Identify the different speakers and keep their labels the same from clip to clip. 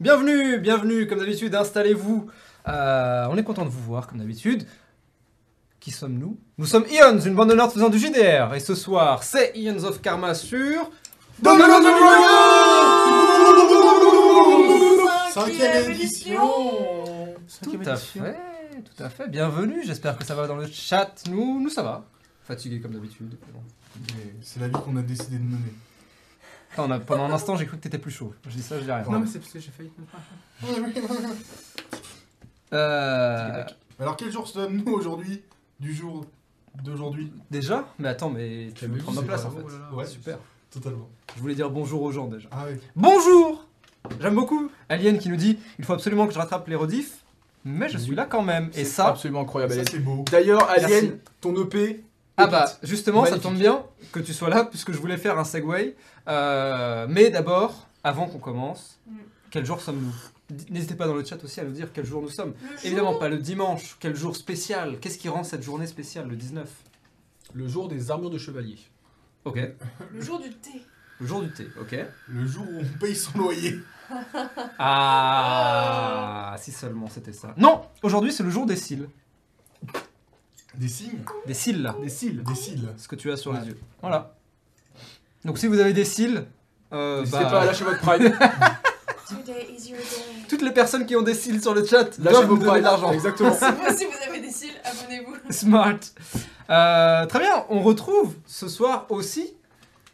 Speaker 1: Bienvenue, bienvenue, comme d'habitude, installez-vous. Euh, on est content de vous voir, comme d'habitude. Qui sommes-nous Nous sommes Ions, une bande de nerds faisant du JDR. Et ce soir, c'est Ions of Karma sur...
Speaker 2: Cinquième édition
Speaker 1: Tout à fait, tout à fait. Bienvenue, j'espère que ça va dans le chat. Nous, nous ça va. Fatigué comme d'habitude.
Speaker 2: Mais C'est la vie qu'on a décidé de mener.
Speaker 1: Attends, on a- pendant un instant, j'ai cru que t'étais plus chaud. Je dis ça, je dis rien.
Speaker 3: Non, mais c'est parce que j'ai failli te mettre un chat.
Speaker 1: Euh,
Speaker 2: Alors quel jour sommes-nous aujourd'hui Du jour d'aujourd'hui
Speaker 1: déjà Mais attends, mais tu
Speaker 3: J'avais
Speaker 1: veux
Speaker 3: vu,
Speaker 1: prendre ma
Speaker 3: c'est
Speaker 1: place, en
Speaker 3: pas
Speaker 1: fait.
Speaker 3: grave,
Speaker 4: Ah,
Speaker 3: oh là là.
Speaker 2: Ouais,
Speaker 1: Super.
Speaker 2: Totalement.
Speaker 1: Je voulais dire bonjour aux gens, déjà.
Speaker 2: Ah oui.
Speaker 1: Bonjour J'aime beaucoup Alien qui nous dit il faut absolument que je rattrape les rediffs, mais je suis là quand même. Et
Speaker 4: C'est
Speaker 1: ça,
Speaker 4: absolument incroyable.
Speaker 2: Ça
Speaker 4: Alien.
Speaker 2: c'est beau.
Speaker 4: D'ailleurs, Alien,
Speaker 1: Merci.
Speaker 4: ton E EP.
Speaker 1: ah bah justement,
Speaker 4: Magnifique.
Speaker 1: ça tombe bien que tu sois là puisque je voulais faire un segue. Euh, mais d'abord, avant qu'on commence,
Speaker 5: Mm.
Speaker 1: quel jour sommes-nous D- N'hésitez pas dans le chat aussi à nous dire quel jour nous sommes. Évidemment pas le dimanche, quel jour spécial Qu'est-ce qui rend cette journée spéciale le 19
Speaker 4: le jour des armures de chevalier.
Speaker 1: Ok.
Speaker 5: Le jour du thé.
Speaker 1: Le jour du thé, ok.
Speaker 2: Le jour où on paye son loyer.
Speaker 1: Ah Si seulement c'était ça. Non Aujourd'hui c'est le jour des cils.
Speaker 2: Des signes
Speaker 1: Des cils là.
Speaker 4: Des cils.
Speaker 2: Des cils.
Speaker 1: ce que tu as sur
Speaker 2: Ouais.
Speaker 1: les yeux. Voilà. Donc si vous avez des cils, euh,
Speaker 4: N'hésitez
Speaker 1: bah,
Speaker 4: pas à lâcher votre prime.
Speaker 5: Today is your day.
Speaker 1: toutes les personnes qui ont des cils sur le chat
Speaker 4: Lâchez
Speaker 1: doivent
Speaker 4: vos
Speaker 1: nous donner
Speaker 4: primes.
Speaker 1: de l'argent.
Speaker 4: Exactement.
Speaker 5: Si vous, si vous avez des cils, abonnez-vous.
Speaker 1: Smart. Euh, très bien, on retrouve ce soir aussi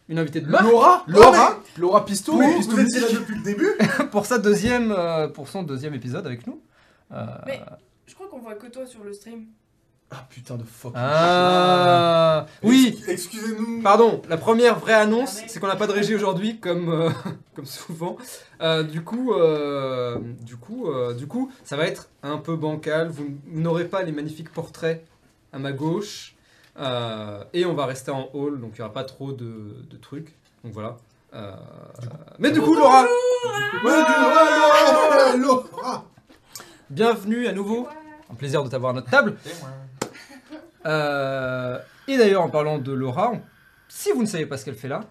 Speaker 1: une invitée de marque
Speaker 4: Laura, Laura, Laura Pisto.
Speaker 1: Oui,
Speaker 4: Pisto
Speaker 2: Vous étiez là
Speaker 4: Mystique.
Speaker 2: depuis le début
Speaker 1: pour, sa deuxième, euh, pour son deuxième épisode avec nous. Euh,
Speaker 5: Mais je crois qu'on voit que toi sur le stream.
Speaker 4: Ah putain de fuck.
Speaker 1: ah, oui,
Speaker 2: Ex- Excusez-nous.
Speaker 1: pardon, la première vraie annonce, c'est qu'on n'a pas de régie aujourd'hui, comme, euh, comme souvent. Euh, du coup, euh, du coup, euh, du coup, ça va être un peu bancal. Vous n'aurez pas les magnifiques portraits à ma gauche, Euh, et on va rester en hall, donc il n'y aura pas trop de, de trucs. Donc voilà. Euh, mais du coup, Laura,
Speaker 2: Ouais, Laura, Laura, Laura.
Speaker 1: bienvenue à nouveau. Un plaisir de t'avoir à notre table. Euh, et d'ailleurs, en parlant de Laura, on- si vous ne savez pas ce qu'elle fait là,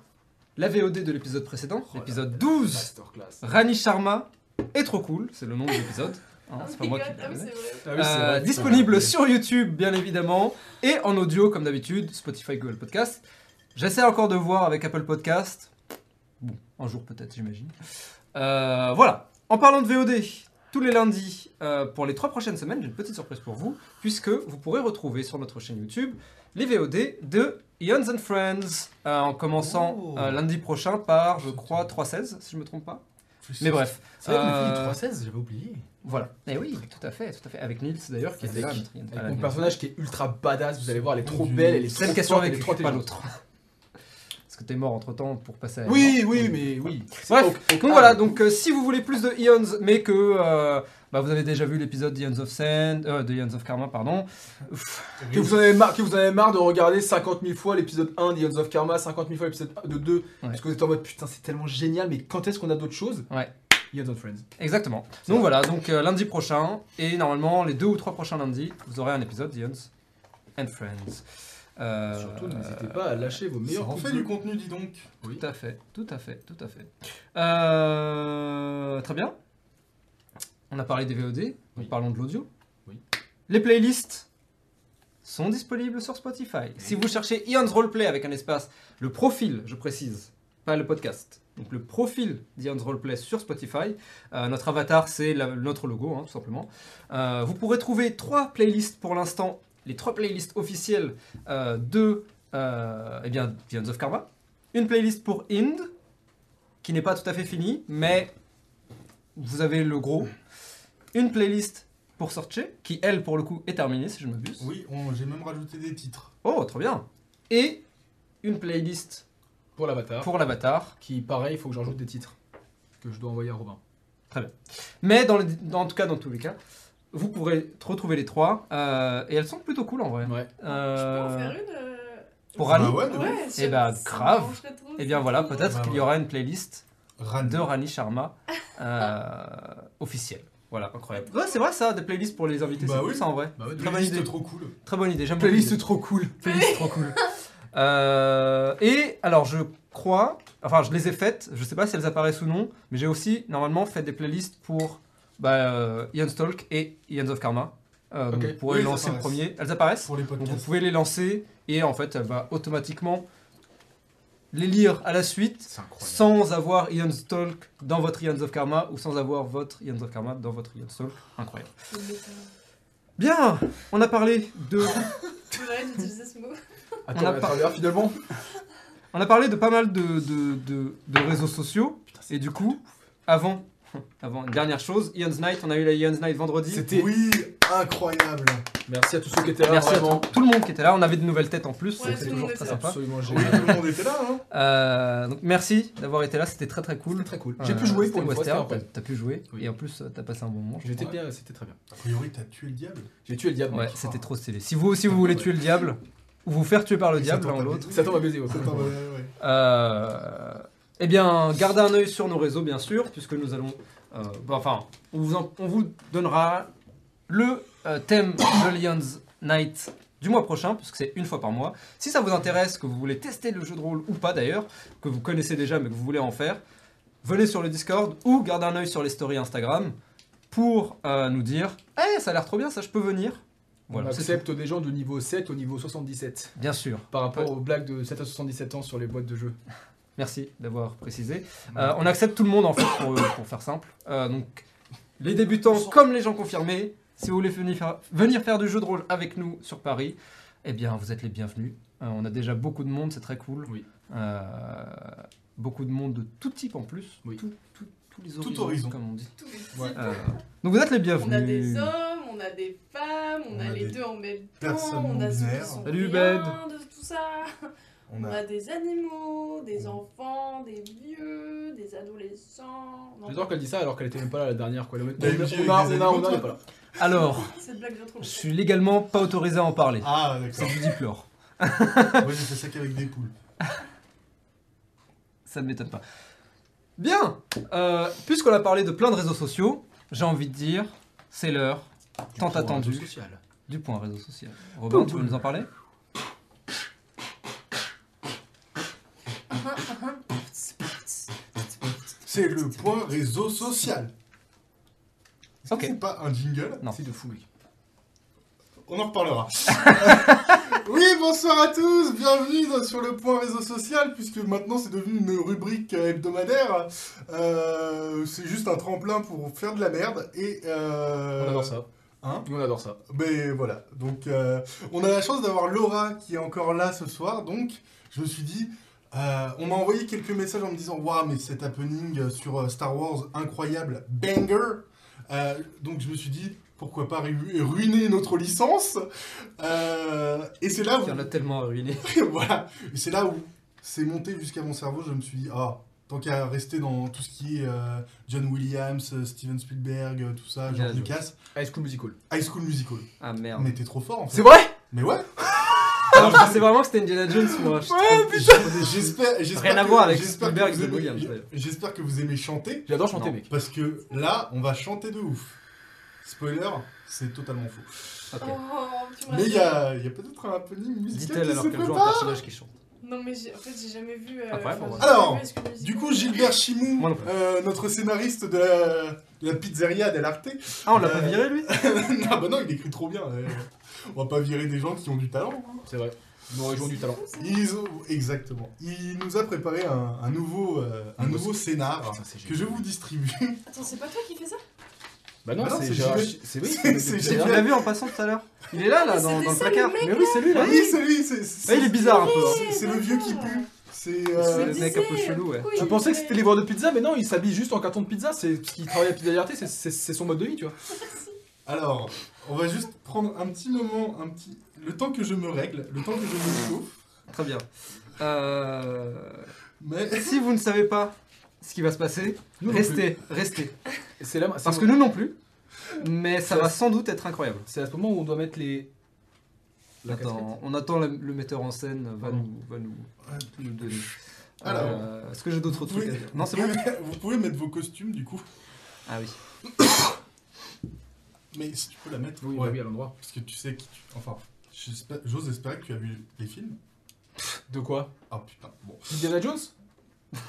Speaker 1: la VOD de l'épisode précédent,
Speaker 4: Oh là
Speaker 1: l'épisode 12,
Speaker 4: Euh, Masterclass.
Speaker 1: Rani Sharma est trop cool, c'est le nom de l'épisode. hein,
Speaker 5: Oh
Speaker 1: c'est pas
Speaker 5: my
Speaker 1: moi
Speaker 5: god,
Speaker 1: qui l'ai
Speaker 5: ah oui,
Speaker 1: amené.
Speaker 5: c'est
Speaker 4: Ah
Speaker 5: vrai.
Speaker 4: oui, c'est
Speaker 1: Euh,
Speaker 4: vrai, putain.
Speaker 1: disponible sur YouTube, bien évidemment, et en audio, comme d'habitude, Spotify, Google Podcast. J'essaie encore de voir avec Apple Podcast. Bon, un jour peut-être, j'imagine. Euh, voilà. En parlant de VOD, tous les lundis, euh, pour les trois prochaines semaines, j'ai une petite surprise pour vous, puisque vous pourrez retrouver sur notre chaîne YouTube les VOD de Ions and Friends, euh, en commençant
Speaker 4: Oh.
Speaker 1: euh, lundi prochain par, je crois, 3.16, si je me trompe pas. Mais bref.
Speaker 4: C'est vrai qu'on a fait
Speaker 1: Euh,
Speaker 4: les 316, j'avais oublié.
Speaker 1: Voilà. Et oui, tout à fait, tout à fait. Avec Nils d'ailleurs, qui était là.
Speaker 4: Avec-
Speaker 1: notre-
Speaker 4: Avec mon personnage qui est ultra badass, vous allez voir, elle est
Speaker 2: Mon
Speaker 4: trop
Speaker 2: Dieu.
Speaker 4: belle, elle est
Speaker 1: C'est
Speaker 4: trop
Speaker 1: une question
Speaker 4: forte, elle
Speaker 1: avec
Speaker 4: est trop
Speaker 1: pas
Speaker 4: intelligente.
Speaker 1: l'autre. Parce que t'es mort entre temps pour passer à.
Speaker 4: Oui, oui, Ah, mais oui.
Speaker 1: Bref,
Speaker 4: Ok, ok.
Speaker 1: donc voilà, donc euh, si vous voulez plus de Ions, mais que euh, bah, vous avez déjà vu l'épisode d'Ions of Sand, euh, de Ions of Karma, pardon.
Speaker 4: Que vous, en avez marre, que vous en avez marre de regarder 50 000 fois l'épisode 1 d'Ions of Karma, 50 000 fois l'épisode de 2, parce que vous êtes en mode putain c'est tellement génial, mais quand est-ce qu'on a d'autres choses
Speaker 1: Ouais.
Speaker 4: Ions of Friends.
Speaker 1: Exactement. Donc voilà, donc euh, lundi prochain, et normalement les deux ou trois prochains lundis, vous aurez un épisode d'Ions and Friends. Euh,
Speaker 4: Surtout n'hésitez pas à lâcher vos
Speaker 2: Ça
Speaker 4: meilleurs
Speaker 2: en
Speaker 4: coups
Speaker 2: fait
Speaker 4: de
Speaker 2: du
Speaker 4: gueule.
Speaker 2: contenu, dis donc.
Speaker 4: Oui.
Speaker 1: Tout à fait, tout à fait, tout à fait. Euh, très bien. On a parlé des VOD, donc
Speaker 4: Oui.
Speaker 1: parlons de l'audio.
Speaker 4: Oui.
Speaker 1: Les playlists sont disponibles sur Spotify. Si vous cherchez Ion's Roleplay avec un espace, le profil, je précise, pas le podcast. Donc le profil d'Ion's Roleplay sur Spotify. Euh, notre avatar, c'est la- notre logo, hein, tout simplement. Euh, vous pourrez trouver trois playlists pour l'instant, les trois playlists officielles euh, de euh, eh bien, Ion's of Karma. Une playlist pour Ind, qui n'est pas tout à fait finie, mais vous avez le gros. Une playlist pour Sorche, qui elle, pour le coup, est terminée, si je ne m'abuse.
Speaker 2: Oui, on- j'ai même rajouté des titres.
Speaker 1: Oh, trop bien Et une playlist
Speaker 4: pour l'avatar,
Speaker 1: pour l'avatar.
Speaker 4: qui pareil, il faut que j'en rajoute des titres que je dois envoyer à Robin.
Speaker 1: Mais dans, les- dans- en tout cas, dans tous les cas, vous pourrez retrouver les trois, euh, et elles sont plutôt cool en vrai.
Speaker 4: Ouais.
Speaker 5: Je peux en
Speaker 1: Euh,
Speaker 5: faire une euh,
Speaker 1: Pour
Speaker 2: Bah
Speaker 1: Rani
Speaker 2: ouais, de ouf.
Speaker 5: Ouais, ça-
Speaker 1: bah,
Speaker 5: ça
Speaker 1: grave.
Speaker 5: m'arrangerait trop,
Speaker 1: Et
Speaker 5: c'est
Speaker 1: eh bien voilà,
Speaker 5: trop
Speaker 1: peut-être
Speaker 2: Bah
Speaker 1: qu'il y
Speaker 2: ouais.
Speaker 1: aura une playlist
Speaker 2: Ran.
Speaker 1: de Rani Sharma euh, officielle. Voilà, incroyable. Ouais, c'est vrai ça, des playlists pour les invités,
Speaker 2: Bah
Speaker 1: c'est
Speaker 2: oui.
Speaker 1: cool ça en vrai.
Speaker 4: Bah ouais,
Speaker 1: Très bonne idée.
Speaker 2: Playlist trop cool.
Speaker 1: Très bonne idée, j'aime beaucoup
Speaker 4: Playlist
Speaker 1: l'idée.
Speaker 4: trop cool.
Speaker 1: Playlist trop cool. Euh, et alors, je crois, enfin je les ai faites, je sais pas si elles apparaissent ou non, mais j'ai aussi normalement fait des playlists pour bah, euh, Ian Stalk et Ions of Karma. Euh, donc
Speaker 4: Ok.
Speaker 1: Vous pourrez
Speaker 2: Oui,
Speaker 1: les
Speaker 2: elles
Speaker 1: lancer en
Speaker 2: apparaissent.
Speaker 1: premier. Elles apparaissent
Speaker 2: Pour les
Speaker 1: donc vous
Speaker 2: podcasts.
Speaker 1: pouvez les lancer et en fait elle va automatiquement les lire à la suite
Speaker 4: C'est incroyable.
Speaker 1: sans avoir Ions Stalk dans votre Ions of Karma ou sans avoir votre Ions of Karma dans votre Ions Stalk. Incroyable.
Speaker 5: C'est méta.
Speaker 1: Bien, on a parlé de
Speaker 5: J'arrête d'utiliser ce mot.
Speaker 1: On a
Speaker 4: Attends,
Speaker 1: pas-
Speaker 4: attends, finalement.
Speaker 1: On a parlé de pas mal de, de, de- de réseaux sociaux. et du coup, avant, avant, une dernière chose, Ian's Night, on a eu la Ian's Night vendredi.
Speaker 4: C'était.
Speaker 2: Oui, incroyable.
Speaker 4: Merci à tous ceux qui étaient là.
Speaker 1: Merci à
Speaker 4: vraiment.
Speaker 1: tout, tout le monde qui était là. On avait de nouvelles têtes en plus,
Speaker 5: Ouais,
Speaker 1: donc c'est
Speaker 5: tout le monde
Speaker 1: toujours très
Speaker 5: était là.
Speaker 1: sympa.
Speaker 4: Absolument
Speaker 2: Oui,
Speaker 4: génial.
Speaker 2: tout le monde était là, hein.
Speaker 1: Euh, donc merci d'avoir été là, c'était très très cool.
Speaker 4: C'était très cool.
Speaker 1: Euh,
Speaker 4: J'ai pu jouer
Speaker 1: c'était
Speaker 4: pour une fois. c'était
Speaker 1: Western,
Speaker 4: un peu.
Speaker 1: t'as- T'as pu jouer
Speaker 4: Oui.
Speaker 1: et en plus euh, t'as passé un bon moment. je
Speaker 4: J'étais
Speaker 1: crois.
Speaker 4: bien, c'était très bien.
Speaker 2: A priori, t'as tué le diable.
Speaker 4: J'ai tué le diable.
Speaker 1: Ouais,
Speaker 4: mec.
Speaker 1: c'était trop stylé. Si vous aussi vous voulez
Speaker 4: Ouais.
Speaker 1: tuer le diable ou vous faire tuer par le
Speaker 2: Et
Speaker 1: diable
Speaker 2: ça tombe
Speaker 1: l'un ou
Speaker 2: pas
Speaker 1: l'autre,
Speaker 4: Ça tombe à baiser. ouais.
Speaker 2: Attends, ouais, ouais.
Speaker 1: Euh, eh bien, gardez un œil sur nos réseaux, bien sûr, puisque nous allons. euh, bah, enfin, on vous, en- on vous donnera le euh, thème de Lions Night du mois prochain, puisque c'est une fois par mois. Si ça vous intéresse, que vous voulez tester le jeu de rôle ou pas d'ailleurs, que vous connaissez déjà mais que vous voulez en faire, venez sur le Discord ou gardez un œil sur les stories Instagram pour euh, nous dire Eh, ça a l'air trop bien, ça je peux venir.
Speaker 4: On
Speaker 1: Voilà, c'est
Speaker 4: accepte des gens de niveau 7 au niveau 77.
Speaker 1: tout. Bien sûr.
Speaker 4: Par rapport aux blagues de 7 à 77 ans sur les boîtes de jeux.
Speaker 1: Merci d'avoir précisé. Euh, on accepte tout le monde en fait pour, pour faire simple. Euh, donc les débutants comme les gens confirmés, si vous voulez venir faire, venir faire du jeu de rôle avec nous sur Paris, eh bien vous êtes les bienvenus. Euh, on a déjà beaucoup de monde, c'est très cool.
Speaker 4: Oui.
Speaker 1: Euh, beaucoup de monde de tout type en plus.
Speaker 4: Oui.
Speaker 1: Tout- tout- tous les
Speaker 2: Tout
Speaker 1: horizons,
Speaker 2: horizon.
Speaker 1: comme on dit.
Speaker 5: Tous les
Speaker 4: Ouais.
Speaker 5: types.
Speaker 1: Euh, donc vous êtes les bienvenus.
Speaker 5: On a des hommes, on a des femmes, on,
Speaker 2: On
Speaker 5: a,
Speaker 2: a
Speaker 5: les
Speaker 2: des
Speaker 5: deux en même temps,
Speaker 2: personnes
Speaker 5: on a ceux qui
Speaker 2: non-binaires.
Speaker 5: sont
Speaker 1: Salut,
Speaker 5: rien de tout ça.
Speaker 2: On
Speaker 5: On
Speaker 2: a
Speaker 5: a des animaux, des
Speaker 2: On-
Speaker 5: enfants, des vieux, des adolescents. Non,
Speaker 4: J'adore qu'elle dit ça alors qu'elle était même pas là la dernière. Quoi. Le mec,
Speaker 2: Des
Speaker 4: on, a,
Speaker 2: vieux
Speaker 4: on
Speaker 2: et
Speaker 4: a, on
Speaker 2: des
Speaker 4: a, on
Speaker 2: animaux,
Speaker 4: a,
Speaker 2: toi.
Speaker 4: pas là.
Speaker 1: Alors,
Speaker 5: Cette blague, je la trouve.
Speaker 1: je suis légalement pas autorisé à en parler.
Speaker 2: Ah,
Speaker 1: C'est
Speaker 2: d'accord.
Speaker 1: du diplore.
Speaker 2: Moi, j'ai fait ça qu'avec des poules.
Speaker 1: Ça ne m'étonne pas. Bien Euh, Puisqu'on a parlé de plein de réseaux sociaux, j'ai envie de dire, c'est l'heure Tant
Speaker 4: Du coup,
Speaker 1: attendu.
Speaker 4: un réseau social.
Speaker 1: du point réseau social. Robin, tu veux nous en parler
Speaker 2: C'est le point réseau social. Est-ce
Speaker 1: Ok.
Speaker 2: que c'est pas un jingle
Speaker 1: Non.
Speaker 4: C'est de fou, mec.
Speaker 2: On en reparlera. oui, bonsoir à tous, bienvenue dans- sur le point réseau social, puisque maintenant c'est devenu une rubrique euh, hebdomadaire. Euh, c'est juste un tremplin pour faire de la merde et... euh,
Speaker 4: On adore ça.
Speaker 2: hein
Speaker 4: Nous on adore ça.
Speaker 2: Mais voilà, donc euh, on a la chance d'avoir Laura qui est encore là ce soir, donc je me suis dit, euh, on m'a envoyé quelques messages en me disant, waouh, mais cet happening sur euh, Star Wars, incroyable, banger Euh, Donc je me suis dit, pourquoi pas ru- ruiner notre licence Euh, Et c'est là où
Speaker 1: Qui en a tellement ruiné.
Speaker 2: voilà. Et c'est là où c'est monté jusqu'à mon cerveau. Je me suis dit, ah, tant qu'à rester dans tout ce qui est euh, John Williams, euh, Steven Spielberg, euh, tout ça,
Speaker 1: Bien
Speaker 2: George
Speaker 1: joué.
Speaker 2: Lucas,
Speaker 4: High School Musical.
Speaker 2: High School Musical.
Speaker 1: Ah
Speaker 2: On
Speaker 1: merde.
Speaker 2: était trop fort en fait.
Speaker 4: C'est vrai
Speaker 2: Mais ouais.
Speaker 1: Alors, je pensais Ah, vraiment que c'était Indiana Jones, moi. Je suis trop-
Speaker 2: J'espère. j'espère
Speaker 1: Rien à
Speaker 2: que-
Speaker 1: voir avec
Speaker 2: j'espère que
Speaker 1: Spielberg
Speaker 2: vous
Speaker 1: de
Speaker 2: aimez-
Speaker 1: Williams, d'ailleurs.
Speaker 2: J'espère que vous aimez chanter
Speaker 4: J'adore chanter,
Speaker 1: Non.
Speaker 4: mec.
Speaker 2: parce que là, on va chanter de ouf. Spoiler, c'est totalement faux.
Speaker 1: Ok.
Speaker 5: Oh, tu me
Speaker 2: Mais il y
Speaker 5: rassures.
Speaker 2: a, il y a peut-être un happening musical
Speaker 1: Dit-elle
Speaker 2: qui
Speaker 1: alors
Speaker 2: se
Speaker 1: qu'elle joue
Speaker 2: prépare.
Speaker 1: un personnage qui chante.
Speaker 5: Non, mais j'ai- en fait, j'ai jamais vu. euh,
Speaker 1: Incroyable,
Speaker 5: enfin,
Speaker 1: ouais.
Speaker 5: j'ai jamais
Speaker 2: Alors,
Speaker 5: vu High School Musical.
Speaker 2: Du coup, Gilbert Chimou,
Speaker 1: Moi non plus.
Speaker 2: euh, notre scénariste de la, de la pizzeria Del Arte.
Speaker 1: Ah, on l'a pas
Speaker 2: Euh,
Speaker 1: viré, lui
Speaker 2: ah bah non, il écrit trop bien. euh. On va pas virer des gens qui ont du talent. hein.
Speaker 4: C'est vrai. Nous ils ont du talent.
Speaker 2: Ils ont- Exactement. Il nous a préparé un, un nouveau, euh, un nouveau scénar
Speaker 4: Putain, Ah, c'est
Speaker 2: que
Speaker 4: génial.
Speaker 2: je vous distribue.
Speaker 5: Attends, c'est pas toi qui fais ça
Speaker 4: Bah non,
Speaker 2: Bah non,
Speaker 4: c'est
Speaker 2: c'est
Speaker 4: Gérard.
Speaker 2: Gilles.
Speaker 4: C'est oui,
Speaker 2: C'est-
Speaker 4: c'est
Speaker 2: c'est
Speaker 1: On
Speaker 2: Gilles.
Speaker 4: Gérard.
Speaker 1: l'a vu en passant tout à l'heure. Il est là, là,
Speaker 5: Mais
Speaker 1: dans,
Speaker 5: c'était
Speaker 1: dans le
Speaker 5: ça,
Speaker 1: placard.
Speaker 5: le mec,
Speaker 1: Mais oui, c'est lui, là.
Speaker 2: Ah oui, c'est lui. c'est-
Speaker 1: Ouais,
Speaker 2: c'est-
Speaker 1: il est bizarre un peu. hein.
Speaker 2: C'est- c'est le vieux qui pue. C'est
Speaker 1: C'est
Speaker 5: Je me
Speaker 1: le
Speaker 2: euh,
Speaker 1: mec un peu
Speaker 5: disais,
Speaker 1: chelou, ouais.
Speaker 5: pourquoi
Speaker 4: Je
Speaker 5: il
Speaker 4: pensais
Speaker 5: fait-
Speaker 4: que c'était les vendeurs de pizza, mais non, il s'habille juste en carton de pizza. C'est parce qu'il travaille à Pizza Liberté, c'est- c'est c'est son mode de vie, tu vois.
Speaker 2: Alors, on va juste prendre un petit moment, un petit, le temps que je me règle, le temps que je me chauffe.
Speaker 1: Très bien. Euh,
Speaker 2: Mais
Speaker 1: Si vous ne savez pas ce qui va se passer,
Speaker 4: Nous non
Speaker 1: restez, restez.
Speaker 4: plus. C'est là. c'est-
Speaker 1: Parce que nous non plus. Mais ça va sans doute être incroyable.
Speaker 4: C'est à ce moment où on doit mettre les. La
Speaker 1: Attends, on attend le, le metteur en scène va
Speaker 4: Pardon.
Speaker 1: nous, va nous, nous donner.
Speaker 2: Alors.
Speaker 1: Euh, Est-ce que j'ai d'autres
Speaker 2: Vous
Speaker 1: trucs à
Speaker 2: pouvez-
Speaker 1: dire Non, Ah, c'est bon
Speaker 2: vous pouvez mettre vos costumes du coup.
Speaker 1: Ah oui.
Speaker 2: Mais si tu peux la mettre.
Speaker 4: Oui,
Speaker 2: ouais.
Speaker 4: bah oui, à l'endroit.
Speaker 2: Parce que tu sais qui tu... Enfin, j'espère- j'ose espérer que tu as vu les films.
Speaker 4: De quoi
Speaker 2: Ah putain, bon.
Speaker 4: Indiana Jones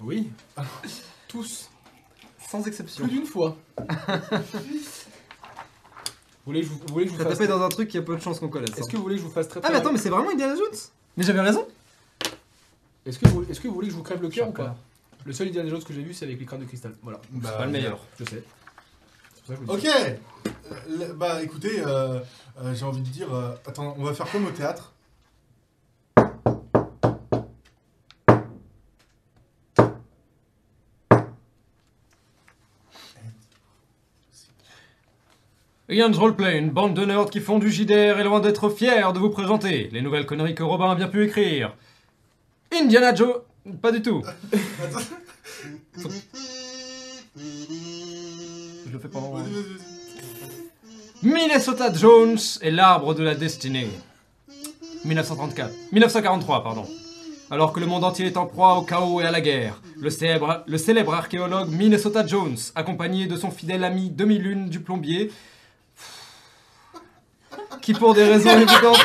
Speaker 4: Oui. Tous.
Speaker 1: Sans
Speaker 4: Plus
Speaker 1: exception.
Speaker 4: d'une fois. vous voulez que je vous, vous voulez que je vous
Speaker 1: T'as
Speaker 4: fasse...
Speaker 1: tapé dans un truc qui a peu de chances qu'on connaisse. hein.
Speaker 4: Est-ce que vous voulez que je vous fasse très
Speaker 1: Ah,
Speaker 4: très
Speaker 1: mais attends, mais c'est vraiment Indiana Jones Mais j'avais raison
Speaker 4: Est-ce que, vous- est-ce que vous voulez que je vous crève le cœur ou
Speaker 1: Chocolat.
Speaker 4: pas Le seul Indiana Jones que j'ai vu, c'est avec les crânes de cristal. Voilà,
Speaker 2: Bah,
Speaker 1: Pas le meilleur.
Speaker 4: je sais. C'est pour ça que je vous le dis.
Speaker 2: Ok Euh, Bah écoutez, euh, euh, j'ai envie de dire. euh, attends, on va faire comme au théâtre.
Speaker 1: Ian's Roleplay, une bande de nerds qui font du JDR est loin d'être fiers de vous présenter les nouvelles conneries que Robin a bien pu écrire. Indiana Joe... Pas du tout. Je le fais pendant...
Speaker 2: Vas-y, vas-y, vas-y.
Speaker 1: Minnesota Jones et l'arbre de la destinée. 1934. 1943, pardon. Alors que le monde entier est en proie au chaos et à la guerre, le célèbre, le célèbre archéologue Minnesota Jones, accompagné de son fidèle ami demi-lune du plombier, qui pour des raisons évidentes...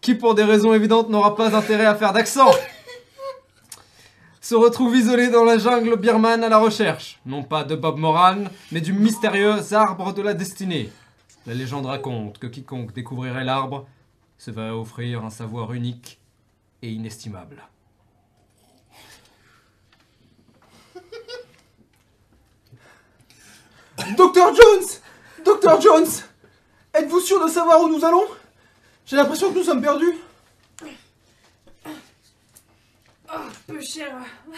Speaker 1: qui pour des raisons évidentes n'aura pas intérêt à faire d'accent se retrouve isolé dans la jungle birmane à la recherche, non pas de Bob Moran, mais du mystérieux arbre de la destinée. La légende raconte que quiconque découvrirait l'arbre se va offrir un savoir unique et inestimable.
Speaker 4: Docteur Jones Docteur Jones Êtes-vous sûr de savoir où nous allons J'ai l'impression que nous sommes perdus.
Speaker 5: Oh, peu cher.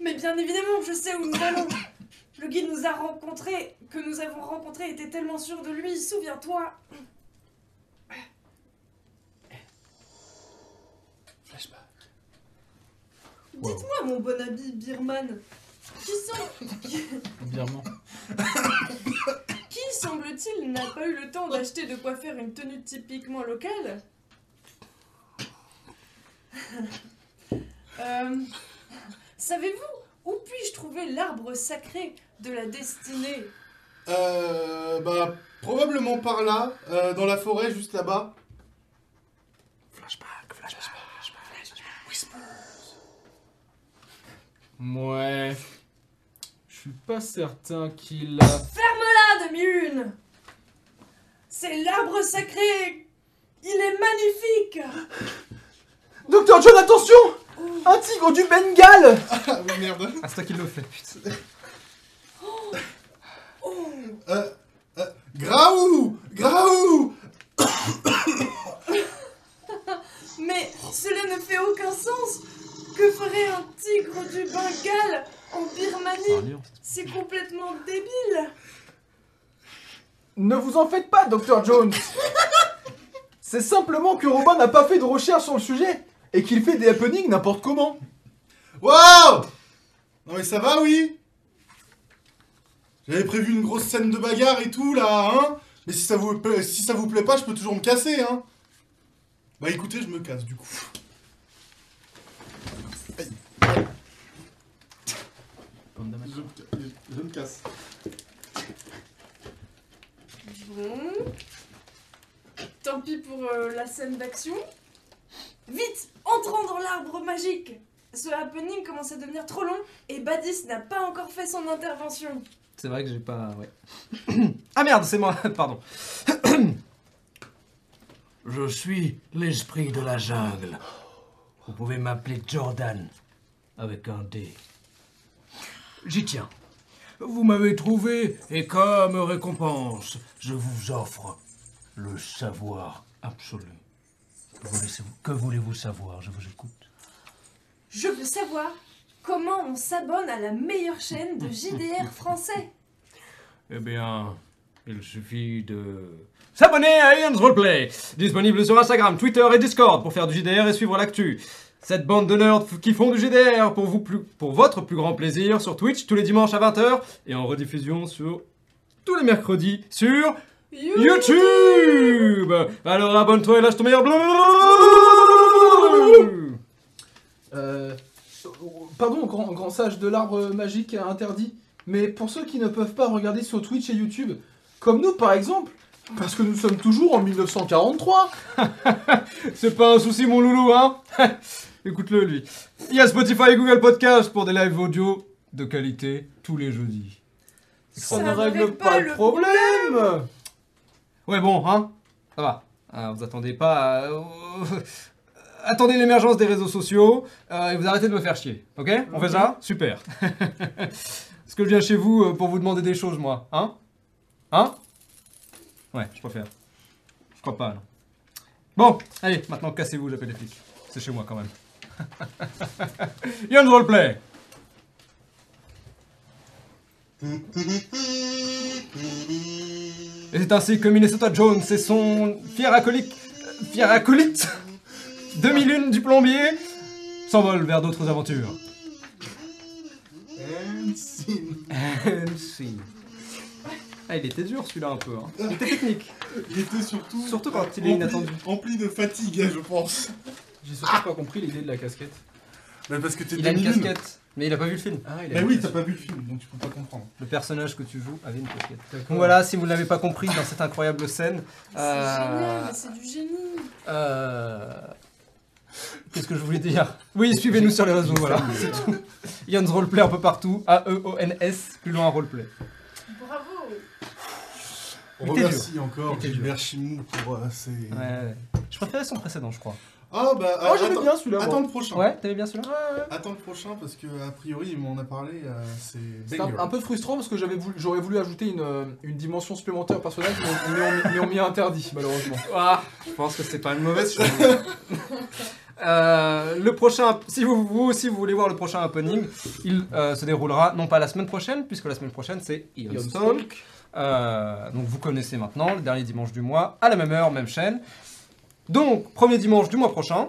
Speaker 5: Mais bien évidemment, je sais où nous allons. Le guide nous a rencontrés, que nous avons rencontrés, était tellement sûr de lui, souviens-toi.
Speaker 2: Flashback.
Speaker 4: Wow.
Speaker 5: Dites-moi, mon bon ami Birman, qui, sem-
Speaker 4: Birman.
Speaker 5: qui, semble-t-il, n'a pas eu le temps d'acheter de quoi faire une tenue typiquement locale Euh, Savez-vous où puis-je trouver l'arbre sacré de la destinée
Speaker 2: Euh, bah, probablement par là, euh, dans la forêt juste là-bas.
Speaker 4: Ouais. Je suis pas certain qu'il a.
Speaker 5: Ah, demi-lune C'est l'arbre sacré Il est magnifique
Speaker 4: Docteur John, attention Un tigre du Bengale
Speaker 2: Ah oui, merde.
Speaker 1: Ah, c'est toi qui le fais, putain.
Speaker 5: Oh
Speaker 2: Euh, euh, Graou Graou
Speaker 5: Mais cela ne fait aucun sens Que ferait un tigre du Bengale en Birmanie C'est complètement débile
Speaker 4: Ne vous en faites pas, Docteur Jones C'est simplement que Robin n'a pas fait de recherche sur le sujet et qu'il fait des happenings n'importe comment.
Speaker 2: Waouh Non mais ça va, oui J'avais prévu une grosse scène de bagarre et tout, là, hein Mais si ça vous, pla- si ça vous plaît pas, je peux toujours me casser, hein Bah écoutez, je me casse, du coup. Aïe. Je, me- je me casse.
Speaker 5: Bon... Tant pis pour euh, la scène d'action. Vite Entrons dans l'arbre magique ce happening commence à devenir trop long et Badis n'a pas encore fait son intervention.
Speaker 1: C'est vrai que j'ai pas... Ouais. ah merde, c'est moi, pardon.
Speaker 3: Je suis l'esprit de la jungle. Vous pouvez m'appeler Jordan, avec un D. J'y tiens. Vous m'avez trouvé, et comme récompense, je vous offre le savoir absolu. Que voulez-vous- Que voulez-vous savoir Je vous écoute.
Speaker 5: Je veux savoir comment on s'abonne à la meilleure chaîne de JDR français.
Speaker 3: Eh bien, il suffit de...
Speaker 1: S'abonner à Ian's Roleplay Disponible sur Instagram, Twitter et Discord pour faire du JDR et suivre l'actu. Cette bande de nerds f- qui font du JDR pour, vous plus, pour votre plus grand plaisir sur Twitch tous les dimanches à 20h et en rediffusion sur tous les mercredis sur YouTube Alors abonne-toi et lâche ton meilleur bleu
Speaker 4: Euh. Pardon, grand, grand sage de l'arbre magique interdit, mais pour ceux qui ne peuvent pas regarder sur Twitch et YouTube, comme nous par exemple, Parce que nous sommes toujours en 1943
Speaker 1: C'est pas un souci, mon loulou, hein Écoute-le, lui. Il y a Spotify et Google Podcast pour des lives audio de qualité tous les jeudis.
Speaker 4: Ça ne règle pas le problème
Speaker 1: Ouais, bon, hein Ça va. Euh, vous attendez pas à- Attendez l'émergence des réseaux sociaux euh, et vous arrêtez de me faire chier, ok On fait ça Super. Est-ce que je viens chez vous euh, pour vous demander des choses, moi Hein Hein Ouais, je préfère. Je crois pas, non. Bon, allez, maintenant cassez-vous, j'appelle les flics. C'est chez moi, quand même. Yon Roleplay Et c'est ainsi que Minnesota Jones et son fier acolyte, euh, fier acolyte, demi-lune du plombier, s'envolent vers d'autres aventures.
Speaker 2: And scene.
Speaker 1: Ah, il était dur celui-là un peu. Hein. Il était technique.
Speaker 2: Il était surtout.
Speaker 1: Surtout quand il est inattendu.
Speaker 2: Rempli de fatigue, hein, je pense.
Speaker 4: J'ai surtout pas compris l'idée de la casquette.
Speaker 2: Mais parce que t'es
Speaker 1: Il a une
Speaker 2: demi-lune.
Speaker 1: casquette, mais il a pas vu le film.
Speaker 4: Ah, il
Speaker 2: Bah oui, t'as pas vu le film, donc tu peux pas comprendre.
Speaker 1: Le personnage que tu joues avait une casquette. Donc voilà, si vous ne l'avez pas compris dans cette incroyable scène,
Speaker 5: C'est
Speaker 1: Euh.
Speaker 5: génial, mais c'est du génie.
Speaker 1: euh... qu'est-ce que je voulais dire Oui, suivez-nous sur les réseaux, voilà, c'est tout. Yon's Roleplay un peu partout, E A-E-O-N-S, plus loin Roleplay.
Speaker 5: Bravo.
Speaker 2: On
Speaker 1: Il était
Speaker 2: remercie encore
Speaker 1: Il était
Speaker 2: Gilbert Chimou pour euh, ses.
Speaker 1: Ouais, ouais. Je préférais son précédent, je crois.
Speaker 2: Ah bah.
Speaker 4: Oh,
Speaker 2: euh,
Speaker 4: j'aimais
Speaker 2: attends-
Speaker 4: bien celui-là.
Speaker 2: Attends
Speaker 4: moi.
Speaker 2: le prochain.
Speaker 1: Ouais, t'avais bien celui-là
Speaker 2: Attends le prochain parce que a priori il m'en a parlé. euh, c'est.
Speaker 4: C'est un,
Speaker 2: banger.
Speaker 4: un peu frustrant parce que j'avais voulu- j'aurais voulu ajouter une, euh, une dimension supplémentaire au personnage, mais on- mais on, mais on m'y a interdit, malheureusement.
Speaker 1: Ah, je pense que c'est pas une mauvaise chose. Euh, le prochain, si vous, vous aussi vous voulez voir le prochain happening, il euh, se déroulera non pas la semaine prochaine, puisque la semaine prochaine c'est Ion Talk. Euh, donc vous connaissez maintenant, le dernier dimanche du mois, à la même heure, même chaîne. Donc, premier dimanche du mois prochain.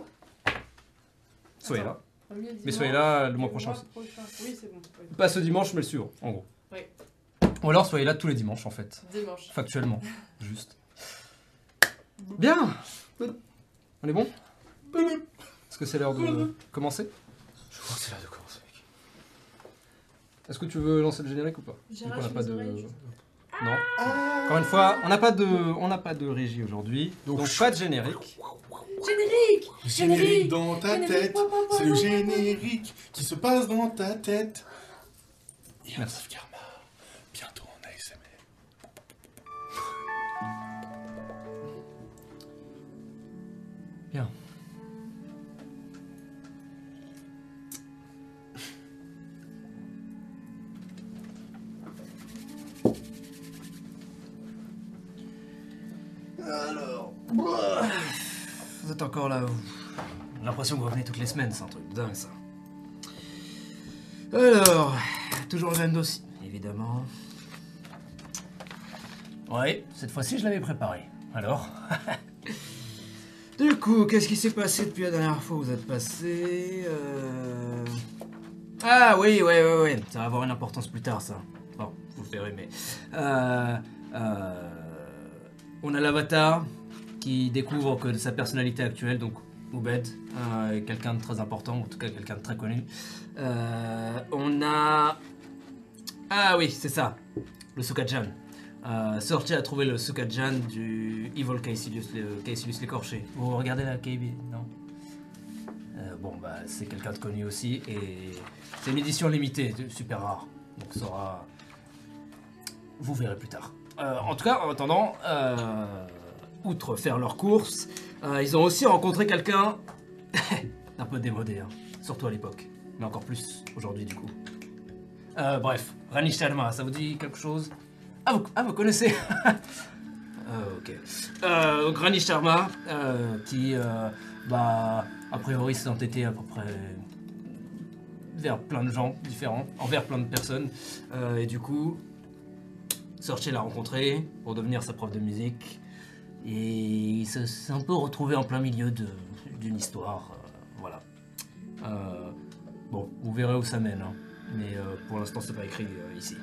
Speaker 1: Soyez là.
Speaker 5: Premier
Speaker 1: Mais
Speaker 5: dimanche.
Speaker 1: soyez là le mois prochain aussi.
Speaker 5: Oui, c'est bon. ouais.
Speaker 1: Pas ce dimanche, mais le suivant, en gros.
Speaker 5: Oui.
Speaker 1: Ou alors soyez là tous les dimanches en fait.
Speaker 5: Dimanche.
Speaker 1: Factuellement, juste. Bien On est bon Est-ce que c'est l'heure de commencer
Speaker 4: Je crois que c'est là de commencer.
Speaker 1: Est-ce que tu veux lancer le générique ou pas
Speaker 5: J'ai
Speaker 1: Du coup, on n'a
Speaker 5: arraché
Speaker 1: pas
Speaker 5: mes
Speaker 1: de...
Speaker 5: oreilles.
Speaker 1: Non.
Speaker 2: Ah.
Speaker 1: Encore une fois, on n'a pas de, on n'a pas de régie aujourd'hui, donc, pas de générique.
Speaker 5: Générique.
Speaker 2: Générique dans ta
Speaker 5: Générique.
Speaker 2: tête.
Speaker 5: Ouah, ouah, ouah,
Speaker 2: C'est le
Speaker 5: ouah, ouah.
Speaker 2: générique qui se passe dans ta tête. Et
Speaker 1: Merci.
Speaker 2: Merci. Karma, bientôt en ASMR.
Speaker 1: Bien.
Speaker 2: Alors,
Speaker 1: Vous êtes encore là, vous. J'ai l'impression que vous revenez toutes les semaines, c'est un truc de dingue ça. Alors, toujours le même dossier, évidemment. Ouais, cette fois-ci je l'avais préparé. Alors Du coup, qu'est-ce qui s'est passé depuis la dernière fois où vous êtes passé Euh, Ah oui, ouais, ouais, ouais, ça va avoir une importance plus tard ça. Bon, vous le verrez, mais. Euh, euh, On a l'avatar, qui découvre que sa personnalité actuelle, donc Oubed, euh, est quelqu'un de très important, ou en tout cas quelqu'un de très connu. Euh, on a. Ah oui, c'est ça, le Sukajan. Euh, Sorti a trouvé le Sukajan du Evil Caecilius, le Caecilius l'écorché. Vous regardez la KB Non Euh, Bon, bah, c'est quelqu'un de connu aussi, et c'est une édition limitée, de- super rare. Donc, ça aura. Vous verrez plus tard. Euh, en tout cas, en attendant, euh, outre faire leurs courses, euh, ils ont aussi rencontré quelqu'un d'un peu démodé, hein. surtout à l'époque, mais encore plus aujourd'hui du coup. Euh, bref, Ranish Sharma, ça vous dit quelque chose ah vous, ah, vous connaissez Euh, ok. Euh, donc Ranish Sharma, euh, qui, euh, bah, a priori s'est entêté à peu près vers plein de gens différents, envers plein de personnes, Euh, et du coup, Sorcher l'a rencontré pour devenir sa prof de musique. Et il se- s'est un peu retrouvé en plein milieu de- d'une histoire. euh, voilà. Euh, bon, vous verrez où ça mène. hein. Mais euh, pour l'instant, c'est pas écrit euh, ici.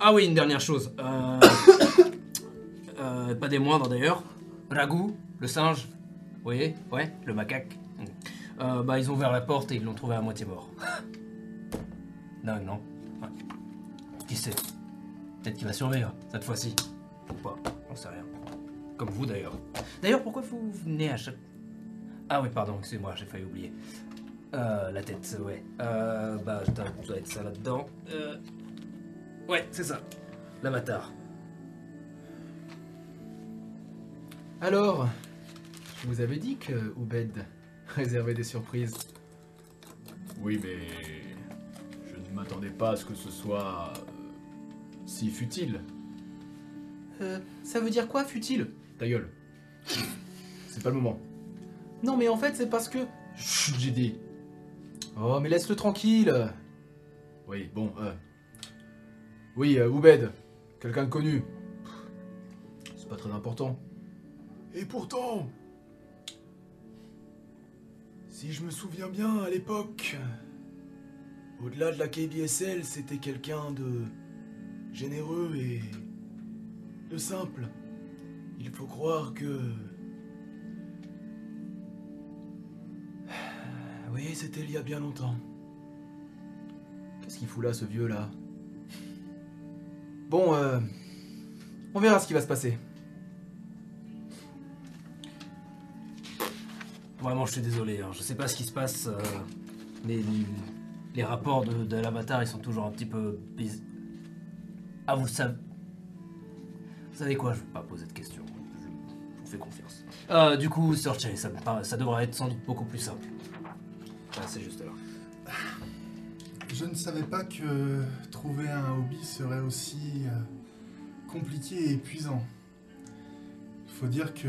Speaker 1: Ah oui, une dernière chose. euh, euh, pas des moindres d'ailleurs. Ragu, le singe. Vous voyez Ouais, le macaque. Euh, bah, ils ont ouvert la porte et ils l'ont trouvé à moitié mort. Dingue, non Ouais. Qui sait Peut-être qu'il va survivre, cette fois-ci. Ou pas, j'en sais rien.
Speaker 6: Comme vous d'ailleurs. D'ailleurs, pourquoi vous venez à chaque. Ah oui, pardon, excusez-moi, j'ai failli oublier. Euh, la tête, ouais. Euh, bah, putain, doit être ça là-dedans. Euh... Ouais, c'est ça. L'avatar.
Speaker 4: Alors, je vous avais dit que Oubed réservait des surprises.
Speaker 7: Oui, mais je ne m'attendais pas à ce que ce soit euh, si futile.
Speaker 4: Euh, ça veut dire quoi, futile
Speaker 7: Ta gueule. C'est pas le moment.
Speaker 4: Non, mais en fait, c'est parce que.
Speaker 7: Chut, j'ai dit.
Speaker 4: Oh, mais laisse-le tranquille.
Speaker 7: Oui, bon, euh,
Speaker 4: Oui, euh, Oubed, quelqu'un de connu. Pff, C'est pas très important.
Speaker 2: Et pourtant, si je me souviens bien, à l'époque, au-delà de la KBSL, c'était quelqu'un de généreux et de simple. Il faut croire que... Ah, Oui, c'était il y a bien longtemps.
Speaker 4: Qu'est-ce qu'il fout là, ce vieux là Bon, euh, on verra ce qui va se passer.
Speaker 6: Vraiment, je suis désolé. hein. Je sais pas ce qui se passe. euh, les, les rapports de, de l'avatar, ils sont toujours un petit peu. biz- Ah, vous le savez. Vous savez quoi Je vais pas poser de questions. Je je vous fais confiance. Euh, du coup, searcher, ça, me paraît- ça devrait être sans doute beaucoup plus simple. Ah, c'est juste là.
Speaker 2: Je ne savais pas que trouver un hobby serait aussi euh, compliqué et épuisant. Il faut dire que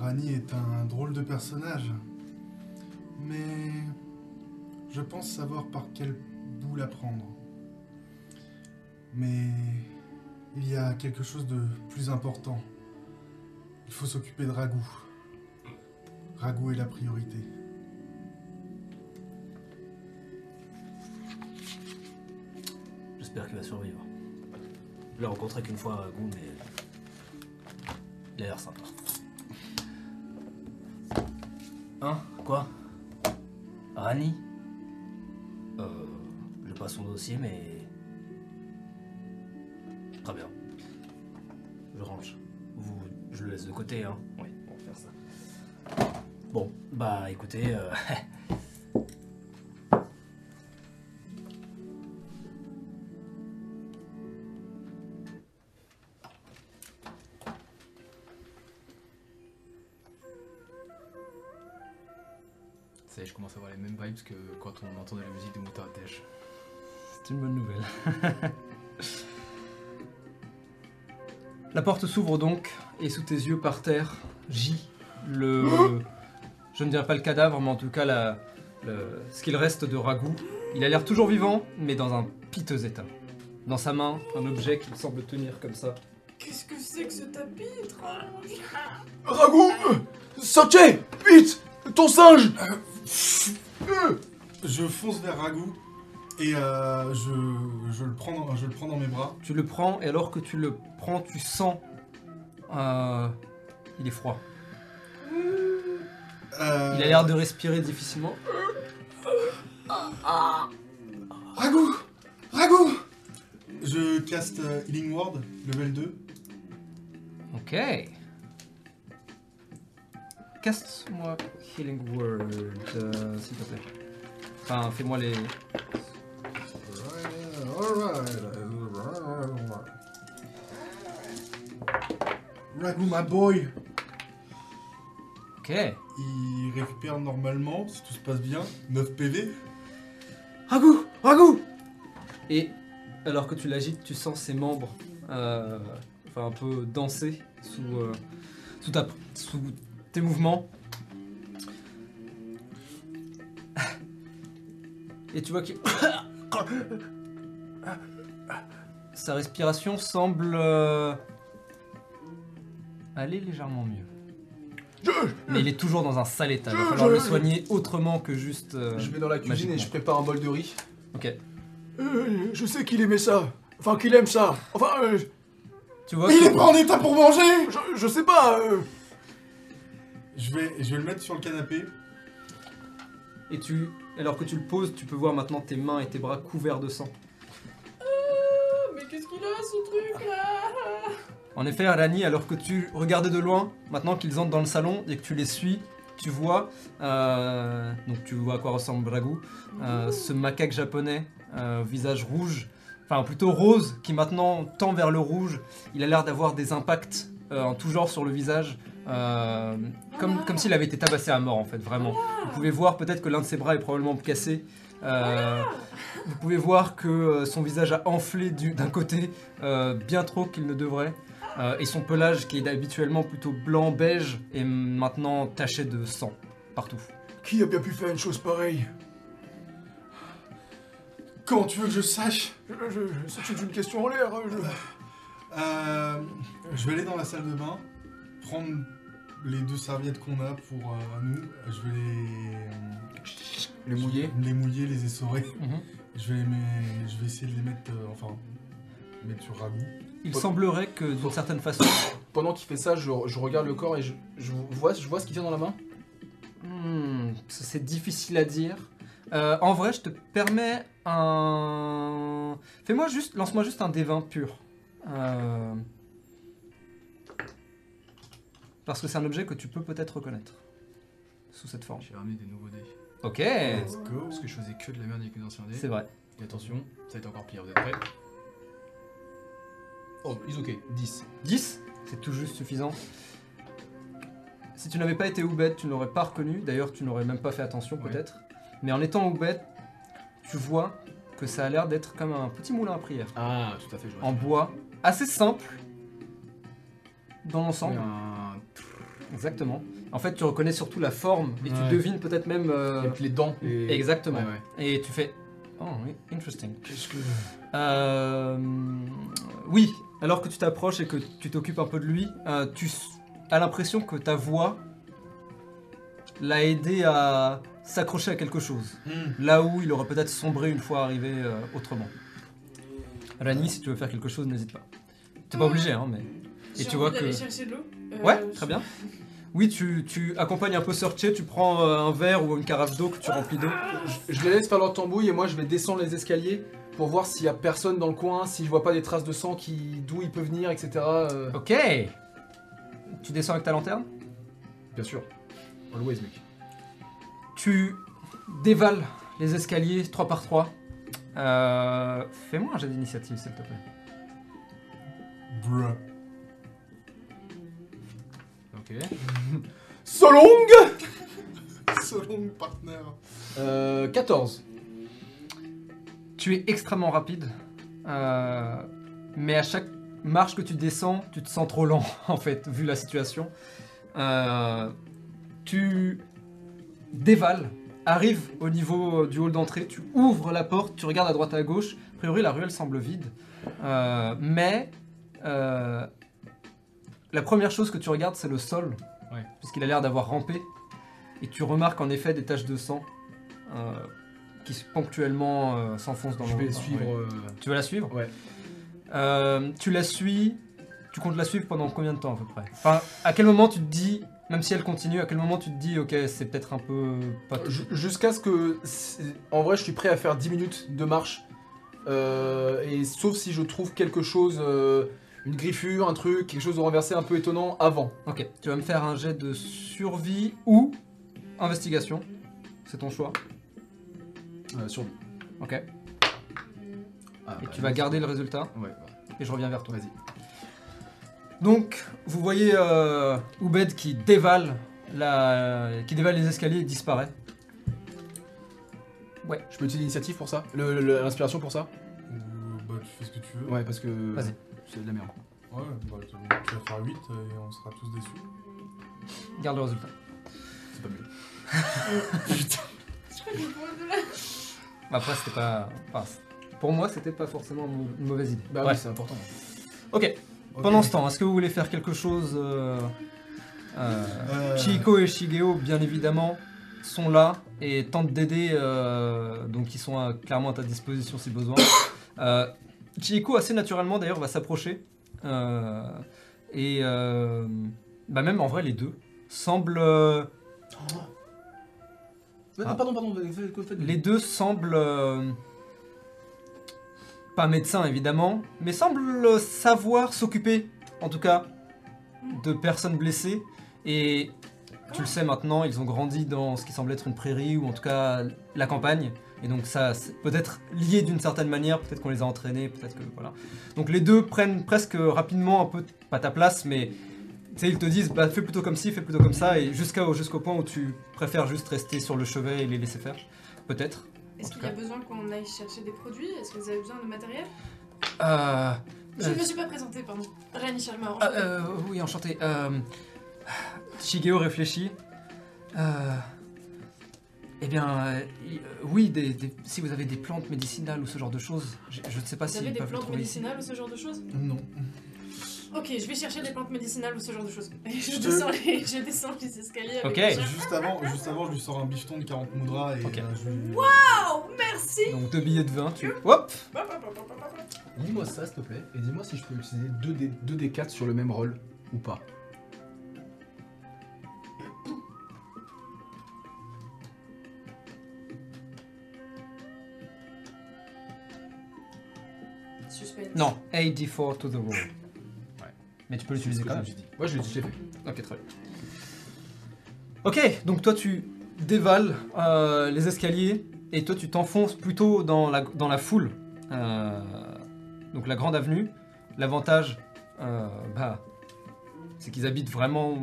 Speaker 2: Rani est un drôle de personnage. Mais je pense savoir par quel bout la prendre. Mais il y a quelque chose de plus important. Il faut s'occuper de Ragou. Ragou est la priorité.
Speaker 6: J'espère qu'il va survivre. Je l'ai rencontré qu'une fois à Goût, mais. Il a l'air sympa. Hein Quoi Rani Euh. J'ai pas son dossier, mais. Très bien. Je range. Vous. Je le laisse de côté, hein Oui, on va faire ça. Bon, bah écoutez. euh,
Speaker 7: Ça y est, je commence à avoir les mêmes vibes que quand on entendait la musique de Moutard à Tèche.
Speaker 1: C'est une bonne nouvelle. La porte s'ouvre donc, et sous tes yeux par terre, J, le. je ne dirais pas le cadavre, mais en tout cas la, le- ce qu'il reste de Ragout. Il a l'air toujours vivant, mais dans un piteux état. Dans sa main, un objet qu'il semble tenir comme ça.
Speaker 5: Qu'est-ce que c'est que ce tapis étrange
Speaker 4: Ragou Sortez Vite Ton singe
Speaker 2: Je fonce vers Ragou et euh, je, je le prends dans, je le prends dans mes bras.
Speaker 1: Tu le prends, et alors que tu le prends, tu sens. euh, il est froid.
Speaker 2: Euh,
Speaker 1: Il a l'air de respirer difficilement.
Speaker 2: Ragou Ragou Je caste euh, Healing Ward, level 2.
Speaker 1: Ok. Caste-moi Healing Word, euh, s'il te plaît. Enfin, fais-moi les.
Speaker 2: Ragou, my boy
Speaker 1: Ok.
Speaker 2: Il récupère normalement, si tout se passe bien, 9 PV.
Speaker 1: Ragou Ragou Et alors que tu l'agites, tu sens ses membres euh, enfin, un peu danser sous, euh, sous, ta- sous tes mouvements. Et tu vois que. Sa respiration semble. euh, aller légèrement mieux. Mais il est toujours dans un sale état. Il va falloir le soigner autrement que juste. euh,
Speaker 4: Je vais dans la cuisine et
Speaker 1: magiquement.
Speaker 4: je prépare un bol de riz.
Speaker 1: Ok.
Speaker 4: Euh, je sais qu'il aimait ça. Enfin, qu'il aime ça. Enfin, euh,
Speaker 1: Tu vois
Speaker 2: Mais il
Speaker 1: que-
Speaker 2: est pas en état pour manger
Speaker 4: je, je sais pas. euh.
Speaker 2: je vais, je vais le mettre sur le canapé.
Speaker 1: Et tu, alors que tu le poses, tu peux voir maintenant tes mains et tes bras couverts de sang. Ah,
Speaker 5: Oh, Mais qu'est-ce qu'il a ce truc là
Speaker 1: En effet, Arani, alors que tu regardais de loin, maintenant qu'ils entrent dans le salon et que tu les suis, tu vois, euh, donc tu vois à quoi ressemble Bragu, euh, ce macaque japonais, euh, visage rouge, enfin plutôt rose, qui maintenant tend vers le rouge. Il a l'air d'avoir des impacts euh, en tout genre sur le visage, euh, comme, comme s'il avait été tabassé à mort en fait, vraiment. Vous pouvez voir peut-être que l'un de ses bras est probablement cassé. Euh, vous pouvez voir que euh, son visage a enflé du- d'un côté euh, bien trop qu'il ne devrait. Euh, et son pelage qui est habituellement plutôt blanc beige est maintenant taché de sang partout.
Speaker 4: Qui a bien pu faire une chose pareille
Speaker 2: Quand tu veux que je sache
Speaker 4: Je- je- je- C'est une question en l'air. hein, je-
Speaker 2: Euh, Je vais aller dans la salle de bain, prendre les deux serviettes qu'on a pour euh, nous. Je vais les...
Speaker 4: Les mouillés
Speaker 2: Les mouiller, les essorer. Je vais, les met- je vais essayer de les mettre, euh, enfin, mettre sur ragoût.
Speaker 1: Il
Speaker 4: Faut-
Speaker 1: semblerait que d'une certaine façon,
Speaker 4: Pendant qu'il fait ça, je, je regarde le corps et je, je vois, je vois ce qu'il tient dans la main.
Speaker 1: Hmm, ça, c'est difficile à dire. Euh, en vrai, je te permets un. Fais-moi juste, lance-moi juste un D20 pur. Euh, Parce que c'est un objet que tu peux peut-être reconnaître sous cette forme.
Speaker 6: J'ai ramené des nouveaux dés.
Speaker 1: Ok,
Speaker 2: Let's go.
Speaker 6: Parce que je faisais que de la merde avec mes anciens dés.
Speaker 1: c'est vrai.
Speaker 6: Et attention, ça va être encore pire, vous êtes prêts Oh, ils ok, 10.
Speaker 1: 10, c'est tout juste suffisant. Si tu n'avais pas été Oubed, tu ne l'aurais pas reconnu. D'ailleurs, tu n'aurais même pas fait attention,
Speaker 6: Ouais.
Speaker 1: peut-être. Mais en étant Oubed, tu vois que ça a l'air d'être comme un petit moulin à prière.
Speaker 6: Ah, tout à fait, je vois.
Speaker 1: en bois, assez simple dans l'ensemble.
Speaker 6: Un-
Speaker 1: Exactement. En fait, tu reconnais surtout la forme et tu
Speaker 6: Ouais.
Speaker 1: devines peut-être même. euh,
Speaker 4: Les dents.
Speaker 6: Et-
Speaker 1: Exactement.
Speaker 6: Ouais, ouais.
Speaker 1: Et tu fais. Oh, oui, interesting.
Speaker 4: Qu'est-ce que.
Speaker 1: Euh, Oui, alors que tu t'approches et que tu t'occupes un peu de lui, euh, tu s- as l'impression que ta voix l'a aidé à s'accrocher à quelque chose.
Speaker 2: Hmm.
Speaker 1: Là où il aurait peut-être sombré une fois arrivé euh, autrement. Rani, si tu veux faire quelque chose, n'hésite pas. T'es pas obligé, hein, mais.
Speaker 5: J'ai
Speaker 1: tu
Speaker 5: envie
Speaker 1: vois
Speaker 5: d'aller
Speaker 1: que-
Speaker 5: chercher de l'eau. Euh,
Speaker 1: Ouais,
Speaker 5: je-
Speaker 1: très bien. Oui, tu, tu accompagnes un peu Searcher, tu prends euh, un verre ou une carafe d'eau que tu remplis d'eau.
Speaker 4: Je, je les laisse faire leur tambouille et moi je vais descendre les escaliers pour voir s'il y a personne dans le coin, si je vois pas des traces de sang qui d'où il peut venir, etc. euh.
Speaker 1: Ok Tu descends avec ta lanterne
Speaker 6: Bien sûr. Always, mec.
Speaker 1: Tu dévales les escaliers 3 par 3. Euh, Fais-moi un jet d'initiative, s'il te plaît.
Speaker 2: Bruh.
Speaker 6: Ok.
Speaker 4: So long
Speaker 2: Selon mon partenaire.
Speaker 4: Euh, 14.
Speaker 1: Tu es extrêmement rapide, euh, mais à chaque marche que tu descends, tu te sens trop lent, en fait, vu la situation. Euh, tu dévales, arrives au niveau euh, du hall d'entrée, tu ouvres la porte, tu regardes à droite à gauche. A priori, la ruelle semble vide, Euh, mais euh, la première chose que tu regardes, c'est le sol,
Speaker 6: Ouais.
Speaker 1: puisqu'il a l'air d'avoir rampé, et tu remarques en effet des taches de sang. euh, qui ponctuellement euh, s'enfonce dans
Speaker 6: Je
Speaker 1: le
Speaker 6: vais
Speaker 1: repas.
Speaker 6: suivre. euh,
Speaker 1: Tu vas la suivre
Speaker 6: Ouais.
Speaker 1: Euh, tu la suis, tu comptes la suivre pendant combien de temps à peu près Enfin, à quel moment tu te dis, même si elle continue, à quel moment tu te dis, ok, c'est peut-être un peu. Pas tout.
Speaker 4: euh, Ju- Jusqu'à ce que. c'est- En vrai, je suis prêt à faire 10 minutes de marche. Euh, et sauf si je trouve quelque chose. euh, une griffure, un truc, quelque chose de renversé un peu étonnant avant.
Speaker 1: Ok, tu vas me faire un jet de survie ou investigation. C'est ton choix.
Speaker 6: euh, sur lui.
Speaker 1: Ok. Et
Speaker 6: Ah, bah,
Speaker 1: tu vas
Speaker 6: non,
Speaker 1: garder le résultat
Speaker 6: c'est- Ouais, bah,
Speaker 1: et je reviens vers toi.
Speaker 6: vas-y.
Speaker 1: Donc, vous voyez euh, Oubed qui dévale, la... qui dévale les escaliers et disparaît.
Speaker 4: Je peux utiliser l'initiative pour ça Le- le- L'inspiration pour ça
Speaker 2: Ou, euh, bah, tu fais ce que tu veux.
Speaker 6: Ouais, parce que.
Speaker 1: Vas-y.
Speaker 6: C'est de la merde.
Speaker 2: Ouais, bah, tu tu vas faire 8 et on sera tous déçus.
Speaker 1: Garde le résultat.
Speaker 6: C'est pas mieux.
Speaker 5: Je crois que je pourrais de la-
Speaker 1: Bah, Après, c'était pas. enfin, c- pour moi, c'était pas forcément mau- une mauvaise idée.
Speaker 4: Bah oui,
Speaker 1: Bref.
Speaker 4: c'est important.
Speaker 1: Ok.
Speaker 2: Ok.
Speaker 1: Pendant ce temps, est-ce que vous voulez faire quelque chose euh, euh,
Speaker 2: Euh,
Speaker 1: Chihiko et Shigeo, bien évidemment, sont là et tentent d'aider. euh, donc, ils sont euh, clairement à ta disposition si besoin. Euh, Chihiko, assez naturellement d'ailleurs, va s'approcher. euh, et euh, bah, même en vrai, les deux semblent. euh, Ah.
Speaker 4: Ah, pardon, pardon, faites- faites-
Speaker 1: Les deux semblent. euh, pas médecins évidemment, mais semblent euh, savoir s'occuper en tout cas, de personnes blessées. Et tu le sais maintenant, ils ont grandi dans ce qui semble être une prairie ou en tout cas la campagne. Et donc ça, c'est peut-être lié d'une certaine manière, peut-être qu'on les a entraînés, peut-être que voilà. Donc les deux prennent presque rapidement un peu, pas ta place, mais tu sais, ils te disent, bah fais plutôt comme ci, fais plutôt comme ça, et jusqu'à jusqu'au point où tu préfères juste rester sur le chevet et les laisser faire, peut-être.
Speaker 5: Est-ce
Speaker 1: tout
Speaker 5: qu'il y a
Speaker 1: cas.
Speaker 5: besoin qu'on aille chercher des produits Est-ce que vous avez besoin de matériel
Speaker 1: Euh,
Speaker 5: Je
Speaker 1: Euh,
Speaker 5: ne me suis pas présentée, pardon. Rani Sharma.
Speaker 1: Ah, euh, oui, enchanté. Euh, Shigeo réfléchit. Euh, eh bien, euh, y- euh, oui, des- des- si vous avez des plantes médicinales ou ce genre de choses, je je ne sais pas
Speaker 5: vous
Speaker 1: si
Speaker 5: avez
Speaker 1: ils
Speaker 5: des
Speaker 1: peuvent le
Speaker 5: plantes
Speaker 1: trouver ici.
Speaker 5: médicinales ou ce genre de choses
Speaker 2: Non.
Speaker 5: Ok, je vais chercher des plantes médicinales ou ce genre de choses. Et Je,
Speaker 2: Je te-
Speaker 5: descends, les, je descends les escaliers.
Speaker 1: Ok.
Speaker 5: Avec
Speaker 2: Juste avant, juste avant, je lui sors un bifton de 40 moudras et
Speaker 1: Ok.
Speaker 2: euh, je lui-
Speaker 5: Wow, Oh, merci
Speaker 1: Donc deux billets de vin,
Speaker 5: Hein
Speaker 1: tu... Hop
Speaker 4: Lis-moi ça, s'il te plaît, et dis-moi si je peux utiliser 2 d 4 sur le même rôle ou pas.
Speaker 5: Suspense.
Speaker 1: Non, 84 to the wall. Mais tu peux l'utiliser
Speaker 4: C'est ce que
Speaker 1: quand même.
Speaker 4: je me suis dit. Moi, je l'ai dit, j'ai fait.
Speaker 1: Ok, très bien. Ok, donc toi tu dévales euh, les escaliers et toi tu t'enfonces plutôt dans la, dans la foule. Euh, donc la grande avenue. L'avantage, euh, bah, c'est qu'ils habitent vraiment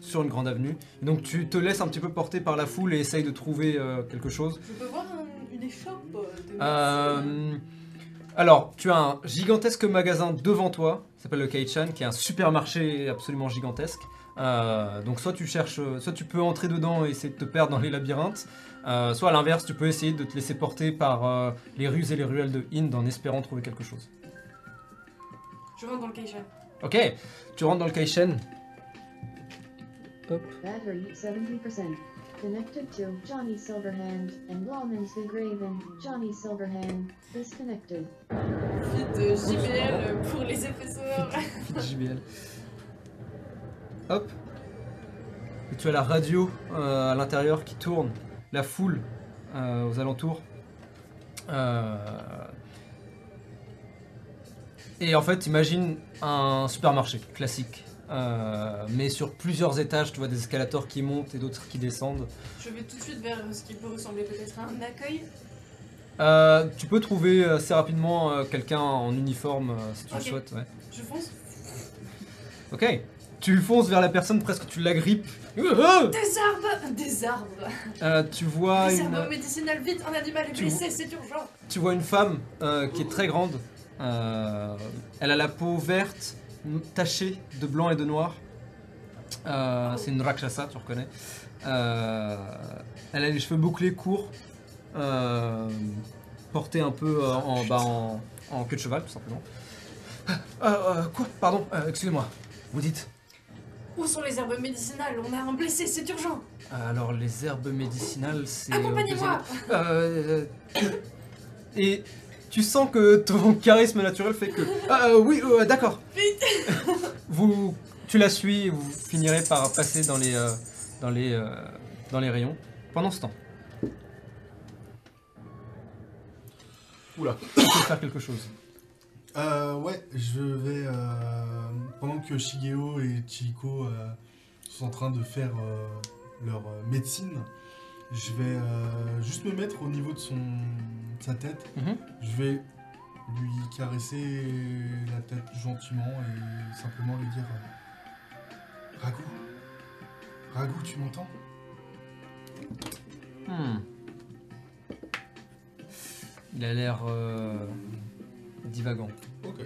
Speaker 1: sur une grande avenue. Et donc tu te laisses un petit peu porter par la foule et essayes de trouver euh, quelque chose.
Speaker 5: Je peux voir un- une échoppe de médecine
Speaker 1: Euh, alors, tu as un gigantesque magasin devant toi, qui s'appelle le Kaichan, qui est un supermarché absolument gigantesque. Euh, donc soit tu cherches, euh, soit tu peux entrer dedans et essayer de te perdre dans les labyrinthes, euh, soit à l'inverse, tu peux essayer de te laisser porter par euh, les ruses et les ruelles de Hind en espérant trouver quelque chose.
Speaker 5: Je rentre dans le Keisha.
Speaker 1: Ok, tu rentres dans le Kaichan.
Speaker 8: Battery 70%. Connected to Johnny Silverhand and Lawman's the Graven. Johnny Silverhand. Disconnected.
Speaker 5: Feed de JBL pour les épaisseurs.
Speaker 1: JBL. Hop. Et tu as la radio euh, à l'intérieur qui tourne, la foule euh, aux alentours. Euh, Et en fait, imagine un supermarché classique. Euh, mais sur plusieurs étages, tu vois des escalators qui montent et d'autres qui descendent.
Speaker 5: Je vais tout de suite vers ce qui peut ressembler peut-être à un accueil.
Speaker 1: Euh, tu peux trouver assez rapidement euh, quelqu'un en uniforme euh, si tu
Speaker 5: Ok.
Speaker 1: le souhaites. ouais.
Speaker 5: Je fonce.
Speaker 1: Ok. Tu fonces vers la personne, presque tu l'agrippes. Ah
Speaker 5: Des arbres Des arbres
Speaker 1: Euh, tu vois
Speaker 5: Des
Speaker 1: une,
Speaker 5: arbres médicinales, vite Un animal est
Speaker 1: Tu
Speaker 5: blessé, c'est urgent
Speaker 1: tu vois une femme euh, qui est très grande. Euh, elle a la peau verte, m- tachée de blanc et de noir. Euh, c'est une rakshasa, tu reconnais. Euh, elle a les cheveux bouclés, courts, euh, portés un peu euh, en, bah, en, en queue de cheval, tout simplement. Ah, euh, euh, quoi Pardon, euh, excusez-moi. Vous dites
Speaker 5: Où sont les herbes médicinales On a un blessé, c'est urgent
Speaker 1: Euh, Alors, les herbes médicinales, c'est. au deuxième-
Speaker 5: Accompagnez-moi
Speaker 1: Euh, et tu sens que ton charisme naturel fait que. Ah, euh, oui, euh, d'accord. Vous, tu la suis et vous finirez par passer dans les, euh, dans les, euh, dans les rayons. Pendant ce temps.
Speaker 4: Oula.
Speaker 1: Tu peux faire quelque chose.
Speaker 2: Euh, ouais, je vais. euh, pendant que Shigeo et Chiko euh, sont en train de faire euh, leur euh, médecine, je vais euh, juste me mettre au niveau de son, de sa tête.
Speaker 1: Mhm.
Speaker 2: Je vais lui caresser la tête gentiment et simplement lui dire euh, Ragou, Ragou, tu m'entends
Speaker 1: Hmm. Il a l'air euh, divagant.
Speaker 2: Ok.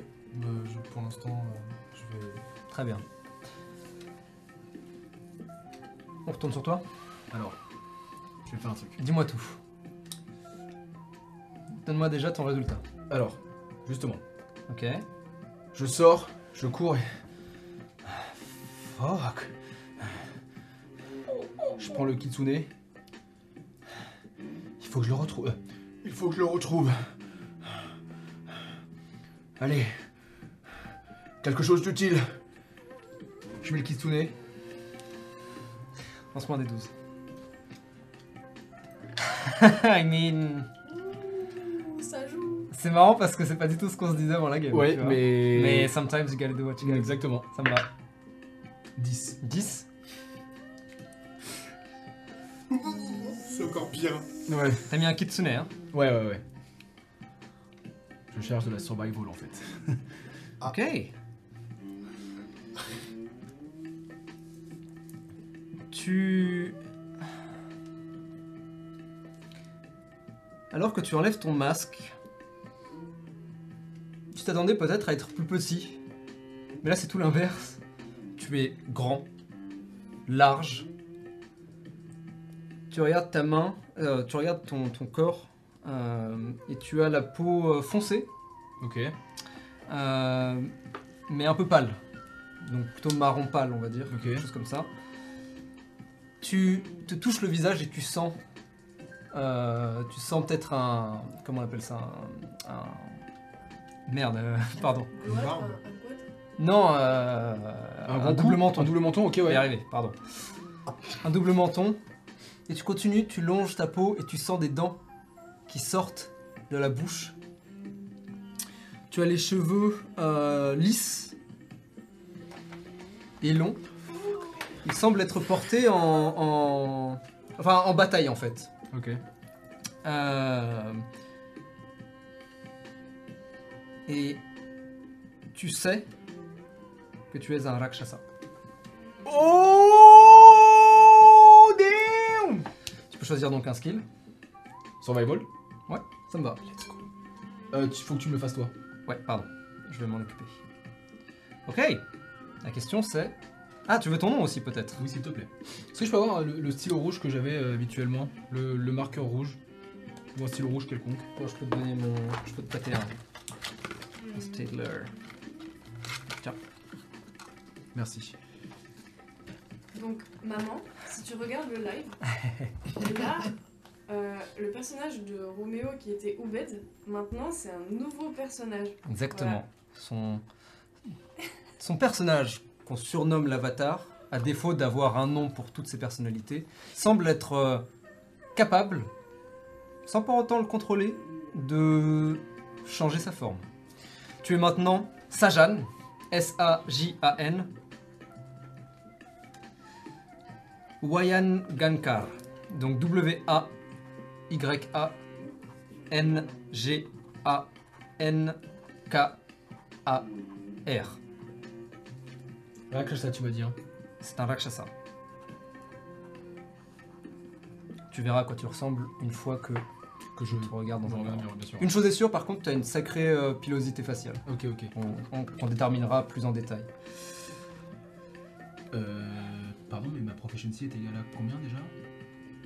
Speaker 2: pour l'instant, euh, je vais.
Speaker 1: Très bien. On retourne sur toi.
Speaker 6: Alors, je vais faire un truc.
Speaker 1: Dis-moi tout. Donne-moi déjà ton résultat.
Speaker 4: Alors, justement,
Speaker 1: Ok.
Speaker 4: je sors, je cours et. Fuck Je prends le kitsune. Il faut que je le retrouve. Euh, Il faut que je le retrouve. Allez. Quelque chose d'utile. Je mets le kitsune.
Speaker 1: Lance-moi un des 12. I mean,
Speaker 5: Ouh, ça joue
Speaker 1: c'est- C'est marrant parce que c'est pas du tout ce qu'on se disait avant la game.
Speaker 4: Ouais,
Speaker 1: tu vois.
Speaker 4: mais.
Speaker 1: Mais sometimes you gotta do what you gotta do.
Speaker 4: Exactement.
Speaker 1: Ça me va.
Speaker 4: 10.
Speaker 1: 10
Speaker 2: C'est encore pire.
Speaker 4: Ouais.
Speaker 1: T'as mis un kitsune, hein
Speaker 4: Ouais, ouais, ouais. Je cherche de la survival en fait.
Speaker 1: Ok. Tu... Alors que tu enlèves ton masque, tu t'attendais peut-être à être plus petit. Mais là c'est tout l'inverse. Tu es grand, large. Tu regardes ta main, euh, tu regardes ton, ton corps, euh, et tu as la peau euh, foncée,
Speaker 4: Ok.
Speaker 1: euh, mais un peu pâle. Donc plutôt marron pâle, on va dire,
Speaker 4: Ok.
Speaker 1: quelque chose comme ça. Tu te touches le visage et tu sens, euh, tu sens peut-être un, comment on appelle ça, un, un- merde, euh, pardon.
Speaker 5: Goat,
Speaker 2: barbe.
Speaker 5: un- un goat.
Speaker 1: Non, euh, un,
Speaker 4: bon
Speaker 1: double
Speaker 4: cou
Speaker 1: menton.
Speaker 4: Un double menton, ok,
Speaker 1: Je vais y
Speaker 4: ouais.
Speaker 1: arriver, pardon. Un double menton. Et tu continues, tu longes ta peau et tu sens des dents qui sortent de la bouche. Tu as les cheveux euh, lisses et longs. Ils semblent être portés en, en- enfin, en bataille en fait.
Speaker 4: Ok.
Speaker 1: Euh, Et tu sais que tu es un Rakshasa.
Speaker 4: Oh damn
Speaker 1: Tu peux choisir donc un skill.
Speaker 4: Survival
Speaker 1: Ouais, ça me va.
Speaker 4: euh, tu- Faut que tu me le fasses toi.
Speaker 1: Ouais, pardon. Je vais m'en occuper. Ok. La question c'est. Ah, tu veux ton nom aussi peut-être
Speaker 4: Oui, s'il te plaît. Est-ce que je peux avoir euh, le, le stylo rouge que j'avais euh, habituellement le, le marqueur rouge Ou un stylo rouge quelconque
Speaker 1: Bon, Oh, je peux te donner mon. Je peux te hein. prêter un. Un Stadler.
Speaker 4: Merci.
Speaker 5: Donc, maman, si tu regardes le live, là, euh, le personnage de Roméo qui était Oubed, maintenant c'est un nouveau personnage.
Speaker 1: Exactement.
Speaker 5: Voilà.
Speaker 1: Son. Son personnage, qu'on surnomme l'avatar, à défaut d'avoir un nom pour toutes ses personnalités, semble être euh, capable, sans pour autant le contrôler, de changer sa forme. Tu es maintenant Sajan, S-A-J-A-N, Wayan Gankar, donc W-A-Y-A-N-G-A-N-K-A-R.
Speaker 4: Ah, que ça, tu m'as dit. Hein.
Speaker 1: C'est un Rakshasa. Tu verras à quoi tu ressembles une fois que
Speaker 4: Que je.
Speaker 1: tu regardes
Speaker 4: Je
Speaker 1: dans un
Speaker 4: regarde,
Speaker 1: miroir.
Speaker 4: bien sûr.
Speaker 1: Une chose est sûre, par contre, tu as une sacrée euh, pilosité faciale.
Speaker 4: Ok, ok.
Speaker 1: On, on- on déterminera plus en détail.
Speaker 4: Euh, pardon, mais ma proficiency est égale à combien déjà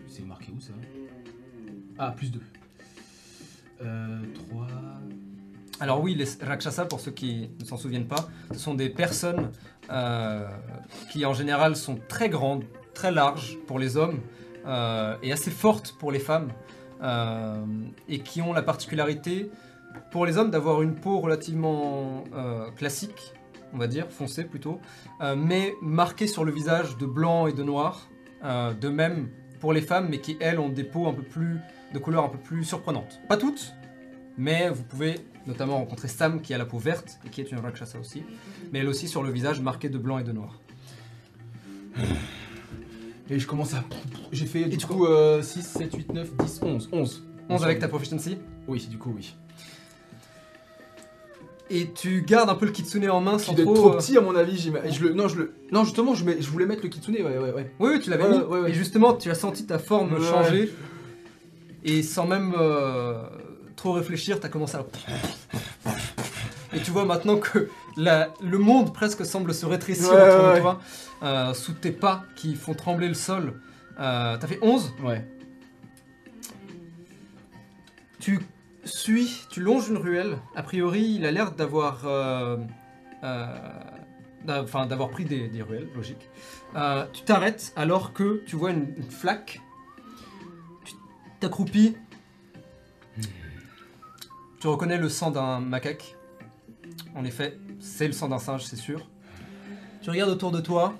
Speaker 4: C'est marqué où ça Ah, plus 2. Euh, 3.
Speaker 1: Alors oui, les Rakshasa, pour ceux qui ne s'en souviennent pas, ce sont des personnes euh, qui en général sont très grandes, très larges pour les hommes euh, et assez fortes pour les femmes euh, et qui ont la particularité pour les hommes d'avoir une peau relativement euh, classique, on va dire, foncée plutôt, euh, mais marquée sur le visage de blanc et de noir, euh, de même pour les femmes, mais qui elles ont des peaux un peu plus de couleurs un peu plus surprenantes. Pas toutes, mais vous pouvez notamment rencontrer Sam qui a la peau verte et qui est une Rakshasa aussi, mais elle aussi sur le visage marqué de blanc et de noir.
Speaker 4: Et je commence à. J'ai fait du
Speaker 1: tu
Speaker 4: coup euh, 6, 7, 8, 9, 10, 11. 11.
Speaker 1: 11 avec ta proficiency.
Speaker 4: Oui, du coup, oui.
Speaker 1: Et tu gardes un peu le kitsune en main
Speaker 4: Qui
Speaker 1: sans
Speaker 4: doit être
Speaker 1: trop...
Speaker 4: trop
Speaker 1: euh,
Speaker 4: petit à mon avis, j'imagine. Je le... Non, je le... non justement, je, mets- je voulais mettre le kitsune, ouais, ouais, ouais.
Speaker 1: Oui, oui, tu l'avais
Speaker 4: Ouais,
Speaker 1: mis.
Speaker 4: ouais, ouais.
Speaker 1: Et justement, tu as senti ta forme
Speaker 4: Ouais.
Speaker 1: changer. Et sans même euh, trop réfléchir, tu as commencé à... Et tu vois maintenant que la- le monde presque semble se rétrécir
Speaker 4: Ouais,
Speaker 1: autour de
Speaker 4: ouais.
Speaker 1: toi, euh, sous tes pas qui font trembler le sol. Euh, T'as fait 11
Speaker 4: Ouais.
Speaker 1: Tu suis, tu longes une ruelle. A priori, il a l'air d'avoir. euh, euh, d'a- Enfin, d'avoir pris des, des ruelles, logique. Euh, tu t'arrêtes alors que tu vois une, une flaque. Tu t'accroupis.
Speaker 4: Hmm.
Speaker 1: Tu reconnais le sang d'un macaque. En effet, c'est le sang d'un singe, c'est sûr. Tu regardes autour de toi.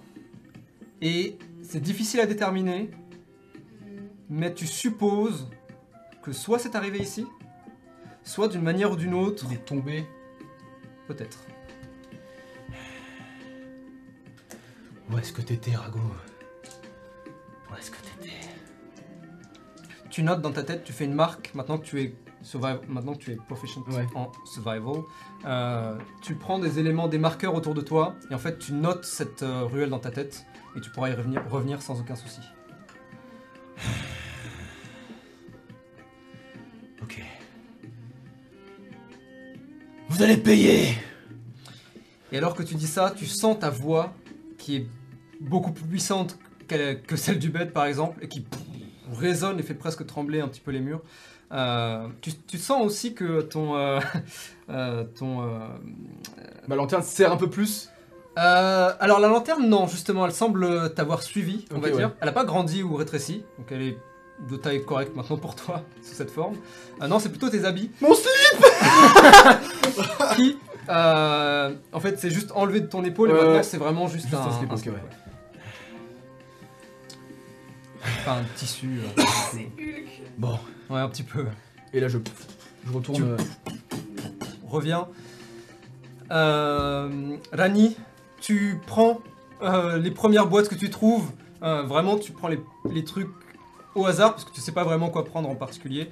Speaker 1: Et c'est difficile à déterminer. Mais tu supposes que soit c'est arrivé ici, soit d'une manière ou d'une autre,
Speaker 4: Il est tombé.
Speaker 1: peut-être.
Speaker 3: Où est-ce que t'étais, Rago Où est-ce que t'étais
Speaker 1: Tu notes dans ta tête, tu fais une marque, maintenant que tu es, surviv- maintenant que tu es proficient
Speaker 4: Ouais.
Speaker 1: en survival, euh, tu prends des éléments, des marqueurs autour de toi, et en fait tu notes cette euh, ruelle dans ta tête, et tu pourras y revenir, revenir sans aucun souci.
Speaker 3: Ok. Vous allez payer
Speaker 1: Et alors que tu dis ça, tu sens ta voix qui est beaucoup plus puissante qu'elle- que celle du bête par exemple, et qui pff, résonne et fait presque trembler un petit peu les murs. Euh, tu, tu sens aussi que ton... euh, euh, ton euh,
Speaker 4: Ma lanterne sert un peu plus.
Speaker 1: Euh, alors la lanterne, non, justement, elle semble t'avoir suivi, on
Speaker 4: Ok,
Speaker 1: va dire.
Speaker 4: ouais.
Speaker 1: Elle n'a pas grandi ou rétréci, donc elle est de taille correcte maintenant pour toi, sous cette forme. Ah non, c'est plutôt tes habits.
Speaker 4: Mon
Speaker 1: slip Qui, euh, en fait, c'est juste enlevé de ton épaule, et
Speaker 4: Ouais,
Speaker 1: maintenant
Speaker 4: ouais.
Speaker 1: c'est vraiment juste,
Speaker 4: Juste
Speaker 1: un,
Speaker 4: un slip,
Speaker 1: un
Speaker 4: ok,
Speaker 1: slip,
Speaker 4: ouais.
Speaker 1: ouais. Enfin, un tissu.
Speaker 5: Hulk.
Speaker 4: Bon.
Speaker 1: euh, ouais, un petit peu.
Speaker 4: Et là, je, je retourne.
Speaker 1: Tu-
Speaker 4: euh,
Speaker 1: reviens. Euh, Rani, tu prends euh, les premières boîtes que tu trouves. Euh, vraiment, tu prends les, les trucs au hasard parce que tu sais pas vraiment quoi prendre en particulier.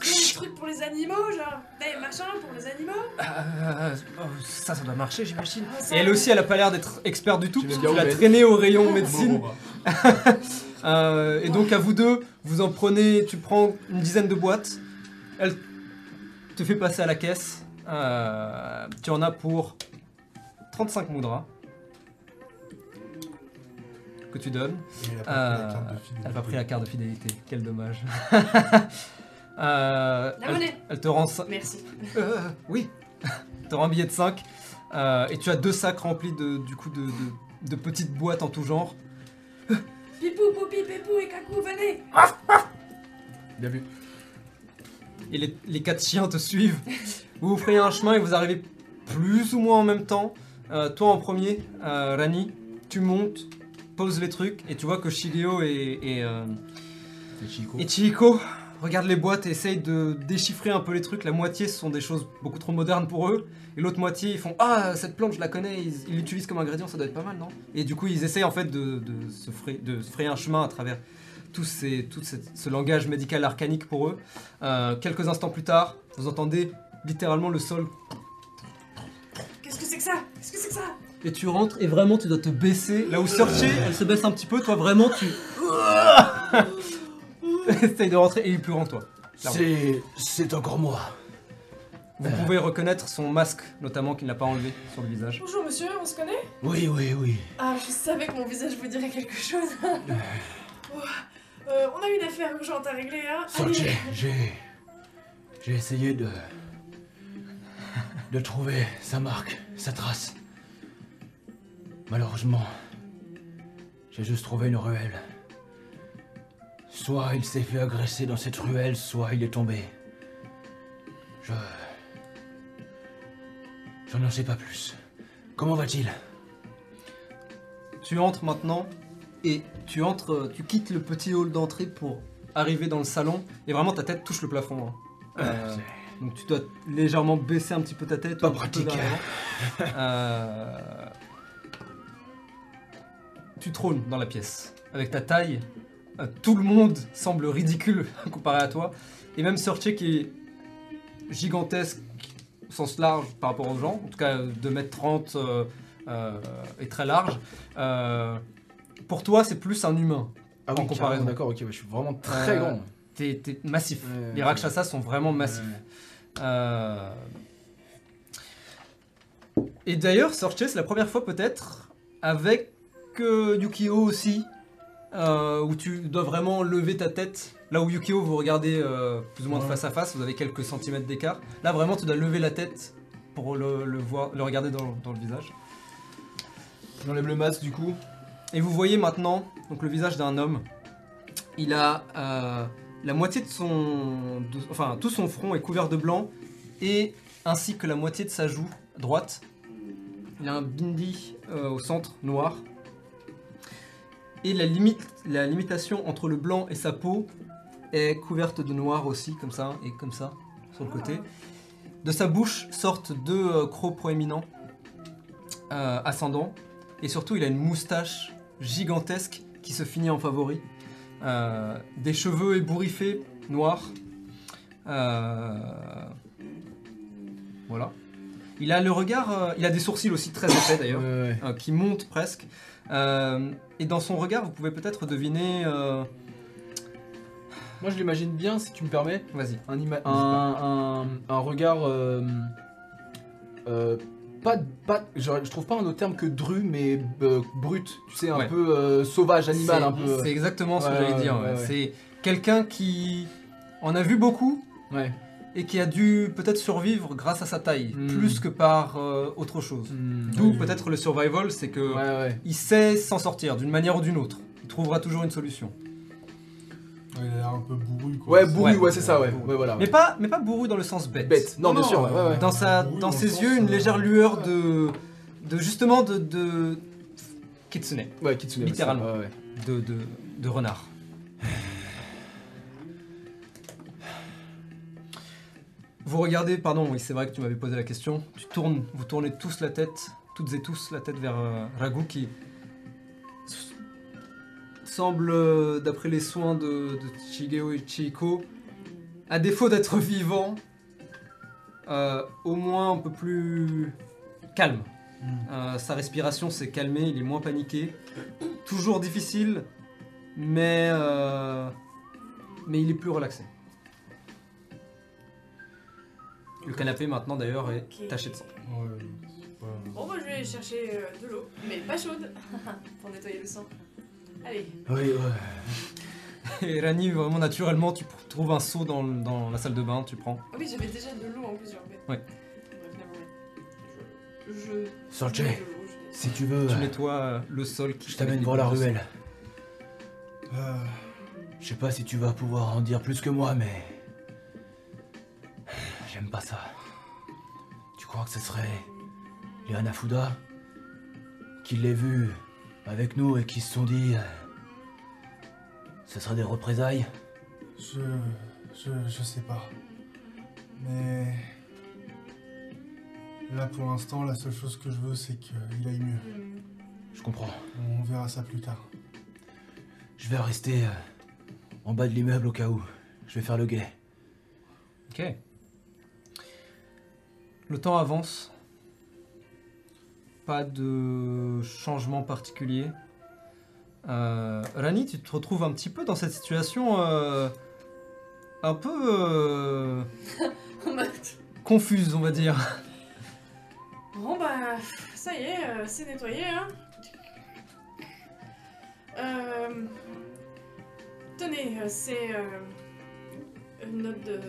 Speaker 5: Des trucs pour les animaux, genre des machins pour les animaux.
Speaker 1: Euh, oh, ça, ça doit marcher, j'imagine.
Speaker 5: Ah, ça,
Speaker 1: Et elle aussi, elle a pas l'air d'être experte du tout
Speaker 4: Tu
Speaker 1: parce que
Speaker 4: l'as
Speaker 1: tu
Speaker 4: bien Ben
Speaker 1: l'as
Speaker 4: ouvert.
Speaker 1: traînée au rayon médecine.
Speaker 2: Bon, bon, bon.
Speaker 1: Euh, et donc à vous deux, vous en prenez, tu prends une dizaine de boîtes, elle te fait passer à la caisse, Euh, tu en as pour 35 moudras que tu donnes.
Speaker 2: Et elle a pas pris la carte de
Speaker 1: Euh,
Speaker 2: fidélité.
Speaker 1: Elle n'a pas pris la carte de fidélité, quel dommage. Euh,
Speaker 5: La
Speaker 1: elle,
Speaker 5: monnaie.
Speaker 1: elle te rend... cin-
Speaker 5: Merci.
Speaker 1: euh, oui. T'auras un billet de 5. et tu as deux sacs remplis de, du coup de, de- de petites boîtes en tout genre.
Speaker 5: Pipou, Popi, Pépou et Kakou, venez.
Speaker 4: Bien vu.
Speaker 1: Et les, les quatre chiens te suivent. Vous vous frayez un chemin et vous arrivez plus ou moins en même temps. Euh, toi en premier, euh, Rani, tu montes, poses les trucs et tu vois que Shigeo et, et, euh,
Speaker 4: C'est Chico.
Speaker 1: et Chihiko regardent les boîtes et essayent de déchiffrer un peu les trucs. La moitié ce sont des choses beaucoup trop modernes pour eux. Et l'autre moitié ils font Ah, cette plante je la connais, ils ils l'utilisent comme ingrédient, ça doit être pas mal, non Et du coup ils essayent en fait de, de se, frayer, de se frayer un chemin à travers tout, ces, tout cette- ce langage médical arcanique pour eux. Euh, quelques instants plus tard, vous entendez littéralement le sol.
Speaker 5: Qu'est-ce que c'est que ça Qu'est-ce que c'est que ça
Speaker 1: Et tu rentres et vraiment tu dois te baisser. Là où Searcher, elle se baisse un petit peu, toi vraiment tu. Essaye de rentrer et il pleure en toi.
Speaker 3: C'est. C'est encore moi.
Speaker 1: Vous pouvez reconnaître son masque, notamment qu'il n'a pas enlevé sur le visage.
Speaker 5: Bonjour monsieur, on se connaît
Speaker 3: Oui, oui, oui.
Speaker 5: Ah, je savais que mon visage vous dirait quelque chose. Ouh. Euh, on a une affaire urgente à régler, hein
Speaker 3: Sorge, j'ai. J'ai essayé de. de trouver sa marque, sa trace. Malheureusement, j'ai juste trouvé une ruelle. Soit il s'est fait agresser dans cette ruelle, soit il est tombé. Je. J'en en sais pas plus. Comment va-t-il
Speaker 1: Tu entres maintenant et tu entres, euh, tu quittes le petit hall d'entrée pour arriver dans le salon et vraiment ta tête touche le plafond. hein. Euh, donc tu dois légèrement baisser un petit peu ta tête.
Speaker 3: Pas
Speaker 1: un petit peu
Speaker 3: pratique.
Speaker 1: vers l'avant. Euh, tu trônes dans la pièce. Avec ta taille, euh, tout le monde semble ridicule comparé à toi. Et même Sortier qui est gigantesque au sens large par rapport aux gens, en tout cas 2m30 euh, euh, est très large. Euh, pour toi, c'est plus un humain.
Speaker 4: Ah
Speaker 1: en
Speaker 4: oui,
Speaker 1: comparaison.
Speaker 4: carrément, D'accord, ok, ouais, je suis vraiment très
Speaker 1: Euh,
Speaker 4: grand.
Speaker 1: T'es t'es massif.
Speaker 4: Ouais,
Speaker 1: Les
Speaker 4: ouais.
Speaker 1: Rakshasas sont vraiment massifs.
Speaker 4: Euh, Ouais.
Speaker 1: Euh, Et d'ailleurs, Sorche, c'est la première fois peut-être avec euh, Yukio aussi, euh, où tu dois vraiment lever ta tête. Là où Yukio, vous regardez euh, plus ou moins de
Speaker 2: Ouais.
Speaker 1: face à face, vous avez quelques centimètres d'écart. Là, vraiment, tu dois lever la tête pour le, le voir, le regarder dans, dans le visage.
Speaker 4: J'enlève le masque du coup.
Speaker 1: Et vous voyez maintenant donc, le visage d'un homme. Il a euh, la moitié de son... de- enfin, tout son front est couvert de blanc, et ainsi que la moitié de sa joue droite. Il a un bindi euh, au centre, noir. Et la, limite, la limitation entre le blanc et sa peau est couverte de noir aussi, comme ça, et comme ça. sur le côté. De sa bouche sortent deux euh, crocs proéminents, euh, ascendants, et surtout il a une moustache gigantesque qui se finit en favori. Euh, des cheveux ébouriffés, noirs. Euh, voilà. Il a le regard, euh, il a des sourcils aussi très épais d'ailleurs
Speaker 4: Ouais,
Speaker 1: euh, qui monte presque. Euh, et dans son regard, vous pouvez peut-être deviner. euh,
Speaker 4: Moi, je l'imagine bien, si tu me permets,
Speaker 1: Vas-y.
Speaker 4: un, ima- un, un- un regard. euh, euh, pas, pas, je, je trouve pas un autre terme que dru, mais euh, brut. Tu sais, un
Speaker 1: Ouais.
Speaker 4: peu euh, sauvage, animal,
Speaker 1: C'est-
Speaker 4: un peu.
Speaker 1: C'est exactement ce que
Speaker 4: Ouais,
Speaker 1: j'allais
Speaker 4: ouais,
Speaker 1: dire.
Speaker 4: ouais,
Speaker 1: ouais.
Speaker 4: ouais.
Speaker 1: C'est quelqu'un qui en a vu beaucoup
Speaker 4: euh, Ouais.
Speaker 1: et qui a dû peut-être survivre grâce à sa taille,
Speaker 4: Hmm.
Speaker 1: plus que par euh, autre chose.
Speaker 4: Hmm.
Speaker 1: D'où peut-être le survival, c'est que
Speaker 4: Ouais, ouais.
Speaker 1: il sait s'en sortir d'une manière ou d'une autre. Il trouvera toujours une solution.
Speaker 2: Ouais, il a l'air un peu bourru quoi.
Speaker 4: Ouais, bourru, ouais, c'est ça, ouais. Ah Ouais, voilà.
Speaker 1: Mais pas, mais pas bourru dans le sens bête.
Speaker 4: Bête. Non, bien sûr, ouais, ouais. ouais.
Speaker 1: Dans, sa,
Speaker 2: Bourru
Speaker 1: dans
Speaker 2: dans le
Speaker 1: ses
Speaker 2: sens,
Speaker 1: yeux, une
Speaker 2: euh,
Speaker 1: légère lueur de, de justement de, de kitsune.
Speaker 4: Ouais, Kitsune. ouais,
Speaker 1: Littéralement.
Speaker 4: c'est ça, ouais, ouais.
Speaker 1: de, de, de renard. Vous regardez, pardon, oui, c'est vrai que tu m'avais posé la question. Tu tournes, vous tournez tous la tête, toutes et tous la tête vers euh, Ragou qui s- semble, euh, d'après les soins de, de Chigeo et Chiiko, à défaut d'être vivant, euh, au moins un peu plus calme. Euh, sa respiration s'est calmée, il est moins paniqué toujours difficile, mais euh, mais il est plus relaxé. Le canapé maintenant d'ailleurs est
Speaker 5: Ok.
Speaker 1: taché de sang.
Speaker 2: Ouais, ouais.
Speaker 5: Bon, bah, je vais chercher euh, de l'eau, mais pas chaude, pour nettoyer le sang. Allez,
Speaker 4: Oui, ouais.
Speaker 1: Et Rani, vraiment naturellement, tu pr- trouves un seau dans, le- dans la salle de bain, tu prends.
Speaker 5: Ah oui, j'avais déjà de l'eau en plus, j'ai enlevé.
Speaker 1: Ouais.
Speaker 5: Bref, nevermind. Je.
Speaker 3: Sanjay,
Speaker 5: je- je-
Speaker 3: si tu veux,
Speaker 1: Tu
Speaker 3: euh,
Speaker 1: nettoies euh, le sol qui
Speaker 3: je t'amène
Speaker 1: avec
Speaker 3: voir
Speaker 1: des
Speaker 3: la
Speaker 1: gouttes de sang.
Speaker 3: ruelle.
Speaker 2: Euh,
Speaker 3: Je sais pas si tu vas pouvoir en dire plus que moi, mais. J'aime pas ça. Tu crois que ce serait. Liana Fuda Qui l'ait vu avec nous et qui se sont dit. euh, Ce sera des représailles
Speaker 2: je, je, je sais pas. Mais. Là pour l'instant, la seule chose que je veux, c'est qu'il aille mieux.
Speaker 5: Hmm.
Speaker 3: Je comprends.
Speaker 2: On verra ça plus tard.
Speaker 3: Je vais rester euh, en bas de l'immeuble au cas où. Je vais faire le guet.
Speaker 1: Ok. Le temps avance. Pas de changement particulier. Euh, Rani, tu te retrouves un petit peu dans cette situation euh, un peu euh,
Speaker 5: On m'a-
Speaker 1: confuse, on va dire.
Speaker 5: Bon bah ça y est, euh, c'est nettoyé hein. Euh, Tenez, euh, c'est euh, une note de.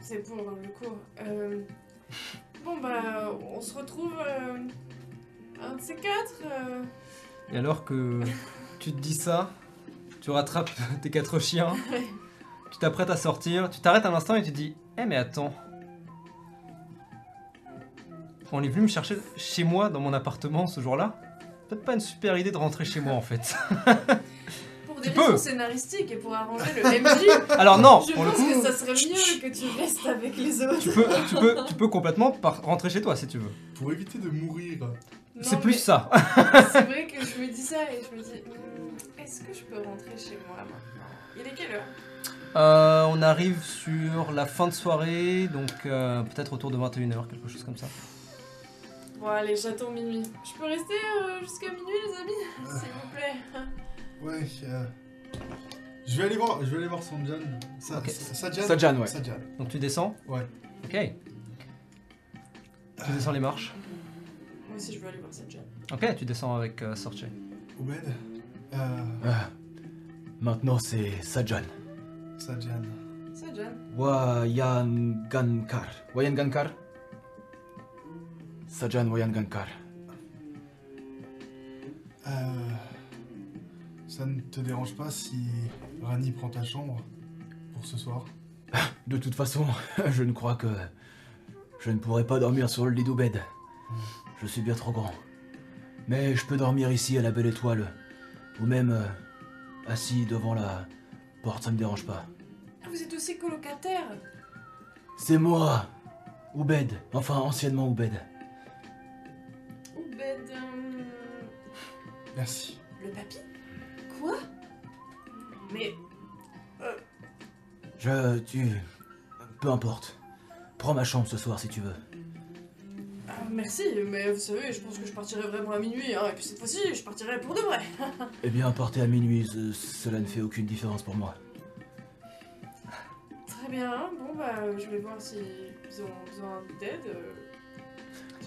Speaker 5: C'est pour euh, le cours. Euh, Bon bah on se retrouve euh, un de ces quatre. euh,
Speaker 1: Et alors que tu te dis ça, tu rattrapes tes quatre chiens,
Speaker 5: Ouais.
Speaker 1: tu t'apprêtes à sortir, tu t'arrêtes un instant et tu te dis Eh, mais attends. On est venu me chercher chez moi, dans mon appartement, ce jour-là. Peut-être pas une super idée de rentrer chez moi en fait.
Speaker 5: Pour des
Speaker 1: Tu peux.
Speaker 5: raisons scénaristiques et pour arranger le MJ,
Speaker 1: Alors non,
Speaker 5: je
Speaker 1: pour le
Speaker 5: pense
Speaker 1: coup,
Speaker 5: que ça serait mieux que tu restes avec les autres.
Speaker 1: tu peux, tu peux, tu peux complètement par- rentrer chez toi si tu veux.
Speaker 2: Pour éviter de mourir.
Speaker 5: Non,
Speaker 1: C'est plus
Speaker 5: mais-
Speaker 1: ça.
Speaker 5: C'est vrai que je me dis ça et je me dis, Hmm, est-ce que je peux rentrer chez moi maintenant Il est quelle heure
Speaker 1: Euh, on arrive sur la fin de soirée, donc euh, peut-être autour de 21h, quelque chose comme ça.
Speaker 5: Bon allez, j'attends minuit. Je peux rester euh, jusqu'à minuit les amis S'il vous plaît.
Speaker 2: Ouais. euh, Je vais aller voir, je vais aller voir Sanjan. Sa,
Speaker 1: Ok.
Speaker 2: Sa- Sajan.
Speaker 4: Sajan, ouais.
Speaker 2: Sajan.
Speaker 1: Donc tu descends
Speaker 2: Ouais.
Speaker 1: Ok. Tu descends les marches
Speaker 5: Moi aussi je veux aller voir cette jeune.
Speaker 1: Ok, tu descends avec euh, Sorche.
Speaker 2: Obed. Euh,
Speaker 3: Ah. Maintenant, c'est Sajan.
Speaker 2: Sajan.
Speaker 5: Cette jeune.
Speaker 3: Wayangankar.
Speaker 4: Wayan Gankar
Speaker 3: Sajan Wayangankar.
Speaker 2: Euh, Ça ne te dérange pas si Rani prend ta chambre pour ce soir
Speaker 3: De toute façon, je ne crois que je ne pourrai pas dormir sur le lit d'Oubed. Je suis bien trop grand. Mais je peux dormir ici à la belle étoile, ou même euh, assis devant la porte, ça me dérange pas.
Speaker 5: Ah, vous êtes aussi colocataire
Speaker 9: C'est moi, Oubed. Enfin, anciennement Oubed.
Speaker 5: Ou bête, euh,
Speaker 2: Merci.
Speaker 5: Le papy Quoi Mais
Speaker 9: Je. Tu. Peu importe. Prends ma chambre ce soir si tu veux.
Speaker 5: ah, merci, mais vous savez, je pense que je partirai vraiment à minuit, hein, et puis cette fois-ci, je partirai pour de vrai.
Speaker 9: Eh bien, partez à minuit, ce- cela ne fait aucune différence pour moi.
Speaker 5: Très bien, bon bah je vais voir si ils ont besoin d'aide. euh.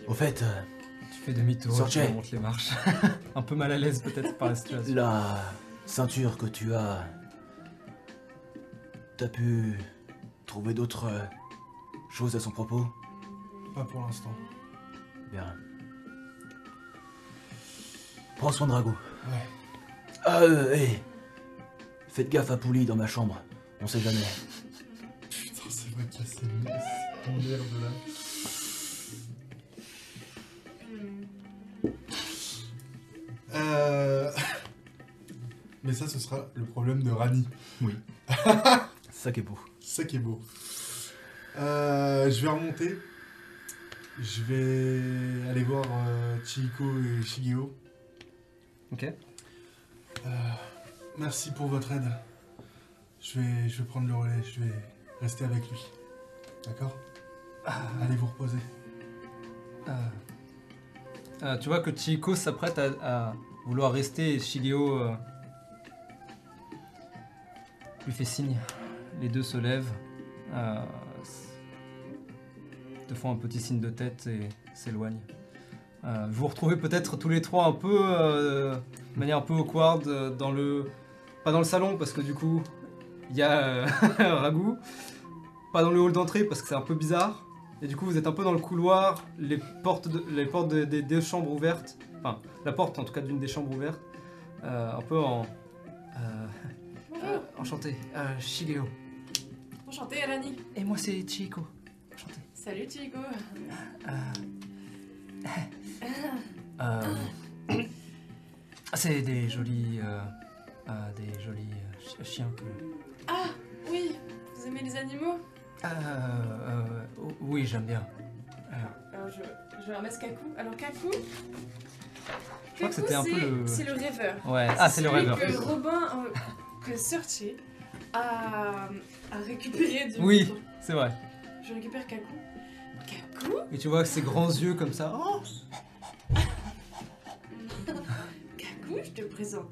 Speaker 9: Au fait, euh,
Speaker 1: Tu fais demi-tour, tu
Speaker 9: Sortez.
Speaker 1: remontes les marches. un peu mal à l'aise peut-être par la situation.
Speaker 9: la ceinture que tu as. T'as pu. trouver d'autres. euh, choses à son propos
Speaker 2: Pas pour l'instant.
Speaker 9: Bien. Prends soin de Rago.
Speaker 2: Ouais.
Speaker 9: Ah, euh, hé. Faites gaffe à Pouli dans ma chambre. On sait jamais.
Speaker 2: Putain, c'est vrai qu'il y a ces laisses en l'air de là.
Speaker 5: Hmm.
Speaker 2: Euh... Mais ça, ce sera le problème de Rani.
Speaker 9: C'est ça qui est beau.
Speaker 2: C'est ça qui est beau. Euh, je vais remonter. Je vais aller voir euh, Chihiko et Shigeo.
Speaker 1: Ok.
Speaker 2: Euh, merci pour votre aide. Je vais, je vais prendre le relais. Je vais rester avec lui. D'accord Allez vous reposer.
Speaker 1: Euh, tu vois que Chihiko s'apprête à, à vouloir rester et Shigeo euh, lui fait signe. Les deux se lèvent, euh, s- te font un petit signe de tête et s'éloignent. Euh, vous vous retrouvez peut-être tous les trois un peu, euh, de manière un peu awkward, euh, dans le, pas dans le salon parce que du coup il y a euh, Ragout, pas dans le hall d'entrée parce que c'est un peu bizarre. Et du coup, vous êtes un peu dans le couloir, les portes, de- les portes des des deux chambres ouvertes, enfin, la porte en tout cas d'une des chambres ouvertes, euh, un peu en. euh, euh,
Speaker 5: Bonjour,
Speaker 1: enchanté, euh, Shigeo.
Speaker 5: enchantée Alani.
Speaker 1: Et moi, c'est Chihiko. Enchanté.
Speaker 5: Salut Chico.
Speaker 1: Euh, c'est des jolis. euh, euh, des jolis euh, chi- chiens que.
Speaker 5: Ah oui, vous aimez les animaux
Speaker 1: Euh, euh, oui, j'aime bien. Alors,
Speaker 5: Alors Euh, je, je vais remettre Kaku. Alors Kaku,
Speaker 1: Je crois que
Speaker 5: Kaku,
Speaker 1: c'était un peu
Speaker 5: c'est-
Speaker 1: le-
Speaker 5: C'est le rêveur.
Speaker 1: ouais, ah, c'est le
Speaker 5: Celui
Speaker 1: rêveur.
Speaker 5: Que Robin, euh, que Searchy a, a récupéré du.
Speaker 1: Oui. C'est vrai.
Speaker 5: Je récupère Kaku. Kaku
Speaker 1: Et tu vois ses grands yeux comme ça. Oh
Speaker 5: Kaku, je te présente.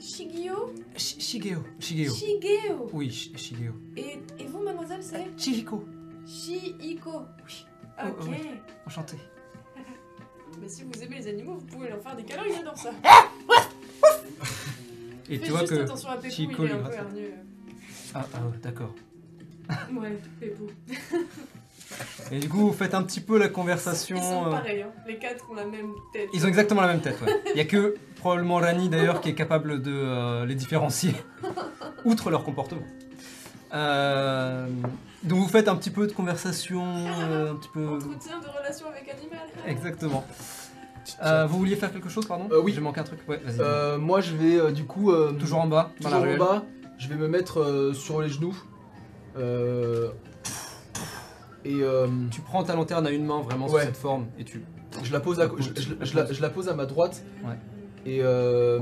Speaker 5: Shigio
Speaker 1: Shi- Shigeo. Shigeo.
Speaker 5: Shigeo
Speaker 1: Oui, Shi- Shigeo.
Speaker 5: et, et vous, mademoiselle, c'est
Speaker 1: Chihiko.
Speaker 5: Shihiko.
Speaker 1: Oui. Oh,
Speaker 5: Ok.
Speaker 1: oui. Enchanté.
Speaker 5: Mais Bah, si vous aimez les animaux, vous pouvez leur faire des câlins, ils adorent ça.
Speaker 1: Et
Speaker 5: Fais
Speaker 1: tu vois
Speaker 5: juste
Speaker 1: que.
Speaker 5: attention à Pépou,
Speaker 1: Shihiko
Speaker 5: il
Speaker 1: lui
Speaker 5: est un peu
Speaker 1: gratte la
Speaker 5: hargneux.
Speaker 1: Ah, ah ouais, d'accord.
Speaker 5: Ouais, Pépou.
Speaker 1: Et du coup, vous faites un petit peu la
Speaker 5: Ils sont
Speaker 1: conversation. euh,
Speaker 5: pareils, hein. les quatre ont la même tête.
Speaker 1: Ils ont exactement la même tête, ouais. Il y a que probablement Rani d'ailleurs qui est capable de euh, les différencier, outre leur comportement. Euh, donc vous faites un petit peu de conversation, euh, un petit peu.
Speaker 5: Entretien de relation avec animal.
Speaker 1: Exactement. Euh, vous vouliez faire quelque chose, pardon
Speaker 4: Euh, oui.
Speaker 1: J'ai manqué un truc. Ouais, vas-y.
Speaker 4: Euh, moi, je vais euh, du coup. euh,
Speaker 1: toujours en bas. dans la
Speaker 4: toujours en
Speaker 1: ruelle.
Speaker 4: bas. Je vais me mettre euh, sur les genoux. Euh, et euh,
Speaker 1: Tu prends ta lanterne à une main vraiment
Speaker 4: Ouais.
Speaker 1: sous cette forme et tu.
Speaker 4: je, la pose à, je, je- je la, je la pose à ma droite.
Speaker 1: Ouais.
Speaker 4: Et euh,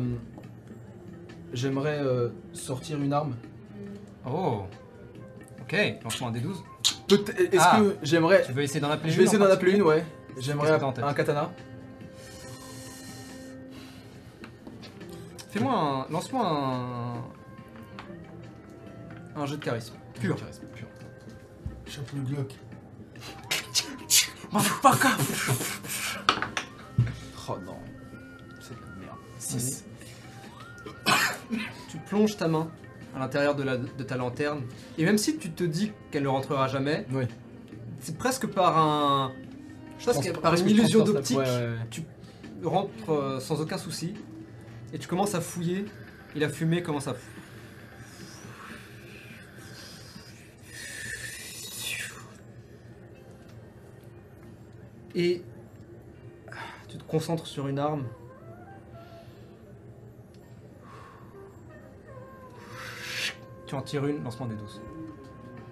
Speaker 4: j'aimerais euh, sortir une arme.
Speaker 1: Oh. Ok. Lancement un D12.
Speaker 4: Peut- Est-ce
Speaker 1: Ah.
Speaker 4: que j'aimerais.
Speaker 1: Tu veux essayer d'en appeler
Speaker 4: Je vais
Speaker 1: une
Speaker 4: essayer
Speaker 1: en
Speaker 4: d'en appeler
Speaker 1: particulier
Speaker 4: une, ouais. J'aimerais
Speaker 1: Qu'est-ce que t'as en tête
Speaker 4: un katana.
Speaker 1: Fais-moi un. Lance-moi un. Un jeu de charisme. Pur.
Speaker 2: Chope le Glock.
Speaker 4: Oh non. C'est de la merde. 6.
Speaker 1: Tu plonges ta main à l'intérieur de, la- de ta lanterne. Et même si tu te dis qu'elle ne rentrera jamais,
Speaker 4: Oui.
Speaker 1: c'est presque par un. Je pense
Speaker 4: Trans-
Speaker 1: que par une
Speaker 4: presque
Speaker 1: illusion
Speaker 4: transperçable.
Speaker 1: d'optique,
Speaker 4: Ouais, ouais, ouais.
Speaker 1: rentre euh, sans aucun souci. Et tu commences à fouiller. Et la fumée commence à. Et tu te concentres sur une arme. Tu en tires une, lancement des 12.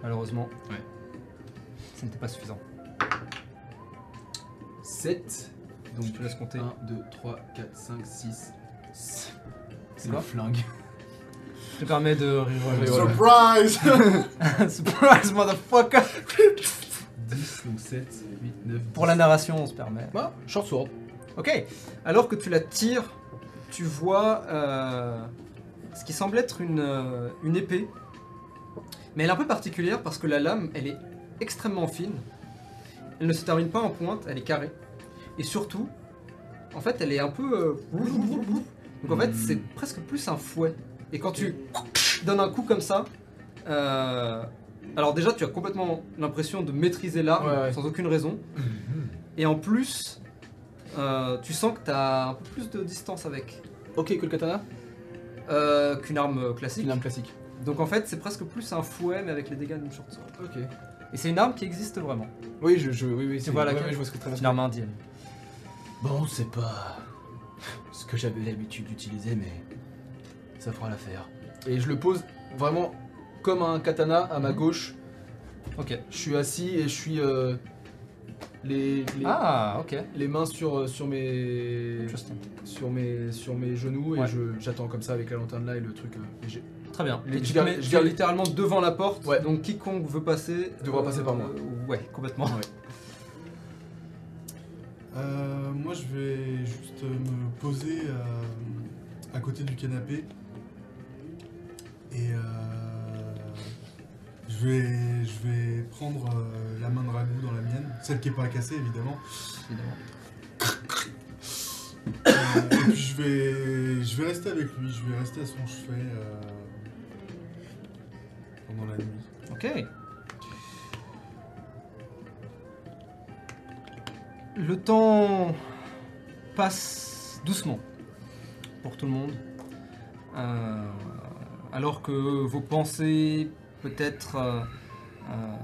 Speaker 1: Malheureusement.
Speaker 6: Ouais.
Speaker 1: Ça n'était pas suffisant.
Speaker 4: 7.
Speaker 1: Donc je te laisse compter.
Speaker 4: 1, 2, 3, 4, 5, 6. C'est
Speaker 1: quoi
Speaker 4: le flingue.
Speaker 1: Je te permets de reroll.
Speaker 4: Reroll.
Speaker 2: Surprise
Speaker 1: Surprise, motherfucker
Speaker 4: 10, donc 7, 8, 9.
Speaker 1: Pour la narration, on se permet.
Speaker 4: Bah, short sword.
Speaker 1: Ok. Alors que tu la tires, tu vois euh, ce qui semble être une, euh, une épée. Mais elle est un peu particulière parce que la lame, elle est extrêmement fine. Elle ne se termine pas en pointe, elle est carrée. Et surtout, en fait, elle est un peu... euh, Donc en fait, c'est presque plus un fouet. Et quand tu donnes un coup comme ça... euh, Alors déjà, tu as complètement l'impression de maîtriser l'arme
Speaker 4: Ouais, ouais.
Speaker 1: sans aucune raison. Et en plus, euh, tu sens que t'as un peu plus de distance avec
Speaker 4: Ok, que le katana
Speaker 1: euh, qu'une arme classique.
Speaker 4: Une arme classique.
Speaker 1: Donc en fait, c'est presque plus un fouet, mais avec les dégâts d'une short sword.
Speaker 4: Ok.
Speaker 1: Et c'est une arme qui existe vraiment.
Speaker 4: Oui, je, je, oui, oui, c'est-
Speaker 1: vois
Speaker 4: ouais,
Speaker 1: laquelle
Speaker 4: ouais, je vois ce que tu
Speaker 1: C'est une arme indienne.
Speaker 9: Bon, c'est pas ce que j'avais l'habitude d'utiliser, mais ça fera l'affaire.
Speaker 4: Et je le pose vraiment comme un katana à ma gauche.
Speaker 1: Ok.
Speaker 4: Je suis assis et je suis. euh, les, les,
Speaker 1: Ah, ok.
Speaker 4: les mains sur, euh, sur mes.
Speaker 1: Interesting.
Speaker 4: sur mes, sur mes genoux et
Speaker 1: Ouais.
Speaker 4: je- j'attends comme ça avec la lanterne là et le truc. euh, léger.
Speaker 1: Très bien.
Speaker 4: Les-
Speaker 1: Et
Speaker 4: je
Speaker 1: tu te
Speaker 4: garde-
Speaker 1: mets-
Speaker 4: je
Speaker 1: tu
Speaker 4: garde-
Speaker 1: es littéralement devant la porte,
Speaker 4: Ouais.
Speaker 1: donc quiconque veut passer...
Speaker 4: Devra passer par moi.
Speaker 1: Ouais, complètement.
Speaker 2: Euh, moi, je vais juste me poser euh, à côté du canapé. Et euh, je, vais, je vais prendre euh, la main de Ragout dans la mienne, celle qui n'est pas cassée évidemment.
Speaker 1: Évidemment.
Speaker 2: Euh, et puis je vais, je vais rester avec lui, je vais rester à son chevet euh, pendant la nuit.
Speaker 1: Ok. Le temps passe doucement pour tout le monde. Euh, alors que vos pensées peut-être euh, euh,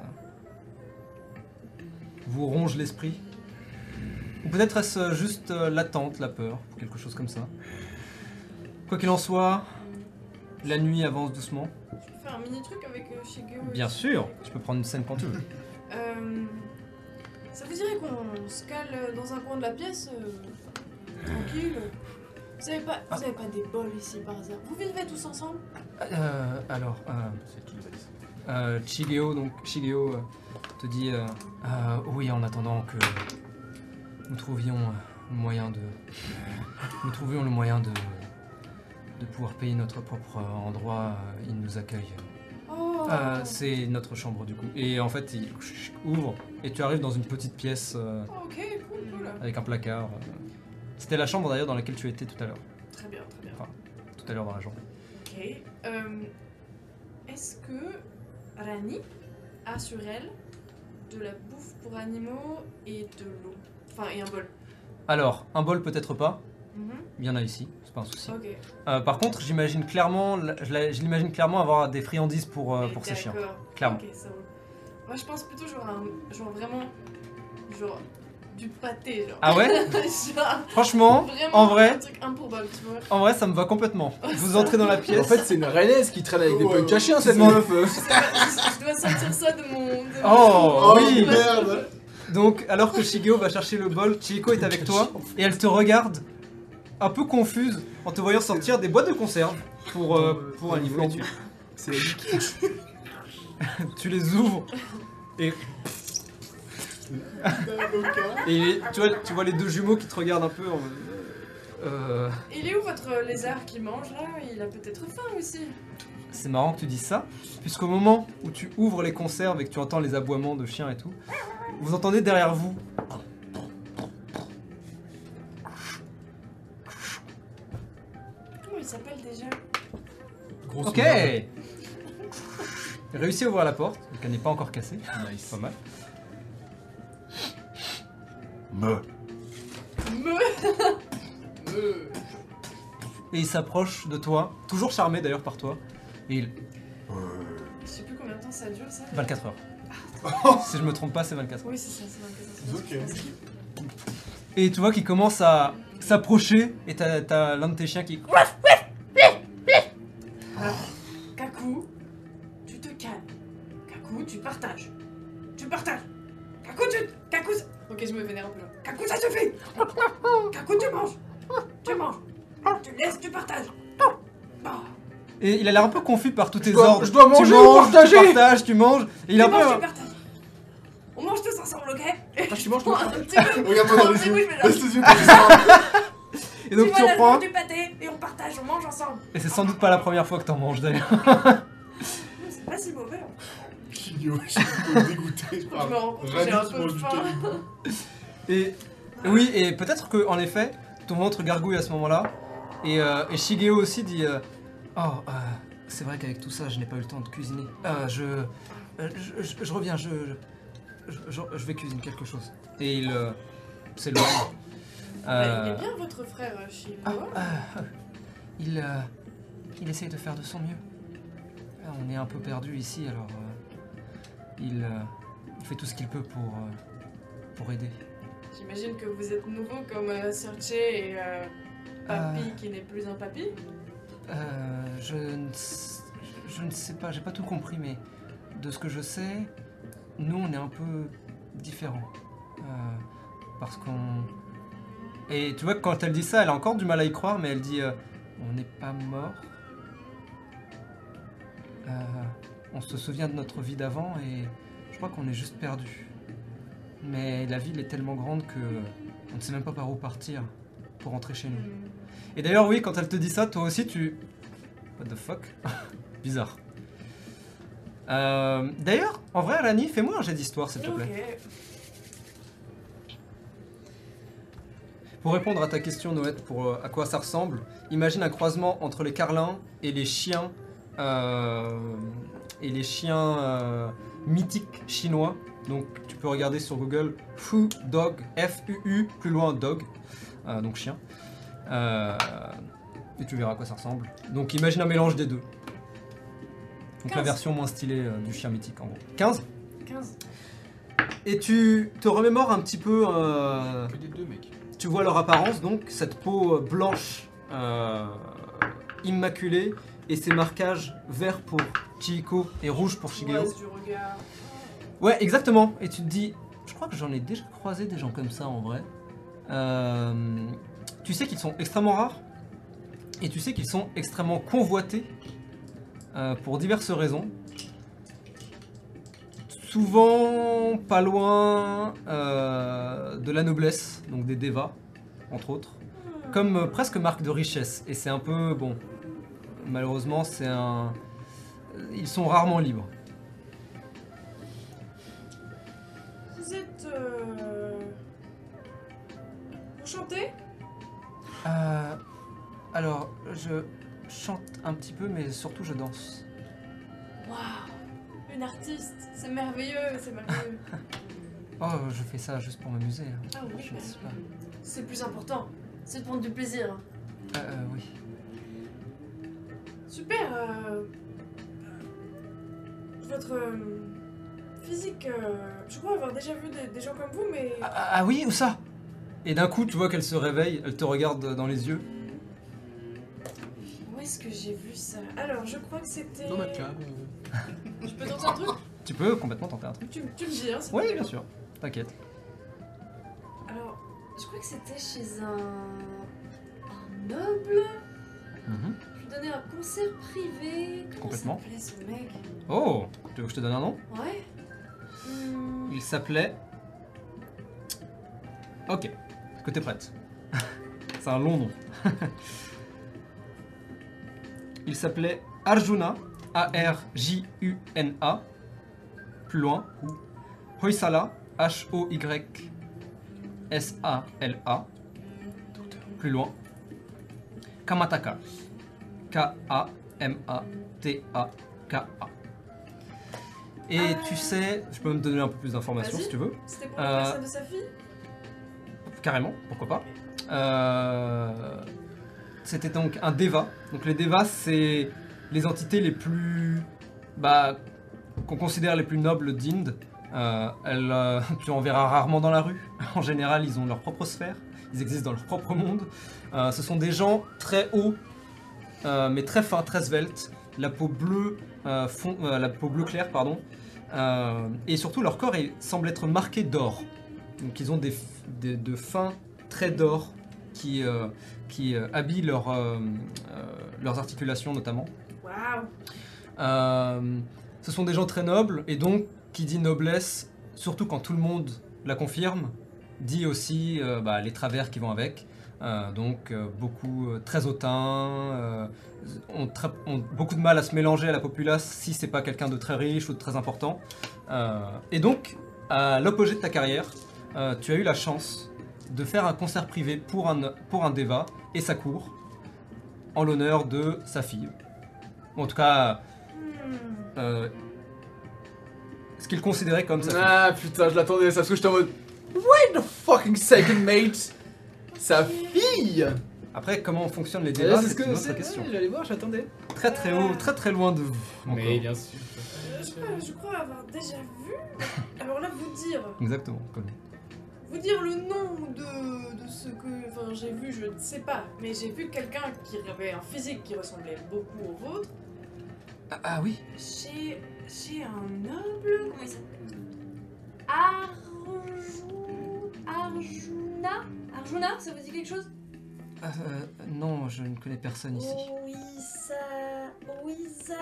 Speaker 1: vous rongent l'esprit. Ou peut-être est-ce juste euh, l'attente, la peur, ou quelque chose comme ça. Quoi qu'il en soit, la nuit avance doucement.
Speaker 5: Tu peux faire un mini truc avec euh, Shigeru
Speaker 1: Bien
Speaker 5: aussi.
Speaker 1: sûr, tu peux prendre une scène quand tu veux.
Speaker 5: Euh, ça vous dirait qu'on se cale euh, dans un coin de la pièce euh, Tranquille vous avez, pas, vous avez pas des bols ici par hasard Vous vivez tous ensemble
Speaker 1: Euh, alors, euh, euh, Chigeo, donc Chigeo euh, te dit euh, Euh, oui en attendant que nous trouvions euh, le moyen de euh, nous trouvions le moyen de de pouvoir payer notre propre euh, endroit. euh, Il nous accueille.
Speaker 5: Oh
Speaker 1: Euh, C'est notre chambre du coup. Et en fait, il ouvre et tu arrives dans une petite pièce euh,
Speaker 5: Oh, Ok, cool, cool.
Speaker 1: avec un placard. euh. C'était la chambre d'ailleurs dans laquelle tu étais tout à l'heure,
Speaker 5: Très bien, très bien.
Speaker 1: tout à l'heure dans la journée.
Speaker 5: Ok. Euh, Est-ce que Rani a sur elle de la bouffe pour animaux et de l'eau Enfin, et un bol.
Speaker 1: Alors, un bol peut-être pas.
Speaker 5: Mhm.
Speaker 1: Il y en a ici, c'est pas un souci.
Speaker 5: Ok.
Speaker 1: Euh, par contre, j'imagine clairement, je la- je l'imagine clairement avoir des friandises pour, euh,
Speaker 5: Et
Speaker 1: pour ces chiens.
Speaker 5: d'accord.
Speaker 1: clairement.
Speaker 5: Ok, ça roule. Moi, je pense plutôt genre, un- genre vraiment genre du pâté, genre.
Speaker 1: Ah ouais
Speaker 5: Genre,
Speaker 1: Franchement,
Speaker 5: vraiment
Speaker 1: en vrai-
Speaker 5: un truc improbable, tu vois.
Speaker 1: en vrai, ça me va complètement. Vous entrez dans la
Speaker 4: En
Speaker 1: pièce.
Speaker 4: fait, c'est une renaise qui traîne avec des
Speaker 2: Ouais,
Speaker 4: punch à chiens,
Speaker 2: ouais.
Speaker 4: cette meuf euh.
Speaker 5: Je, sais pas, je- je dois sortir ça de mon. de
Speaker 1: Oh,
Speaker 5: mon-
Speaker 1: oui.
Speaker 2: merde
Speaker 1: Donc, alors que Shigeo va chercher le bol, Chihiko est avec toi et elle te regarde un peu confuse en te voyant sortir des boîtes de conserve pour, euh, pour animaux. Et tu,
Speaker 4: C'est
Speaker 1: tu les ouvres et tu vois, tu vois les deux jumeaux qui te regardent un peu en mode, euh,
Speaker 5: Il est où votre lézard qui mange là Il a peut-être faim aussi.
Speaker 1: C'est marrant que tu dises ça, puisqu'au moment où tu ouvres les conserves et que tu entends les aboiements de chiens et tout, vous entendez derrière vous.
Speaker 5: Comment il s'appelle déjà
Speaker 2: Grosse
Speaker 1: Ok
Speaker 2: merde.
Speaker 1: Réussis à ouvrir la porte, donc elle n'est pas encore cassée. Pas mal.
Speaker 9: Me.
Speaker 5: Me. Me.
Speaker 1: Et il s'approche de toi, toujours charmé d'ailleurs par toi. Et il. Euh,
Speaker 5: Je sais plus combien de temps ça dure ça.
Speaker 1: 24 heures. si je me trompe pas, c'est 24 heures.
Speaker 5: Oui, c'est ça, c'est 24 heures.
Speaker 2: Ok.
Speaker 5: je pense.
Speaker 1: Et tu vois qu'il commence à s'approcher et t'as t'as l'un de tes chiens qui.
Speaker 5: Kaku, tu te calmes. Kaku, tu
Speaker 1: Et il a l'air un peu confus par tous tes
Speaker 4: dois-
Speaker 1: ordres.
Speaker 4: je dois manger
Speaker 1: tu
Speaker 4: ou
Speaker 1: manges,
Speaker 4: partager
Speaker 1: Tu partages, tu manges. Et il a
Speaker 5: Tu manges,
Speaker 1: un
Speaker 5: tu
Speaker 1: peu. hein.
Speaker 5: partages. On mange tous ensemble, ok
Speaker 4: Ah, je mange, je mange.
Speaker 5: Regarde-moi
Speaker 2: Regarde-moi dans les yeux. Baisse les yeux pour que ça rentre.
Speaker 1: Et donc tu reprends.
Speaker 5: du pâté et on partage, on mange ensemble.
Speaker 1: Et c'est sans doute pas la première fois que t'en manges d'ailleurs.
Speaker 5: Hum, C'est pas si mauvais. hein.
Speaker 2: Je suis idiot, je suis dégoûté.
Speaker 5: Je me rends compte que j'ai un peu faim.
Speaker 1: Et oui, et peut-être que en effet, ton ventre gargouille à ce moment-là. Et, euh, et Shigeo aussi dit euh, Oh, euh, c'est vrai qu'avec tout ça, je n'ai pas eu le temps de cuisiner. Euh, je, euh, je, je- je reviens, je, je, je- je vais cuisiner quelque chose. Et il euh, s'éloigne.
Speaker 5: Bah, Il
Speaker 1: Euh,
Speaker 5: est bien votre frère chez
Speaker 1: Ah,
Speaker 5: moi.
Speaker 1: euh, il, euh, il essaye de faire de son mieux. Ah, On est un peu perdu ici, alors euh, il, euh, il fait tout ce qu'il peut pour, euh, pour aider.
Speaker 5: J'imagine que vous êtes nouveau comme euh, Serge et euh, Papy qui n'est plus un papy.
Speaker 1: Euh, je, ne s- je- je ne sais pas, j'ai pas tout compris, mais de ce que je sais, nous on est un peu différents. Euh, parce qu'on. Et tu vois que quand elle dit ça, elle a encore du mal à y croire, mais elle dit euh, On n'est pas mort. Euh, on se souvient de notre vie d'avant et je crois qu'on est juste perdu. Mais la ville est tellement grande que on ne sait même pas par où partir pour rentrer chez nous.
Speaker 5: Mm.
Speaker 1: Et d'ailleurs, oui, quand elle te dit ça, toi aussi, tu. What the fuck Bizarre. Euh, d'ailleurs, en vrai, Alani, fais-moi un jet d'histoire, s'il te plaît.
Speaker 5: Ok.
Speaker 1: Pour répondre à ta question, Noët, pour euh, à quoi ça ressemble, imagine un croisement entre les carlins et les chiens. euh, et les chiens euh, mythiques chinois. Donc, tu peux regarder sur Google Fu Dog, F-U-U, plus loin Dog, euh, donc chien. Euh, et tu verras à quoi ça ressemble. Donc, imagine un mélange des deux. Donc, la
Speaker 5: 15.
Speaker 1: version moins stylée euh, du chien mythique, en gros. 15
Speaker 5: 15.
Speaker 1: Et tu te remémores un petit peu. euh,
Speaker 4: Que des deux, mec.
Speaker 1: tu vois leur apparence, donc cette peau blanche euh, immaculée et ces marquages verts pour Chihiko et rouge pour Shigeo.
Speaker 5: Ouest du regard.
Speaker 1: Ouais, exactement. Et tu te dis, je crois que j'en ai déjà croisé des gens comme ça en vrai. Euh, tu sais qu'ils sont extrêmement rares et tu sais qu'ils sont extrêmement convoités euh, pour diverses raisons. Souvent pas loin euh, de la noblesse, donc des devas, entre autres, comme euh, presque marque de richesse. Et c'est un peu, bon, malheureusement, c'est un. Ils sont rarement libres.
Speaker 5: Vous êtes. Euh... Vous chantez
Speaker 1: Euh, alors, je chante un petit peu, mais surtout je danse.
Speaker 5: Waouh Une artiste C'est merveilleux, c'est merveilleux.
Speaker 1: Oh, je fais ça juste pour m'amuser. hein.
Speaker 5: Ah oui,
Speaker 1: Je ne sais pas.
Speaker 5: c'est plus important. C'est de prendre du plaisir.
Speaker 1: Euh, euh, oui.
Speaker 5: Super. euh, Votre euh, physique, euh, je crois avoir déjà vu des, des gens comme vous, mais
Speaker 1: Ah, ah, ah oui, où ça Et d'un coup, tu vois qu'elle se réveille, elle te regarde dans les yeux.
Speaker 5: où est-ce que j'ai vu ça Alors, je crois que c'était.
Speaker 4: Dans ma cave.
Speaker 5: Je peux tenter un truc
Speaker 1: Tu peux complètement tenter un truc.
Speaker 5: tu, tu me dis, hein c'est
Speaker 1: Oui,
Speaker 5: pas
Speaker 1: bien
Speaker 5: grave.
Speaker 1: sûr. T'inquiète.
Speaker 5: Alors, je crois que c'était chez un. un noble.
Speaker 1: Mhm.
Speaker 5: Je lui donnais un concert privé. Comment
Speaker 1: Complètement.
Speaker 5: s'appelait ce mec
Speaker 1: Oh, tu veux que je te donne un nom
Speaker 5: Ouais. Hmm,
Speaker 1: Il s'appelait. Ok, est-ce que t'es prête C'est un long nom. Il s'appelait Arjuna, A-R-J-U-N-A, plus loin, Hoysala, H-O-Y-S-A-L-A, plus loin, Kamataka, K-A-M-A-T-A-K-A. Et tu sais, je peux me donner un peu plus d'informations
Speaker 5: Vas-y.
Speaker 1: si tu veux.
Speaker 5: C'était pour
Speaker 1: Euh,
Speaker 5: l'anniversaire de sa fille
Speaker 1: Carrément, pourquoi pas. Euh, C'était donc un Deva. Donc les Devas, c'est les entités les plus. Bah, qu'on considère les plus nobles d'Inde. Euh, elles, euh, tu en verras rarement dans la rue. En général, ils ont leur propre sphère. Ils existent dans leur propre monde. Euh, ce sont des gens très hauts, euh, mais très fins, très sveltes. La peau bleue, euh, fond- euh, la peau bleu clair, pardon. Euh, et surtout, leur corps est- semble être marqué d'or. Donc ils ont des, f- des- de fins traits d'or qui, euh, qui euh, habillent leur, euh, euh, leurs articulations notamment.
Speaker 5: Waouh
Speaker 1: Euh, ce sont des gens très nobles, et donc, qui dit noblesse, surtout quand tout le monde la confirme, dit aussi euh, bah, les travers qui vont avec. Euh, donc, euh, beaucoup euh, très hautain, euh, ont, très- ont beaucoup de mal à se mélanger à la populace si c'est pas quelqu'un de très riche ou de très important. Euh, et donc, à l'opposé de ta carrière, euh, tu as eu la chance de faire un concert privé pour un, pour un Deva et sa cour, en l'honneur de sa fille. Ou En tout cas,
Speaker 5: Hmm.
Speaker 1: euh, ce qu'il considérait comme ça.
Speaker 4: Ah putain, je l'attendais, ça, parce que j'étais en mode. Wait the fucking second, mate Sa fille
Speaker 1: Après, comment fonctionnent les
Speaker 4: Eh,
Speaker 1: débats,
Speaker 4: c'est
Speaker 1: c'est une autre question.
Speaker 4: ouais, J'allais voir, j'attendais.
Speaker 1: Très très haut, très très loin de vous. encore.
Speaker 6: bien sûr.
Speaker 5: Euh, Je sais pas, je crois avoir déjà vu. Alors là, vous dire,
Speaker 1: Exactement. comme-
Speaker 5: vous dire le nom de, de ce que enfin, j'ai vu, je ne sais pas, mais j'ai vu quelqu'un qui avait un physique qui ressemblait beaucoup au vôtre
Speaker 1: Ah, ah oui,
Speaker 5: chez, chez un noble. Comment il s'appelle Arjou- Arjuna Arjuna, ça vous dit quelque chose
Speaker 1: Ah, euh, non, je ne connais personne ici.
Speaker 5: Ouisa, Ouisalakamaka,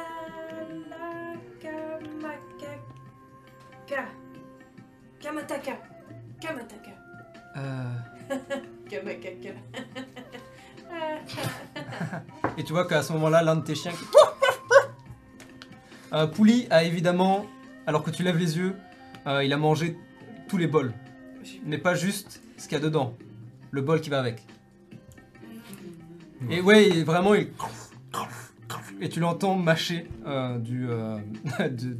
Speaker 5: Kamataka, Kamataka,
Speaker 1: Euh,
Speaker 5: Kamakaka. Euh,
Speaker 1: Et tu vois qu'à ce moment-là, l'un de tes chiens. qui- Euh, Pouli a évidemment, alors que tu lèves les yeux, euh, il a mangé tous les bols, mais pas juste ce qu'il y a dedans, le bol qui va avec. Et ouais, il- vraiment, il. Et tu l'entends mâcher euh, du. euh, de,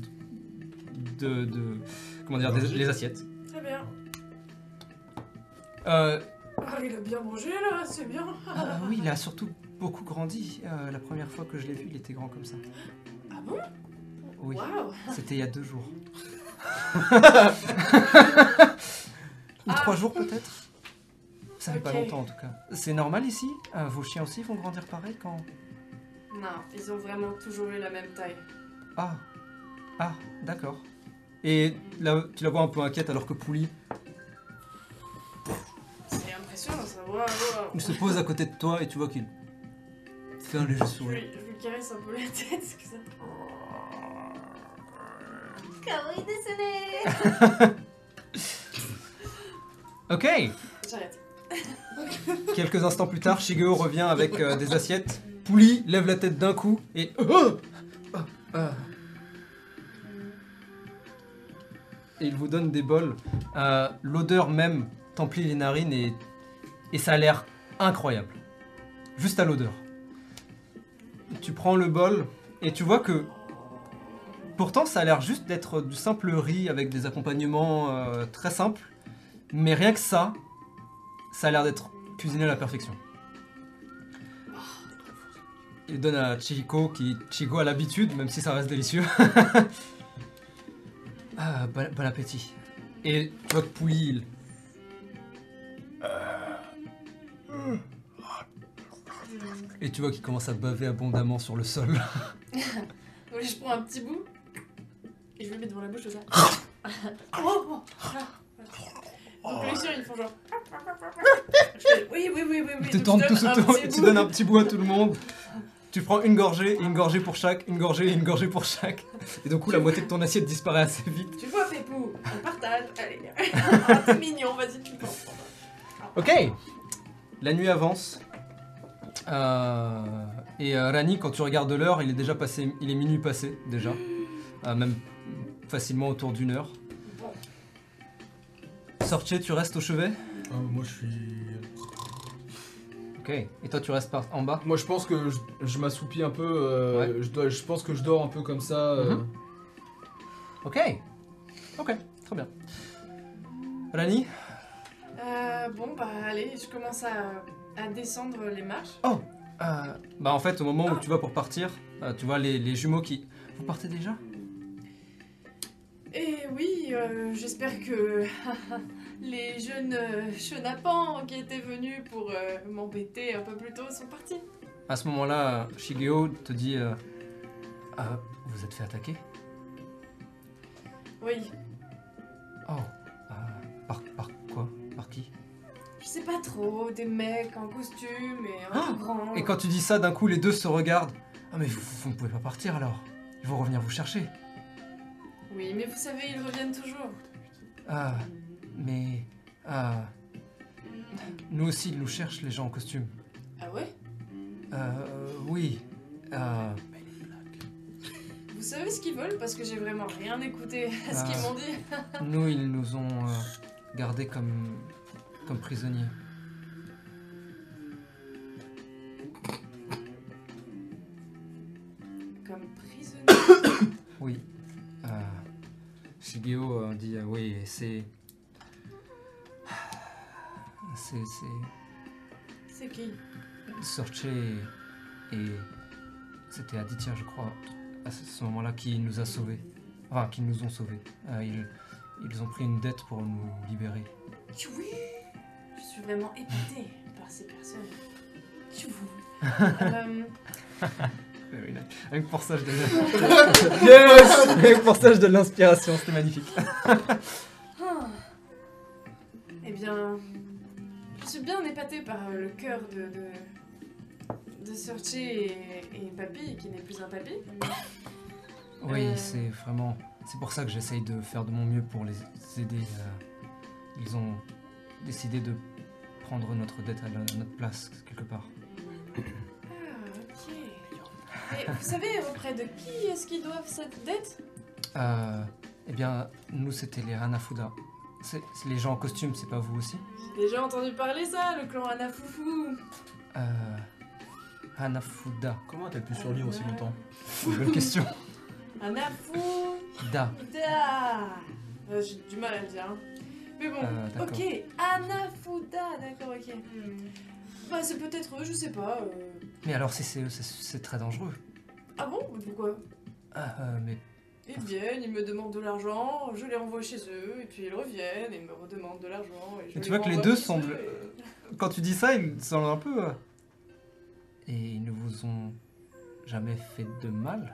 Speaker 1: de- de- Comment dire des- Les assiettes.
Speaker 5: Très bien.
Speaker 1: Euh,
Speaker 5: Ah, il a bien mangé là, c'est bien.
Speaker 1: ah oui, il a surtout beaucoup grandi. Euh, la première fois que je l'ai vu, il était grand comme ça.
Speaker 5: Ah bon
Speaker 1: Oui.
Speaker 5: Waouh
Speaker 1: C'était il y a deux jours. Ou
Speaker 5: Ah.
Speaker 1: trois jours peut-être Ça fait pas
Speaker 5: Ok.
Speaker 1: longtemps en tout cas. C'est normal ici Euh, Vos chiens aussi vont grandir pareil quand...
Speaker 5: Non, ils ont vraiment toujours eu la même taille.
Speaker 1: Ah Ah, d'accord. Et là, tu la vois un peu inquiète alors que Pouli
Speaker 5: C'est impressionnant ça, waouh waouh.
Speaker 1: se pose à côté de toi et tu vois qu'il fait un léger
Speaker 5: Je
Speaker 1: sourire.
Speaker 5: lui, je lui caresse un peu la tête, parce que ça.
Speaker 1: Ok
Speaker 5: J'arrête.
Speaker 1: Quelques instants plus tard, Shigeo revient avec euh, des assiettes. Pouli lève la tête d'un coup et... Oh Ah, ah. Et il vous donne des bols. Euh, L'odeur même t'emplit les narines et, et ça a l'air incroyable. Juste à l'odeur. Tu prends le bol et tu vois que... Pourtant, ça a l'air juste d'être du simple riz avec des accompagnements euh, très simples. Mais rien que ça, ça a l'air d'être cuisiné à la perfection. Il donne à Chihiko, qui Chigo a l'habitude, même si ça reste délicieux. ah, bon, bon appétit. Et tu vois que Pouli, il- Et tu vois qu'il commence à baver abondamment sur le sol.
Speaker 5: Donc je prends un petit bout et je le mets devant la bouche comme ça. oh, oh. Donc les chiens ils font genre. Je fais, oui, oui, oui, oui, oui.
Speaker 1: Tu te
Speaker 5: Donc,
Speaker 1: tournes
Speaker 5: je
Speaker 1: tous
Speaker 5: donne un
Speaker 1: autour
Speaker 5: petit
Speaker 1: et tu
Speaker 5: bout.
Speaker 1: donnes un petit bout à tout le monde. Tu prends une gorgée, une gorgée pour chaque, une gorgée et une gorgée pour chaque. Et du coup, la moitié de ton assiette disparaît assez vite.
Speaker 5: Tu vois, Pépou, on partage. Allez, Ah, t'es mignon, vas-y, tu prends.
Speaker 1: Ok La nuit avance. Euh, et euh, Rani, quand tu regardes l'heure, il est déjà passé, il est minuit passé déjà, Euh, même facilement autour d'une heure.
Speaker 5: Bon.
Speaker 1: Sortier, tu restes au chevet.
Speaker 2: Ah, moi, je suis.
Speaker 1: Ok. Et toi, tu restes par- en bas.
Speaker 4: Moi je pense que je, je m'assoupis un peu, euh, je, dois- je pense que je dors un peu comme ça. euh,
Speaker 1: Mhm. Ok. Ok. Très bien. Rani,
Speaker 5: Euh, bon, bah allez, je commence à, à descendre les marches.
Speaker 1: euh, bah en fait, au moment où tu vas pour partir, euh, tu vois les, les jumeaux qui. Vous partez déjà
Speaker 5: Et oui, euh, j'espère que les jeunes euh, chenapans qui étaient venus pour euh, m'embêter un peu plus tôt sont partis.
Speaker 1: À ce moment-là, euh, Shigeo te dit. euh, Ah, vous êtes fait attaquer
Speaker 5: Oui,
Speaker 1: Oh, euh, par, par quoi Par qui
Speaker 5: je sais pas trop, des mecs en costume et un
Speaker 1: Ah
Speaker 5: peu grand.
Speaker 1: Et quand tu dis ça, d'un coup, les deux se regardent. Ah, mais vous, vous ne pouvez pas partir alors. Ils vont revenir vous chercher.
Speaker 5: Oui, mais vous savez, ils reviennent toujours.
Speaker 1: Ah, mais. Ah. Nous aussi, ils nous cherchent, les gens en costume.
Speaker 5: Ah ouais
Speaker 1: Euh, oui. Euh,
Speaker 5: Vous savez ce qu'ils veulent Parce que j'ai vraiment rien écouté à
Speaker 1: Ah.
Speaker 5: ce qu'ils m'ont dit.
Speaker 1: nous, ils nous ont euh, gardés comme, comme prisonniers.
Speaker 5: Comme prisonnier.
Speaker 1: Oui. Euh, Shigeo euh, dit euh, oui, et c'est. C'est. C'est.
Speaker 5: C'est qui
Speaker 1: Sorche et. et C'était Aditya, je crois, à ce ce moment-là, qui nous a sauvés. Enfin, qui nous ont sauvés. Euh, ils, ils ont pris une dette pour nous libérer.
Speaker 5: Oui Je suis vraiment épatée par ces personnes. Tu euh,
Speaker 1: Rien que pour ça, je donne. yes Rien que pour ça, je donne l'inspiration, c'était magnifique.
Speaker 5: ah. Eh bien, je suis bien épatée par euh, le cœur de, de, de Sorche et, et Papy, qui n'est plus un papy.
Speaker 1: Oui,
Speaker 5: Euh.
Speaker 1: c'est vraiment. C'est pour ça que j'essaye de faire de mon mieux pour les aider. euh, Ils ont décidé de prendre notre dette à la- notre place, quelque part.
Speaker 5: Ah, ok. Et vous savez auprès de qui est-ce qu'ils doivent cette dette
Speaker 1: Euh, eh bien, nous, c'était les Hanafuda. C'est c'est les gens en costume, c'est pas vous aussi
Speaker 5: J'ai déjà entendu parler ça, le clan Anafoufou.
Speaker 1: euh, Hanafuda.
Speaker 9: Comment t'as pu survivre aussi longtemps
Speaker 1: Une bonne question.
Speaker 5: Anafou.
Speaker 1: Da.
Speaker 5: Da Euh, J'ai du mal à le dire. hein. Mais bon,
Speaker 1: Euh, d'accord.
Speaker 5: ok, Anafuda, d'accord, ok. Hmm. Bah, c'est peut-être eux, je sais pas. euh.
Speaker 1: Mais alors, si c'est eux, c'est- c'est très dangereux.
Speaker 5: Ah bon Mais Pourquoi
Speaker 1: Ah, euh, mais
Speaker 5: Ils viennent, ils me demandent de l'argent, je les renvoie chez eux, et puis ils reviennent et me redemandent de l'argent. Et je
Speaker 1: Mais tu
Speaker 5: les
Speaker 1: vois que les
Speaker 5: renvoie
Speaker 1: deux
Speaker 5: chez eux,
Speaker 1: semblent-
Speaker 5: et-
Speaker 1: quand tu dis ça, ils semblent un peu. euh, Et ils ne vous ont jamais fait de mal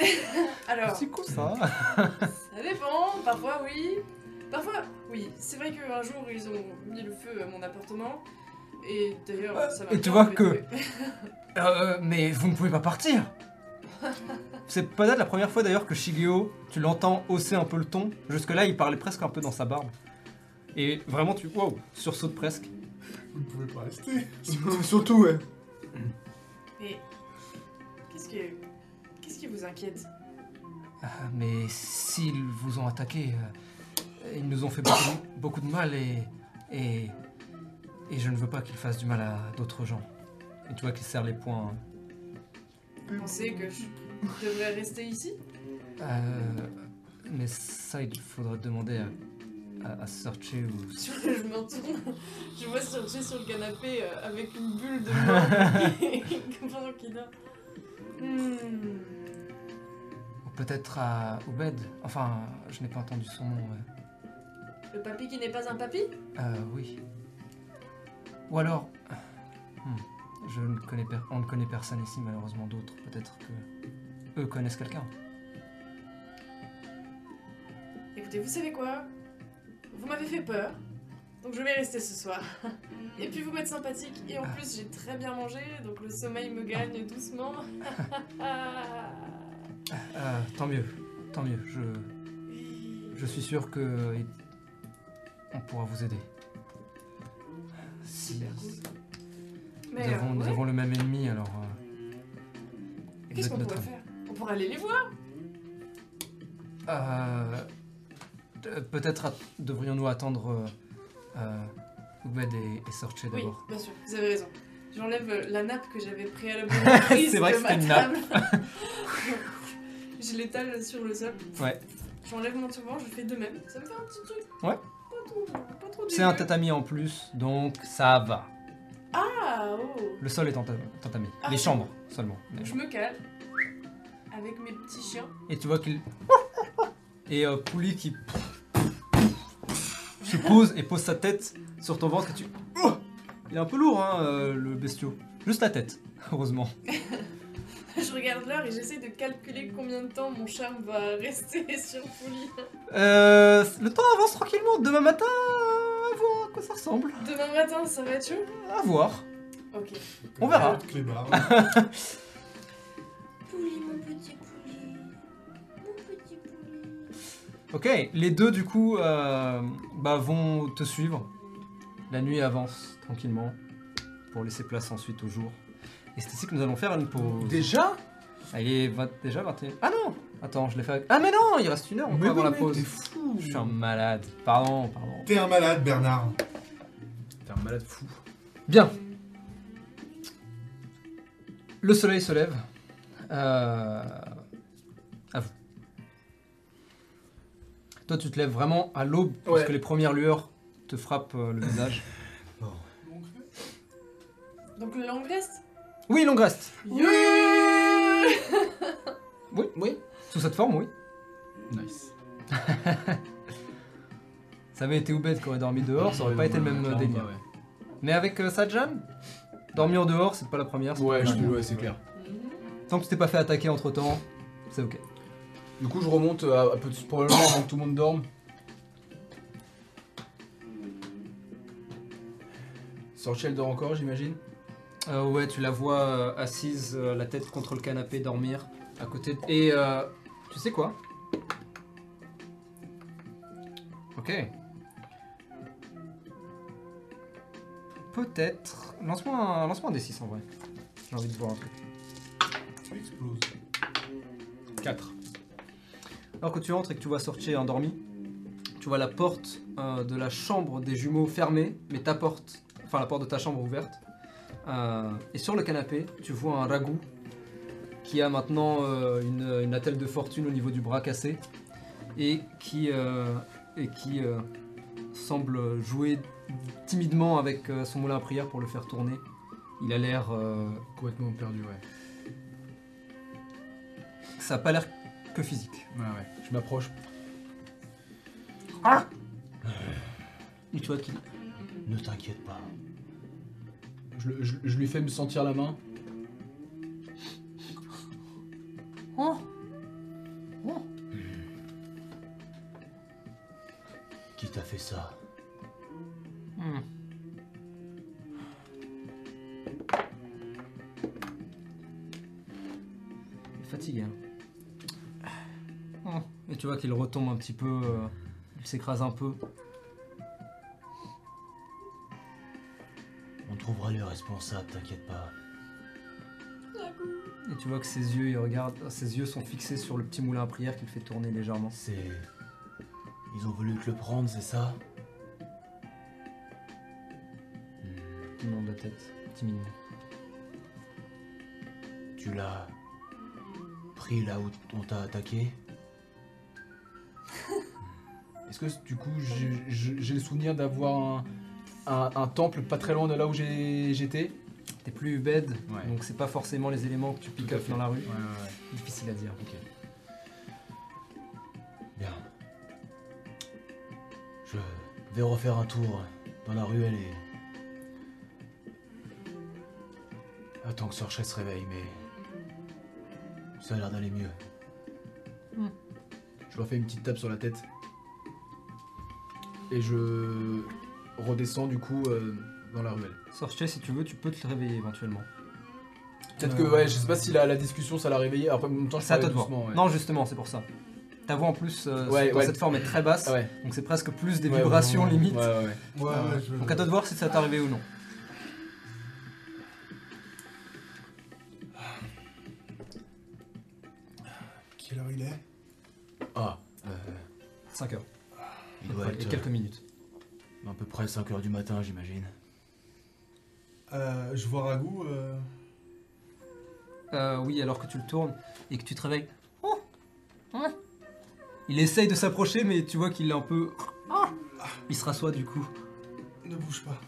Speaker 1: euh,
Speaker 5: Alors,
Speaker 1: C'est cool ça. hein.
Speaker 5: ça dépend, parfois oui, parfois oui. C'est vrai qu'un jour ils ont mis le feu à mon appartement, et
Speaker 1: Ah,
Speaker 5: d'ailleurs ça m'a
Speaker 1: et tu
Speaker 5: bien
Speaker 1: vois
Speaker 5: fait
Speaker 1: que-
Speaker 5: trouver.
Speaker 1: Euh, mais vous ne pouvez pas partir C'est peut-être la première fois d'ailleurs que Shigeo, tu l'entends hausser un peu le ton. Jusque-là, il parlait presque un peu dans sa barbe. Et vraiment, tu. Wow Sursaute presque.
Speaker 2: Vous ne pouvez pas rester.
Speaker 4: Surtout, ouais.
Speaker 5: Mais qu'est-ce que qu'est-ce qui vous inquiète
Speaker 1: Ah, mais s'ils vous ont attaqué, euh, ils nous ont fait beaucoup, beaucoup de mal et. Et. Et je ne veux pas qu'ils fassent du mal à d'autres gens. Et tu vois qu'il serre les poings. hein.
Speaker 5: Vous pensez que je devrais rester ici
Speaker 1: Euh, mais ça, il faudra demander à, à, à Search ou.
Speaker 5: Je me tourne, je vois Sergi sur le canapé euh, avec une bulle de mort pendant qu'il dort. Hmm.
Speaker 1: ou peut-être à Oubed. Enfin, je n'ai pas entendu son nom. ouais.
Speaker 5: Le papy qui n'est pas un papy
Speaker 1: Euh, oui. Ou alors. hmm, Je ne connais per- on ne connaît personne ici, malheureusement d'autres. Peut-être que eux connaissent quelqu'un.
Speaker 5: Écoutez, vous savez quoi Vous m'avez fait peur, donc je vais rester ce soir. Et puis vous m'êtes sympathique, et en plus j'ai très bien mangé, donc le sommeil me gagne doucement.
Speaker 1: Euh, tant mieux, tant mieux. Je, je suis sûr que euh, on pourra vous aider. Si
Speaker 5: Super cool.
Speaker 1: nous,
Speaker 5: Mais euh,
Speaker 1: avons, nous
Speaker 5: ouais,
Speaker 1: avons le même ennemi, alors. euh, vous
Speaker 5: qu'est-ce
Speaker 1: êtes
Speaker 5: qu'on
Speaker 1: notre
Speaker 5: pourrait
Speaker 1: ami.
Speaker 5: faire On pourrait aller les voir
Speaker 1: Euh, euh, Peut-être at- devrions-nous attendre euh, euh, Oubed et, et Sorche
Speaker 5: Oui,
Speaker 1: d'abord.
Speaker 5: bien sûr, vous avez raison. J'enlève euh, la nappe que j'avais préalablement
Speaker 1: C'est
Speaker 5: prise
Speaker 1: vrai
Speaker 5: de
Speaker 1: que
Speaker 5: ma
Speaker 1: c'était une
Speaker 5: table. je l'étale sur le sol.
Speaker 1: Ouais.
Speaker 5: J'enlève mon turban, je fais de même. Ça me fait un petit truc.
Speaker 1: Ouais.
Speaker 5: Pas trop, pas trop
Speaker 1: C'est un
Speaker 5: dégueu.
Speaker 1: tatami en plus, donc ça va.
Speaker 5: Ah, oh.
Speaker 1: Le sol est en ta- tatami.
Speaker 5: Ah.
Speaker 1: Les chambres seulement. Les
Speaker 5: Je
Speaker 1: chambres.
Speaker 5: me cale avec mes petits chiens.
Speaker 1: Et tu vois qu'il. Et euh, Pouli qui. se pose et pose sa tête sur ton ventre et tu. Oh Il est un peu lourd, hein, euh, le bestiau. Juste la tête, heureusement.
Speaker 5: Je regarde l'heure et j'essaie de calculer combien de temps mon charme va rester sur Fouli.
Speaker 1: Euh, le temps avance tranquillement. Demain matin, euh, à voir à quoi ça ressemble.
Speaker 5: Demain matin, ça va être chaud
Speaker 1: À voir.
Speaker 5: Ok.
Speaker 1: On verra.
Speaker 2: Claude Clébard.
Speaker 5: Pouli, mon petit pouli. Mon petit pouli.
Speaker 1: Ok, les deux du coup euh, bah, vont te suivre. La nuit avance tranquillement pour laisser place ensuite au jour. Et c'est ici que nous allons faire une pause.
Speaker 4: Déjà
Speaker 1: Ah, Il est vingt- déjà 21. Ah non Attends, je l'ai fait. avec- Ah mais non, il reste une heure encore
Speaker 4: Mais
Speaker 1: avant
Speaker 4: oui,
Speaker 1: la
Speaker 4: mec,
Speaker 1: pause.
Speaker 4: t'es fou.
Speaker 1: Je suis un malade. Pardon, pardon.
Speaker 2: T'es un malade, Bernard.
Speaker 4: T'es un malade fou.
Speaker 1: Bien. Le soleil se lève. Euh, À vous. Toi, tu te lèves vraiment à l'aube parce
Speaker 4: Ouais.
Speaker 1: que les premières lueurs te frappent euh, le visage.
Speaker 5: Donc le langue reste
Speaker 1: Oui, long reste.
Speaker 5: Yeah
Speaker 4: Oui
Speaker 1: Sous cette forme, oui.
Speaker 4: Nice.
Speaker 1: Ça avait été Oubed qui aurait dormi dehors, ça aurait pas été le même euh,
Speaker 4: Clairement
Speaker 1: délire.
Speaker 4: pas, ouais.
Speaker 1: Mais avec euh, Sajjan, dormir dehors, c'est pas la première. c'est
Speaker 4: Ouais,
Speaker 1: pas la
Speaker 4: je
Speaker 1: dernière.
Speaker 4: ouais, c'est clair.
Speaker 1: Tant que tu t'es pas fait attaquer entre temps, c'est ok.
Speaker 4: Du coup, je remonte à, à peu, probablement avant que tout le monde dorme. Sorchel dort encore, j'imagine.
Speaker 1: Euh, ouais, tu la vois euh, assise, euh, la tête contre le canapé, dormir à côté. de- Et euh, tu sais quoi Ok. Peut-être. Lance-moi un, lance-moi un D6 en vrai. J'ai envie de voir un truc.
Speaker 2: Tu exploses.
Speaker 1: 4. Alors que tu entres et que tu vois sortir endormi, tu vois la porte euh, de la chambre des jumeaux fermée, mais ta porte, enfin la porte de ta chambre ouverte. Euh, et sur le canapé, tu vois un ragoût qui a maintenant euh, une, une attelle de fortune au niveau du bras cassé et qui, euh, et qui euh, semble jouer timidement avec euh, son moulin à prière pour le faire tourner. Il a l'air euh,
Speaker 4: Complètement perdu, ouais.
Speaker 1: ça a pas l'air que physique.
Speaker 4: Ouais, ouais. Je m'approche.
Speaker 1: Et tu vois qu'il
Speaker 9: Ne t'inquiète pas.
Speaker 4: Je, le- je- je lui fais me sentir la main.
Speaker 1: Oh. Oh.
Speaker 9: Qui t'a fait ça
Speaker 1: Hmm. Il est fatigué. hein. Oh. Et tu vois qu'il retombe un petit peu, euh, il s'écrase un peu.
Speaker 9: On trouvera le responsable, t'inquiète pas.
Speaker 1: Et tu vois que ses yeux, il regarde, euh, ses yeux sont fixés sur le petit moulin à prière qu'il fait tourner légèrement.
Speaker 9: C'est. Ils ont voulu te le prendre, c'est ça Hmm.
Speaker 1: Il monte la tête, timidement.
Speaker 9: Tu l'as. pris là où on t'a attaqué
Speaker 4: Est-ce que du coup, j'ai- j'ai j'ai le souvenir d'avoir un, un- un temple pas très loin de là où j'ai- j'étais
Speaker 1: T'es plus bed,
Speaker 4: Ouais.
Speaker 1: donc c'est pas forcément les éléments que tu pick
Speaker 4: Tout à
Speaker 1: up
Speaker 4: fait.
Speaker 1: dans la rue.
Speaker 4: Ouais, ouais, ouais.
Speaker 1: Difficile à dire.
Speaker 9: Bien. Je vais refaire un tour dans la ruelle et. Attends que Sorchet se réveille, mais. Ça a l'air d'aller mieux.
Speaker 4: Je leur fais une petite tape sur la tête. Et je redescends du coup euh, dans la ruelle.
Speaker 1: Sorchez, si tu veux, tu peux te le réveiller éventuellement.
Speaker 4: Peut-être que,
Speaker 1: Euh,
Speaker 4: ouais, je sais pas si la, la discussion ça l'a réveillé. Après, en même temps, je
Speaker 1: C'est à
Speaker 4: parlais
Speaker 1: toi de voir.
Speaker 4: doucement, ouais.
Speaker 1: Non, justement, c'est pour ça. Ta voix en plus, euh,
Speaker 4: Ouais,
Speaker 1: dans
Speaker 4: ouais.
Speaker 1: cette forme est très basse,
Speaker 4: Ah ouais.
Speaker 1: donc c'est presque plus des
Speaker 4: Ouais,
Speaker 1: vibrations
Speaker 4: vraiment,
Speaker 1: limite.
Speaker 4: Ouais, ouais, ouais.
Speaker 2: Ouais, ouais, je.
Speaker 1: Donc à toi de voir si ça t'est arrivé ou non.
Speaker 2: Quelle heure il est
Speaker 9: Ah,
Speaker 1: 5 heures,
Speaker 9: il doit
Speaker 1: Ouais,
Speaker 9: être
Speaker 1: quelques minutes.
Speaker 9: euh, à peu près 5 heures du matin, j'imagine.
Speaker 2: Euh, Je vois Ragout. euh,
Speaker 1: Euh, oui, alors que tu le tournes et que tu te réveilles. Oh Ouais. Il essaye de s'approcher, mais tu vois qu'il est un peu. Ah Il se rassoit du coup.
Speaker 2: Ne bouge pas.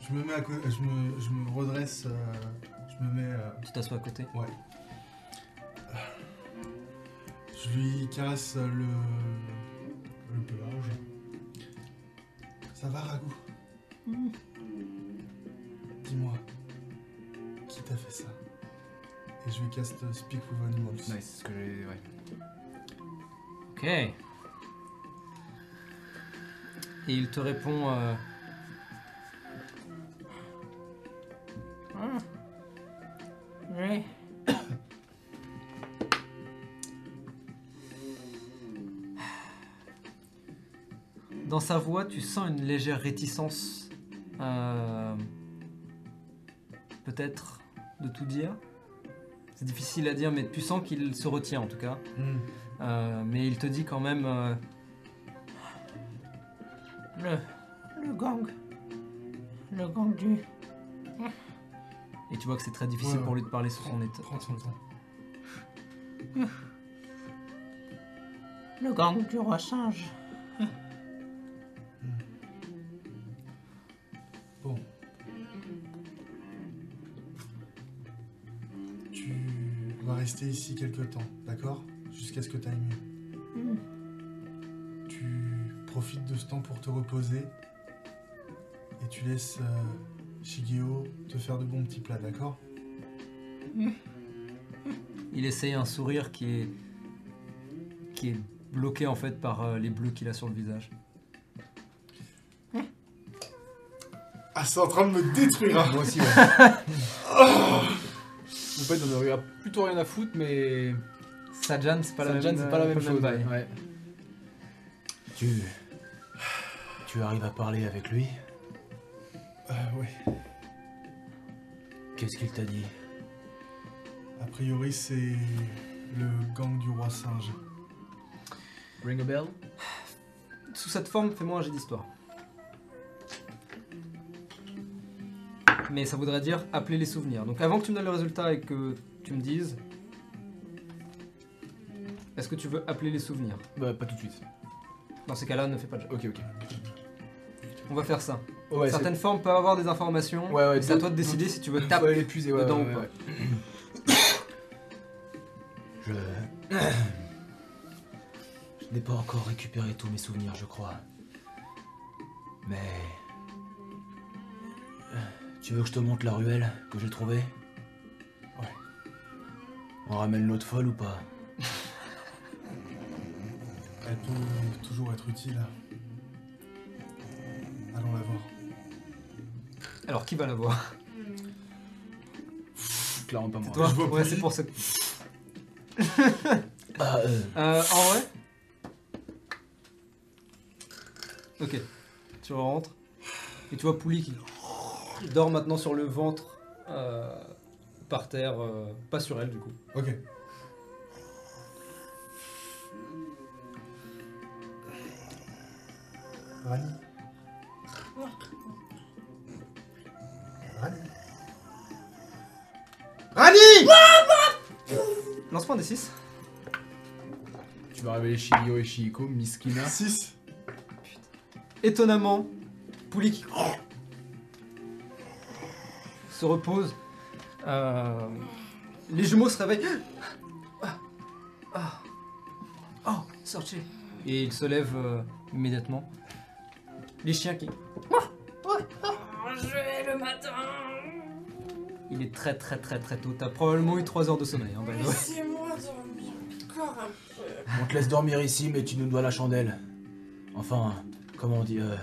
Speaker 2: Je me mets à côté. Je me, je me redresse. euh, Je me mets. euh,
Speaker 1: Tu t'assois à côté.
Speaker 2: Ouais. Je lui caresse euh, le. le pelage. Ça va, Ragout Dis-moi, qui t'a fait ça Et je lui casse euh, Speak with Animals.
Speaker 4: Nice, c'est ce que j'ai. Ouais.
Speaker 1: Ok. Et il te répond. euh, Dans sa voix, tu sens une légère réticence, euh, peut-être, de tout dire. C'est difficile à dire, mais tu sens qu'il se retient en tout cas.
Speaker 2: Hmm.
Speaker 1: Euh, mais il te dit quand même. euh,
Speaker 3: Le. Le gang. Le gang du.
Speaker 1: et tu vois que c'est très difficile
Speaker 2: Ouais,
Speaker 1: pour lui de parler sur son état.
Speaker 2: Prends ton temps.
Speaker 3: Le gang du roi singe.
Speaker 2: Bon. Tu vas rester ici quelque temps, d'accord Jusqu'à ce que t'ailles mieux. Tu profites de ce temps pour te reposer et tu laisses euh, Shigeo te faire de bons petits plats, d'accord
Speaker 1: Il essaye un sourire qui est. qui est bloqué en fait par euh, les bleus qu'il a sur le visage.
Speaker 2: Ah, c'est en train de me détruire hein.
Speaker 4: Moi aussi, ouais. en fait, on aurait plutôt rien à foutre, mais.
Speaker 1: Sajan, c'est pas, la
Speaker 4: Saint-Jean,
Speaker 1: même- euh,
Speaker 4: c'est pas la même
Speaker 1: pas le
Speaker 4: chose.
Speaker 1: bail.
Speaker 4: ouais.
Speaker 9: Tu. Tu arrives à parler avec lui
Speaker 2: Euh, ouais.
Speaker 9: Qu'est-ce qu'il t'a dit
Speaker 2: A priori, c'est le gang du roi singe.
Speaker 4: Ring a bell
Speaker 1: Sous cette forme, fais-moi un jet d'histoire. Mais ça voudrait dire appeler les souvenirs. Donc avant que tu me donnes le résultat et que tu me dises. Est-ce que tu veux appeler les souvenirs
Speaker 4: Bah, pas tout de suite.
Speaker 1: Dans ces cas-là, ne fais pas de jet.
Speaker 4: Ok, ok.
Speaker 1: On va faire ça.
Speaker 4: Ouais,
Speaker 1: Certaines formes peuvent avoir des informations.
Speaker 4: Ouais, ouais,
Speaker 1: et c'est à
Speaker 4: d'autres-
Speaker 1: toi de décider si tu veux
Speaker 4: c'est...
Speaker 1: taper
Speaker 4: Ouais, l'épuiser, ouais,
Speaker 1: dedans
Speaker 4: ouais,
Speaker 1: ou
Speaker 4: ouais.
Speaker 9: Je. je n'ai pas encore récupéré tous mes souvenirs, je crois. Mais. Tu veux que je te montre la ruelle que j'ai trouvée
Speaker 2: Ouais.
Speaker 9: On ramène l'autre folle ou pas
Speaker 2: Elle peut toujours être utile. Allons la voir.
Speaker 1: Alors qui va l'avoir
Speaker 4: Clairement pas moi.
Speaker 1: Toi
Speaker 2: je vois
Speaker 1: Ouais,
Speaker 2: pas
Speaker 1: c'est
Speaker 2: qui.
Speaker 1: pour ça. que-
Speaker 9: Ah, euh,
Speaker 1: Euh, en vrai Ok. Tu rentres. Et tu vois Pouli qui dort maintenant sur le ventre euh, par terre. euh, pas sur elle du coup.
Speaker 2: Ok. Rani. Rani. Rani
Speaker 1: Lance-moi un des 6.
Speaker 4: Tu vas révéler Shigio et Shihiko, Miskina.
Speaker 2: 6.
Speaker 1: Étonnamment, Pouli qui se repose. Euh, les jumeaux se réveillent. Ah, ah, Oh, sortez Et ils se lèvent euh, immédiatement. Les chiens qui.
Speaker 5: Oh, je vais le matin.
Speaker 1: Il est très très très très tôt. T'as probablement eu 3 heures de sommeil. Hein, by the way.
Speaker 5: Laissez-moi dormir encore un peu.
Speaker 9: on te laisse dormir ici, mais tu nous dois la chandelle. Enfin, comment on dit euh,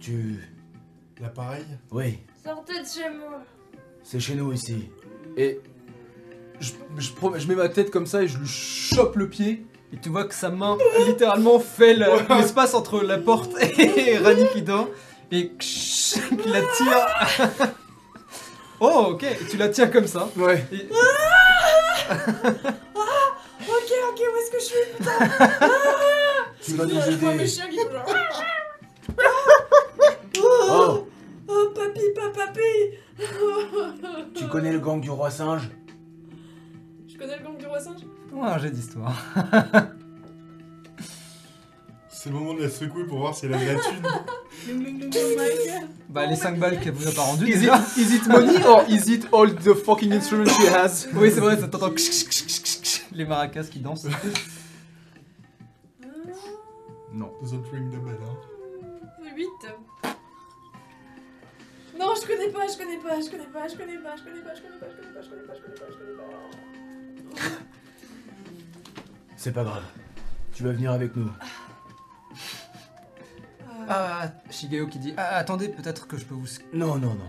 Speaker 9: Tu.
Speaker 2: L'appareil.
Speaker 9: Oui,
Speaker 5: Sortez de chez moi.
Speaker 9: c'est chez nous ici.
Speaker 4: Et. Je, je, promets- je mets ma tête comme ça et je lui chope le pied.
Speaker 1: Et tu vois que sa main littéralement fait le- l'espace entre la porte et Rani qui dort. Et qui la tire. oh ok, Et tu la tiens comme ça.
Speaker 4: Ouais.
Speaker 1: Et-
Speaker 5: Ok, ok, où est-ce que je suis Euh,
Speaker 9: Tu vas nous
Speaker 5: Je vois mes
Speaker 9: aider.
Speaker 5: chiens qui pleurent.
Speaker 9: Oh,
Speaker 5: Oh, papy, papa, papi.
Speaker 9: tu connais le gang du roi singe
Speaker 5: Je connais le gang du roi singe
Speaker 1: Fais-moi un jet d'histoire.
Speaker 2: C'est le moment de la secouer pour voir si elle a de la thune.
Speaker 1: Bah les 5 balles qu'elle vous a pas rendues
Speaker 4: Is it,
Speaker 1: déjà.
Speaker 4: is it money or is it all the fucking instruments she has
Speaker 1: Oui c'est vrai, ça t'entend les maracas qui dansent.
Speaker 5: Ah,
Speaker 4: Non.
Speaker 2: Doesn't ring the bell, hein.
Speaker 5: 8. Non, je connais pas, je connais pas, je connais pas, je connais pas, je connais pas, je connais pas, je connais pas, je connais pas, je connais pas, je connais pas.
Speaker 9: C'est pas grave. Tu vas venir avec nous.
Speaker 1: Ah, Shigeo qui dit ah, attendez peut-être que je peux vous...
Speaker 9: Non, non, non.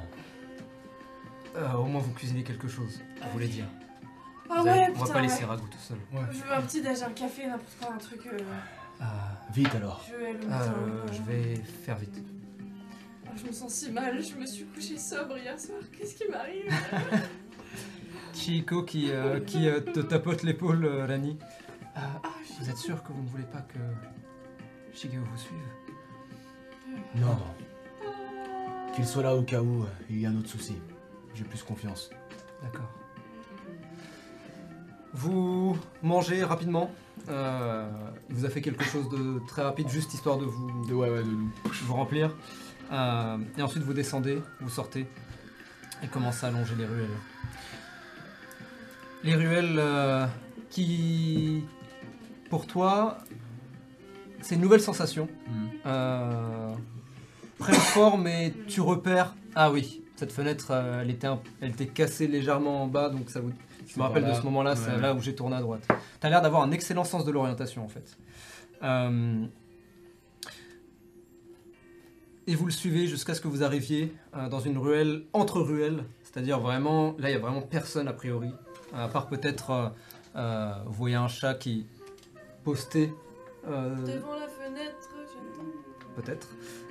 Speaker 1: euh, au moins vous cuisiner quelque chose, vous voulez dire.
Speaker 5: Ah
Speaker 1: Vous allez-
Speaker 5: ouais,
Speaker 1: on va pas
Speaker 5: putain,
Speaker 1: laisser
Speaker 5: ouais.
Speaker 1: Ragout tout seul.
Speaker 5: Je veux un petit déj, un café, n'importe quoi, un truc. euh,
Speaker 1: Ah,
Speaker 9: Vite alors.
Speaker 5: Je vais le
Speaker 1: ah,
Speaker 5: mettre en-
Speaker 1: euh, je vais faire vite.
Speaker 5: Ah, je me sens si mal, je me suis couchée sobre hier soir. Qu'est-ce qui m'arrive
Speaker 1: Chico qui, euh, qui euh, te tapote l'épaule, euh, Rani. Ah,
Speaker 5: Ah, je suis
Speaker 1: vous êtes sûr que vous ne voulez pas que Shigeo vous suive
Speaker 9: Non. Qu'il soit là au cas où euh, il y a un autre souci. J'ai plus confiance.
Speaker 1: D'accord. Vous mangez rapidement. Euh, il vous a fait quelque chose de très rapide, juste histoire de vous,
Speaker 4: De, ouais, ouais, de loup.
Speaker 1: vous remplir. Euh, et ensuite, vous descendez, vous sortez et commencez à longer les ruelles. Les ruelles euh, qui, pour toi, c'est une nouvelle sensation.
Speaker 4: Mhm.
Speaker 1: Euh, prennent forme et tu repères. Ah oui, cette fenêtre, euh, elle, était un- elle était cassée légèrement en bas, donc ça vous. Je
Speaker 4: C'est
Speaker 1: me rappelle
Speaker 4: par
Speaker 1: de
Speaker 4: là.
Speaker 1: ce moment-là, c'est
Speaker 4: Ouais.
Speaker 1: là où j'ai tourné à droite. T'as l'air d'avoir un excellent sens de l'orientation en fait. Euh, et vous le suivez jusqu'à ce que vous arriviez euh, dans une ruelle entre ruelles, c'est-à-dire vraiment, là il n'y a vraiment personne a priori, à part peut-être, euh, euh, vous voyez un chat qui postait, euh,
Speaker 5: Devant la fenêtre, j'attends.
Speaker 1: peut-être,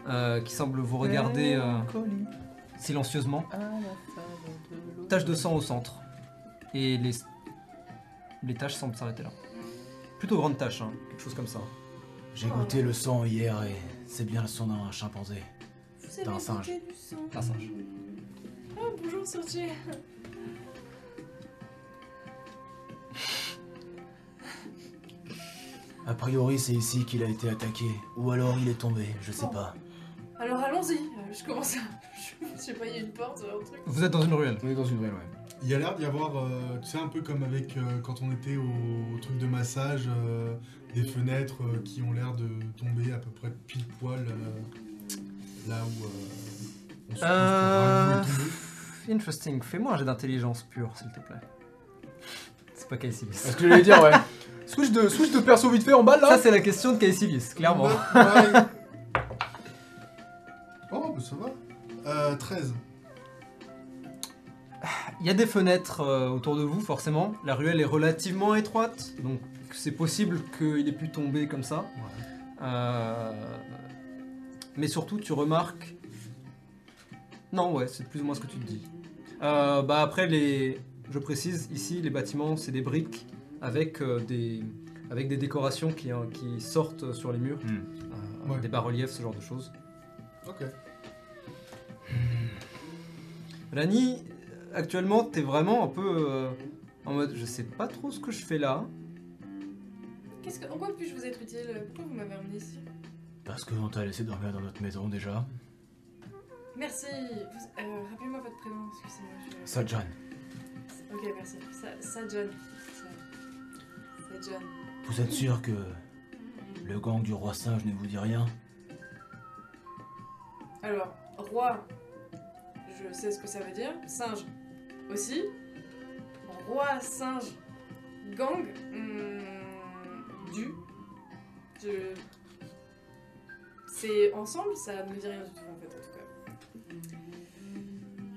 Speaker 1: euh, qui semble vous regarder euh, silencieusement. Tache de sang au centre, et les, les taches semblent s'arrêter là. Plutôt grande tache, hein, quelque chose comme ça.
Speaker 9: J'ai goûté le sang hier et c'est bien le sang d'un chimpanzé.
Speaker 5: Vous
Speaker 9: T'as un
Speaker 5: avez
Speaker 9: singe.
Speaker 5: goûté du sang.
Speaker 1: Un singe.
Speaker 5: Ah, bonjour, Sorcier.
Speaker 9: A priori, c'est ici qu'il a été attaqué. Ou alors il est tombé, je sais pas.
Speaker 5: Alors allons-y. Euh, Je commence à. Je sais pas, il y a une porte, un truc.
Speaker 1: Vous êtes dans une ruelle.
Speaker 4: On est dans une ruelle, ouais.
Speaker 2: Il y a l'air d'y avoir, euh, tu sais, un peu comme avec euh, quand on était au, au truc de massage, euh, des fenêtres euh, qui ont l'air de tomber à peu près pile poil euh, là où euh, on se trouve pour
Speaker 1: Euh,
Speaker 2: voir où est tombé.
Speaker 1: Interesting. Fais-moi un jet d'intelligence pure, s'il te plaît. C'est pas Caecilius.
Speaker 4: C'est ce que j'allais dire, ouais. Switch de, switch de perso vite fait en bas,
Speaker 1: Ça,
Speaker 4: là
Speaker 1: c'est la question de Caecilius, clairement.
Speaker 2: Ouais, ouais. oh, bah ça va. Euh, 13.
Speaker 1: Il y a des fenêtres euh, autour de vous, forcément. La ruelle est relativement étroite, donc c'est possible qu'il ait pu tomber comme ça. Euh, Mais surtout, tu remarques. Non, ouais, c'est plus ou moins ce que tu te dis. Euh, bah après, les... je précise, ici, les bâtiments, c'est des briques avec, euh, des... avec des décorations qui, hein, qui sortent sur les murs. Euh,
Speaker 2: Ouais.
Speaker 1: Des bas-reliefs, ce genre de choses.
Speaker 2: Ok.
Speaker 1: Rani, actuellement, t'es vraiment un peu euh, en mode je sais pas trop ce que je fais là.
Speaker 5: Qu'est-ce que. En quoi puis-je vous être utile Euh, Pourquoi vous m'avez amené ici
Speaker 9: Parce que on t'a laissé dormir dans notre maison déjà.
Speaker 5: Merci. Vous- euh, Rappelez-moi votre prénom, excusez-moi. je-
Speaker 9: Ça, John.
Speaker 5: Ok, merci. Ça, ça John. Ça, ça John.
Speaker 9: Vous êtes sûr que le gang du roi singe ne vous dit rien
Speaker 5: Alors, roi, je sais ce que ça veut dire. Singe, aussi. Roi, singe, gang, hmm, du. Je- C'est ensemble, ça ne me dit rien du tout en fait, en tout cas.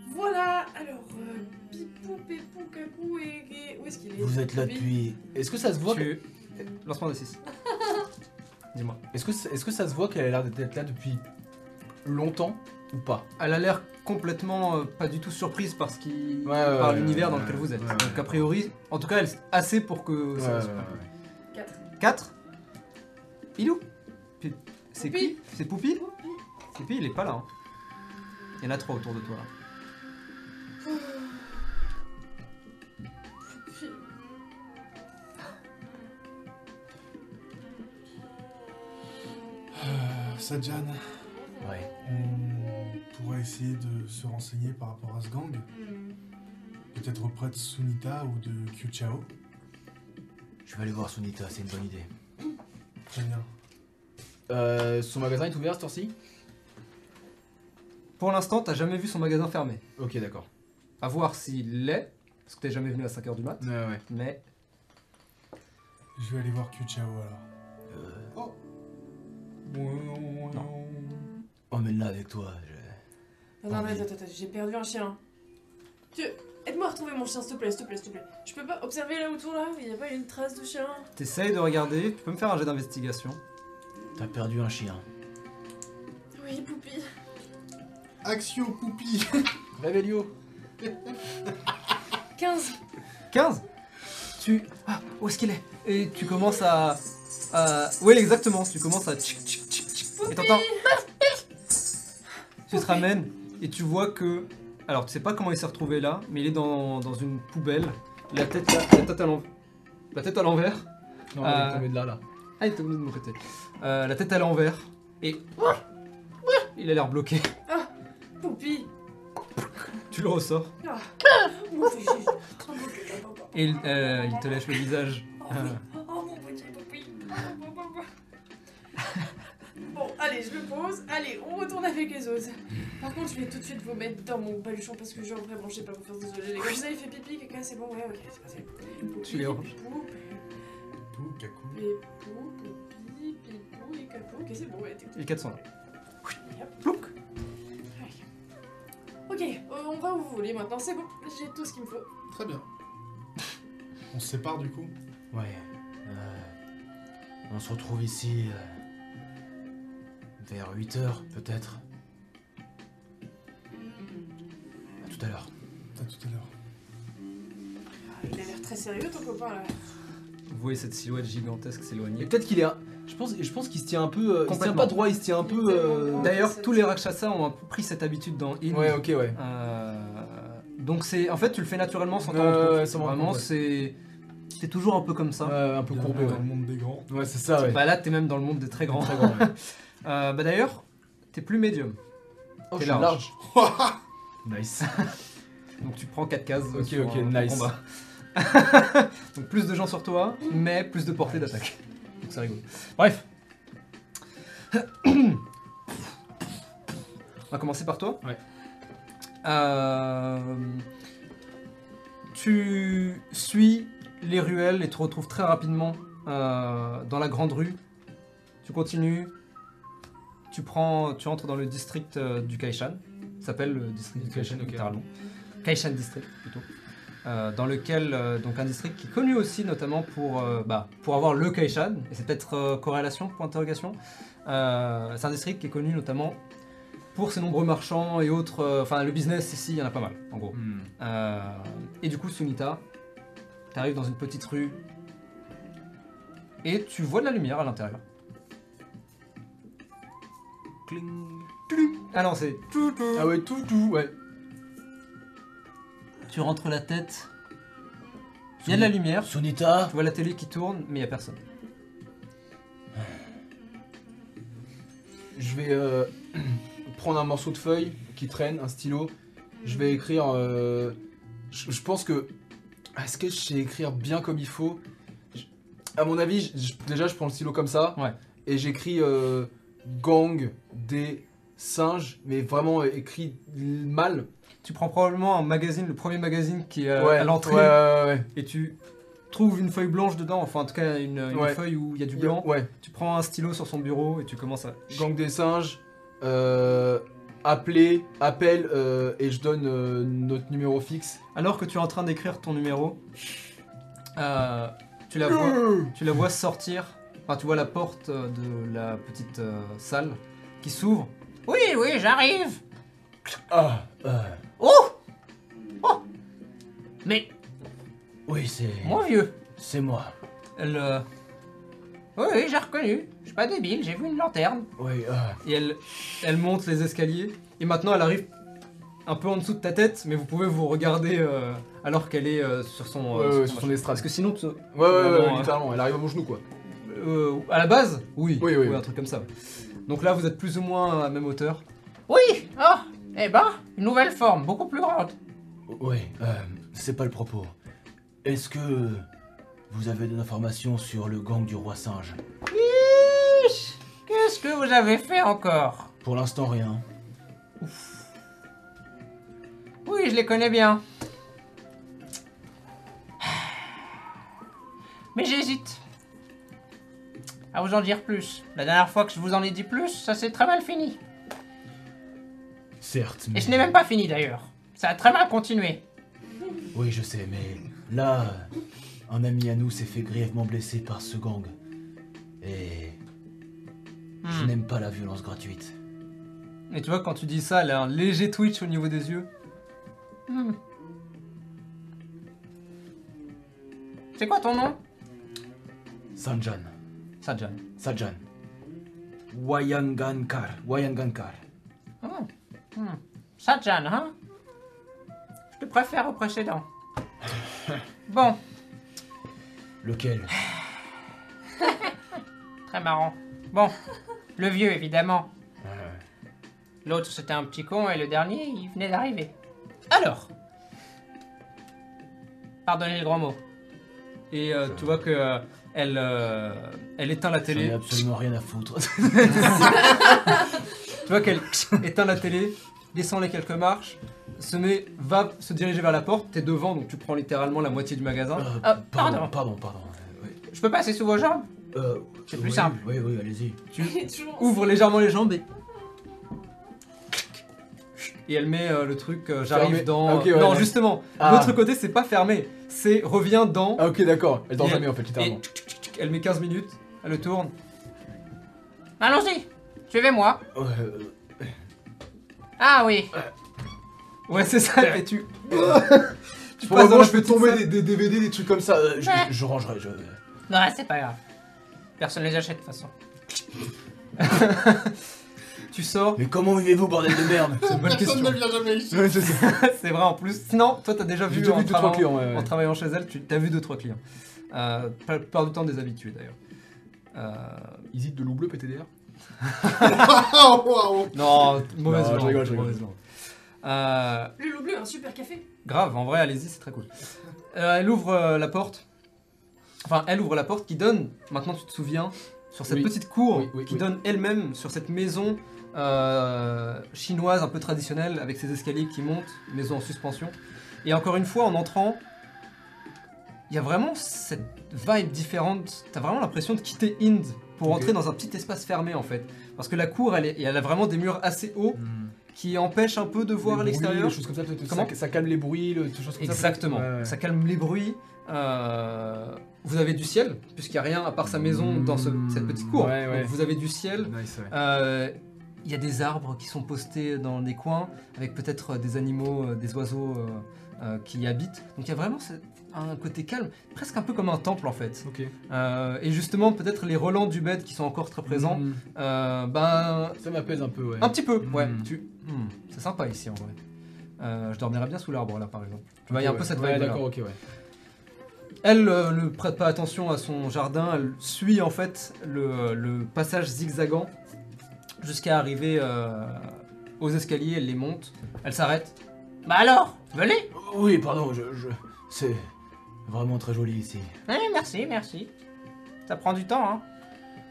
Speaker 5: Voilà, alors, euh, pipou, pépou, cacou, et, et- Où est-ce qu'il est
Speaker 9: Vous êtes là
Speaker 5: Bi-
Speaker 9: depuis.
Speaker 4: Est-ce que ça se voit que-
Speaker 1: Tu... Lancement de 6. Dis-moi.
Speaker 4: Est-ce que, est-ce que ça se voit qu'elle a l'air d'être là depuis longtemps ou pas
Speaker 1: Elle a l'air complètement euh, pas du tout surprise par, ce qui...
Speaker 4: Ouais, ouais,
Speaker 1: par
Speaker 4: ouais,
Speaker 1: l'univers dans
Speaker 4: ouais,
Speaker 1: lequel vous êtes.
Speaker 4: ouais, ouais.
Speaker 1: Donc a priori, en tout cas, elle... assez pour que...
Speaker 4: Ouais, ouais, ouais.
Speaker 5: 4.
Speaker 1: 4. Pilou Pi- C'est
Speaker 5: Poupi.
Speaker 1: qui C'est Poupi Poupi, il est pas là. hein. Il y en a trois autour de toi. là.
Speaker 2: Euh, Sadjan,
Speaker 9: Ouais.
Speaker 2: on pourrait essayer de se renseigner par rapport à ce gang. Peut-être auprès de Sunita ou de Kyuchao.
Speaker 9: Je vais aller voir Sunita, c'est une bonne idée.
Speaker 2: Très bien.
Speaker 4: Euh, son magasin est ouvert cette heure-ci
Speaker 1: Pour l'instant, t'as jamais vu son magasin fermé.
Speaker 4: Ok, d'accord.
Speaker 1: À voir s'il l'est, parce que t'es jamais venu à 5h du mat.
Speaker 4: Ouais, ouais.
Speaker 1: Mais
Speaker 2: Je vais aller voir Kyuchao alors.
Speaker 9: Euh,
Speaker 2: Non.
Speaker 9: Emmène-la avec toi. je-
Speaker 5: Non, non, mais attends, attends, attends, j'ai perdu un chien. Tu... Aide-moi à retrouver mon chien, s'il te plaît, s'il te plaît, s'il te plaît. Je peux pas observer là autour là Il n'y a pas une trace de chien
Speaker 1: t'essayes de regarder, tu peux me faire un jet d'investigation.
Speaker 9: T'as perdu un chien.
Speaker 5: Oui, Poupie.
Speaker 2: Axio Poupi.
Speaker 4: Révélio.
Speaker 5: 15.
Speaker 1: 15 Tu. Ah, où est-ce qu'il est Et tu commences à. à... Oui, exactement, tu commences à. tchic, tchic, tchic, tchic. Et t'entends. Tu te ramènes et tu vois que. Alors, tu sais pas comment il s'est retrouvé là, mais il est dans, dans une poubelle, la tête, la, la tête à l'envers. La tête à l'envers.
Speaker 4: Non,
Speaker 1: Euh.
Speaker 4: on est tombé de là, là.
Speaker 1: Ah, il est tombé de mon côté. Euh, la tête à l'envers et. Il a l'air bloqué.
Speaker 5: Poupie.
Speaker 1: Tu le ressors
Speaker 5: Ah. Mon petit- Oh, mon petit-
Speaker 1: et euh, il te lèche le visage.
Speaker 5: Oh oui. Oh, mon petit Poupie. Oh, bon, bon, bon. Bon, allez, je me pose. Allez, on retourne avec les autres. Par contre, je vais tout de suite vous mettre dans mon baluchon parce que genre vraiment, je sais pas vous faire désolé. Les gars, vous avez fait pipi, caca, c'est bon, ouais, ok, c'est parti.
Speaker 1: Tu les ranges.
Speaker 2: Pou, Kakou.
Speaker 5: Pipou, Poupi, Pipou et Capou. Ok, c'est bon, ouais, t'es
Speaker 1: Et le 400 là.
Speaker 5: Hop.
Speaker 1: Plouc
Speaker 5: Ok, euh, on va où vous voulez maintenant, c'est bon, j'ai tout ce qu'il me faut.
Speaker 2: Très bien. On se sépare du coup.
Speaker 9: Ouais. euh, on se retrouve ici euh, vers 8h peut-être. À tout à l'heure.
Speaker 2: À tout à l'heure.
Speaker 5: Ah, Il a l'air très sérieux ton copain là.
Speaker 1: Vous voyez cette silhouette gigantesque s'éloigner.
Speaker 4: Et peut-être qu'il est un... Je pense, je pense qu'il se tient un peu... euh, Il se tient
Speaker 1: Complètement.
Speaker 4: pas droit, il se tient un peu... euh,
Speaker 1: D'ailleurs, tous les Rakshasas ont un peu pris cette habitude dans Hind.
Speaker 4: Ouais, ok, ouais.
Speaker 1: Euh, donc c'est, en fait, tu le fais naturellement sans t'en
Speaker 4: Ouais,
Speaker 1: rendre compte.
Speaker 4: ouais, sans m'en rendre
Speaker 1: Vraiment,
Speaker 4: compte,
Speaker 1: c'est,
Speaker 4: ouais.
Speaker 1: t'es toujours un peu comme ça.
Speaker 4: Ouais, Euh, un peu courbé,
Speaker 2: Bienvenue dans le
Speaker 4: ouais.
Speaker 2: monde des grands.
Speaker 4: Ouais, c'est ça, Ah, ouais.
Speaker 1: Bah là, t'es même dans le monde des très grands.
Speaker 4: Très grand, ouais.
Speaker 1: Euh, bah d'ailleurs, t'es plus médium.
Speaker 4: Oh,
Speaker 1: T'es
Speaker 4: je suis
Speaker 1: large.
Speaker 4: large. nice.
Speaker 1: Donc tu prends 4 cases. euh,
Speaker 4: Ok,
Speaker 1: sur
Speaker 4: ok,
Speaker 1: un
Speaker 4: nice.
Speaker 1: combat. donc plus de gens sur toi, mais plus de portée d'attaque. Donc c'est rigolo. Bref. On va commencer par toi.
Speaker 4: Ouais.
Speaker 1: Euh, tu suis les ruelles et te retrouves très rapidement euh, dans la grande rue. Tu continues. Tu prends, tu entres dans le district euh, du Kaishan. Ça s'appelle le district du Kaishan,
Speaker 4: ok.
Speaker 1: littéralement. Kaishan District plutôt. Euh, dans lequel, euh, donc un district qui est connu aussi notamment pour, euh, bah, pour avoir le Kaishan, et c'est peut-être euh, corrélation, point d'interrogation. Euh, c'est un district qui est connu notamment pour ses nombreux marchands et autres, euh, enfin le business ici, il y en a pas mal en gros.
Speaker 4: Hmm.
Speaker 1: Euh, et du coup, Sunita, t'arrives dans une petite rue et tu vois de la lumière à l'intérieur. Cling. Tudum. Ah non, c'est. Tudum.
Speaker 4: Ah ouais, tout, tout, ouais.
Speaker 1: Tu rentres la tête. Il y a de la lumière.
Speaker 9: Sunita
Speaker 1: Tu vois la télé qui tourne, mais il y a personne.
Speaker 4: Je vais euh, prendre un morceau de feuille qui traîne, un stylo. Je vais écrire. euh, je, je pense que. Est-ce que je sais écrire bien comme il faut Je- À mon avis, je- je- déjà, je prends le stylo comme ça.
Speaker 1: Ouais.
Speaker 4: Et j'écris euh, gang des singes, mais vraiment euh, écrit mal.
Speaker 1: Tu prends probablement un magazine, le premier magazine qui est à,
Speaker 4: ouais,
Speaker 1: Euh, à l'entrée,
Speaker 4: Ouais, ouais, ouais.
Speaker 1: et tu trouves une feuille blanche dedans, enfin en tout cas une, une
Speaker 4: Ouais.
Speaker 1: feuille où il y a du blanc.
Speaker 4: Ouais.
Speaker 1: Tu prends un stylo sur son bureau et tu commences à.
Speaker 4: Gang des singes, euh, appeler, appel, euh, et je donne euh, notre numéro fixe.
Speaker 1: Alors que tu es en train d'écrire ton numéro, euh, tu, la vois, tu la vois sortir. Enfin, tu vois la porte euh, de la petite euh, salle qui s'ouvre. Oui, oui, j'arrive.
Speaker 9: Ah euh,
Speaker 1: Oh Oh Mais
Speaker 9: Oui, c'est.
Speaker 1: mon vieux
Speaker 9: C'est moi.
Speaker 1: Elle. euh, Oui, oui, j'ai reconnu. Je suis pas débile, j'ai vu une lanterne.
Speaker 9: Oui, euh,
Speaker 1: Et elle, elle monte les escaliers. Et maintenant, elle arrive un peu en dessous de ta tête, mais vous pouvez vous regarder euh, alors qu'elle est euh, sur son. euh,
Speaker 4: Ouais, ouais,
Speaker 1: sur son
Speaker 4: sur son
Speaker 1: machin.
Speaker 4: estrade.
Speaker 1: Parce que sinon, tu-
Speaker 4: Ouais, ouais, ouais,
Speaker 1: Vraiment, hein.
Speaker 4: littéralement, elle arrive à mon genou quoi.
Speaker 1: Euh, à la base oui.
Speaker 4: Oui, oui, oui.
Speaker 1: un truc comme ça. Donc là, vous êtes plus ou moins à la même hauteur.
Speaker 10: Oui Ah Eh ben, une nouvelle forme, beaucoup plus grande.
Speaker 9: oui, euh, c'est pas le propos. Est-ce que vous avez des informations sur le gang du roi singe
Speaker 10: Ish, Qu'est-ce que vous avez fait encore
Speaker 9: Pour l'instant, rien.
Speaker 10: Oui, je les connais bien. Mais j'hésite à vous en dire plus. La dernière fois que je vous en ai dit plus, ça s'est très mal fini.
Speaker 9: Certes, mais.
Speaker 10: Et ce n'est même pas fini d'ailleurs. Ça a très mal continué.
Speaker 9: Oui, je sais, mais là, euh, un ami à nous s'est fait grièvement blesser par ce gang. Et Je
Speaker 10: Hmm.
Speaker 9: n'aime pas la violence gratuite.
Speaker 1: Et tu vois, quand tu dis ça, elle a un léger twitch au niveau des yeux.
Speaker 10: Hmm. C'est quoi ton nom
Speaker 9: Sanjan.
Speaker 10: Sajan.
Speaker 9: Sajan. Wayangankar. Wayangankar.
Speaker 10: Oh. Hmm. Sajan, hein Je te préfère au précédent. Bon,
Speaker 9: Lequel
Speaker 10: très marrant. Bon, le vieux, évidemment.
Speaker 9: Euh,
Speaker 10: L'autre, c'était un petit con et le dernier, il venait d'arriver. Alors Pardonnez le grand mot.
Speaker 1: Et euh, tu vois que euh, elle, euh, elle éteint la
Speaker 9: J'en ai
Speaker 1: télé.
Speaker 9: absolument rien à foutre.
Speaker 1: Tu vois qu'elle éteint la télé, descend les quelques marches, se met, va se diriger vers la porte. T'es devant, donc tu prends littéralement la moitié du magasin.
Speaker 9: Euh,
Speaker 10: Ah, pardon.
Speaker 9: pardon, pardon, pardon. Euh, oui.
Speaker 10: Je peux passer sous vos jambes
Speaker 9: Euh,
Speaker 10: C'est plus
Speaker 9: oui,
Speaker 10: simple.
Speaker 9: Oui, oui, allez-y.
Speaker 5: Il est toujours-
Speaker 1: Ouvre légèrement les jambes et. Et elle met euh, le truc, euh, j'arrive
Speaker 4: Fermé.
Speaker 1: dans.
Speaker 4: Ok, ouais,
Speaker 1: non,
Speaker 4: ouais.
Speaker 1: justement,
Speaker 4: Ah.
Speaker 1: l'autre côté, c'est pas fermé, c'est revient dans.
Speaker 4: Ah ok d'accord, elle dort
Speaker 1: Et-
Speaker 4: jamais en fait
Speaker 1: et
Speaker 4: littéralement.
Speaker 1: elle met 15 minutes, elle le tourne.
Speaker 10: Allons-y Suivez-moi
Speaker 9: Euh,
Speaker 10: Ah oui
Speaker 1: Ouais, c'est ça, et tu. tu
Speaker 4: Pour le
Speaker 1: passes dans
Speaker 4: moment
Speaker 1: la
Speaker 4: je fais
Speaker 1: petite
Speaker 4: tomber
Speaker 1: salle.
Speaker 4: des, des DVD, des trucs comme ça.
Speaker 9: euh, je,
Speaker 10: Ouais.
Speaker 9: je rangerai. Je...
Speaker 10: Non, c'est pas grave. Personne les achète de toute façon.
Speaker 1: Tu sors,
Speaker 9: Mais comment vivez-vous, bordel de merde
Speaker 1: c'est une bonne
Speaker 2: Personne
Speaker 1: question.
Speaker 2: ne vient jamais ici.
Speaker 4: Ouais, c'est ça.
Speaker 1: c'est vrai en plus. Sinon, toi, t'as déjà
Speaker 4: J'ai
Speaker 1: vu, hein,
Speaker 4: déjà
Speaker 1: en,
Speaker 4: vu deux trois
Speaker 1: travaillant,
Speaker 4: clients. ouais, ouais.
Speaker 1: en travaillant chez elle, tu t'as vu 2-3 clients. Euh, la plupart du temps, des habitués d'ailleurs. Euh,
Speaker 4: Is it de loup bleu PTDR
Speaker 2: Waouh, waouh.
Speaker 1: Non, mauvaise
Speaker 4: Bah, je
Speaker 1: langue,
Speaker 4: rigole, je rigole.
Speaker 1: mauvaise langue. Euh,
Speaker 5: Le loup bleu, un super café.
Speaker 1: grave, en vrai, allez-y, c'est très cool. Euh, elle ouvre euh, la porte. Enfin, elle ouvre la porte qui donne, maintenant tu te souviens, sur cette
Speaker 4: Oui.
Speaker 1: petite cour
Speaker 4: Oui, oui,
Speaker 1: qui
Speaker 4: oui.
Speaker 1: donne elle-même sur cette maison euh, chinoise un peu traditionnelle avec ses escaliers qui montent, maison en suspension. Et encore une fois, en entrant, il y a vraiment cette vibe différente. T'as vraiment l'impression de quitter Inde pour
Speaker 4: Ok.
Speaker 1: entrer dans un petit espace fermé en fait. Parce que la cour, elle, est- elle a vraiment des murs assez hauts qui empêchent un peu de voir à
Speaker 4: Hmm. Les bruits,
Speaker 1: l'extérieur.
Speaker 4: les choses comme ça, peut-être,
Speaker 1: Comment
Speaker 4: ça, ça calme les bruits, le, des choses comme ça. peut-être.
Speaker 1: Exactement.
Speaker 4: Ouais, ouais.
Speaker 1: Ça calme les bruits. euh, vous avez du ciel, puisqu'il n'y a rien à part sa maison dans ce- cette petite cour.
Speaker 4: Ouais, ouais.
Speaker 1: Donc vous avez du ciel.
Speaker 4: Nice, ouais.
Speaker 1: euh, Il y a des arbres qui sont postés dans des coins, avec peut-être des animaux, euh, des oiseaux euh, euh, qui y habitent. Donc il y a vraiment ce- un côté calme, presque un peu comme un temple en fait.
Speaker 4: Ok.
Speaker 1: Euh, et justement, peut-être les relents du bed qui sont encore très présents,
Speaker 4: Mm.
Speaker 1: euh, ben,
Speaker 4: Ça m'apaise un peu, ouais.
Speaker 1: un petit peu, ouais.
Speaker 4: Mm.
Speaker 1: Tu... Hmm, c'est sympa ici en vrai. Euh, je dormirais bien sous l'arbre là par exemple. Tu vois, Bah, il y a un
Speaker 4: Ouais.
Speaker 1: peu cette
Speaker 4: Ouais,
Speaker 1: vibe là.
Speaker 4: d'accord, ok, ouais.
Speaker 1: Elle euh, ne prête pas attention à son jardin, elle suit en fait le, le passage zigzagant jusqu'à arriver euh, aux escaliers, elle les monte, elle s'arrête.
Speaker 10: Bah alors Venez
Speaker 9: Oui, pardon, je. je... C'est vraiment très joli ici.
Speaker 10: Eh, Merci, merci. Ça prend du temps, hein.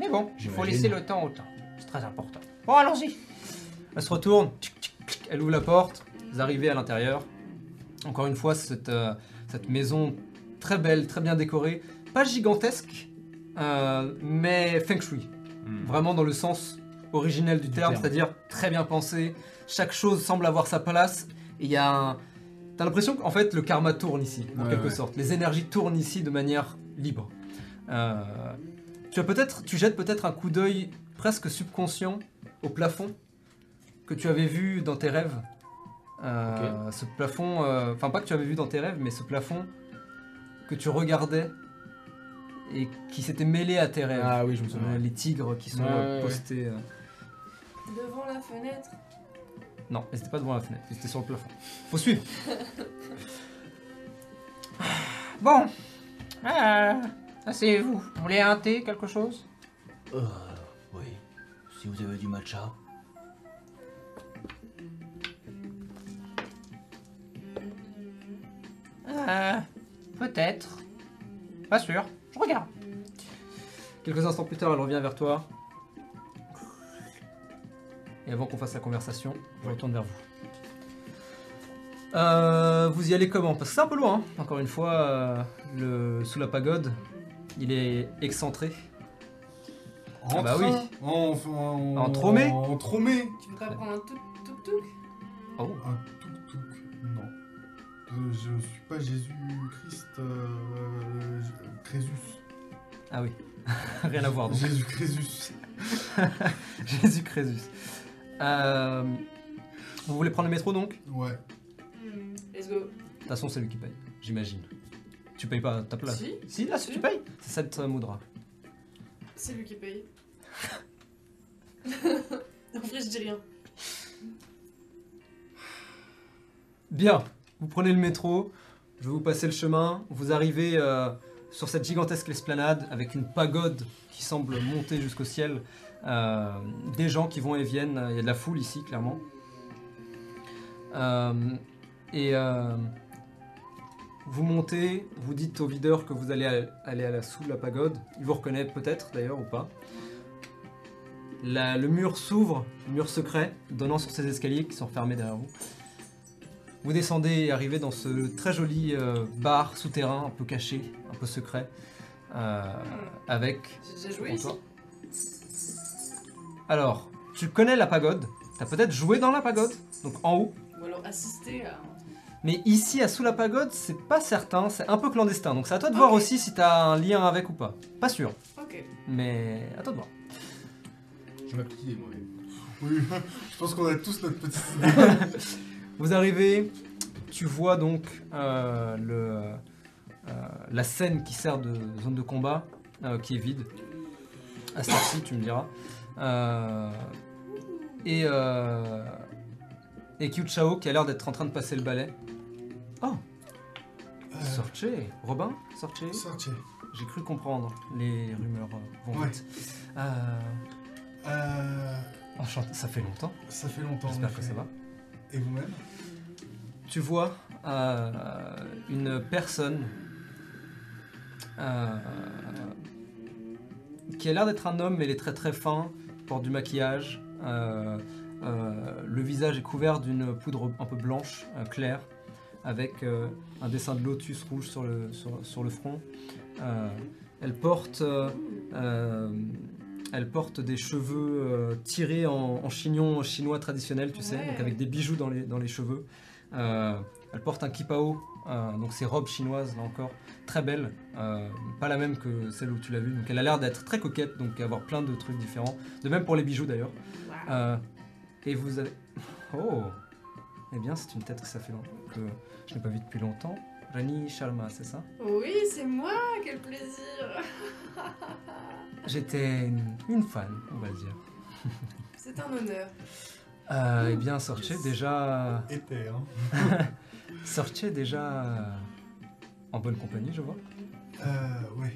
Speaker 10: Mais bon, il faut
Speaker 9: J'imagine.
Speaker 10: laisser le temps au temps. C'est très important. Bon, allons-y
Speaker 1: Elle se retourne, tchic, tchic, tchic, elle ouvre la porte, vous arrivez à l'intérieur. Encore une fois, cette, euh, cette maison très belle, très bien décorée, pas gigantesque, euh, mais feng shui. Vraiment dans le sens originel du, terme,
Speaker 4: Hmm. terme.
Speaker 1: c'est-à-dire très bien pensé, chaque chose semble avoir sa place, et il y a un... T'as l'impression qu'en fait le karma tourne ici, en
Speaker 4: Ouais,
Speaker 1: quelque
Speaker 4: ouais.
Speaker 1: sorte. Les énergies tournent ici de manière libre. Euh, tu, as peut-être, tu jettes peut-être un coup d'œil presque subconscient au plafond que tu avais vu dans tes rêves. Euh, Ce plafond, euh, enfin pas que tu avais vu dans tes rêves, mais ce plafond que tu regardais et qui s'était mêlé à tes rêves.
Speaker 4: Ah oui, je me
Speaker 1: Euh,
Speaker 4: souviens.
Speaker 1: les tigres qui sont
Speaker 4: Ouais,
Speaker 1: euh,
Speaker 4: ouais,
Speaker 1: postés. euh,
Speaker 5: Devant la fenêtre.
Speaker 1: Non, mais c'était pas devant la fenêtre, c'était sur le plafond. Faut suivre.
Speaker 10: Bon. Euh, Asseyez-vous. Vous voulez un thé, quelque chose
Speaker 9: Euh, oui. Si vous avez du matcha.
Speaker 10: Euh, Peut-être. Pas sûr. Je regarde.
Speaker 1: Quelques instants plus tard, elle revient vers toi. Et avant qu'on fasse la conversation, je retourne vers vous. Euh, vous y allez comment Parce que c'est un peu loin. hein. Encore une fois, euh, le, sous la pagode, il est excentré.
Speaker 2: En
Speaker 1: Ah bah oui.
Speaker 2: train, En, en,
Speaker 1: En tromé.
Speaker 2: En tromé.
Speaker 5: Tu veux pas prendre un tuk-tuk
Speaker 2: Un tuk-tuk. Non. Euh, Je suis pas Jésus-Christ. Euh, Crésus.
Speaker 1: Ah oui, rien à voir. donc.
Speaker 2: Jésus-Crésus.
Speaker 1: Jésus Crésus. Euh, vous voulez prendre le métro donc
Speaker 2: Ouais.
Speaker 5: Hmm, Let's go.
Speaker 1: De toute façon, c'est lui qui paye, j'imagine. Tu payes pas ta place.
Speaker 5: Si,
Speaker 1: Si, là, si tu payes C'est cette euh, moudra.
Speaker 5: c'est lui qui paye. en vrai, je dis rien.
Speaker 1: Bien, vous prenez le métro, je vais vous passer le chemin, vous arrivez euh, sur cette gigantesque esplanade avec une pagode qui semble monter jusqu'au ciel, euh, des gens qui vont et viennent, il y a de la foule ici clairement. Euh, et euh, vous montez, vous dites au videur que vous allez à- aller à la, sous la pagode, il vous reconnaît peut-être d'ailleurs ou pas. La- le mur s'ouvre, le mur secret, donnant sur ces escaliers qui sont fermés derrière vous. Vous descendez et arrivez dans ce très joli euh, bar souterrain, un peu caché, un peu secret, euh, avec...
Speaker 5: J'ai déjà joué ici.
Speaker 1: Bonsoir. Alors, tu connais la pagode, t'as peut-être joué dans la pagode, donc en haut,
Speaker 5: Ou alors assister à.
Speaker 1: mais ici, à Sous la Pagode, c'est pas certain, c'est un peu clandestin, donc c'est à toi de
Speaker 5: Ok.
Speaker 1: voir aussi si t'as un lien avec ou pas. Pas sûr,
Speaker 5: Ok.
Speaker 1: mais à toi de voir.
Speaker 6: Je m'applique les moi-même.
Speaker 2: Oui, je pense qu'on a tous notre petite idée.
Speaker 1: Vous arrivez, tu vois donc euh, le, euh, la scène qui sert de zone de combat, euh, qui est vide. À cette heure-ci, tu me diras. Euh, et euh, et Qiu Chao qui a l'air d'être en train de passer le balai.
Speaker 2: Euh,
Speaker 1: Sorche, Robin, Sorche.
Speaker 2: sorti.
Speaker 1: J'ai cru comprendre, les rumeurs euh, vont
Speaker 2: Ouais.
Speaker 1: vite. Euh,
Speaker 2: Euh,
Speaker 1: enchanté, ça fait longtemps,
Speaker 2: ça fait longtemps. en
Speaker 1: j'espère que
Speaker 2: effet.
Speaker 1: ça va.
Speaker 2: Et vous-même
Speaker 1: Tu vois euh, une personne euh, qui a l'air d'être un homme, mais il est très très fin, porte du maquillage, euh, euh, le visage est couvert d'une poudre un peu blanche, euh, claire, avec euh, un dessin de lotus rouge sur le, sur, sur le front. Euh, elle porte... euh, euh, elle porte des cheveux euh, tirés en, en chignon chinois traditionnel, tu sais,
Speaker 5: Ouais.
Speaker 1: donc avec des bijoux dans les, dans les cheveux. Euh, elle porte un kippao, euh, donc ses robes chinoises, là encore, très belle, euh, pas la même que celle où tu l'as vue. Donc elle a l'air d'être très coquette, donc avoir plein de trucs différents. De même pour les bijoux d'ailleurs.
Speaker 5: Waouh.
Speaker 1: Euh, et vous avez. Oh Eh bien, c'est une tête que ça fait longtemps que je n'ai pas vue depuis longtemps. Rani Sharma, c'est ça
Speaker 5: Oui, c'est moi, quel plaisir.
Speaker 1: J'étais une, une fan, on va le dire.
Speaker 5: C'est un honneur.
Speaker 1: Euh, eh bien, Sorche, déjà.
Speaker 2: Été, hein.
Speaker 1: Sorche, déjà. euh, En bonne compagnie, je vois.
Speaker 2: Euh, oui.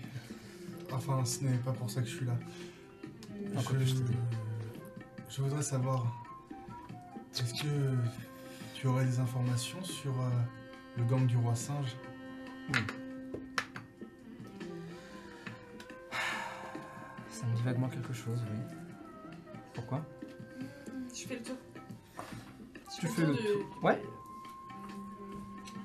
Speaker 2: Enfin, ce n'est pas pour ça que je suis là.
Speaker 1: Encore plus, je t'ai dit.
Speaker 2: je voudrais savoir, est-ce que tu aurais des informations sur euh, le gang du roi singe
Speaker 1: Ça me dit vaguement quelque chose, oui. Pourquoi
Speaker 5: Je fais le tour. Je
Speaker 1: Tu fais le
Speaker 5: du-
Speaker 1: Ouais.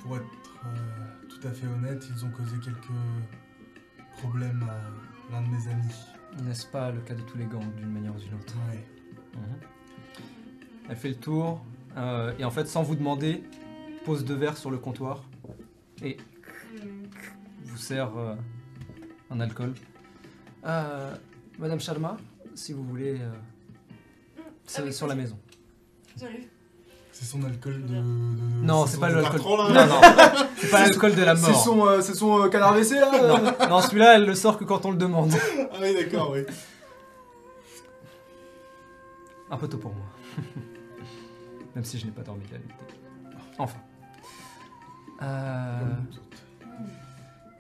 Speaker 2: Pour être euh, tout à fait honnête, ils ont causé quelques problèmes à l'un de mes amis.
Speaker 1: N'est-ce pas le cas de tous les gangs d'une manière ou d'une autre
Speaker 2: Ouais.
Speaker 1: Mhm. Elle fait le tour euh, et en fait, sans vous demander, pose deux verres sur le comptoir,
Speaker 5: Hmm.
Speaker 1: vous sert euh, un alcool. Euh, Madame Sharma, si vous voulez, euh, c'est
Speaker 5: Avec
Speaker 1: sur la
Speaker 5: plaisir.
Speaker 1: maison.
Speaker 5: J'arrive.
Speaker 2: C'est son alcool de. de-
Speaker 1: Non, c'est pas le alcool. Non, non, c'est pas l'alcool de la
Speaker 4: C'est
Speaker 1: mort.
Speaker 4: son, euh, c'est son euh, canard WC là euh
Speaker 1: Non, celui-là, elle le sort que quand on le demande.
Speaker 2: Ah oui, d'accord, oui.
Speaker 1: Un peu tôt pour moi. Même si je n'ai pas dormi la nuit. Enfin. Euh,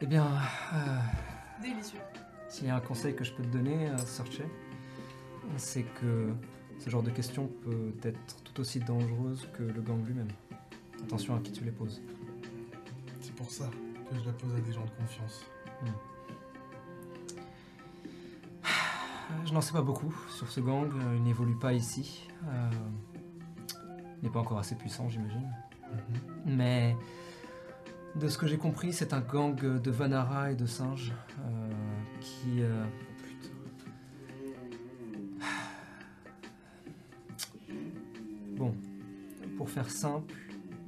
Speaker 1: eh bien, euh,
Speaker 5: Délicieux.
Speaker 1: s'il y a un conseil que je peux te donner, euh, Sorche, c'est que ce genre de question peut être tout aussi dangereuse que le gang lui-même. Attention à qui tu les poses.
Speaker 2: C'est pour ça que je la pose à des gens de confiance.
Speaker 1: Euh, Je n'en sais pas beaucoup sur ce gang, euh, il n'évolue pas ici. Euh, il n'est pas encore assez puissant, j'imagine. Mais de ce que j'ai compris, c'est un gang de Vanara et de singes euh, qui. euh, Bon, pour faire simple,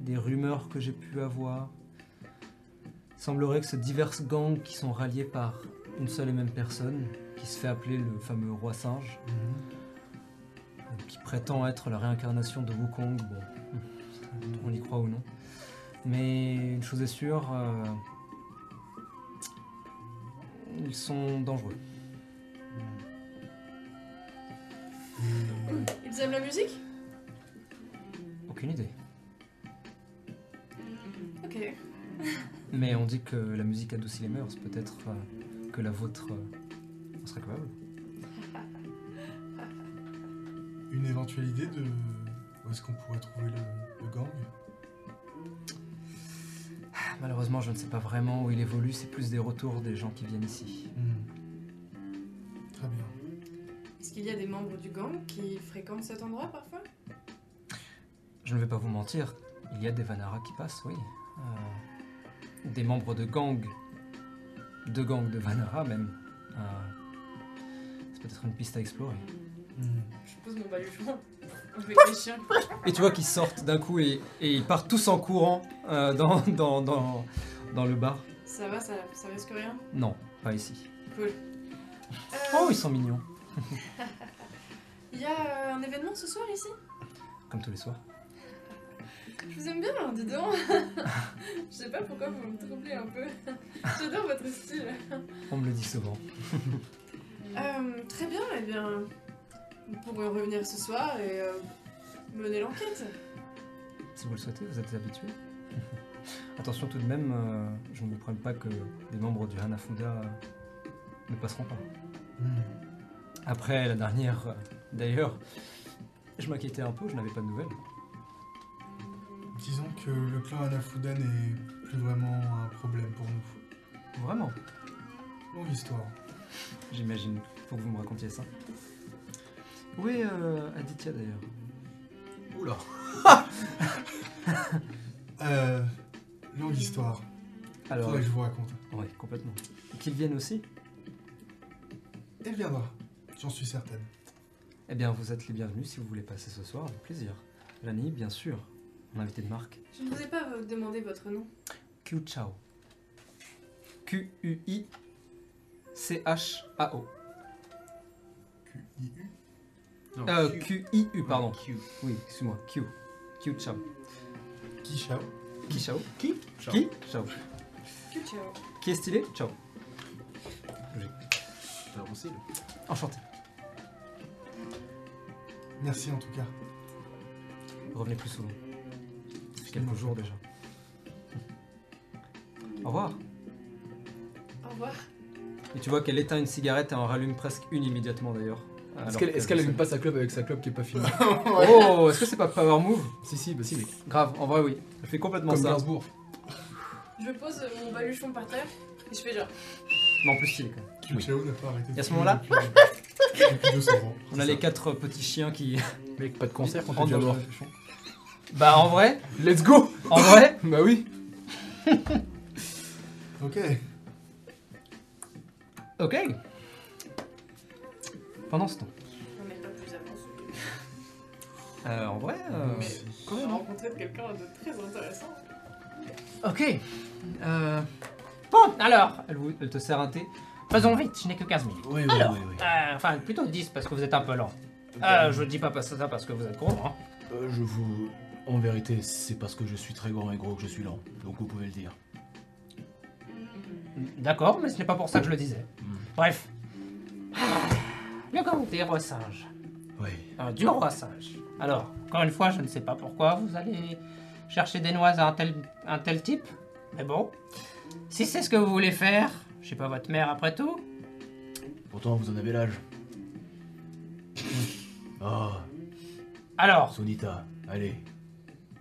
Speaker 1: des rumeurs que j'ai pu avoir, il semblerait que ce divers gangs qui sont ralliés par une seule et même personne qui se fait appeler le fameux roi singe, euh, qui prétend être la réincarnation de Wukong. Bon, on y croit ou non. Mais une chose est sûre, euh, ils sont dangereux.
Speaker 5: Ils aiment la musique
Speaker 1: Aucune idée.
Speaker 5: Ok.
Speaker 1: Mais on dit que la musique adoucit les mœurs, peut-être euh, que la vôtre euh, en serait capable.
Speaker 2: Une éventuelle idée de où est-ce qu'on pourrait trouver le, le gang
Speaker 1: Ah, Malheureusement, je ne sais pas vraiment où il évolue, c'est plus des retours des gens qui viennent ici.
Speaker 2: Très bien.
Speaker 5: Est-ce qu'il y a des membres du gang qui fréquentent cet endroit parfois
Speaker 1: Je ne vais pas vous mentir, il y a des Vanara qui passent, oui. Euh, des membres de gangs, de gangs de Vanara même. Euh, c'est peut-être une piste à explorer.
Speaker 5: Je pose mon baluchon avec les chiens.
Speaker 1: Et tu vois qu'ils sortent d'un coup et, et ils partent tous en courant euh, dans, dans, dans, dans le bar.
Speaker 5: Ça va, ça, ça risque rien
Speaker 1: Non, pas ici.
Speaker 5: Cool. Euh,
Speaker 1: Oh, ils sont mignons,
Speaker 5: Il y a euh, un événement ce soir ici
Speaker 1: comme tous les soirs.
Speaker 5: Je vous aime bien, dis donc Je sais pas pourquoi vous me troublez un peu. J'adore votre style.
Speaker 1: On me le dit souvent.
Speaker 5: Euh, très bien, eh bien, vous pourrez revenir ce soir et euh, mener l'enquête.
Speaker 1: Si vous le souhaitez, vous êtes habitué. Attention tout de même, euh, je ne vous prenne pas que des membres du Hanafuda euh, ne passeront pas. Hmm. Après la dernière, euh, d'ailleurs, je m'inquiétais un peu, je n'avais pas de nouvelles.
Speaker 2: Disons que le clan Anafuda n'est plus vraiment un problème pour nous.
Speaker 1: Vraiment,
Speaker 2: Longue histoire.
Speaker 1: j'imagine, faut que vous me racontiez ça. Où est euh, Aditya d'ailleurs
Speaker 4: Oula.
Speaker 2: Euh,
Speaker 1: Hmm.
Speaker 2: longue histoire.
Speaker 1: Alors, euh,
Speaker 2: Faudrait que je vous raconte.
Speaker 1: ouais, complètement. Qu'ils viennent aussi
Speaker 2: Elle viendra. Eh bah, J'en suis certaine.
Speaker 1: Eh bien, vous êtes les bienvenus si vous voulez passer ce soir, avec plaisir. Lani, bien sûr, mon invité de marque.
Speaker 5: Je ne vous ai pas euh, demandé votre nom.
Speaker 1: Q Chao. Q U I C H A O.
Speaker 2: IU.
Speaker 4: Non,
Speaker 1: Euh,
Speaker 4: Q.
Speaker 1: Q I U pardon. Oui, excuse-moi. Q. Q Chao.
Speaker 2: Qui ciao.
Speaker 1: Qui Chao Qui
Speaker 4: Chao.
Speaker 1: Qui Chao.
Speaker 5: Culture.
Speaker 1: Qui est stylé Chao.
Speaker 4: T'as avancé, là.
Speaker 1: Enchanté.
Speaker 2: Merci en tout cas.
Speaker 1: Revenez plus souvent. C'est quelques jours déjà. Au revoir.
Speaker 5: Au revoir.
Speaker 1: Et tu vois qu'elle éteint une cigarette et en rallume presque une immédiatement d'ailleurs.
Speaker 4: Est-ce
Speaker 1: Alors
Speaker 4: qu'elle
Speaker 1: que
Speaker 4: est-ce qu'elle
Speaker 1: je
Speaker 4: allume
Speaker 1: sais-
Speaker 4: pas sa clope avec sa clope qui est pas finie
Speaker 1: Oh, est-ce que c'est pas Power Move
Speaker 4: Si, si, bah si, mec.
Speaker 1: Grave, en vrai oui. Je fais complètement
Speaker 4: Comme
Speaker 1: ça.
Speaker 4: Gainsbourg.
Speaker 5: Je pose euh, mon baluchon par terre et je fais genre.
Speaker 1: Mais en plus stylé quand même.
Speaker 2: Qui ciao n'a pas arrêté. de
Speaker 1: Et à ce
Speaker 2: fumer
Speaker 1: moment-là,
Speaker 2: depuis- depuis 200 ans.
Speaker 1: On a les quatre petits chiens qui
Speaker 4: Mec, pas de concert quand
Speaker 1: rentrent
Speaker 4: t'es
Speaker 1: dans
Speaker 4: déjà
Speaker 1: le
Speaker 4: mort.
Speaker 1: baluchon. Bah en vrai,
Speaker 4: Let's go
Speaker 1: en vrai,
Speaker 4: Bah oui
Speaker 2: Ok.
Speaker 1: ok. Pendant ce temps,
Speaker 5: Non, mais pas plus avancé.
Speaker 1: euh, en vrai, euh,
Speaker 5: Mais j'ai rencontré quelqu'un de très intéressant.
Speaker 1: ok. Euh,
Speaker 10: Bon, alors,
Speaker 1: elle, vous- elle te sert un thé.
Speaker 10: faisons vite, je n'ai que 15 minutes.
Speaker 9: Oui, oui,
Speaker 10: Alors,
Speaker 9: oui. oui.
Speaker 10: euh, enfin, plutôt 10 parce que vous êtes un peu lent. Euh, je dis pas pas ça parce que vous êtes gros, hein.
Speaker 9: Euh, je vous. En vérité, c'est parce que je suis très grand et gros que je suis lent. Donc vous pouvez le dire.
Speaker 1: Mm.
Speaker 10: D'accord, mais ce n'est pas pour ça que je le disais.
Speaker 9: Mm.
Speaker 10: Bref. Ah, Le gang des rois singes.
Speaker 9: Oui.
Speaker 10: Un du roi singe. Alors, encore une fois, je ne sais pas pourquoi vous allez chercher des noises à un tel, un tel type. Mais bon. Si c'est ce que vous voulez faire, je suis pas votre mère après tout.
Speaker 9: Pourtant, vous en avez l'âge. Oh,
Speaker 10: Alors,
Speaker 9: Sonita, allez.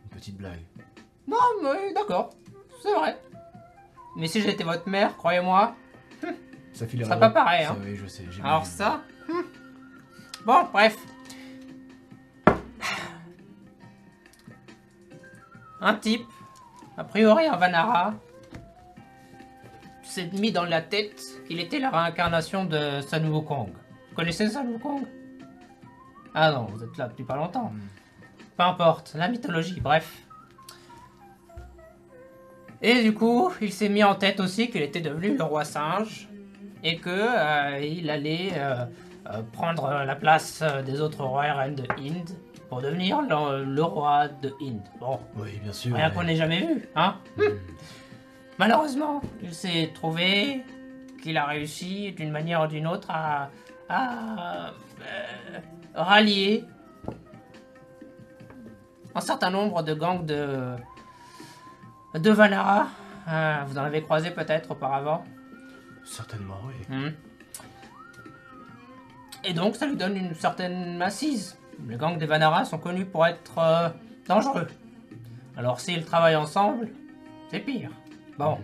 Speaker 9: Une petite blague.
Speaker 10: non, Ah, mais d'accord. C'est vrai. Mais si j'étais votre mère, croyez-moi,
Speaker 9: Ça file
Speaker 10: Ça va pas pareil, hein.
Speaker 9: Oui, je sais. j'ai
Speaker 10: Alors
Speaker 9: bien-
Speaker 10: ça hmm. Bon, bref. Un type, a priori un Vanara, s'est mis dans la tête qu'il était la réincarnation de Sun Wukong. Vous connaissez Sun Wukong Ah non, vous êtes là depuis pas longtemps. Peu importe, la mythologie, bref. Et du coup, il s'est mis en tête aussi qu'il était devenu le roi singe et que euh, il allait euh, euh, prendre la place euh, des autres rois reines de Inde pour devenir le, le roi de Inde. Bon,
Speaker 9: Oui, bien sûr.
Speaker 10: rien
Speaker 9: mais-
Speaker 10: qu'on n'ait jamais vu, hein Malheureusement, il s'est trouvé qu'il a réussi d'une manière ou d'une autre à, à, euh, rallier un certain nombre de gangs de, de Valara. Euh, vous en avez croisé peut-être auparavant.
Speaker 9: Certainement, oui.
Speaker 10: Hmm. Et donc, ça lui donne une certaine assise. Les gangs des Vanara sont connus pour être euh, dangereux. Alors, s'ils travaillent ensemble, c'est pire. Bon,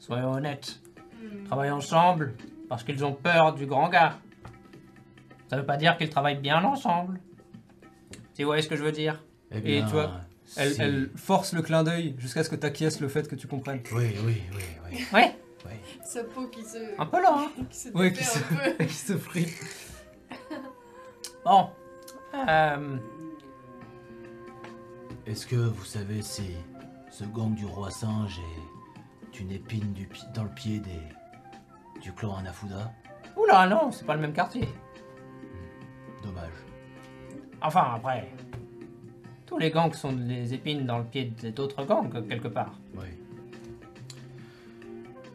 Speaker 10: soyons honnêtes. Ils
Speaker 5: Hmm.
Speaker 10: travaillent ensemble parce qu'ils ont peur du grand gars. Ça veut pas dire qu'ils travaillent bien ensemble. Si vous voyez ce que je veux dire.
Speaker 9: Eh
Speaker 1: Et tu vois, Elle,
Speaker 9: si-
Speaker 1: elle force le clin d'œil jusqu'à ce que t'acquiesces le fait que tu comprennes.
Speaker 9: Oui, oui, oui, oui.
Speaker 10: Ouais,
Speaker 5: Sa peau qui se.
Speaker 10: un peu lent, hein.
Speaker 5: qui se
Speaker 1: Ah. Ouais,
Speaker 5: défait
Speaker 1: qui se-
Speaker 5: un
Speaker 1: Il se
Speaker 5: peu.
Speaker 1: frise.
Speaker 10: Bon. Euh,
Speaker 9: Est-ce que vous savez si ce gang du roi singe est une épine du pi- dans le pied des du clan Anafuda
Speaker 10: Oula, non, c'est pas le même quartier.
Speaker 9: Dommage.
Speaker 10: Enfin, après, tous les gangs sont des épines dans le pied des- d'autres gangs, quelque part.
Speaker 9: Oui.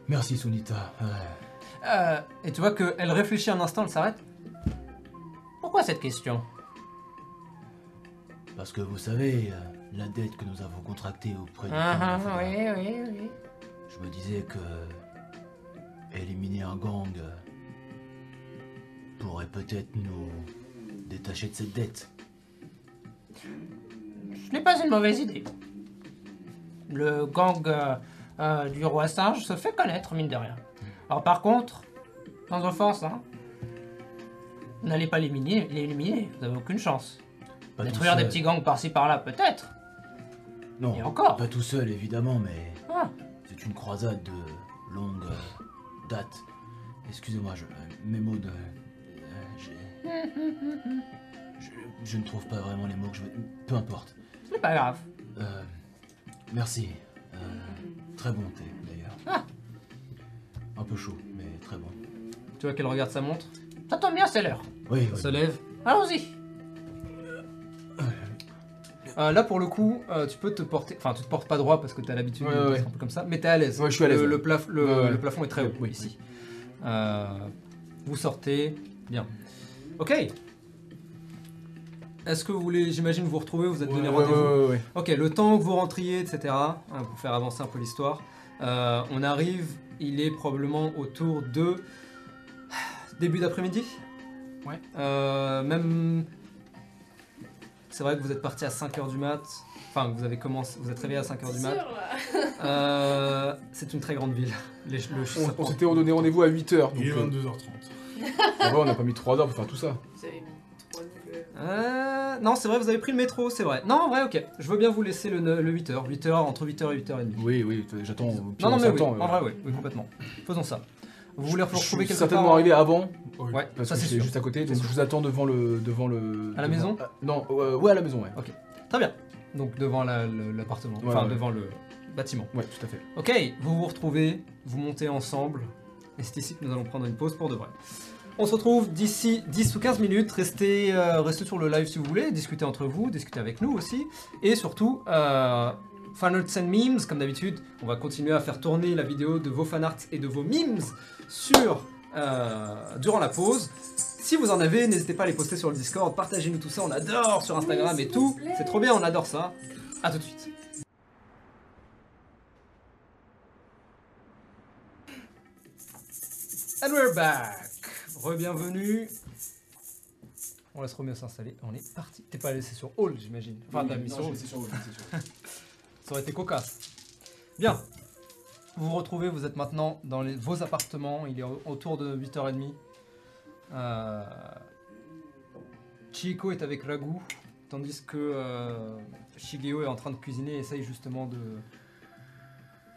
Speaker 9: Merci Sunita. Ouais.
Speaker 10: Euh,
Speaker 1: Et tu vois qu'elle réfléchit un instant, elle s'arrête.
Speaker 10: pourquoi cette question
Speaker 9: Parce que vous savez, euh, la dette que nous avons contractée auprès du clan
Speaker 10: Ah, ah,
Speaker 9: Anafuda,
Speaker 10: Oui, oui, oui.
Speaker 9: je me disais que éliminer un gang euh, pourrait peut-être nous détacher de cette dette.
Speaker 10: Ce n'est pas une mauvaise idée. Le gang euh, euh, du roi singe se fait connaître, mine de rien. Alors par contre, sans offense, hein, vous n'allez pas l'éliminer, l'éliminer, vous n'avez aucune chance.
Speaker 9: Pas tout
Speaker 10: Détruire des
Speaker 9: seul.
Speaker 10: petits gangs par-ci par-là, peut-être.
Speaker 9: Non,
Speaker 10: Et encore.
Speaker 9: Pas tout seul, évidemment, mais
Speaker 10: Ah.
Speaker 9: c'est une croisade de longue euh, date. Excusez-moi, je, euh, mes mots de. euh, j'ai- je, je ne trouve pas vraiment les mots que je veux. Peu importe.
Speaker 10: Ce n'est pas grave.
Speaker 9: Euh, merci. Euh, très bon thé, d'ailleurs. Un peu chaud, mais très bon.
Speaker 1: Tu vois qu'elle regarde sa montre.
Speaker 10: Ça tombe bien, c'est l'heure.
Speaker 9: Oui,
Speaker 1: Elle
Speaker 9: oui.
Speaker 1: se lève.
Speaker 10: Allons-y.
Speaker 1: Euh, là, pour le coup, euh, tu peux te porter. Enfin, tu te portes pas droit parce que t'as l'habitude
Speaker 4: Ouais,
Speaker 1: d'être
Speaker 4: ouais.
Speaker 1: un peu comme ça, mais t'es à l'aise.
Speaker 4: Ouais, je suis à l'aise,
Speaker 1: Le,
Speaker 4: ouais.
Speaker 1: le plaf- le-
Speaker 4: Ouais, ouais.
Speaker 1: le plafond est très haut
Speaker 4: Oui.
Speaker 1: ici. Euh, vous sortez. Bien. Ok. Est-ce que vous voulez, j'imagine, vous retrouver, vous êtes donné rendez-vous Ok, le temps que vous rentriez, etc., hein, pour faire avancer un peu l'histoire, euh, on arrive, il est probablement autour de début d'après-midi.
Speaker 4: Ouais.
Speaker 1: Euh, même. C'est vrai que vous êtes parti à 5h du mat, enfin que vous avez commencé, vous êtes réveillé à 5h du
Speaker 5: C'est
Speaker 1: mat.
Speaker 5: sûr, là.
Speaker 1: Euh, c'est une très grande ville. Les, le, ça
Speaker 4: On,
Speaker 1: prend-
Speaker 4: on s'était redonné rendez-vous à 8h. Donc,
Speaker 2: Il est
Speaker 4: euh,
Speaker 2: 22h30.
Speaker 4: en vrai, on n'a pas mis 3 heures pour faire tout ça.
Speaker 5: Vous avez trois boules.
Speaker 1: Euh, non, c'est vrai, vous avez pris le métro, c'est vrai. Non, en vrai, ok. Je veux bien vous laisser le, 8h, 8h, entre 8h et 8h30.
Speaker 4: Oui, oui, j'attends.
Speaker 1: Non,
Speaker 4: puis
Speaker 1: non,
Speaker 4: on
Speaker 1: mais oui,
Speaker 4: s'attend, euh,
Speaker 1: en vrai, oui, oui, complètement. Faisons ça. Vous voulez
Speaker 4: Je
Speaker 1: retrouver
Speaker 4: suis
Speaker 1: quelque
Speaker 4: certainement
Speaker 1: part
Speaker 4: arrivé avant,
Speaker 1: Ouais,
Speaker 4: parce
Speaker 1: ça
Speaker 4: que
Speaker 1: c'est
Speaker 4: c'est
Speaker 1: sûr.
Speaker 4: juste à côté,
Speaker 1: C'est
Speaker 4: donc
Speaker 1: sûr.
Speaker 4: je vous attends devant le. devant le
Speaker 1: À la
Speaker 4: devant-
Speaker 1: maison
Speaker 4: Ah, Non, euh, ouais, à la maison, ouais.
Speaker 1: Très bien. Donc devant la- le- l'appartement,
Speaker 4: Ouais,
Speaker 1: enfin
Speaker 4: ouais.
Speaker 1: devant le bâtiment.
Speaker 4: Ouais, tout à fait.
Speaker 1: Ok, vous vous retrouvez, vous montez ensemble, et c'est ici que nous allons prendre une pause pour de vrai. On se retrouve d'ici 10 ou 15 minutes, restez, euh, restez sur le live si vous voulez, discutez entre vous, discutez avec nous aussi, et surtout, euh, fanarts and memes, comme d'habitude, on va continuer à faire tourner la vidéo de vos fanarts et de vos memes sur, euh, durant la pause. Si vous en avez, n'hésitez pas à les poster sur le Discord, partagez-nous tout ça, on adore sur Instagram
Speaker 5: Oui,
Speaker 1: et
Speaker 5: s'il vous
Speaker 1: tout,
Speaker 5: plaît.
Speaker 1: c'est trop bien, on adore ça. A tout de suite. And we're back! Rebienvenue! On laisse Roméo s'installer, on est parti. T'es pas allé, c'est sur Hall, j'imagine. Enfin, de la mission. Ça aurait été cocasse. Bien. Vous vous retrouvez, vous êtes maintenant dans les- vos appartements. Il est au- autour de 8h30. Euh, Chico est avec Ragu, tandis que euh, Shigeo est en train de cuisiner et essaye justement de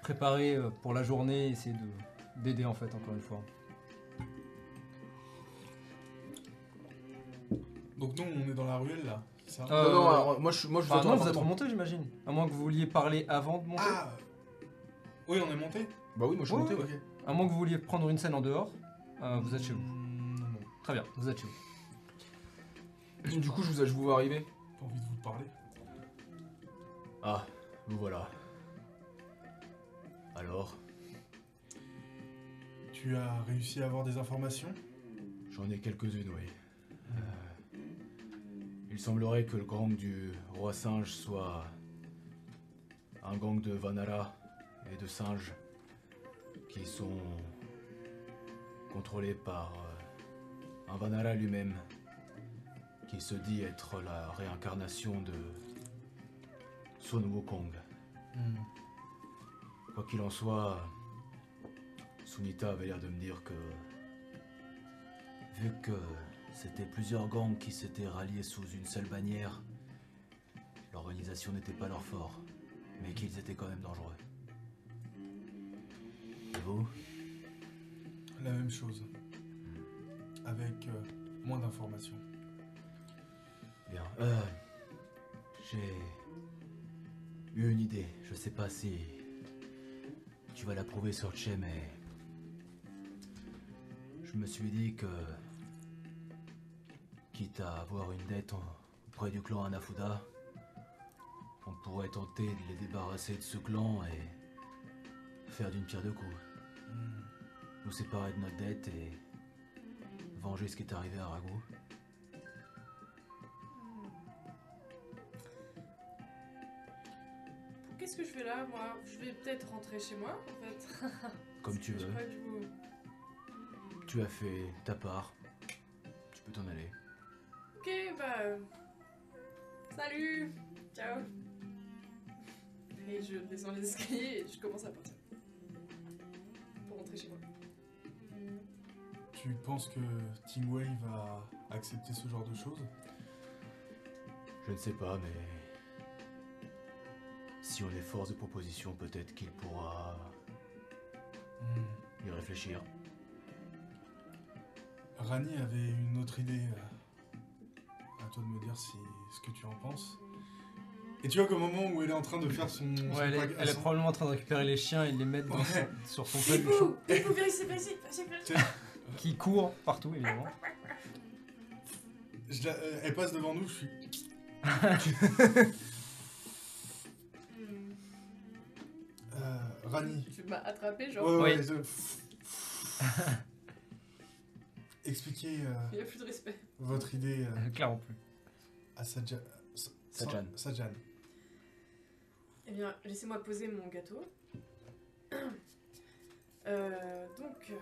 Speaker 1: préparer euh, pour la journée, essayer de- d'aider en fait, encore une fois.
Speaker 2: Donc, nous, on est dans la ruelle là. c'est ça
Speaker 1: Euh,
Speaker 4: Non, non, alors, moi je, moi, je vous
Speaker 1: enfin, Bah
Speaker 4: attends.
Speaker 1: non,
Speaker 4: à
Speaker 1: vous êtes
Speaker 4: l'appartement.
Speaker 1: remonté, j'imagine. À moins que vous vouliez parler avant de monter.
Speaker 2: Ah Oui, on est monté.
Speaker 4: Bah oui, moi je suis
Speaker 1: Ouais,
Speaker 4: monté,
Speaker 1: ouais.
Speaker 4: ouais.
Speaker 1: À moins que vous vouliez prendre une scène en dehors. euh, vous êtes chez vous.
Speaker 2: Mmh,
Speaker 1: Très bien, vous êtes chez vous.
Speaker 4: Du coup, je vous, je vous vois arriver.
Speaker 2: Pas envie de vous parler.
Speaker 11: Ah, vous voilà. Alors,
Speaker 2: Tu as réussi à avoir des informations
Speaker 11: j'en ai quelques-unes, oui. Euh, il semblerait que le gang du roi singe soit un gang de Vanara et de singes qui sont contrôlés par euh, un Vanara lui-même qui se dit être la réincarnation de Sun Wukong.
Speaker 1: Mmh.
Speaker 11: Quoi qu'il en soit, Sunita avait l'air de me dire que
Speaker 6: Vu que c'était plusieurs gangs qui s'étaient ralliés sous une seule bannière, l'organisation n'était pas leur fort, mais qu'ils étaient quand même dangereux. Et vous
Speaker 2: La même chose. Avec euh, moins d'informations.
Speaker 6: Bien. Euh, J'ai eu une idée. Je sais pas si tu vas l'approuver sur Che, mais je me suis dit que quitte à avoir une dette en- auprès du clan Anafuda, on pourrait tenter de les débarrasser de ce clan et faire d'une pierre deux coups.
Speaker 5: Hmm.
Speaker 6: Nous séparer de notre dette et venger ce qui est arrivé à Rago.
Speaker 5: Qu'est-ce que je fais là, moi Je vais peut-être rentrer chez moi, en fait.
Speaker 6: Comme tu
Speaker 5: Je
Speaker 6: veux.
Speaker 5: crois que je vous-
Speaker 6: Tu as fait ta part. Tu peux t'en aller.
Speaker 5: Ok, bah. euh, Salut Ciao Et je descends les escaliers et je commence à partir. Pour rentrer chez moi.
Speaker 2: Tu penses que Tingwei va accepter ce genre de choses
Speaker 11: Je ne sais pas, mais. Si on est force de proposition, peut-être qu'il pourra
Speaker 1: Mmh.
Speaker 11: y réfléchir.
Speaker 2: Rani avait une autre idée. euh, À toi de me dire si ce que tu en penses. Et tu vois qu'au moment où elle est en train de faire son. son
Speaker 1: Ouais, elle est,
Speaker 2: pack-
Speaker 1: elle est
Speaker 2: son-
Speaker 1: probablement en train de récupérer les chiens et de les mettre dans son-
Speaker 2: Ouais.
Speaker 1: sur son
Speaker 5: Pipou Pipou, viens ici, viens ici, viens ici, viens ici.
Speaker 1: pet, qui court partout évidemment.
Speaker 2: je la- euh, elle passe devant nous, je suis.
Speaker 5: Hmm,
Speaker 2: euh, Rani.
Speaker 5: Tu m'as attrapé, genre.
Speaker 2: Ouais, ouais,
Speaker 1: Oui.
Speaker 2: je- Expliquez euh,
Speaker 5: Il n'y a plus de respect.
Speaker 2: votre idée euh,
Speaker 1: Clairement plus.
Speaker 2: à Saja- Sa-
Speaker 6: Sajan.
Speaker 2: Sa- Sajan.
Speaker 5: Eh bien, laissez-moi poser mon gâteau. Euh, donc, euh,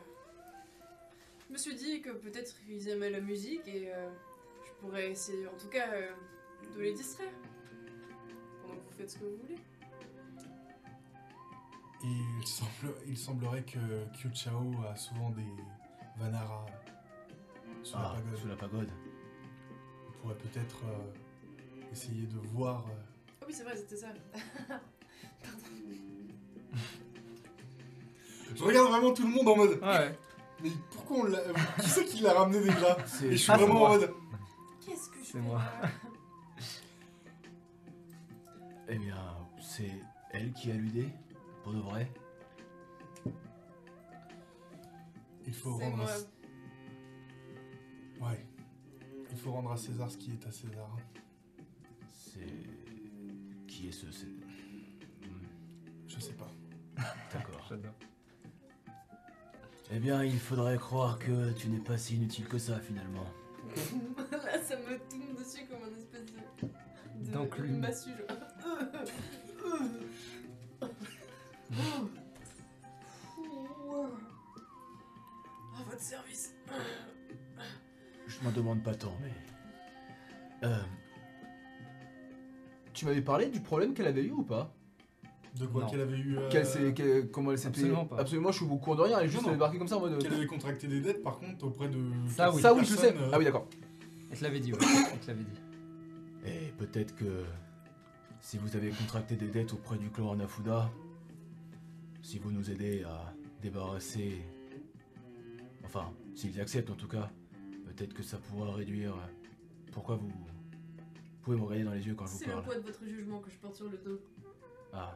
Speaker 5: je me suis dit que peut-être ils aimaient la musique et euh, je pourrais essayer, en tout cas, euh, de les distraire. Pendant que vous faites ce que vous voulez.
Speaker 2: Et il, semble- il semblerait que Kyu Chao a souvent des Vanara sous
Speaker 6: Ah,
Speaker 2: la pagode.
Speaker 6: sous la pagode.
Speaker 2: On pourrait peut-être euh, essayer de voir. euh,
Speaker 5: Ah oui, c'est vrai, c'était ça.
Speaker 2: Je regarde vraiment tout le monde en mode.
Speaker 1: Ouais.
Speaker 2: Mais pourquoi on l'a. euh, Qui c'est qui l'a ramené déjà Et je suis
Speaker 1: Ah, c'est
Speaker 2: vraiment en
Speaker 1: moi.
Speaker 2: mode.
Speaker 5: Qu'est-ce que je
Speaker 1: C'est
Speaker 5: fais
Speaker 1: moi.
Speaker 5: là
Speaker 6: Eh bien, c'est elle qui a l'idée, pour de vrai.
Speaker 2: Il faut
Speaker 5: C'est
Speaker 2: rendre.
Speaker 5: moi.
Speaker 2: à- Ouais. Il faut rendre à César ce qui est à César. hein.
Speaker 6: C'est. Qui est ce. c'est- Hmm,
Speaker 2: Je sais pas.
Speaker 6: D'accord.
Speaker 1: J'adore.
Speaker 6: Eh bien, il faudrait croire que tu n'es pas si inutile que ça finalement.
Speaker 5: Là, ça me tombe dessus comme un espèce de. de-
Speaker 1: D'enclume.
Speaker 5: de massue, genre. Oh, À votre service.
Speaker 6: Je m'en demande pas tant, mais. Euh,
Speaker 4: Tu m'avais parlé du problème qu'elle avait eu ou pas
Speaker 2: De quoi
Speaker 1: Non.
Speaker 2: qu'elle avait eu. euh,
Speaker 4: Qu'elle s'est- qu'elle- Comment elle s'était.
Speaker 1: absolument pas.
Speaker 4: Absolument, je suis au courant de rien. Elle est juste
Speaker 2: Non, non.
Speaker 4: débarquée comme ça en mode. euh,
Speaker 2: Qu'elle avait contracté des dettes par contre auprès de.
Speaker 1: Ça, oui.
Speaker 4: Ça, oui, je le sais.
Speaker 2: personne, euh,
Speaker 4: Ah oui, d'accord.
Speaker 1: Elle te l'avait dit. Ouais. Elle te l'avait dit.
Speaker 6: et peut-être que. Si vous avez contracté des dettes auprès du clan Anafuda, si vous nous aidez à débarrasser. Enfin, s'ils acceptent en tout cas, peut-être que ça pourra réduire. Pourquoi vous. Vous pouvez me regarder dans les yeux quand je vous
Speaker 5: C'est le
Speaker 6: parle.
Speaker 5: poids de votre jugement que je porte sur le dos.
Speaker 6: Ah.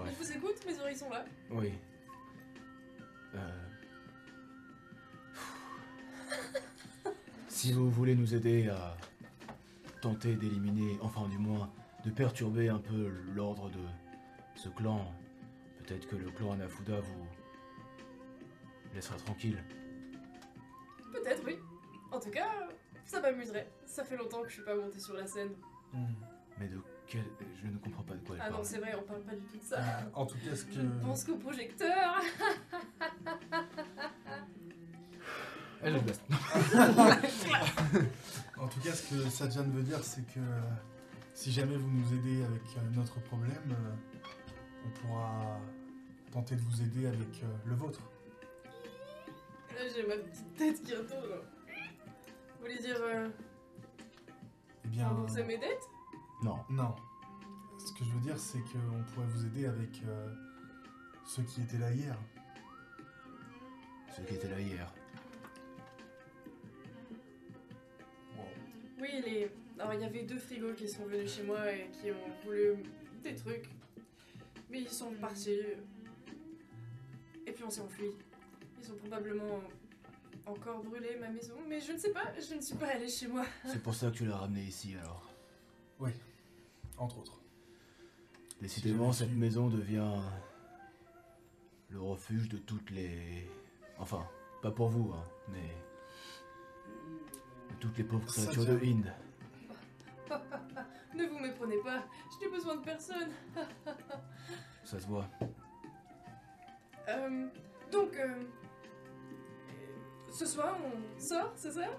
Speaker 5: Je
Speaker 6: Bref.
Speaker 5: vous écoute, mes oreilles sont là.
Speaker 6: Oui. Euh, Si vous voulez nous aider à tenter d'éliminer, enfin du moins de perturber un peu l'ordre de ce clan, peut-être que le clan Anafuda vous laissera tranquille.
Speaker 5: Peut-être, oui. En tout cas, ça m'amuserait. Ça fait longtemps que je suis pas montée sur la scène.
Speaker 6: Mais de quel... Je ne comprends pas de quoi elle
Speaker 5: Ah non,
Speaker 6: parle.
Speaker 5: c'est vrai, on parle pas du tout de ça.
Speaker 2: En tout cas, ce
Speaker 5: Je
Speaker 2: que.
Speaker 5: ne pense qu'au projecteur.
Speaker 4: Elle est basse.
Speaker 2: En tout cas, ce que Sadjan veut dire, c'est que euh, si jamais vous nous aidez avec euh, notre problème, euh, on pourra tenter de vous aider avec euh, le vôtre.
Speaker 5: Là, j'ai ma petite tête qui retourne. là. Vous voulez dire euh,
Speaker 2: Eh bien,
Speaker 5: rembourser mes dettes
Speaker 6: Non.
Speaker 2: non. Ce que je veux dire, c'est qu'on pourrait vous aider avec euh, ceux qui étaient là hier.
Speaker 6: Ceux qui étaient là hier.
Speaker 5: Oui, les... Alors, il y avait deux frigos qui sont venus chez moi et qui ont voulu des trucs. Mais ils sont partis. Et puis on s'est enfuis. Ils sont probablement encore brûlé ma maison, mais je ne sais pas, je ne suis pas allée chez moi.
Speaker 6: C'est pour ça que tu l'as ramené ici alors.
Speaker 2: Entre autres.
Speaker 6: Décidément,
Speaker 2: Si j'avais
Speaker 6: cette maison devient le refuge de toutes les. Enfin, pas pour vous, hein, mais. de toutes les pauvres
Speaker 2: Ça,
Speaker 6: créatures
Speaker 2: tiens.
Speaker 6: de Hind.
Speaker 5: Ne vous méprenez pas, je n'ai besoin de personne.
Speaker 6: Ça se voit.
Speaker 5: Euh, donc, euh, ce soir, on sort, c'est ça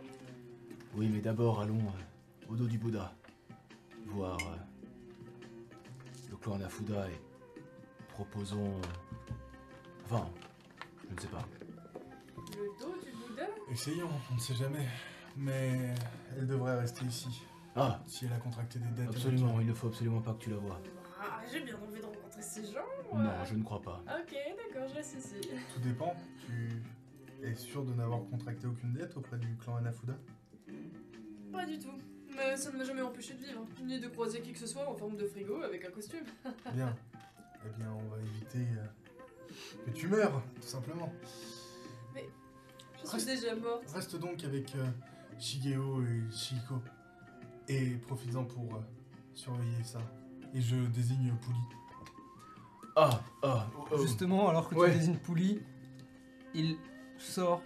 Speaker 6: Oui, mais d'abord, allons euh, au dos du Bouddha. Voir euh, le clan Nafuda et proposons. euh, Enfin, je ne sais pas.
Speaker 5: Le dos du Bouddha
Speaker 2: Essayons, on ne sait jamais. Mais elle devrait rester ici,
Speaker 6: Ah,
Speaker 2: si elle a contracté des dettes. avec
Speaker 6: absolument, il ne faut absolument pas que tu la vois.
Speaker 5: Ah, j'ai bien envie de rencontrer ces gens. moi.
Speaker 6: Non, je ne crois pas.
Speaker 5: Ok, d'accord, je reste ici.
Speaker 2: elle. Tout dépend. Tu es sûr de n'avoir contracté aucune dette auprès du clan Anafuda
Speaker 5: Pas du tout. Mais ça ne m'a jamais empêché de vivre, ni de croiser qui que ce soit en forme de frigo avec un costume.
Speaker 2: Bien. Eh bien, on va éviter euh, que tu meurs, tout simplement.
Speaker 5: Je
Speaker 1: Ah,
Speaker 5: suis déjà morte.
Speaker 2: Reste donc avec euh, Shigeo et Shiko. Et profites-en pour euh, surveiller ça. Et je désigne Pouli.
Speaker 6: Ah, ah, oh, oh.
Speaker 1: Justement, alors que
Speaker 6: Ouais.
Speaker 1: tu désignes Pouli, il sort,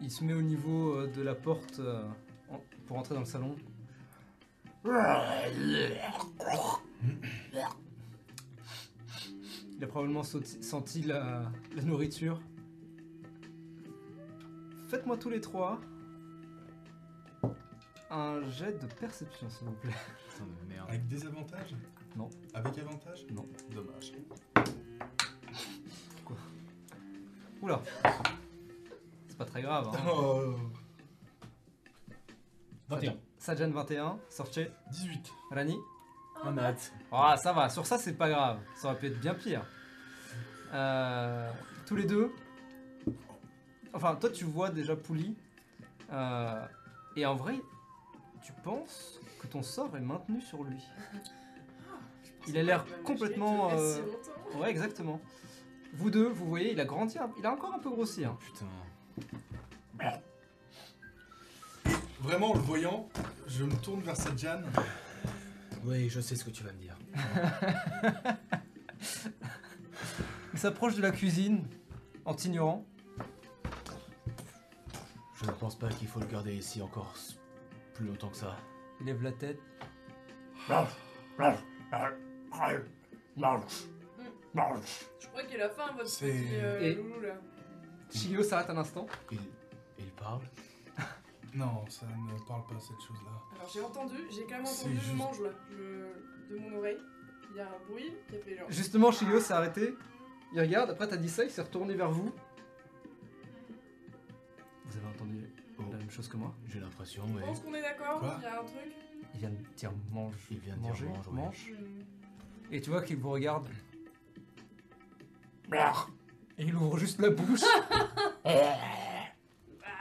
Speaker 1: il se met au niveau euh, de la porte euh, en- pour entrer dans le salon. Il a probablement sauti- senti la, la nourriture. Faites-moi tous les trois un jet de perception, s'il vous plaît.
Speaker 6: Putain de merde.
Speaker 2: Avec des avantages
Speaker 1: Non.
Speaker 2: Avec avantage
Speaker 1: Non.
Speaker 2: Dommage.
Speaker 1: Oula C'est pas très grave. Hein.
Speaker 2: Oh,
Speaker 1: 21. Sajan 21, Sorche,
Speaker 2: 18.
Speaker 1: Rani.
Speaker 6: Un hâte.
Speaker 1: Ah, ça va, sur ça, c'est pas grave. Ça aurait pu être bien pire. Euh, tous les deux. Enfin, toi, tu vois déjà Pouli. euh, et en vrai, tu penses que ton sort est maintenu sur lui. Il a l'air complètement,
Speaker 5: Merci
Speaker 1: euh,
Speaker 5: longtemps.
Speaker 1: Ouais, exactement. Vous deux, vous voyez, il a grandi. un- Il a encore un peu grossi. hein.
Speaker 6: Putain.
Speaker 2: Vraiment, en le voyant, je me tourne vers cette Jeanne.
Speaker 9: Oui, je sais ce que tu vas me dire.
Speaker 1: Il s'approche de la cuisine en t'ignorant.
Speaker 6: Je ne pense pas qu'il faut le garder ici encore s- plus longtemps que ça.
Speaker 1: Il lève la tête.
Speaker 5: Je crois qu'il a faim, votre
Speaker 2: C'est-
Speaker 5: petit euh,
Speaker 1: Et-
Speaker 5: loulou là.
Speaker 1: Shigeo s'arrête un instant.
Speaker 6: Il, il parle
Speaker 2: Non, ça ne parle pas cette chose-là.
Speaker 5: Alors j'ai entendu, j'ai quand même
Speaker 2: C'est
Speaker 5: entendu le
Speaker 2: juste-
Speaker 5: mange là, je- de mon oreille. Il y a un bruit qui a fait genre.
Speaker 1: Justement, Shigeo s'est arrêté. Il regarde, après t'as dit ça, il s'est retourné vers vous. Vous avez entendu
Speaker 6: Oh,
Speaker 1: la même chose que moi
Speaker 6: j'ai l'impression,
Speaker 5: Je
Speaker 6: oui.
Speaker 5: pense qu'on est d'accord,
Speaker 2: Quoi
Speaker 5: il y a un truc.
Speaker 1: Il vient de dire mange.
Speaker 6: Il vient de dire
Speaker 1: manger,
Speaker 6: mange, oui.
Speaker 5: Hmm.
Speaker 1: Et tu vois qu'il vous regarde. Et il ouvre juste la bouche.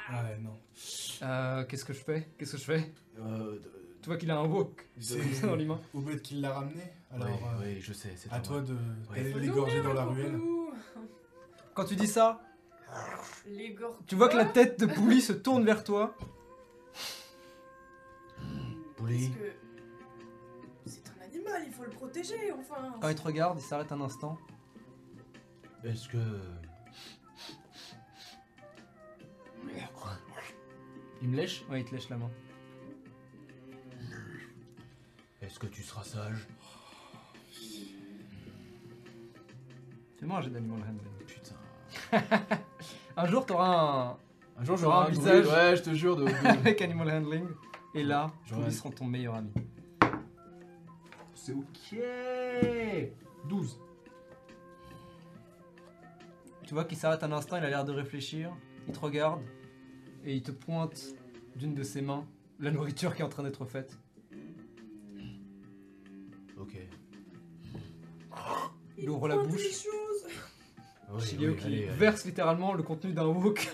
Speaker 2: Ah ouais, non.
Speaker 1: Euh, qu'est-ce que je fais Qu'est-ce que je fais
Speaker 6: Euh, de-
Speaker 1: Tu vois qu'il a un wok
Speaker 2: C'est-
Speaker 1: dans les mains.
Speaker 2: Obed qui l'a ramené. Alors,
Speaker 6: oui,
Speaker 2: euh,
Speaker 6: oui, je sais, c'est
Speaker 2: à toi de d'aller
Speaker 5: Faut
Speaker 2: l'égorger
Speaker 5: l'ouvrir,
Speaker 2: dans la
Speaker 5: le
Speaker 2: ruelle.
Speaker 5: coucou.
Speaker 1: Quand tu dis ça,
Speaker 5: Les gorges.
Speaker 1: tu vois que la tête de Pouli se tourne vers toi.
Speaker 6: poulie.
Speaker 5: Parce que c'est un animal, il faut le protéger, enfin.
Speaker 1: Quand il te regarde, il s'arrête un instant.
Speaker 9: Est-ce que.
Speaker 4: Il me lèche
Speaker 1: Ouais, il te lèche la main.
Speaker 9: Est-ce que tu seras sage
Speaker 1: Fais-moi un jet d'animal handling.
Speaker 9: Putain.
Speaker 1: Un jour, t'auras un.
Speaker 4: Un
Speaker 1: Ah,
Speaker 4: jour, j'aurai un
Speaker 1: un
Speaker 4: visage.
Speaker 1: visage.
Speaker 4: Ouais, je te jure. De...
Speaker 1: avec animal handling. Et là,
Speaker 4: J'aurai
Speaker 1: ils
Speaker 4: un-
Speaker 1: seront ton meilleur ami.
Speaker 4: C'est ok. 12.
Speaker 1: Tu vois qu'il s'arrête un instant, il a l'air de réfléchir. Il te regarde. Et il te pointe d'une de ses mains la nourriture qui est en train d'être faite.
Speaker 6: Ok.
Speaker 1: Il ouvre la
Speaker 5: pointe
Speaker 1: bouche.
Speaker 5: les choses.
Speaker 6: Oui,
Speaker 1: Shigeo
Speaker 6: oui,
Speaker 1: qui
Speaker 6: allez, euh, allez.
Speaker 1: verse littéralement le contenu d'un wok.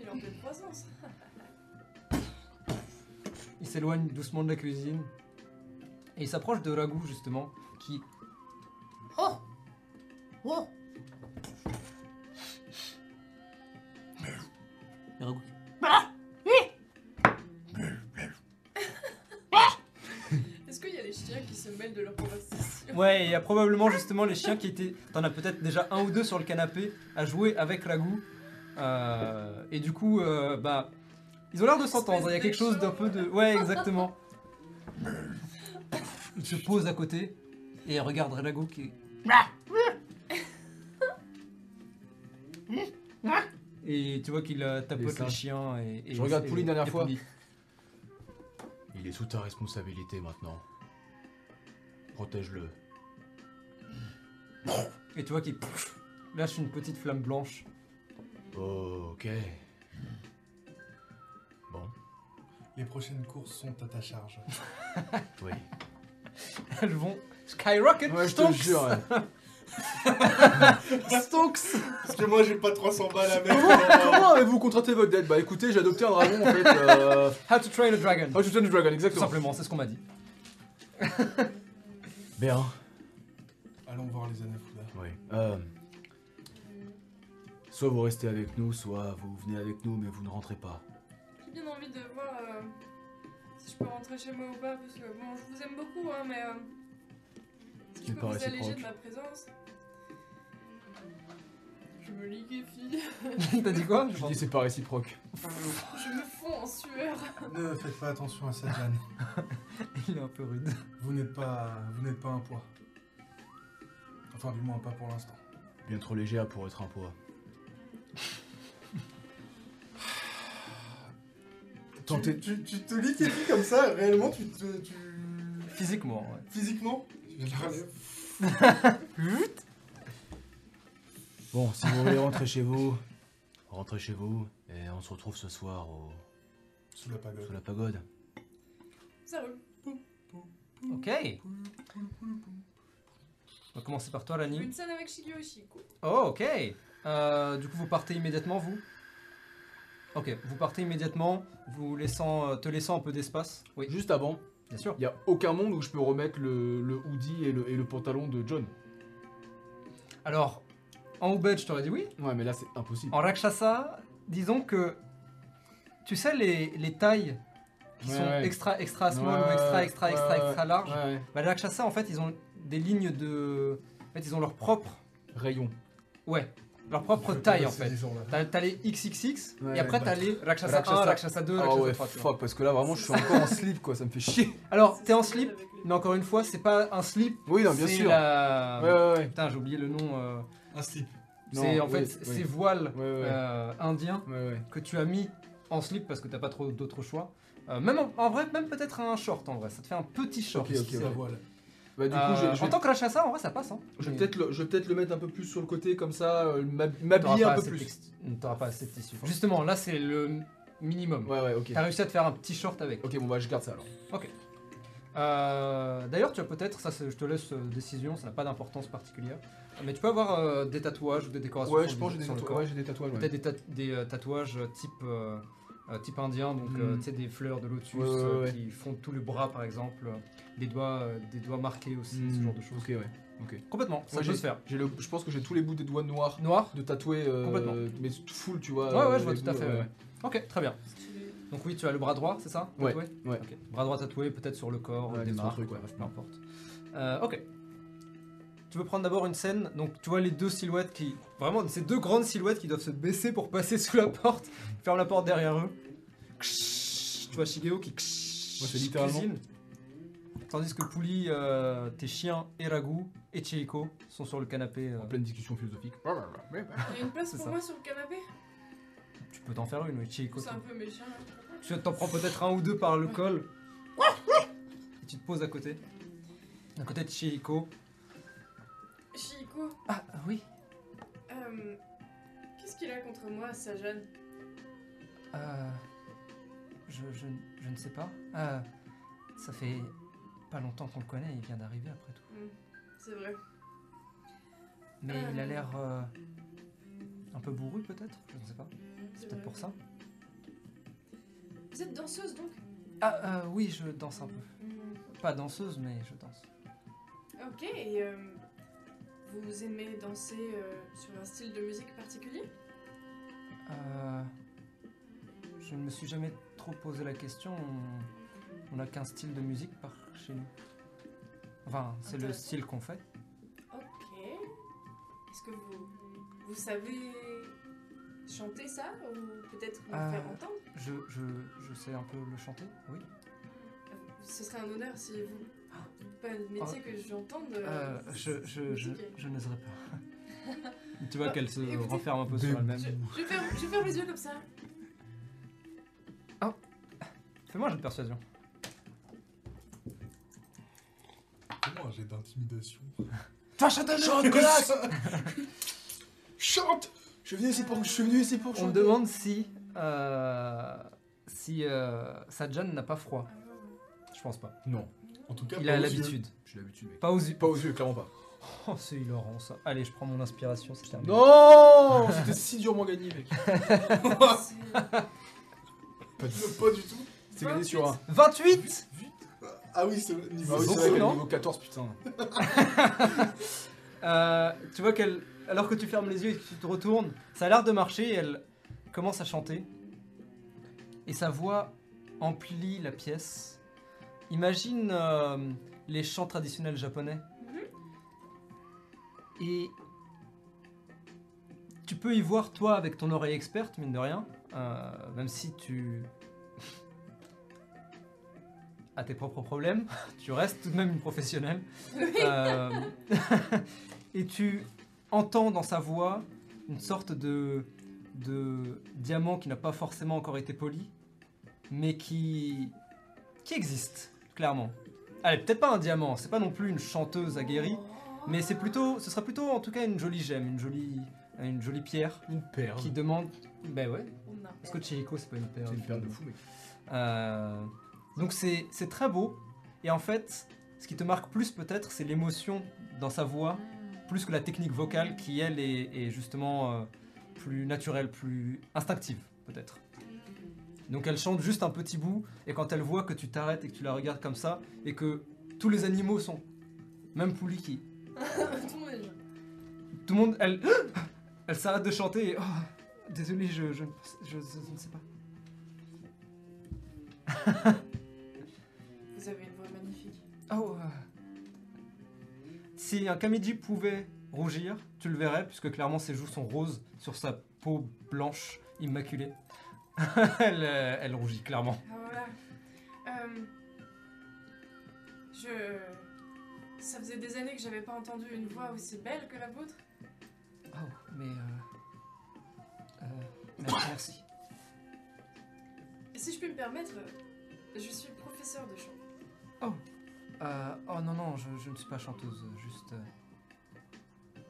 Speaker 5: Il est en pleine croissance.
Speaker 1: Il s'éloigne doucement de la cuisine. Et il s'approche de Ragu, justement, qui.
Speaker 10: Oh Oh Et Ragout. Ah
Speaker 5: Est-ce qu'il y a les chiens qui se mêlent de leur conversation
Speaker 1: Ouais, et il y a probablement justement les chiens qui étaient. T'en as peut-être déjà un ou deux sur le canapé à jouer avec Ragu. Euh, et du coup, euh, bah. Ils ont l'air de s'entendre. Il y a quelque chose d'un peu de. Ouais, exactement. Il se pose à côté et il regarde Ragu qui. Et tu vois qu'il euh,
Speaker 4: Les
Speaker 1: tapote
Speaker 4: singes.
Speaker 1: les chiens et. et-
Speaker 4: Je regarde
Speaker 1: et-
Speaker 4: Pouli une dernière
Speaker 1: et
Speaker 4: fois.
Speaker 1: Pouli.
Speaker 6: Il est sous ta responsabilité maintenant. Protège-le.
Speaker 1: Et tu vois qu'il pff, lâche une petite flamme blanche.
Speaker 6: Ok. Bon,
Speaker 2: Les prochaines courses sont à ta charge.
Speaker 6: oui.
Speaker 1: Elles vont skyrocket
Speaker 4: Ouais, je te le
Speaker 1: stonks
Speaker 4: jure. ouais.
Speaker 1: Stonks
Speaker 2: Parce que moi, j'ai pas 300 balles à mettre.
Speaker 4: Comment avez-vous contraté votre dette Bah écoutez, j'ai adopté un dragon en fait. Euh...
Speaker 1: How to train a dragon.
Speaker 4: Ah, je suis du dragon,
Speaker 1: Tout
Speaker 4: exactement.
Speaker 1: simplement, c'est ce qu'on m'a dit.
Speaker 6: Bien.
Speaker 2: Allons voir les anafoudas.
Speaker 6: Oui. Euh, soit vous restez avec nous, soit vous venez avec nous, mais vous ne rentrez pas.
Speaker 5: J'ai bien envie de voir euh, si je peux rentrer chez moi ou pas, parce que bon, je vous aime beaucoup, hein, mais euh, si je
Speaker 6: n'est
Speaker 5: peux
Speaker 6: pas
Speaker 5: vous alléger
Speaker 6: réciproque.
Speaker 5: de ma présence. Je me liquéfie,
Speaker 1: T'as dit quoi je
Speaker 4: Je
Speaker 1: pense
Speaker 4: dis c'est pas réciproque.
Speaker 5: je me fonds en sueur.
Speaker 2: Ne faites pas attention à cette Jeanne.
Speaker 1: Il est un peu rude.
Speaker 2: Vous n'êtes pas, vous n'êtes pas un poids. Enfin, du moins pas pour l'instant.
Speaker 6: Bien trop légère pour être un poids.
Speaker 2: Tu, tu, tu te liquéfies comme ça, réellement, tu te. Tu...
Speaker 1: Physiquement, ouais.
Speaker 2: Physiquement
Speaker 6: Bon, si vous voulez rentrer chez vous, rentrez chez vous, et on se retrouve ce soir au...
Speaker 2: Sous la
Speaker 6: sous
Speaker 2: pagode.
Speaker 6: la pagode.
Speaker 5: Ça roule.
Speaker 1: Ok. On va commencer par toi, Lani.
Speaker 5: Une scène avec Shigeo Ishiko.
Speaker 1: Oh, ok. Euh, du coup, vous partez immédiatement, vous Ok, vous partez immédiatement, vous laissant, euh, te laissant un peu d'espace. Oui,
Speaker 4: Juste avant,
Speaker 1: bien sûr.
Speaker 4: il y a aucun monde où je peux remettre le, le hoodie et le, et le pantalon de John.
Speaker 1: Alors, en Ubed, je t'aurais dit oui.
Speaker 4: Ouais, mais là c'est impossible.
Speaker 1: En Rakshasa, disons que. Tu sais, les, les tailles qui
Speaker 4: Ouais,
Speaker 1: sont
Speaker 4: ouais.
Speaker 1: extra extra small
Speaker 4: Ouais,
Speaker 1: ou extra
Speaker 4: ouais,
Speaker 1: extra
Speaker 4: ouais,
Speaker 1: extra
Speaker 4: ouais.
Speaker 1: extra large,
Speaker 4: Ouais, ouais.
Speaker 1: bah, les Rakshasa, en fait, ils ont des lignes de. En fait, ils ont leur propre.
Speaker 4: Rayon.
Speaker 1: Ouais, leur propre taille en fait. T'as t'as les XXX,
Speaker 4: Ouais,
Speaker 1: et après
Speaker 4: ouais,
Speaker 1: t'as les Rakshasa 1,
Speaker 4: Rakshasa.
Speaker 1: Rakshasa 2,
Speaker 4: Ah
Speaker 1: Rakshasa
Speaker 4: ouais,
Speaker 1: 3. tu vois.
Speaker 4: fuck, parce que là vraiment je suis encore en slip quoi, ça me fait chier.
Speaker 1: Alors, Oh, t'es en slip,
Speaker 5: Avec le-
Speaker 1: mais encore une fois, c'est pas un slip.
Speaker 4: Oui, non, bien
Speaker 1: c'est
Speaker 4: sûr.
Speaker 1: la-
Speaker 4: Ouais, ouais, ouais.
Speaker 1: Putain, j'ai oublié le nom. euh,
Speaker 2: Un slip.
Speaker 4: Non,
Speaker 1: C'est en
Speaker 4: oui,
Speaker 1: fait
Speaker 4: oui.
Speaker 1: ces voiles
Speaker 4: Ouais, ouais.
Speaker 1: euh, indiens
Speaker 4: Ouais, ouais.
Speaker 1: que tu as mis en slip parce que t'as pas trop d'autres choix. Euh, même en, en vrai, même peut-être un short en vrai, ça te fait un petit short.
Speaker 4: Ok, ok,
Speaker 2: C'est
Speaker 4: ouais.
Speaker 2: la voile.
Speaker 4: Bah, du coup,
Speaker 1: Euh,
Speaker 4: je vais- je
Speaker 1: en
Speaker 4: vais
Speaker 1: tant que Rakshasa, en vrai, ça passe. Hein.
Speaker 4: Je vais
Speaker 1: Mais
Speaker 4: peut-être le, je vais peut-être le mettre un peu plus sur le côté comme ça, euh, m'hab-
Speaker 1: t'auras
Speaker 4: m'habiller
Speaker 1: pas
Speaker 4: un peu
Speaker 1: assez de
Speaker 4: plus.
Speaker 1: texte- Mm, T'auras pas assez de tissu. Justement, là c'est le minimum.
Speaker 4: Ouais ouais ok.
Speaker 1: T'as réussi à te faire un petit short avec.
Speaker 4: Ok bon bah je garde ça alors.
Speaker 1: Euh, D'ailleurs, tu as peut-être, ça c'est- je te laisse euh, décision, ça n'a pas d'importance particulière, mais tu peux avoir euh, des tatouages ou des décorations
Speaker 4: Ouais
Speaker 1: sur
Speaker 4: je
Speaker 1: le-
Speaker 4: pense que j'ai des
Speaker 1: sur le
Speaker 4: tatouages.
Speaker 1: corps.
Speaker 4: Ouais j'ai des tatouages. ouais.
Speaker 1: Peut-être des, tat- des, euh, tatouages euh, type euh, euh, type indien, donc euh,
Speaker 4: Mhm.
Speaker 1: tu sais, des fleurs de lotus
Speaker 4: Ouais, ouais, ouais,
Speaker 1: euh,
Speaker 4: ouais.
Speaker 1: qui font tout le bras par exemple, euh, des doigts, euh, des doigts marqués aussi, ce genre de choses.
Speaker 4: Hmm. Ok, ouais.
Speaker 1: Complètement, ça
Speaker 4: Moi,
Speaker 1: peut se faire.
Speaker 4: J'ai le- je pense que j'ai tous les bouts des doigts noirs
Speaker 1: Noir.
Speaker 4: de tatouer, euh,
Speaker 1: Complètement.
Speaker 4: mais full, tu vois.
Speaker 1: Ouais, ouais, je vois
Speaker 4: les
Speaker 1: tout à
Speaker 4: Euh, bouts,
Speaker 1: fait. ouais. Ok, très bien. Donc oui, tu as le bras droit, c'est ça
Speaker 4: Ouais,
Speaker 1: tatoué
Speaker 4: ouais.
Speaker 1: Ok. Bras droit tatoué, peut-être sur le corps,
Speaker 4: Ouais,
Speaker 1: des
Speaker 4: des
Speaker 1: marques,
Speaker 4: trucs, ouais.
Speaker 1: bref, peu importe. Euh, ok. Tu veux prendre d'abord une scène, donc tu vois les deux silhouettes qui... Vraiment, ces deux grandes silhouettes qui doivent se baisser pour passer sous la porte, ferme la porte derrière eux. Ksh, Tu vois Shigeo qui... Moi,
Speaker 4: c'est littéralement-
Speaker 1: Tandis que Pouli, euh, tes chiens, et Ragu et Cheiko sont sur le canapé. euh,
Speaker 4: En pleine discussion philosophique.
Speaker 5: Il y a une place
Speaker 1: C'est
Speaker 5: pour
Speaker 1: ça.
Speaker 5: moi sur le canapé
Speaker 1: Tu peux t'en faire une, oui, Cheiko.
Speaker 5: C'est
Speaker 1: t'en-
Speaker 5: un peu méchant. hein.
Speaker 1: Tu t'en prends peut-être un ou deux par le col. Et tu te poses à côté. À côté de Chieko.
Speaker 5: Chico,
Speaker 1: Ah oui.
Speaker 5: euh, qu'est-ce qu'il a contre moi, sa jeune
Speaker 1: euh, je, je- je ne sais pas. Euh, ça fait pas longtemps qu'on le connaît, il vient d'arriver après tout.
Speaker 5: Hmm, C'est
Speaker 1: Hmm,
Speaker 5: vrai.
Speaker 1: Mais il a l'air euh, un peu bourru peut-être, je ne sais pas.
Speaker 5: c'est
Speaker 1: C'est peut-être
Speaker 5: vrai.
Speaker 1: pour ça.
Speaker 5: Vous êtes danseuse donc
Speaker 1: Ah euh, oui, je danse un peu.
Speaker 5: Hmm.
Speaker 1: Pas danseuse, mais je danse.
Speaker 5: Ok, et euh, vous aimez danser euh, sur un style de musique particulier
Speaker 1: Euh, je ne me suis jamais trop posé la question. On- On n'a qu'un style de musique par chez nous. Enfin, c'est le
Speaker 5: Intéressant.
Speaker 1: style qu'on fait.
Speaker 5: Ok. Est-ce que vous, vous savez chanter ça ou peut-être nous
Speaker 1: Euh.
Speaker 5: faire entendre
Speaker 1: Je, je, je sais un peu le chanter, oui.
Speaker 5: Euh, Ce serait un honneur si vous. Pas le métier que j'entende.
Speaker 1: Euh, je, je, je, je n'oserais pas. tu vois qu'elle se
Speaker 5: Écoutez.
Speaker 1: renferme un peu sur elle-même.
Speaker 5: Je, je, ferme, je ferme les yeux comme ça.
Speaker 1: Fais-moi un jeu de persuasion.
Speaker 2: Comment un jet d'intimidation
Speaker 4: Chante, connasse Chante Je venais, c'est pour. Je suis venu, c'est pour.
Speaker 1: On me
Speaker 4: chanter.
Speaker 1: demande si. euh, si euh, Sajan n'a pas froid. Je pense pas.
Speaker 2: En tout cas,
Speaker 1: Il
Speaker 2: pas
Speaker 1: a
Speaker 2: aux yeux.
Speaker 1: l'habitude.
Speaker 4: J'ai l'habitude, mec.
Speaker 1: Pas aux yeux.
Speaker 4: Pas aux yeux, clairement pas.
Speaker 1: Oh, c'est hilarant ça. Allez, je prends mon inspiration, c'est terminé.
Speaker 4: Non C'était si durement gagné, mec.
Speaker 5: C'est-
Speaker 2: Pas du pas du tout.
Speaker 4: C'est gagné sur un.
Speaker 1: 28
Speaker 2: Ah oui, c'est niveau.
Speaker 4: Ah
Speaker 1: beaucoup,
Speaker 4: oui, c'est vrai qu'elle est
Speaker 1: non
Speaker 4: niveau 14, putain.
Speaker 1: Euh, tu vois qu'elle, alors que tu fermes les yeux et que tu te retournes, ça a l'air de marcher et elle commence à chanter. Et sa voix emplit la pièce. Imagine euh, les chants traditionnels japonais. Et tu peux y voir, toi, avec ton oreille experte, mine de rien, euh, même si tu as tes propres problèmes, tu restes tout de même une professionnelle. Euh, et tu entends dans sa voix une sorte de, de diamant qui n'a pas forcément encore été poli, mais qui, qui existe, clairement. Allez, peut-être pas un diamant, c'est pas non plus une chanteuse aguerrie,
Speaker 5: Oh,
Speaker 1: mais c'est plutôt, ce sera plutôt en tout cas une jolie gemme, une jolie, une jolie pierre
Speaker 4: Une paire.
Speaker 1: qui demande. Ben ouais,
Speaker 5: On a-
Speaker 1: parce que Chihiko c'est pas une pierre.
Speaker 4: C'est une paire de fou, mec.
Speaker 1: Euh, donc c'est c'est très beau. Et en fait, ce qui te marque plus peut-être, c'est l'émotion dans sa voix, plus que la technique vocale qui, elle, est, est justement euh, plus naturelle, plus instinctive, peut-être. Donc elle chante juste un petit bout, et quand elle voit que tu t'arrêtes et que tu la regardes comme ça, et que tous les animaux sont... Même Pouli qui...
Speaker 5: Tout le monde est genre,
Speaker 1: Tout le monde... Elle, elle s'arrête de chanter et... Oh, désolé, je, je, je- je ne sais pas.
Speaker 5: Vous avez une voix magnifique.
Speaker 1: Oh. euh. Si un Kamiji pouvait rougir, tu le verrais, puisque clairement ses joues sont roses sur sa peau blanche immaculée. elle, euh, elle rougit clairement.
Speaker 5: Ah, voilà. Euh, je. Ça faisait des années que j'avais pas entendu une voix aussi belle que la vôtre.
Speaker 1: Oh, mais. euh, euh, mer- merci.
Speaker 5: Et si je puis me permettre, euh, je suis professeur de chant.
Speaker 1: Euh, oh non, non, je, je ne suis pas chanteuse, juste. euh,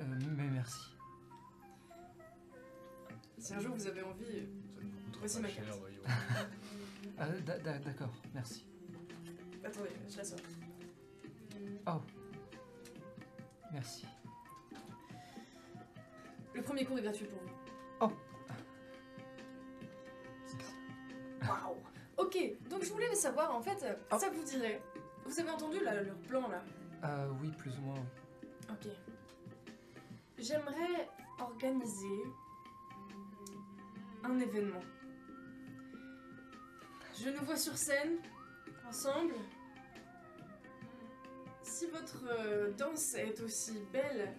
Speaker 1: euh, mais merci.
Speaker 5: Si un jour vous avez envie, euh,
Speaker 6: Ça ne vous coûtera
Speaker 5: Voici
Speaker 6: pas
Speaker 5: ma
Speaker 6: cher,
Speaker 5: carte.
Speaker 6: voyons.
Speaker 1: Euh, d'a- d'a- D'accord, merci.
Speaker 5: Attendez, je la sors.
Speaker 1: Merci.
Speaker 5: Le premier cours est gratuit pour vous.
Speaker 1: Oh.
Speaker 5: Waouh Ok, donc je voulais savoir, en fait, ça vous dirait. Vous avez entendu là, leur plan là
Speaker 1: Ah oui, plus ou moins. oui.
Speaker 5: Ok. J'aimerais organiser un événement. Je nous vois sur scène, ensemble. Si votre euh, danse est aussi belle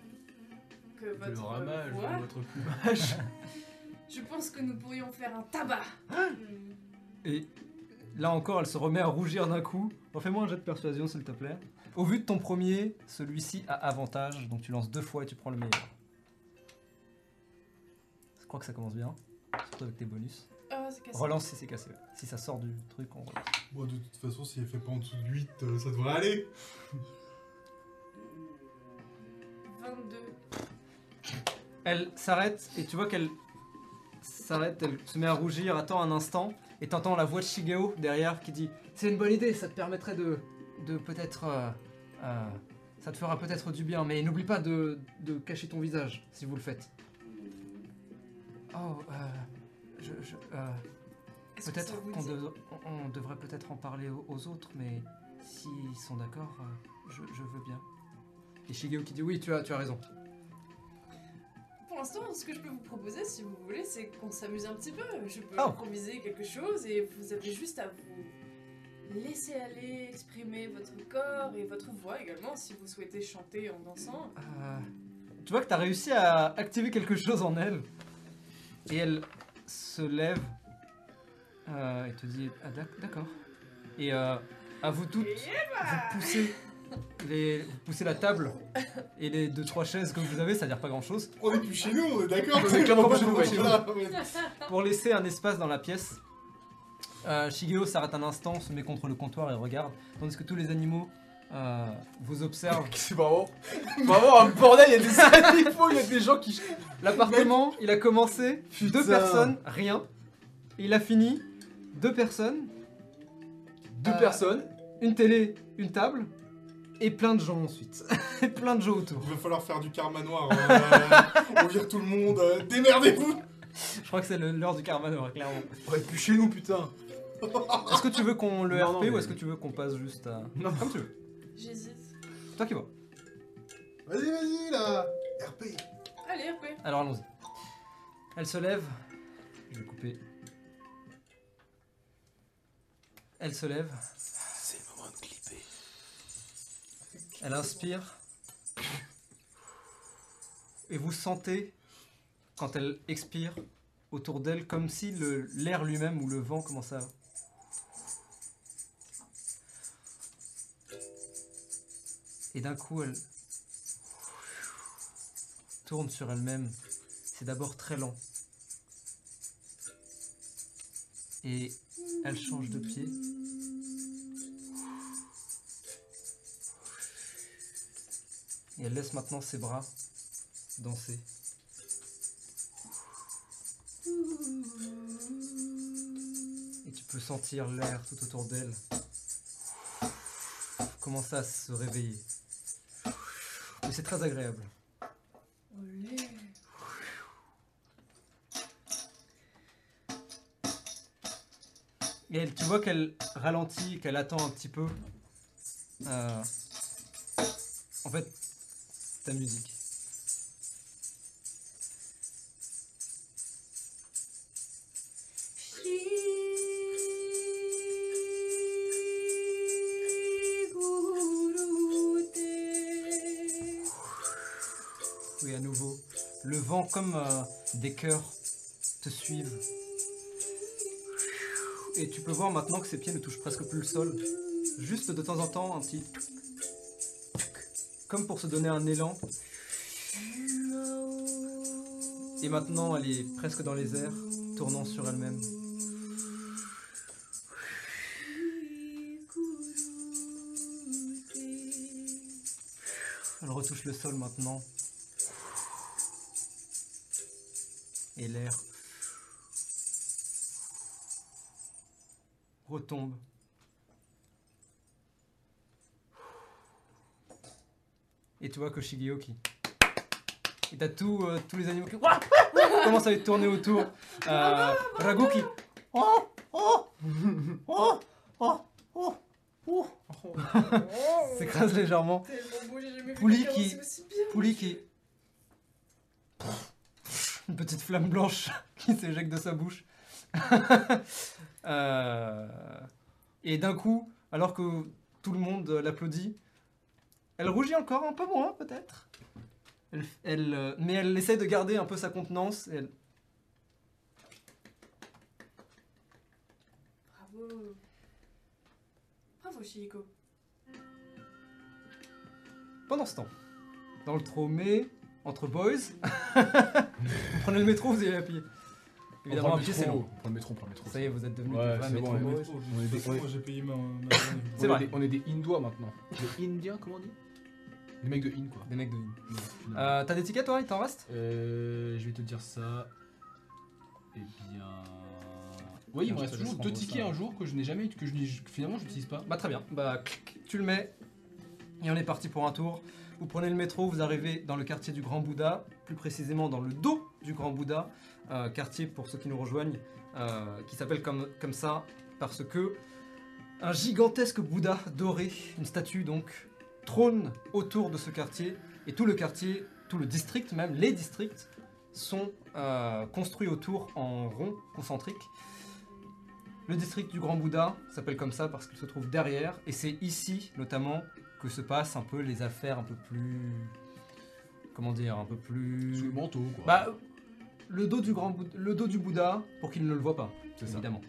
Speaker 5: que votre
Speaker 4: le ramage,
Speaker 5: voix,
Speaker 4: votre plumage.
Speaker 5: je pense que nous pourrions faire un tabac.
Speaker 1: Et là encore, elle se remet à rougir d'un coup. Refais-moi un jet de persuasion, s'il te plaît. Au vu de ton premier, celui-ci a avantage, donc tu lances deux fois et tu prends le meilleur. Je crois que ça commence bien, surtout avec tes bonus.
Speaker 5: Ah, c'est cassé.
Speaker 1: Relance si c'est cassé. Si ça sort du truc, on relance.
Speaker 2: Bon, de toute façon, si elle fait pas en dessous de 8, euh, ça devrait aller.
Speaker 5: 22.
Speaker 1: Elle s'arrête et tu vois qu'elle s'arrête, elle se met à rougir, attend un instant et t'entends la voix de Shigeo derrière qui dit C'est une bonne idée, ça te permettrait de, de peut-être. euh, euh, ça te fera peut-être du bien, mais n'oublie pas de, de cacher ton visage si vous le faites. Oh, euh, je. je, euh,
Speaker 5: Est-ce que ça
Speaker 1: peut-être
Speaker 5: vous
Speaker 1: qu'on
Speaker 5: dit
Speaker 1: dev- on- on devrait peut-être en parler aux, aux autres, mais s'ils sont d'accord, euh, je, je veux bien. Et Shigeo qui dit Oui, tu as, tu as raison.
Speaker 5: Pour l'instant, ce que je peux vous proposer, si vous voulez, c'est qu'on s'amuse un petit peu. Je peux
Speaker 1: Ah.
Speaker 2: Oh.
Speaker 5: improviser quelque chose et vous avez juste à vous laisser aller, exprimer votre corps et votre voix également, si vous souhaitez chanter en dansant.
Speaker 1: Euh, tu vois que t'as réussi à activer quelque chose en elle. Et elle se lève euh, et te dit Ah, d'ac- d'accord. Et euh, à vous toutes, vous poussez, les, vous poussez la table et les deux trois chaises que vous avez, ça veut dire pas grand chose,
Speaker 2: On est plus chez nous, on est d'accord
Speaker 1: On est clairement
Speaker 2: Pas
Speaker 1: plus chez nous,
Speaker 2: pas
Speaker 1: ouais.
Speaker 2: là, ouais.
Speaker 1: pour laisser un espace dans la pièce. Euh, Shigeo s'arrête un instant, se met contre le comptoir et regarde, tandis que tous les animaux euh, vous observent.
Speaker 4: C'est vraiment. Vraiment un bordel, il y a des animaux, il y a des gens qui.
Speaker 1: L'appartement, il a commencé, deux personnes, rien. Et il a fini, deux personnes,
Speaker 4: Deux
Speaker 1: Euh,
Speaker 4: personnes.
Speaker 1: une télé, une table, et plein de gens ensuite. et plein de gens autour.
Speaker 2: Il va falloir faire du karma noir. euh, on vire tout le monde. euh, Démerdez-vous
Speaker 1: Je crois que c'est le- l'heure du karma noir, clairement.
Speaker 4: On est plus chez nous, putain.
Speaker 1: Est-ce que tu veux qu'on le
Speaker 4: Non,
Speaker 1: RP
Speaker 4: non, mais-
Speaker 1: ou est-ce que tu veux qu'on passe juste à.
Speaker 4: Non.
Speaker 1: Comme tu veux.
Speaker 5: J'hésite.
Speaker 1: Toi qui vois.
Speaker 2: Vas-y, vas-y, là RP
Speaker 5: Allez, ouais.
Speaker 1: Alors allons-y. Elle se lève. Je vais couper. Elle se lève. C'est le moment de clipper. Elle inspire. Et vous sentez, quand elle expire, autour d'elle, comme si le- l'air lui-même ou le vent commençait à. Et d'un coup, elle tourne sur elle-même, c'est d'abord très lent. Et elle change de pied. Et elle laisse maintenant ses bras danser. Et tu peux sentir l'air tout autour d'elle commencer à se réveiller. Mais c'est très agréable. Et elle- tu vois qu'elle ralentit, qu'elle attend un petit peu. euh, en fait, ta musique. Oui, à nouveau. Le vent, comme euh, des cœurs, te suivent. Et tu peux voir maintenant que ses pieds ne touchent presque plus le sol. Juste de temps en temps, un petit. Comme pour se donner un élan. Et maintenant, elle est presque dans les airs, tournant sur elle-même. Elle retouche le sol maintenant. Et l'air retombe. Et tu vois que Shigeo qui... Et t'as tout, euh, tous les animaux qui... commencent à tourner autour. Euh, Ragu qui... Oh
Speaker 10: Oh Oh Oh Oh Oh
Speaker 1: S'écrase légèrement.
Speaker 5: T'es bon bouge, j'ai jamais vu
Speaker 1: Pouli
Speaker 5: quelqu'un
Speaker 1: qui-
Speaker 5: danser aussi bien.
Speaker 1: Pouli qui. Une petite flamme blanche qui s'éjecte de sa bouche. Euh, Et d'un coup, alors que tout le monde euh, l'applaudit, elle rougit encore un peu moins, peut-être. Elle, elle, euh, mais elle essaie de garder un peu sa contenance. et elle-
Speaker 5: Bravo. Bravo, Chico.
Speaker 1: Pendant ce temps, dans le tromé, entre boys, vous prenez le métro, vous allez à pied. Évidemment,
Speaker 4: On prend
Speaker 1: à
Speaker 4: le
Speaker 1: pied, c'est
Speaker 4: métro,
Speaker 1: long.
Speaker 4: On prend le métro, on prend le métro.
Speaker 1: Ça y est, vous êtes devenus
Speaker 4: Ouais,
Speaker 1: des vrais
Speaker 4: c'est
Speaker 1: métro
Speaker 4: bon, on est-
Speaker 1: boys.
Speaker 2: Oh,
Speaker 4: On est
Speaker 2: je
Speaker 4: des-
Speaker 2: sais pas,
Speaker 4: on est-
Speaker 2: moi, j'ai payé ma. ma-
Speaker 1: C'est
Speaker 4: on,
Speaker 1: vrai.
Speaker 4: est des, on est des Indois maintenant. Des Indiens, comment on dit Des mecs de Ind, quoi.
Speaker 1: Des mecs de ligne.
Speaker 4: Ouais, finalement.
Speaker 1: Euh, T'as des tickets, toi Il t'en reste
Speaker 6: Euh, je vais te dire ça. Eh bien.
Speaker 4: Oui, il
Speaker 1: Tiens,
Speaker 4: me
Speaker 1: Ah, je te
Speaker 4: reste
Speaker 1: laisse
Speaker 4: toujours deux
Speaker 1: prendre
Speaker 4: tickets
Speaker 1: ça.
Speaker 4: un jour que je n'ai jamais eu, que je n'ai- que finalement j'utilise pas.
Speaker 1: Bah très bien, bah clic, tu le mets et on est parti pour un tour. Vous prenez le métro, vous arrivez dans le quartier du Grand Bouddha, plus précisément dans le dos du Grand Bouddha, euh, quartier pour ceux qui nous rejoignent, euh, qui s'appelle comme, comme ça parce que un gigantesque Bouddha doré, une statue donc, trône autour de ce quartier et tout le quartier, tout le district même, les districts sont euh, construits autour en ronds concentriques. Le district du Grand Bouddha s'appelle comme ça parce qu'il se trouve derrière, et c'est ici notamment que se passent un peu les affaires un peu plus. Comment dire Un peu
Speaker 6: Sous le
Speaker 1: plus.
Speaker 6: manteau, quoi.
Speaker 1: Bah, le dos du, grand Bouddha, le dos du Bouddha pour qu'il ne le voit pas,
Speaker 6: C'est ça.
Speaker 1: évidemment.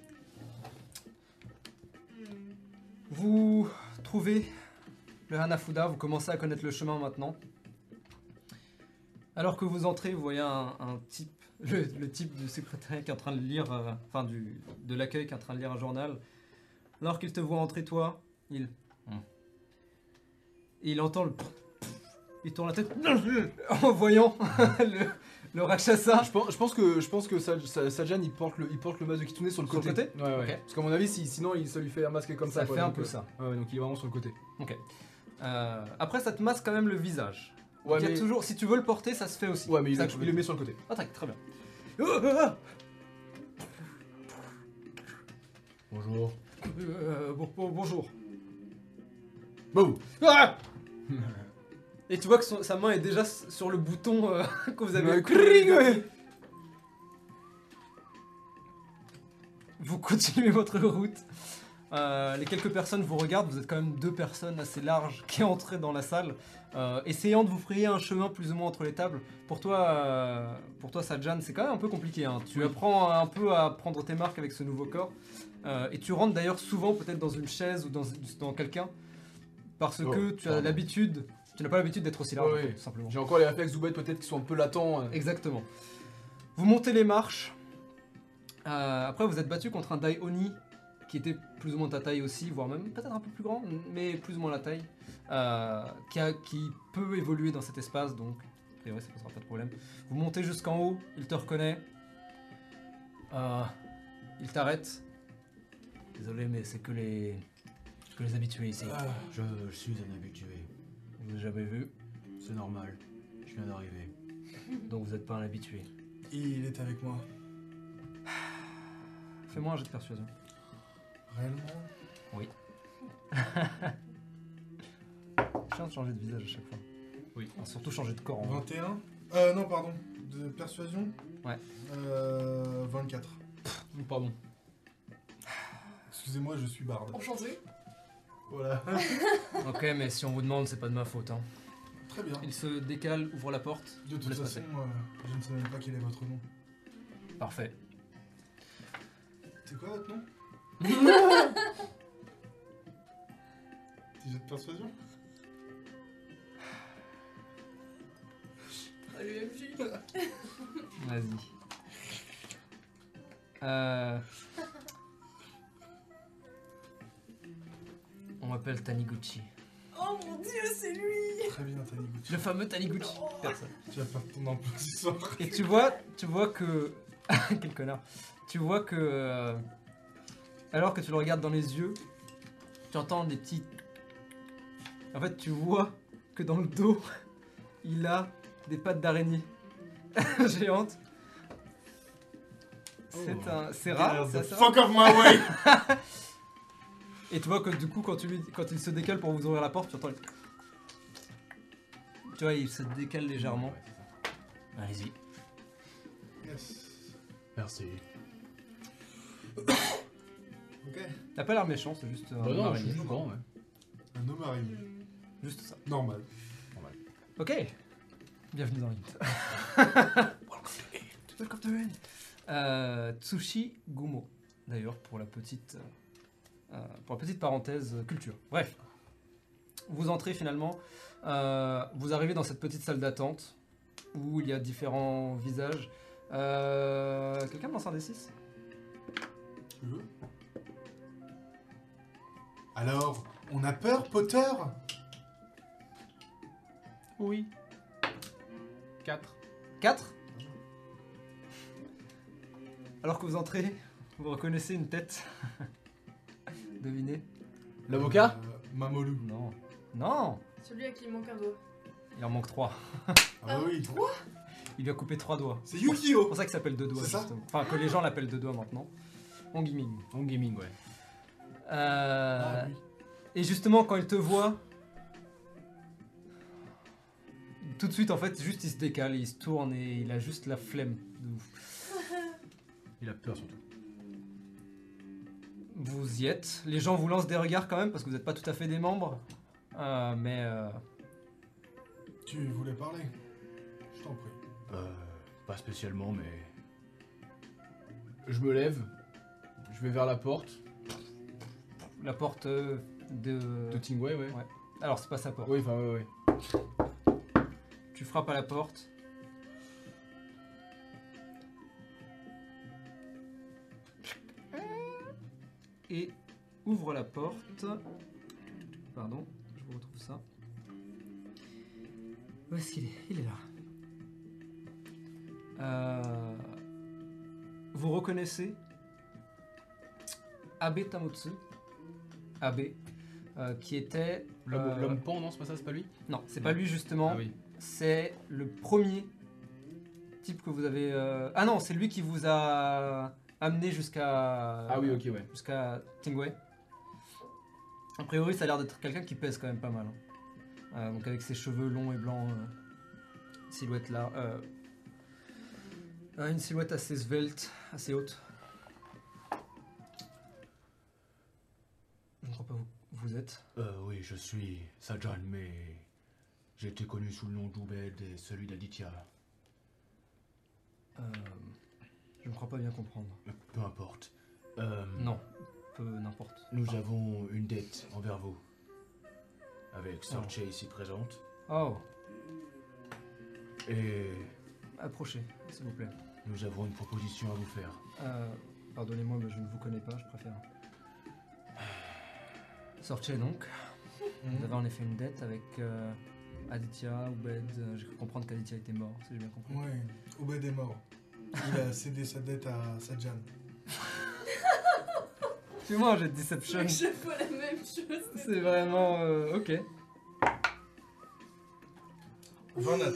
Speaker 1: Vous trouvez le Hanafuda, vous commencez à connaître le chemin maintenant. Alors que vous entrez, vous voyez un, un type, le, le type du secrétariat qui est en train de lire, euh, enfin du, de l'accueil qui est en train de lire un journal. Alors qu'il te voit entrer, toi, il. Et il entend le. Il tourne la tête en voyant le, le Rakshasa.
Speaker 4: Je pense, je pense que, je pense que Sa- Sa- Sajan il porte le, il porte le masque de Kitsune sur le
Speaker 1: Sur le
Speaker 4: côté.
Speaker 1: côté
Speaker 4: ouais, ouais.
Speaker 1: Ok.
Speaker 4: Parce qu'à mon avis, si- sinon il, ça lui fait un masque comme ça.
Speaker 1: Ça
Speaker 4: quoi,
Speaker 1: fait un
Speaker 4: donc,
Speaker 1: peu
Speaker 4: euh,
Speaker 1: ça.
Speaker 4: Ouais, ouais, donc il est vraiment sur le côté.
Speaker 1: Euh, après, ça te masse quand même le visage.
Speaker 4: Ouais,
Speaker 1: il y a
Speaker 4: mais,
Speaker 1: toujours, si tu veux le porter, ça se fait aussi.
Speaker 4: ouais, mais il,
Speaker 1: Ça,
Speaker 4: le-
Speaker 1: tu
Speaker 4: il Euh,
Speaker 1: peux-
Speaker 4: le met sur le côté.
Speaker 1: Ah, tac, très bien. Oh, oh, oh.
Speaker 6: Bonjour.
Speaker 1: Euh, bon- bon- bonjour.
Speaker 6: Bon.
Speaker 1: Ah Et tu vois que son- sa main est déjà s- sur le bouton euh, que vous avez.
Speaker 4: Ouais, cring, ouais.
Speaker 1: Vous continuez votre route. Euh, les quelques personnes vous regardent, vous êtes quand même deux personnes assez larges qui entrent dans la salle, euh, essayant de vous frayer un chemin plus ou moins entre les tables. Pour toi, euh, pour toi Sajan, c'est quand même un peu compliqué. hein. Tu apprends un peu à prendre tes marques avec ce nouveau corps. Euh, et tu rentres d'ailleurs souvent peut-être dans une chaise ou dans, dans quelqu'un, parce
Speaker 4: Oh,
Speaker 1: que tu as
Speaker 4: pardon.
Speaker 1: l'habitude, tu n'as pas l'habitude d'être aussi large,
Speaker 4: Ouais,
Speaker 1: en fait,
Speaker 4: ouais.
Speaker 1: tout simplement.
Speaker 4: J'ai encore les réflexes ou peut-être qui sont un peu latents. euh.
Speaker 1: Exactement. Vous montez les marches. Euh, après, vous êtes battu contre un Dai Oni qui était plus ou moins de ta taille aussi, voire même peut-être un peu plus grand, mais plus ou moins la taille, euh, qui, a- qui peut évoluer dans cet espace, donc a priori, ça posera pas de problème. Vous montez jusqu'en haut, il te reconnaît. Euh, il t'arrête. Désolé, mais c'est que les, que les habitués ici.
Speaker 2: Ah.
Speaker 9: Je, je suis un habitué.
Speaker 1: Je vous ai jamais vu,
Speaker 9: C'est normal. Je viens d'arriver.
Speaker 1: donc vous n'êtes pas un habitué.
Speaker 2: Il est avec moi.
Speaker 1: Fais-moi un jet de persuasion.
Speaker 2: Réellement
Speaker 1: Chiant de changer de visage à chaque fois.
Speaker 6: Oui.
Speaker 1: Enfin, surtout changer de corps en vrai.
Speaker 2: 21 Euh, non, pardon. De persuasion
Speaker 1: Ouais.
Speaker 2: Euh, 24.
Speaker 4: Pardon.
Speaker 2: Excusez-moi, je suis barde.
Speaker 5: Enchanté.
Speaker 2: Voilà.
Speaker 1: Ok, mais si on vous demande, c'est pas de ma faute. hein.
Speaker 2: Très bien.
Speaker 1: Il se décale, ouvre la porte.
Speaker 2: De
Speaker 1: vous
Speaker 2: toute
Speaker 1: laisse passer.
Speaker 2: façon, euh, je ne sais même pas quel est votre nom.
Speaker 1: Parfait.
Speaker 2: C'est quoi votre nom Petit jet de persuasion
Speaker 5: Ah, le MJ.
Speaker 1: Vas-y. Euh... On m'appelle Taniguchi.
Speaker 5: Oh mon dieu, c'est lui
Speaker 2: Très bien, Taniguchi.
Speaker 1: Le fameux Taniguchi. Personne.
Speaker 2: Tu vas faire ton emploi ce soir.
Speaker 1: Et tu vois, tu vois que. Quel connard. Tu vois que. euh, alors que tu le regardes dans les yeux, tu entends des petits. En fait, tu vois que dans le dos, il a des pattes d'araignée géantes. C'est un, c'est rare.
Speaker 2: the
Speaker 1: ça, ça.
Speaker 2: fuck off my way
Speaker 1: Et tu vois que du coup, quand, tu lui- quand il se décale pour vous ouvrir la porte, tu entends. le- Tu vois, il se décale légèrement. Allez-y.
Speaker 2: Yes.
Speaker 6: Merci.
Speaker 2: Ok.
Speaker 1: T'as pas l'air méchant, c'est juste. un
Speaker 6: Bah non, je
Speaker 1: araignée.
Speaker 6: suis juste grand, ouais.
Speaker 2: Un homme arrive.
Speaker 1: Juste ça.
Speaker 2: Normal.
Speaker 1: Ok. Bienvenue dans Hint. Welcome to Hint. Euh, Tsushi Gumo. D'ailleurs, pour la petite, euh, euh, pour la petite parenthèse euh, culture. Bref. Vous entrez finalement. euh, vous arrivez dans cette petite salle d'attente où il y a différents visages. Euh, Quelqu'un me lance un des 6
Speaker 2: Tu veux Alors, on a peur, Potter
Speaker 4: Oui. 4.
Speaker 1: 4 Alors que vous entrez, vous reconnaissez une tête. Devinez.
Speaker 4: L'avocat
Speaker 2: Euh, Mamolou.
Speaker 1: Non. Non
Speaker 5: Celui à qui il manque un doigt.
Speaker 1: Il en manque trois.
Speaker 2: Ah bah oui.
Speaker 5: Trois
Speaker 1: Il lui a coupé trois doigts.
Speaker 2: C'est
Speaker 1: C'est
Speaker 2: Yukio
Speaker 1: pour ça qu'il s'appelle deux doigts,
Speaker 2: C'est ça
Speaker 1: justement. Enfin, que les gens l'appellent deux doigts maintenant. En gaming.
Speaker 6: En gaming, ouais.
Speaker 1: Euh,
Speaker 2: Ah oui.
Speaker 1: Et justement, quand il te voit, tout de suite, en fait, juste il se décale, il se tourne et il a juste la flemme. de ouf.
Speaker 6: Il a peur surtout.
Speaker 1: Vous y êtes. Les gens vous lancent des regards quand même parce que vous n'êtes pas tout à fait des membres. Euh, mais euh,
Speaker 2: Tu voulais parler Je t'en prie.
Speaker 6: Euh, pas spécialement, mais.
Speaker 4: Je me lève. Je vais vers la porte
Speaker 1: la porte euh, de.
Speaker 4: de Tingway, ouais.
Speaker 1: Alors, c'est pas sa porte.
Speaker 4: Oui, enfin, ouais, ouais.
Speaker 1: Tu frappes à la porte. Et ouvre la porte. Pardon, je vous retrouve ça. Où est-ce qu'il est Il est là. Euh, vous reconnaissez Abe Tamotsu. Abe, euh, qui était.
Speaker 4: L'homme
Speaker 1: euh,
Speaker 4: l'homme pan, non, c'est pas ça, c'est pas lui
Speaker 1: non, c'est pas lui justement.
Speaker 4: Ah oui.
Speaker 1: C'est le premier type que vous avez. euh, Ah non, c'est lui qui vous a amené jusqu'à.
Speaker 4: Ah oui, ok, ouais.
Speaker 1: Jusqu'à Tingway. A priori, ça a l'air d'être quelqu'un qui pèse quand même pas mal. hein. Euh, donc avec ses cheveux longs et blancs, euh, silhouette là, euh, euh, une silhouette assez svelte, assez haute. Je ne crois pas où vous êtes.
Speaker 6: Euh, oui, je suis Sajan, mais. J'ai été connu sous le nom d'Oubed et celui d'Aditya.
Speaker 1: Euh, je ne crois pas bien comprendre.
Speaker 6: Peu importe. Euh,
Speaker 1: Non, peu n'importe.
Speaker 6: Nous avons une dette envers vous. Avec Sorche ici présente.
Speaker 1: Oh,
Speaker 6: Et
Speaker 1: approchez, s'il vous plaît.
Speaker 6: nous avons une proposition à vous faire.
Speaker 1: Euh, Pardonnez-moi, mais je ne vous connais pas, je préfère. Sortez donc. Vous avez en effet une dette avec euh, Aditya, Oubed. euh, J'ai cru comprendre qu'Aditya était mort, si j'ai bien compris.
Speaker 2: Ouais, Obed est mort. Il a cédé sa dette à Sajan.
Speaker 1: Tu moi j'ai Deception.
Speaker 5: Je fais la même chose.
Speaker 1: C'est vraiment. euh, ok.
Speaker 2: 20 dates.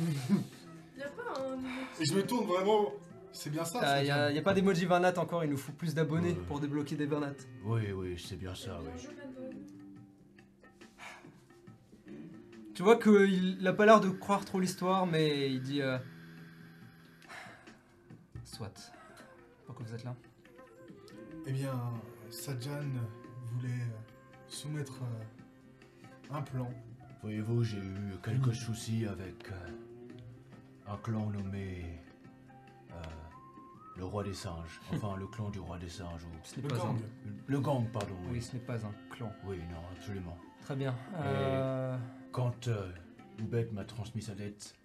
Speaker 5: Y'a pas un.
Speaker 2: Et je me tourne vraiment. Ah, C'est bien ça,
Speaker 1: Ah, Il n'y
Speaker 2: Sajan.
Speaker 1: a, y a pas d'emoji Bernat encore, il nous faut plus d'abonnés
Speaker 6: Ouais.
Speaker 1: pour débloquer des Bernat.
Speaker 6: Oui, oui, c'est bien ça, oui.
Speaker 5: Bien joué, Madone.
Speaker 1: Tu vois qu'il n'a pas l'air de croire trop l'histoire, mais il dit. euh, Soit. Pourquoi vous êtes là
Speaker 2: Eh bien, Sajan voulait euh, soumettre euh, un plan.
Speaker 6: Voyez-vous, j'ai eu quelques soucis avec euh, un clan nommé euh, le roi des singes. Enfin, le clan du roi des singes. ou-
Speaker 1: Ce n'est
Speaker 2: Le
Speaker 1: pas un.
Speaker 2: gang.
Speaker 6: Le gang, pardon.
Speaker 1: Oui,
Speaker 6: Oui,
Speaker 1: ce n'est pas un clan.
Speaker 6: oui non, absolument.
Speaker 1: Très bien. Euh,
Speaker 6: Quand euh, Boubek m'a transmis sa dette,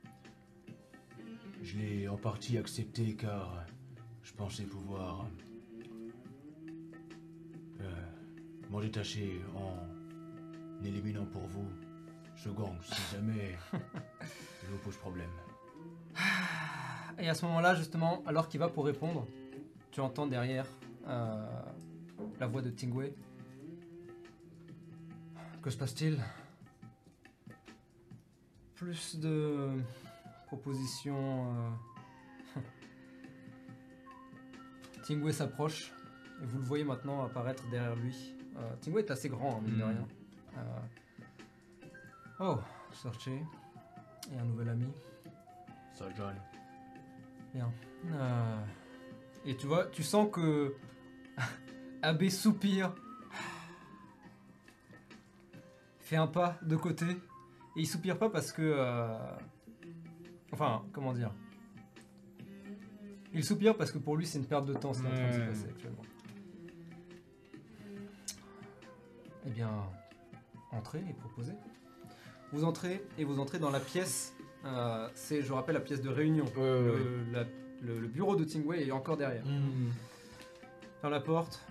Speaker 6: je l'ai en partie acceptée car je pensais pouvoir euh, m'en détacher en éliminant pour vous ce gang si jamais il vous pose problème.
Speaker 1: Et à ce moment-là, justement, alors qu'il va pour répondre, tu entends derrière euh, la voix de Tingwei. Que se passe-t-il Plus de propositions euh, Tingwe s'approche et vous le voyez maintenant apparaître derrière lui. Euh, Tingwe est assez grand, hein, mine de
Speaker 6: Mm.
Speaker 1: rien. Euh, Oh, Searché. Et un nouvel ami.
Speaker 6: Ça, John.
Speaker 1: Euh, Et tu vois, tu sens que Abbé soupire, fait un pas de côté, et il soupire pas parce que, euh, enfin, comment dire, il soupire parce que pour lui c'est une perte de temps ce qui est en train de se
Speaker 6: Ouais.
Speaker 1: passer actuellement. Eh bien, entrez et proposez. Vous entrez et vous entrez dans la pièce. euh, c'est, je rappelle, la pièce de réunion. Le, Euh, la- le- le bureau de Tingway est encore derrière. Ferme la porte.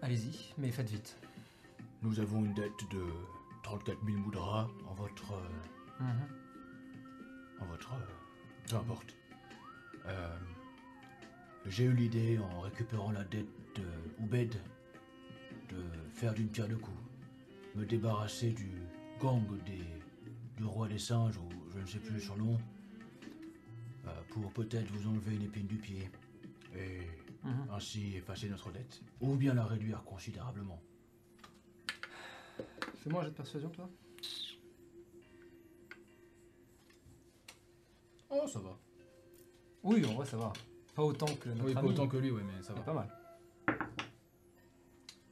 Speaker 1: Allez-y, mais faites vite.
Speaker 6: Nous avons une dette de 34 000 moudras en votre. euh,
Speaker 4: Mhm.
Speaker 6: en votre. euh, Peu importe. Euh, J'ai eu l'idée en récupérant la dette de Oubed de faire d'une pierre deux coups. Me débarrasser du gang des, du roi des singes ou je ne sais plus son nom euh, pour peut-être vous enlever une épine du pied et
Speaker 1: Mhm.
Speaker 6: ainsi effacer notre dette ou bien la réduire considérablement.
Speaker 1: Fais-moi un jet de persuasion, toi.
Speaker 6: Oh, ça va.
Speaker 1: Oui, en vrai, ça va. Pas autant que notre
Speaker 4: Oui, pas
Speaker 1: ami,
Speaker 4: autant que lui, ouais, mais ça
Speaker 1: mais
Speaker 4: va.
Speaker 1: pas mal.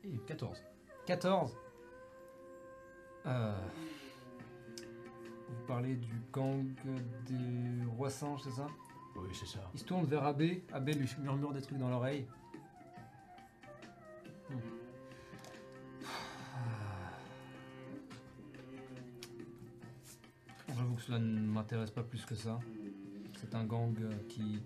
Speaker 4: Et 14.
Speaker 1: 14. Euh, Vous parlez du gang des rois singes, c'est ça
Speaker 6: Oui, c'est ça.
Speaker 1: Il se tourne vers Abbé. Abbé lui murmure des trucs dans l'oreille. Hmm. J'avoue que cela ne m'intéresse pas plus que ça. C'est un gang euh, qui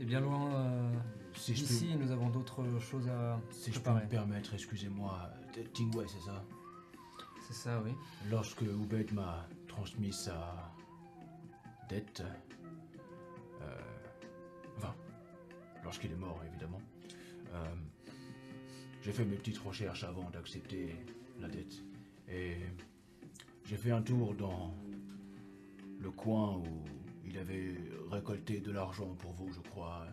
Speaker 1: est bien loin euh,
Speaker 6: Si je,
Speaker 1: d'ici
Speaker 6: peux,
Speaker 1: et nous avons d'autres choses à
Speaker 6: si je peux
Speaker 1: préparer.
Speaker 6: me permettre, excusez-moi, euh, Tingwei, c'est ça
Speaker 1: C'est ça, oui.
Speaker 6: Lorsque Oubed m'a transmis sa dette, euh, enfin, lorsqu'il est mort évidemment, euh, j'ai fait mes petites recherches avant d'accepter la dette. Et j'ai fait un tour dans le coin où il avait récolté de l'argent pour vous, je crois.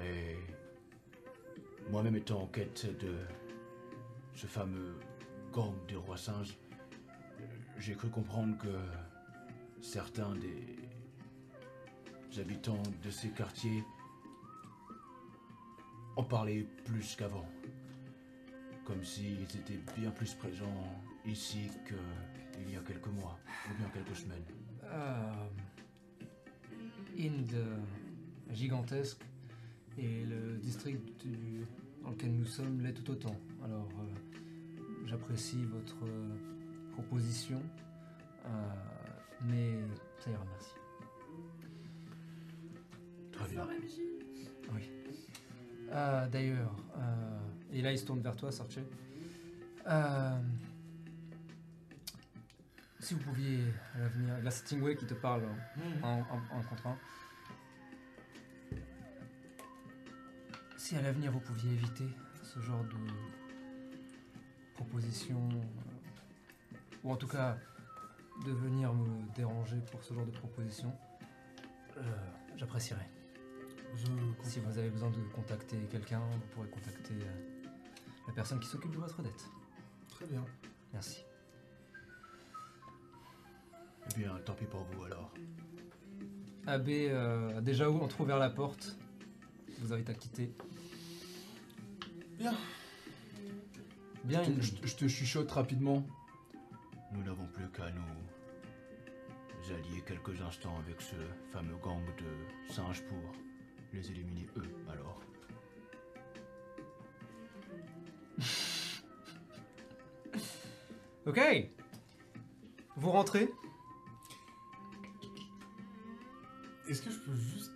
Speaker 6: Et moi-même étant en quête de ce fameux gang des rois singes, j'ai cru comprendre que certains des habitants de ces quartiers en parlaient plus qu'avant. Comme s'ils étaient bien plus présents ici qu'il y a quelques mois, ou bien quelques semaines.
Speaker 1: Euh, Inde euh, gigantesque et le district du- dans lequel nous sommes l'est tout autant. Alors euh, j'apprécie votre euh, proposition, euh, mais ça ira, merci.
Speaker 6: Très bien.
Speaker 5: Soirée, Michi.
Speaker 1: Oui. Euh, D'ailleurs, euh, et là il se tourne vers toi, Sarche. Euh, si vous pouviez à l'avenir, la Stingway qui te parle hein, en, en- en contre un. Si à l'avenir vous pouviez éviter ce genre de propositions, euh, ou en tout cas de venir me déranger pour ce genre de propositions, euh, j'apprécierais.
Speaker 2: Je comprends.
Speaker 1: Si vous avez besoin de contacter quelqu'un, vous pourrez contacter euh, la personne qui s'occupe de votre dette.
Speaker 2: Très bien.
Speaker 1: Merci.
Speaker 6: Eh bien, tant pis pour vous alors.
Speaker 1: Abbé, euh, a déjà où entrouvert la porte, vous invite à quitter.
Speaker 2: Bien.
Speaker 1: Bien,
Speaker 4: Je,
Speaker 1: il-
Speaker 4: je- je te chuchote rapidement.
Speaker 6: Nous n'avons plus qu'à nous allier quelques instants avec ce fameux gang de singes pour les éliminer eux alors.
Speaker 1: Ok Vous rentrez
Speaker 2: Est-ce que je peux juste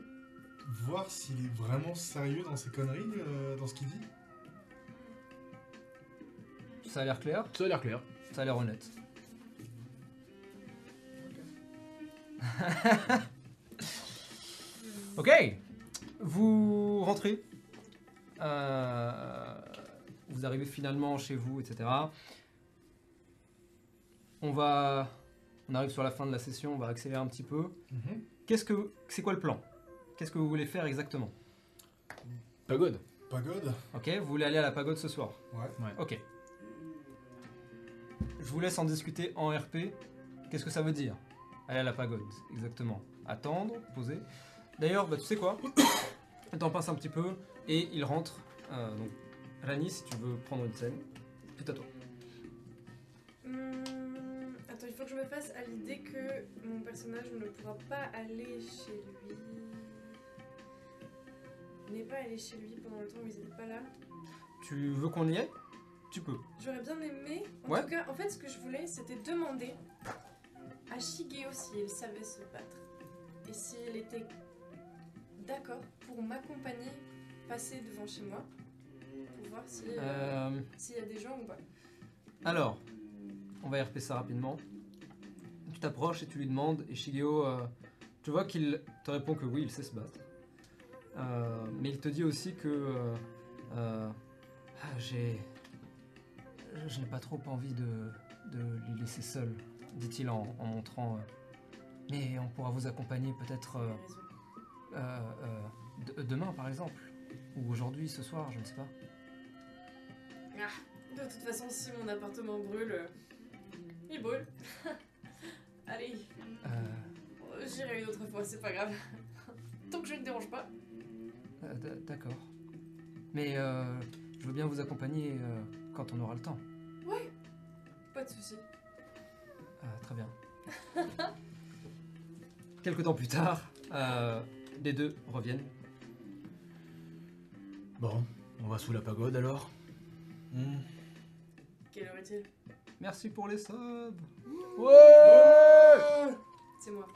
Speaker 2: voir s'il est vraiment sérieux dans ses conneries, euh, dans ce qu'il dit
Speaker 1: Ça a l'air clair,
Speaker 4: Ça a l'air clair.
Speaker 1: ça a l'air honnête. ok Vous rentrez. Euh, vous arrivez finalement chez vous, etc. On va.
Speaker 6: Mhm.
Speaker 1: On arrive sur la fin de la session, on va accélérer un petit peu. Qu'est-ce que. C'est quoi le plan Qu'est-ce que vous voulez faire exactement
Speaker 4: Pagode.
Speaker 2: Pagode
Speaker 1: Ok, vous voulez aller à la pagode ce soir
Speaker 2: Ouais.
Speaker 1: Ok. Je vous laisse en discuter en RP. Qu'est-ce que ça veut dire Aller à la pagode, exactement. Attendre, poser. D'ailleurs, bah, tu sais quoi T'en pince un petit peu et il rentre. Euh, donc, Rani, si tu veux prendre une scène, c'est à toi.
Speaker 5: Hum, Attends, il faut que je me fasse à l'idée que mon personnage ne pourra pas aller chez lui. Il n'est pas allé chez lui pendant le temps où ils n'étaient pas là.
Speaker 1: Tu veux qu'on y aille Tu peux.
Speaker 5: J'aurais bien aimé. En
Speaker 1: Ouais.
Speaker 5: tout cas, en fait, ce que je voulais, c'était demander à Shigeo s'il savait se battre. Et s'il était d'accord pour m'accompagner, passer devant chez moi. Pour voir si, euh,
Speaker 1: Euh,
Speaker 5: s'il y a des gens ou pas.
Speaker 1: alors, on va RP ça rapidement. Tu t'approches et tu lui demandes, et Shigeo, euh, tu vois qu'il te répond que oui, il sait se battre. Euh, mais il te dit aussi que euh, euh, Ah, j'ai. Je n'ai pas trop envie de, de les laisser seuls, dit-il en, en montrant. euh, mais on pourra vous accompagner peut-être
Speaker 5: Il
Speaker 1: euh,
Speaker 5: a raison.
Speaker 1: euh, euh, de- demain, par exemple. Ou aujourd'hui, ce soir, je ne sais pas.
Speaker 5: De toute façon, si mon appartement brûle, euh, il brûle. Allez,
Speaker 1: Euh,
Speaker 5: euh, j'irai une autre fois, c'est pas grave. Tant que je ne dérange pas.
Speaker 1: Ah, d- D'accord. Mais euh, je veux bien vous accompagner euh, quand on aura le temps.
Speaker 5: Ouais, pas de soucis.
Speaker 1: Ah, très bien. Quelque temps plus tard, euh, les deux reviennent.
Speaker 6: Bon, on va sous la pagode alors.
Speaker 2: Euh,
Speaker 5: Quelle heure est-il
Speaker 1: Merci pour les subs.
Speaker 5: C'est moi.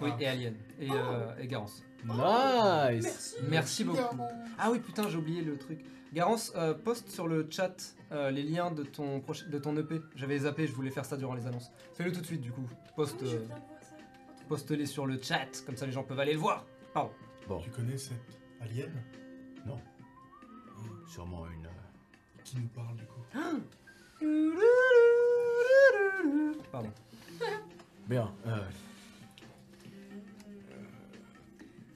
Speaker 1: Oui, et Alien. Et, euh, et Garance.
Speaker 4: Nice
Speaker 5: Merci.
Speaker 1: Merci beaucoup. Ah oui, putain, j'ai oublié le truc. Garance, euh, poste sur le chat euh, les liens de ton, proche- de ton EP. J'avais zappé, je voulais faire ça durant les annonces. Fais-le tout de suite, du coup. Poste,
Speaker 5: Ah Oui, je
Speaker 1: euh,
Speaker 5: viens de voir ça.
Speaker 1: poste-les sur le chat, comme ça les gens peuvent aller le voir. Pardon.
Speaker 2: Tu connais cette alien
Speaker 6: Sûrement une. euh,
Speaker 2: qui nous parle du coup
Speaker 1: Pardon.
Speaker 6: Bien. euh,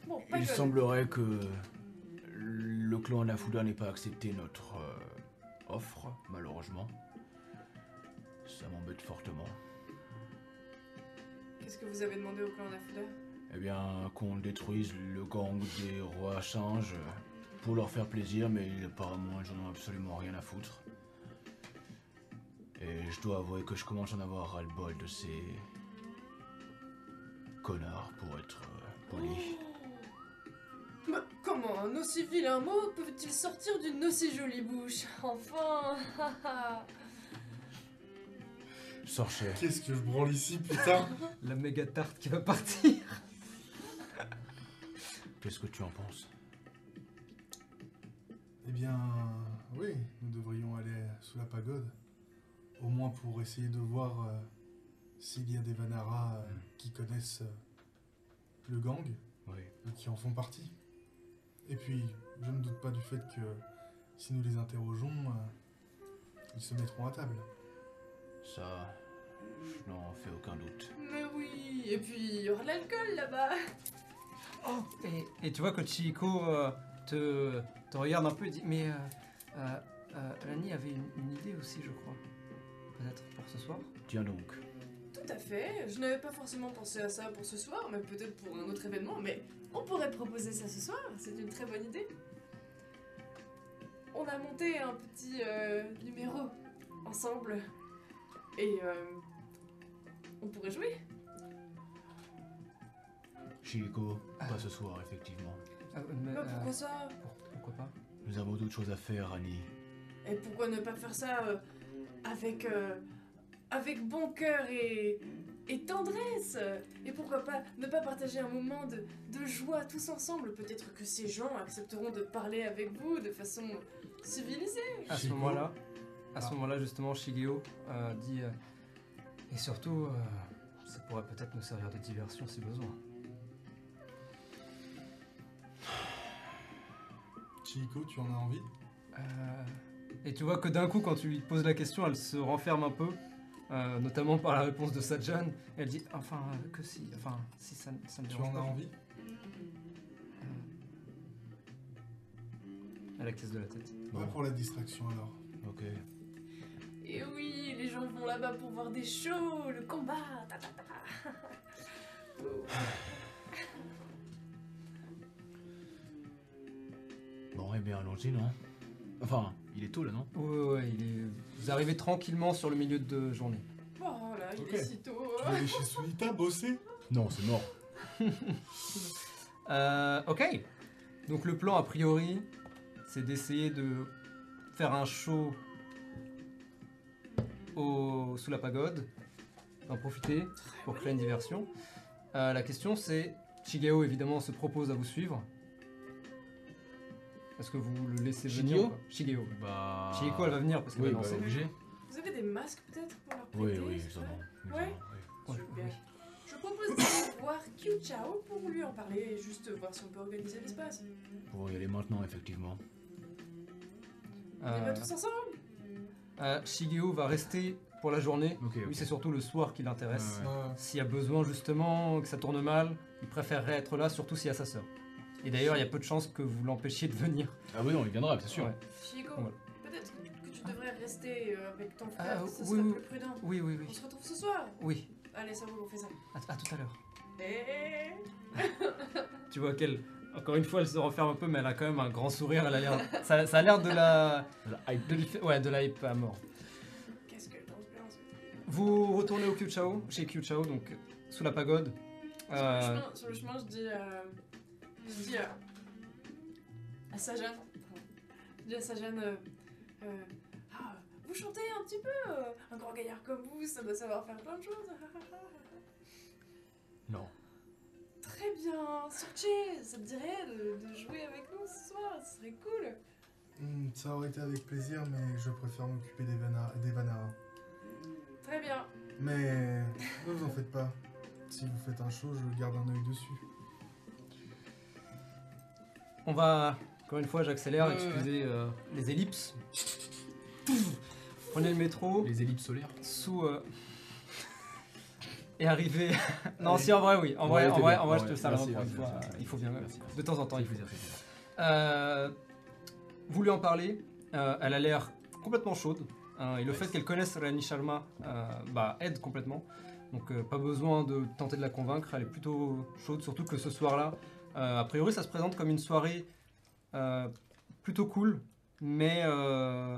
Speaker 5: Bon, pas
Speaker 6: il
Speaker 5: de
Speaker 6: semblerait que le clan Lafuda n'ait pas accepté notre euh, offre, malheureusement. Ça m'embête fortement.
Speaker 5: Qu'est-ce que vous avez demandé au clan Nafuda
Speaker 6: Eh bien, qu'on détruise le gang des rois singes euh, pour leur faire plaisir, mais apparemment ils en ont absolument rien à foutre. Et je dois avouer que je commence à en avoir ras-le-bol de ces connards, pour être euh, poli.
Speaker 5: Oh. Mais comment un aussi vilain mot peut-il sortir d'une aussi jolie bouche Enfin
Speaker 6: Sorcher.
Speaker 2: Qu'est-ce que je branle ici, putain
Speaker 1: La méga tarte qui va partir.
Speaker 6: Qu'est-ce que tu en penses
Speaker 2: Eh bien, oui, nous devrions aller sous la pagode. Au moins pour essayer de voir euh, s'il y a des Vanara euh,
Speaker 1: Hmm.
Speaker 2: qui connaissent euh, le gang
Speaker 6: Oui.
Speaker 2: ou qui en font partie. Et puis, je ne doute pas du fait que si nous les interrogeons, euh, ils se mettront à table.
Speaker 6: Ça, je n'en fais aucun doute.
Speaker 5: Mais oui Et puis, il y aura de l'alcool là-bas
Speaker 1: Et, et tu vois que Chihiko euh, te, te regarde un peu et dit Mais euh, euh, euh, Lani avait une, une idée aussi, je crois. Peut-être pour ce soir
Speaker 6: Tiens donc,
Speaker 5: Tout à fait, je n'avais pas forcément pensé à ça pour ce soir, mais peut-être pour un autre événement, mais on pourrait proposer ça ce soir, c'est une très bonne idée. On a monté un petit euh, numéro ensemble, et euh, on pourrait jouer.
Speaker 6: Chihiko, pas ce soir, effectivement.
Speaker 1: Euh, mais,
Speaker 5: Bah,
Speaker 1: euh,
Speaker 5: pourquoi ça
Speaker 1: pour- pourquoi pas
Speaker 6: Nous avons d'autres choses à faire, Annie.
Speaker 5: Et pourquoi ne pas faire ça euh, avec, euh, avec bon cœur et, et tendresse Et pourquoi pas ne pas partager un moment de, de joie tous ensemble Peut-être que ces gens accepteront de parler avec vous de façon civilisée.
Speaker 1: À ce
Speaker 2: Shigeo.
Speaker 1: moment-là, à
Speaker 2: Ah.
Speaker 1: ce moment-là justement, Shigeo euh, dit euh, Et surtout, euh, ça pourrait peut-être nous servir de diversion si besoin.
Speaker 2: Chico, tu en as envie
Speaker 1: Euh, Et tu vois que d'un coup, quand tu lui poses la question, elle se renferme un peu, euh, notamment par la réponse de Sajan. Elle dit Enfin, euh, que si, enfin, si ça, ça ne
Speaker 2: Tu
Speaker 1: dérange
Speaker 2: en
Speaker 1: pas.
Speaker 2: as envie
Speaker 1: Euh, à la caisse de la tête.
Speaker 2: Pas pour la distraction alors.
Speaker 6: Ok.
Speaker 5: Et oui, les gens vont là-bas pour voir des shows, le combat. ta, ta, ta.
Speaker 6: Bon, eh bien, allons-y, non Enfin, il est tôt là, non
Speaker 1: Ouais, ouais, ouais, il est... vous arrivez tranquillement sur le milieu de journée.
Speaker 5: Oh là, il
Speaker 2: Ok.
Speaker 5: est si tôt.
Speaker 2: Tu vas aller chez Sunita bosser
Speaker 6: Non, c'est mort.
Speaker 1: Euh, ok. Donc le plan a priori, c'est d'essayer de faire un show au, sous la pagode, d'en profiter pour créer une diversion. Euh, la question c'est, Chigao évidemment se propose à vous suivre. Est-ce que vous le laissez venir ou pas Shigeo.
Speaker 6: Shigeo
Speaker 1: ouais.
Speaker 6: Bah.
Speaker 1: Shigeko elle va venir parce qu'elle
Speaker 6: Oui,
Speaker 1: va
Speaker 6: bah,
Speaker 1: danser.
Speaker 6: obligé.
Speaker 5: Vous avez des masques peut-être pour leur
Speaker 6: Oui,
Speaker 5: prêter,
Speaker 6: oui,
Speaker 5: c'est
Speaker 6: ils en
Speaker 5: vrai
Speaker 6: ont. ils en ont,
Speaker 5: Ouais.
Speaker 6: oui.
Speaker 1: Ouais,
Speaker 5: Super. Je propose d'aller voir Q Chao pour lui en parler et juste voir si on peut organiser l'espace.
Speaker 6: Pour y aller maintenant, effectivement.
Speaker 5: On y
Speaker 1: Euh,
Speaker 5: va tous ensemble
Speaker 1: euh, Shigeo va rester pour la journée.
Speaker 6: Ok, ok.
Speaker 1: Lui c'est surtout le soir qui l'intéresse.
Speaker 6: Ouais, ouais.
Speaker 2: Ah,
Speaker 1: S'il y a besoin justement, que ça tourne mal, il préférerait être là, surtout s'il y a sa sœur. Et d'ailleurs, il y a peu de chances que vous l'empêchiez de venir.
Speaker 6: Ah, oui, non, il viendra, c'est sûr.
Speaker 1: Ouais.
Speaker 5: Chico,
Speaker 1: Ouais.
Speaker 5: peut-être que tu devrais rester euh, avec ton
Speaker 1: Ah,
Speaker 5: frère, ce
Speaker 1: oui,
Speaker 5: serait
Speaker 1: oui.
Speaker 5: plus prudent.
Speaker 1: Oui, oui,
Speaker 5: On
Speaker 1: oui.
Speaker 5: se retrouve ce soir
Speaker 1: Oui,
Speaker 5: Allez, ça roule, on fait ça.
Speaker 1: à, à tout à l'heure.
Speaker 5: Et...
Speaker 1: Tu vois qu'elle, encore une fois, elle se renferme un peu, mais elle a quand même un grand sourire. Elle a l'air, ça, ça a l'air de la,
Speaker 6: Voilà, hype.
Speaker 1: de lui faire- ouais, de la hype à mort.
Speaker 5: Qu'est-ce que le transparence
Speaker 1: Vous retournez au Kyuchao, chez Kyuchao, donc sous la pagode. Euh,
Speaker 5: sur, le chemin, sur le chemin, je dis... euh, Je dis... euh, à Sajane... Je dis à Sajane... euh, euh, Ah, vous chantez un petit peu euh, Un grand gaillard comme vous, ça doit savoir faire plein de choses.
Speaker 6: Non.
Speaker 5: Très bien, Sorche, ça te dirait de, de jouer avec nous ce soir Ce serait cool.
Speaker 2: hmm, ça aurait été avec plaisir, mais je préfère m'occuper des, Vana- des Vanara.
Speaker 5: Très bien.
Speaker 2: Mais ne vous en faites pas. Si vous faites un show, je garde un œil dessus.
Speaker 1: On va, encore une fois, j'accélère,
Speaker 6: Ouais, ouais,
Speaker 1: excusez euh, les ellipses. Prenez le métro.
Speaker 6: Les ellipses solaires.
Speaker 1: sous euh, et arriver. non, si en vrai, oui. En vrai,
Speaker 6: Ouais,
Speaker 1: en
Speaker 6: t'es
Speaker 1: vrai,
Speaker 6: bien.
Speaker 1: en vrai,
Speaker 6: Ouais,
Speaker 1: je te sers
Speaker 6: merci,
Speaker 1: encore une
Speaker 6: merci,
Speaker 1: fois.
Speaker 6: merci,
Speaker 1: Il faut bien.
Speaker 6: merci.
Speaker 1: De temps en temps, il faut.
Speaker 6: plaisir, fait plaisir.
Speaker 1: Euh, vous lui en parlez. euh, elle a l'air complètement chaude. hein, et le fait qu'elle connaisse Rani Sharma euh, bah, aide complètement. Donc euh, pas besoin de tenter de la convaincre. Elle est plutôt chaude, surtout que ce soir-là, euh, a priori, ça se présente comme une soirée euh, plutôt cool, mais euh,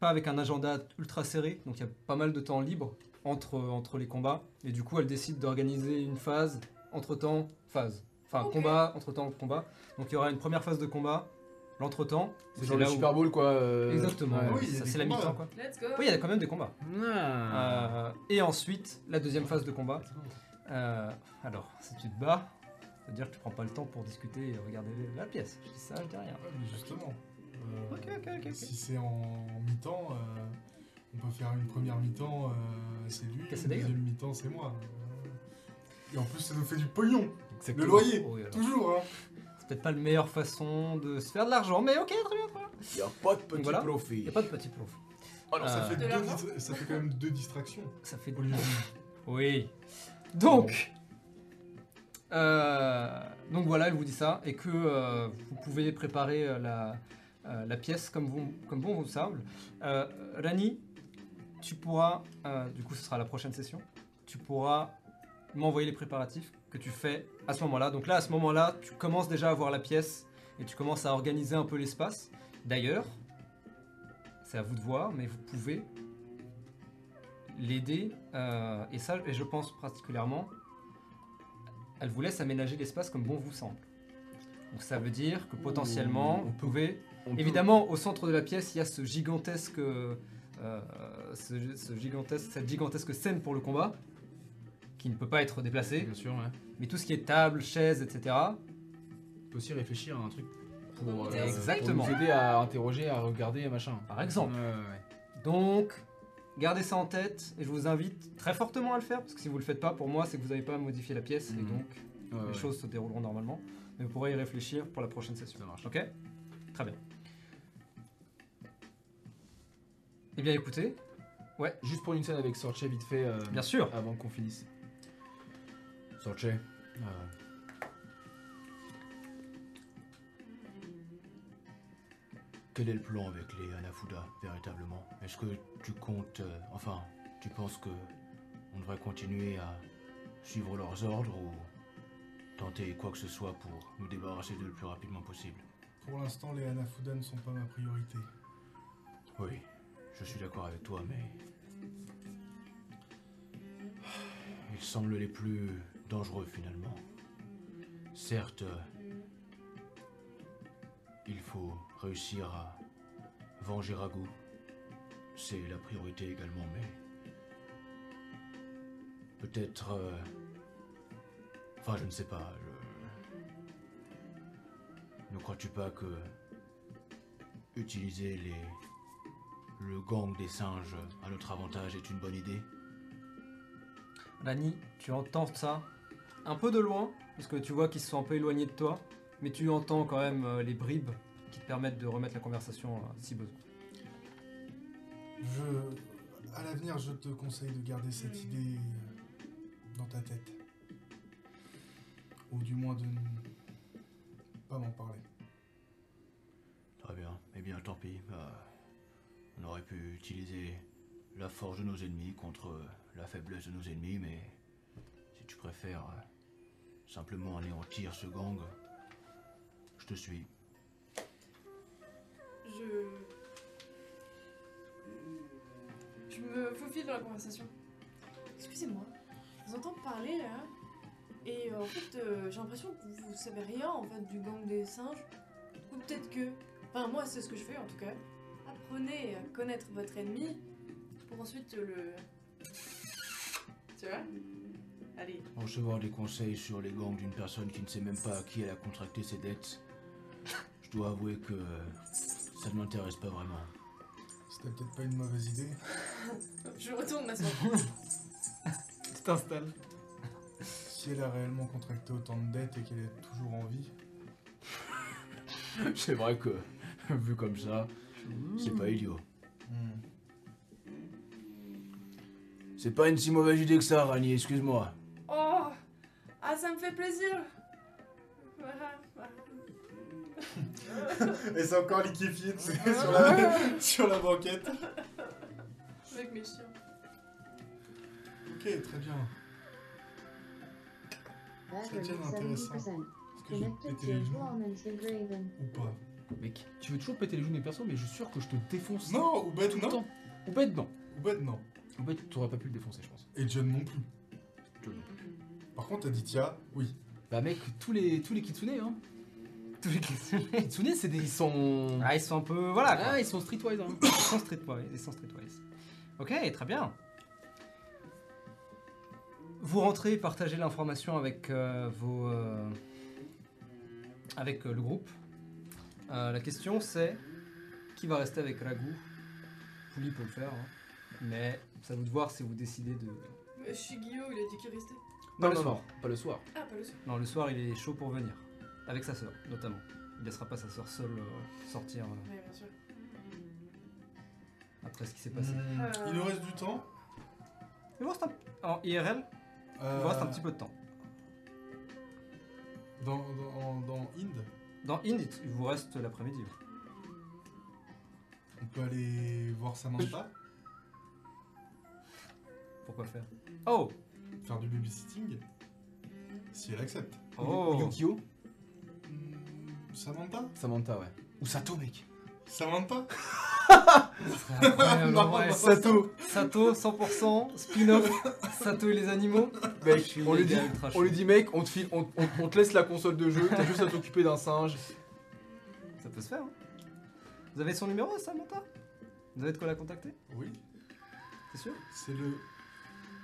Speaker 1: pas avec un agenda ultra serré. Donc il y a pas mal de temps libre entre, entre les combats. Et du coup, elle décide d'organiser une phase entre-temps phase. Enfin,
Speaker 5: Ok.
Speaker 1: combat, entre-temps combat. Donc il y aura une première phase de combat, l'entretemps.
Speaker 4: C'est genre le Super Bowl, quoi. euh,
Speaker 1: Exactement, ouais,
Speaker 4: ouais.
Speaker 2: Oui, il y a
Speaker 1: ça,
Speaker 2: des
Speaker 1: c'est la
Speaker 2: combats. hein.
Speaker 1: mi-temps quoi.
Speaker 5: Let's go.
Speaker 1: Oui, il y a quand même des combats.
Speaker 6: Ah.
Speaker 1: Euh, et ensuite, la deuxième phase de combat. Euh, alors, si tu te bats, ça veut dire que tu prends pas le temps pour discuter et regarder la pièce. Je dis ça, je dis rien.
Speaker 2: Ouais, mais justement. euh,
Speaker 1: Ok, ok, ok, ok.
Speaker 2: Si c'est en mi-temps, euh, on peut faire une première mi-temps, euh, c'est lui.
Speaker 1: Casser
Speaker 2: Une
Speaker 1: des gueules.
Speaker 2: deuxième mi-temps, c'est moi. Et en plus, ça nous fait du pognon,
Speaker 1: Exactement.
Speaker 2: Le loyer.
Speaker 1: Oui, alors,
Speaker 2: toujours. Hein.
Speaker 1: C'est peut-être pas la meilleure façon de se faire de l'argent, mais ok, très bien, très bien.
Speaker 6: Y a pas de
Speaker 1: Donc
Speaker 6: petit
Speaker 1: voilà.
Speaker 6: profit.
Speaker 1: Y a pas de petit prof.
Speaker 2: Alors, Oh, ça,
Speaker 1: Euh,
Speaker 2: fait
Speaker 5: De
Speaker 2: deux
Speaker 5: l'argent.
Speaker 2: dis- ça fait quand même deux distractions.
Speaker 1: Ça fait
Speaker 2: Au lieu d'une.
Speaker 1: Oui. Donc, euh, donc voilà, elle vous dit ça et que euh, vous pouvez préparer euh, la, euh, la pièce comme bon comme bon vous semble. Euh, Rani, tu pourras, euh, du coup, ce sera la prochaine session. Tu pourras m'envoyer les préparatifs que tu fais à ce moment-là. Donc là, à ce moment-là, tu commences déjà à voir la pièce et tu commences à organiser un peu l'espace. D'ailleurs, c'est à vous de voir, mais vous pouvez l'aider, euh, et ça, et je pense particulièrement, elle vous laisse aménager l'espace comme bon vous semble. Donc ça veut dire que potentiellement, vous pouvez...
Speaker 6: On peut-
Speaker 1: Évidemment, au centre de la pièce, il y a ce gigantesque... euh, euh, ce, ce gigantesque, cette gigantesque scène pour le combat, qui ne peut pas être déplacée,
Speaker 6: Bien sûr, ouais.
Speaker 1: mais tout ce qui est table, chaise, etc.,
Speaker 6: On peut aussi réfléchir à un truc pour,
Speaker 5: Pour
Speaker 6: euh,
Speaker 1: Exactement.
Speaker 6: pour nous aider à interroger, à regarder, à machin.
Speaker 1: par exemple.
Speaker 6: Ouais, ouais, ouais.
Speaker 1: Donc, gardez ça en tête, et je vous invite très fortement à le faire, parce que si vous le faites pas, pour moi, c'est que vous n'avez pas modifié la pièce, et
Speaker 6: Mhm.
Speaker 1: donc...
Speaker 6: Ouais,
Speaker 1: les
Speaker 6: ouais.
Speaker 1: choses se dérouleront normalement, mais vous pourrez y réfléchir pour la prochaine session.
Speaker 6: Ça marche.
Speaker 1: Ok Très bien. Eh bien écoutez,
Speaker 6: Juste pour une scène avec Sorche vite fait. euh,
Speaker 1: bien sûr,
Speaker 6: Avant qu'on finisse. Sorche. euh, Quel est le plan avec les Anafuda, véritablement Est-ce que tu comptes. euh, enfin, tu penses que. On devrait continuer à suivre leurs ordres ou. tenter quoi que ce soit pour nous débarrasser d'eux le plus rapidement possible
Speaker 2: Pour l'instant, les Anafuda ne sont pas ma priorité.
Speaker 6: Oui, je suis d'accord avec toi, mais. Ils semblent les plus dangereux finalement. Certes, euh, il faut réussir à venger Ragout. C'est la priorité également, mais. Peut-être. euh, Enfin, je ne sais pas. je- Ne crois-tu pas que. Utiliser les le gang des singes à notre avantage est une bonne idée.
Speaker 1: Rani, tu entends ça un peu de loin, parce que tu vois qu'ils se sont un peu éloignés de toi, mais tu entends quand même euh, les bribes qui te permettent de remettre la conversation euh, si besoin.
Speaker 2: Je. À l'avenir, je te conseille de garder cette idée euh, dans ta tête. Ou du moins de ne pas m'en parler.
Speaker 6: Très bien. Eh bien, tant pis. Euh, on aurait pu utiliser la force de nos ennemis contre la faiblesse de nos ennemis, mais si tu préfères euh, simplement anéantir ce gang, je te suis.
Speaker 5: Je. Je me faufile dans la conversation. Excusez-moi, je vous entends parler là. Et euh, en fait, euh, j'ai l'impression que vous savez rien en fait du gang des singes. Ou peut-être que. Enfin, moi, c'est ce que je fais en tout cas. Apprenez à connaître votre ennemi pour ensuite le. Tu vois Allez.
Speaker 6: Recevoir des conseils sur les gangs d'une personne qui ne sait même pas à qui elle a contracté ses dettes, je dois avouer que ça ne m'intéresse pas vraiment.
Speaker 2: C'était peut-être pas une mauvaise idée.
Speaker 5: Je retourne ma soeur.
Speaker 4: Tu t'installes.
Speaker 2: Si elle a réellement contracté autant de dettes et qu'elle est toujours en vie,
Speaker 6: C'est vrai que, vu comme ça, c'est pas idiot.
Speaker 2: hmm.
Speaker 6: C'est pas une si mauvaise idée que ça, Rani, excuse-moi.
Speaker 5: Oh Ah, ça me fait plaisir Voilà, voilà.
Speaker 2: Et c'est encore liquéfié tu sais, sur, la, sur la banquette.
Speaker 5: Avec mes chiens.
Speaker 2: Ok, très bien.
Speaker 8: Average
Speaker 2: tiens, intéressant. Est-ce
Speaker 8: 70%.
Speaker 2: que je vais péter
Speaker 8: Connected to
Speaker 2: les
Speaker 4: hein.
Speaker 2: genoux
Speaker 8: Lawman's Graven.
Speaker 2: ou pas
Speaker 4: Mec, tu veux toujours péter les joues des persos, mais je suis sûr que je te défonce.
Speaker 2: Non, ou bête
Speaker 4: tout le
Speaker 2: non
Speaker 4: temps. Ou bête, non.
Speaker 2: Ou bête non.
Speaker 4: Ou bête, t'aurais pas pu le défoncer, je pense.
Speaker 2: Et John non plus. Par contre, Aditya, oui.
Speaker 4: Bah, mec, tous les, tous les Kitsune, hein.
Speaker 1: Tous les questions.
Speaker 4: Kitsune, c'est des. Ils sont.
Speaker 1: Ah, ils sont un peu. Voilà quoi.
Speaker 4: Ah, ils sont streetwise, hein.
Speaker 1: Ils sont streetwise. Ils sont streetwise. Ok, très bien. Vous rentrez, partagez l'information avec euh, vos. euh, avec euh, le groupe. Euh, la question c'est qui va rester avec Ragu Pouli peut le faire, hein. mais c'est à vous de voir si vous décidez de.
Speaker 5: Euh, Shigio, il a dit qu'il restait.
Speaker 1: Pas
Speaker 4: Non,
Speaker 1: le
Speaker 4: non,
Speaker 1: soir.
Speaker 4: non, pas le soir.
Speaker 5: Ah, pas le soir.
Speaker 1: Non, le soir il est chaud pour venir. Avec sa sœur, notamment. Il laissera pas sa sœur seule euh, sortir euh,
Speaker 5: Ouais, bien sûr.
Speaker 1: après ce qui s'est passé.
Speaker 2: Hmm, Il nous reste du temps.
Speaker 1: Il vous reste un... En IRL, il vous reste
Speaker 2: Euh,
Speaker 1: un petit peu de temps.
Speaker 2: Dans, dans, dans Inde,
Speaker 1: Dans Indit, il vous reste l'après-midi. ouais.
Speaker 2: on peut aller voir Samantha,
Speaker 1: Pourquoi faire Oh
Speaker 2: faire du babysitting. Si elle accepte.
Speaker 1: Oh
Speaker 4: Yukio,
Speaker 2: Hmm, Samantha
Speaker 4: Samantha, ouais. Ou Sato, mec.
Speaker 2: Samantha
Speaker 1: Incroyable, en vrai.
Speaker 2: Sato
Speaker 1: Sato, 100%, spin-off, Sato et les animaux. Je
Speaker 4: Mec,
Speaker 1: suis
Speaker 4: on lui dit.
Speaker 1: méga
Speaker 6: Ah,
Speaker 1: ultra
Speaker 4: On
Speaker 1: chaud.
Speaker 4: lui dit, mec, on te, file- on, on- on te laisse la console de jeu, t'as juste à t'occuper d'un singe.
Speaker 1: Ça peut se faire. hein. Vous avez son numéro, Samantha Vous avez de quoi la contacter
Speaker 2: Oui,
Speaker 1: C'est sûr
Speaker 2: c'est le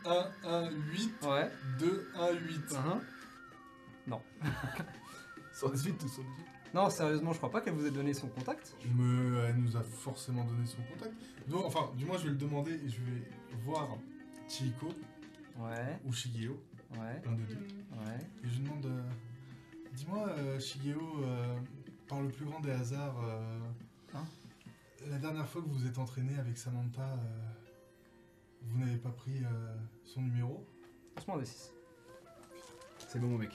Speaker 2: 118
Speaker 1: Ouais.
Speaker 2: 218.
Speaker 1: Hein
Speaker 4: Sans suite, tout sans suite.
Speaker 1: Non, sérieusement, je crois pas qu'elle vous ait donné son contact.
Speaker 2: Me, elle nous a forcément donné son contact. Donc, enfin, du moins, je vais le demander et je vais voir Chihiko
Speaker 1: Ouais,
Speaker 2: ou Shigeo,
Speaker 1: ouais,
Speaker 2: l'un des deux.
Speaker 1: ouais.
Speaker 2: Et je lui demande euh, Dis-moi, euh, Shigeo, euh, par le plus grand des hasards, euh,
Speaker 1: Hein
Speaker 2: la dernière fois que vous vous êtes entraîné avec Samantha, euh, vous n'avez pas pris euh, son numéro
Speaker 1: Lance-moi un D6.
Speaker 4: C'est le moment, mec.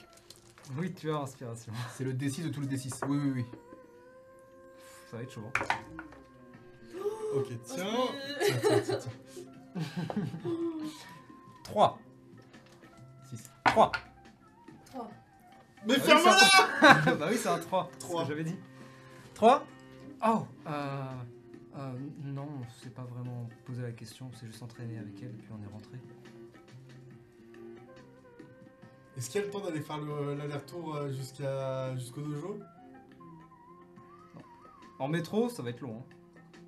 Speaker 1: Oui, tu as inspiration.
Speaker 4: C'est le D6 de tous les D6. Oui, oui, oui.
Speaker 1: Ça va être chaud. hein.
Speaker 2: Ok,
Speaker 5: Oh,
Speaker 2: tiens. Tiens, tiens, tiens, tiens.
Speaker 1: 3.
Speaker 4: 6.
Speaker 1: 3.
Speaker 5: 3.
Speaker 2: Mais ferme-la
Speaker 1: bah oui, c'est un 3.
Speaker 2: Trois.
Speaker 1: J'avais dit. 3 Oh euh, euh, Non, on s'est pas vraiment posé la question. On s'est juste entraîné avec elle, puis on est rentré.
Speaker 2: Est-ce qu'il y a le temps d'aller faire le- l'aller-retour euh, jusqu'à jusqu'au dojo
Speaker 1: En métro, ça va être long. hein.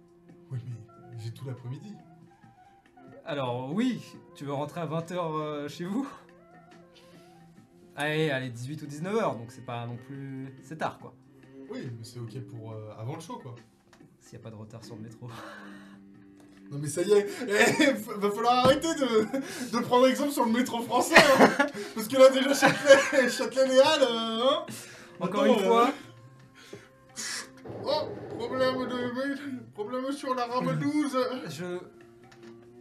Speaker 2: Oui, mais j'ai tout l'après-midi.
Speaker 1: Alors, oui, tu veux rentrer à 20h chez vous Allez, allez, 18 ou 19h, donc c'est pas non plus. C'est tard quoi.
Speaker 2: Oui, mais c'est ok pour euh, avant le show, quoi.
Speaker 1: S'il n'y a pas de retard sur le métro.
Speaker 2: Non, mais ça y est, eh, va falloir arrêter de, de prendre exemple sur le métro français. hein. Parce que là, déjà, Châtelet- Châtelet-Léal, euh, hein
Speaker 1: Encore
Speaker 2: Attends,
Speaker 1: une
Speaker 2: euh,
Speaker 1: fois,
Speaker 2: Oh, problème de problème sur la rame 12.
Speaker 1: je.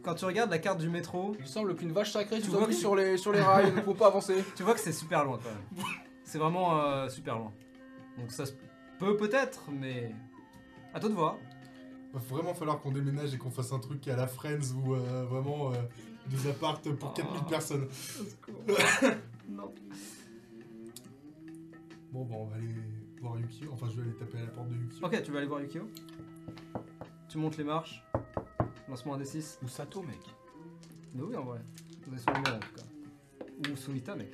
Speaker 1: Quand tu regardes la carte du métro,
Speaker 4: Il semble qu'une vache sacrée
Speaker 1: Tu
Speaker 4: nous a
Speaker 1: vois
Speaker 4: pris
Speaker 1: que-
Speaker 4: sur les, sur les rails, donc faut pas avancer.
Speaker 1: Tu vois que c'est super loin quand même. C'est vraiment euh, super loin. Donc ça se peut peut-être, mais à toi de voir.
Speaker 2: Va vraiment falloir qu'on déménage et qu'on fasse un truc à la Friends ou euh, vraiment euh, des apparts pour 4000 personnes.
Speaker 1: Non.
Speaker 2: Bon, bah, on va aller voir Yukio. Enfin, je vais aller taper à la porte de Yukio.
Speaker 1: Ok, tu vas aller voir Yukio. Tu montes les marches. Lance-moi un D6.
Speaker 4: Ou Sato, mec.
Speaker 1: Mais oui, en vrai. On est sur le même en tout cas. Ou Solita, mec.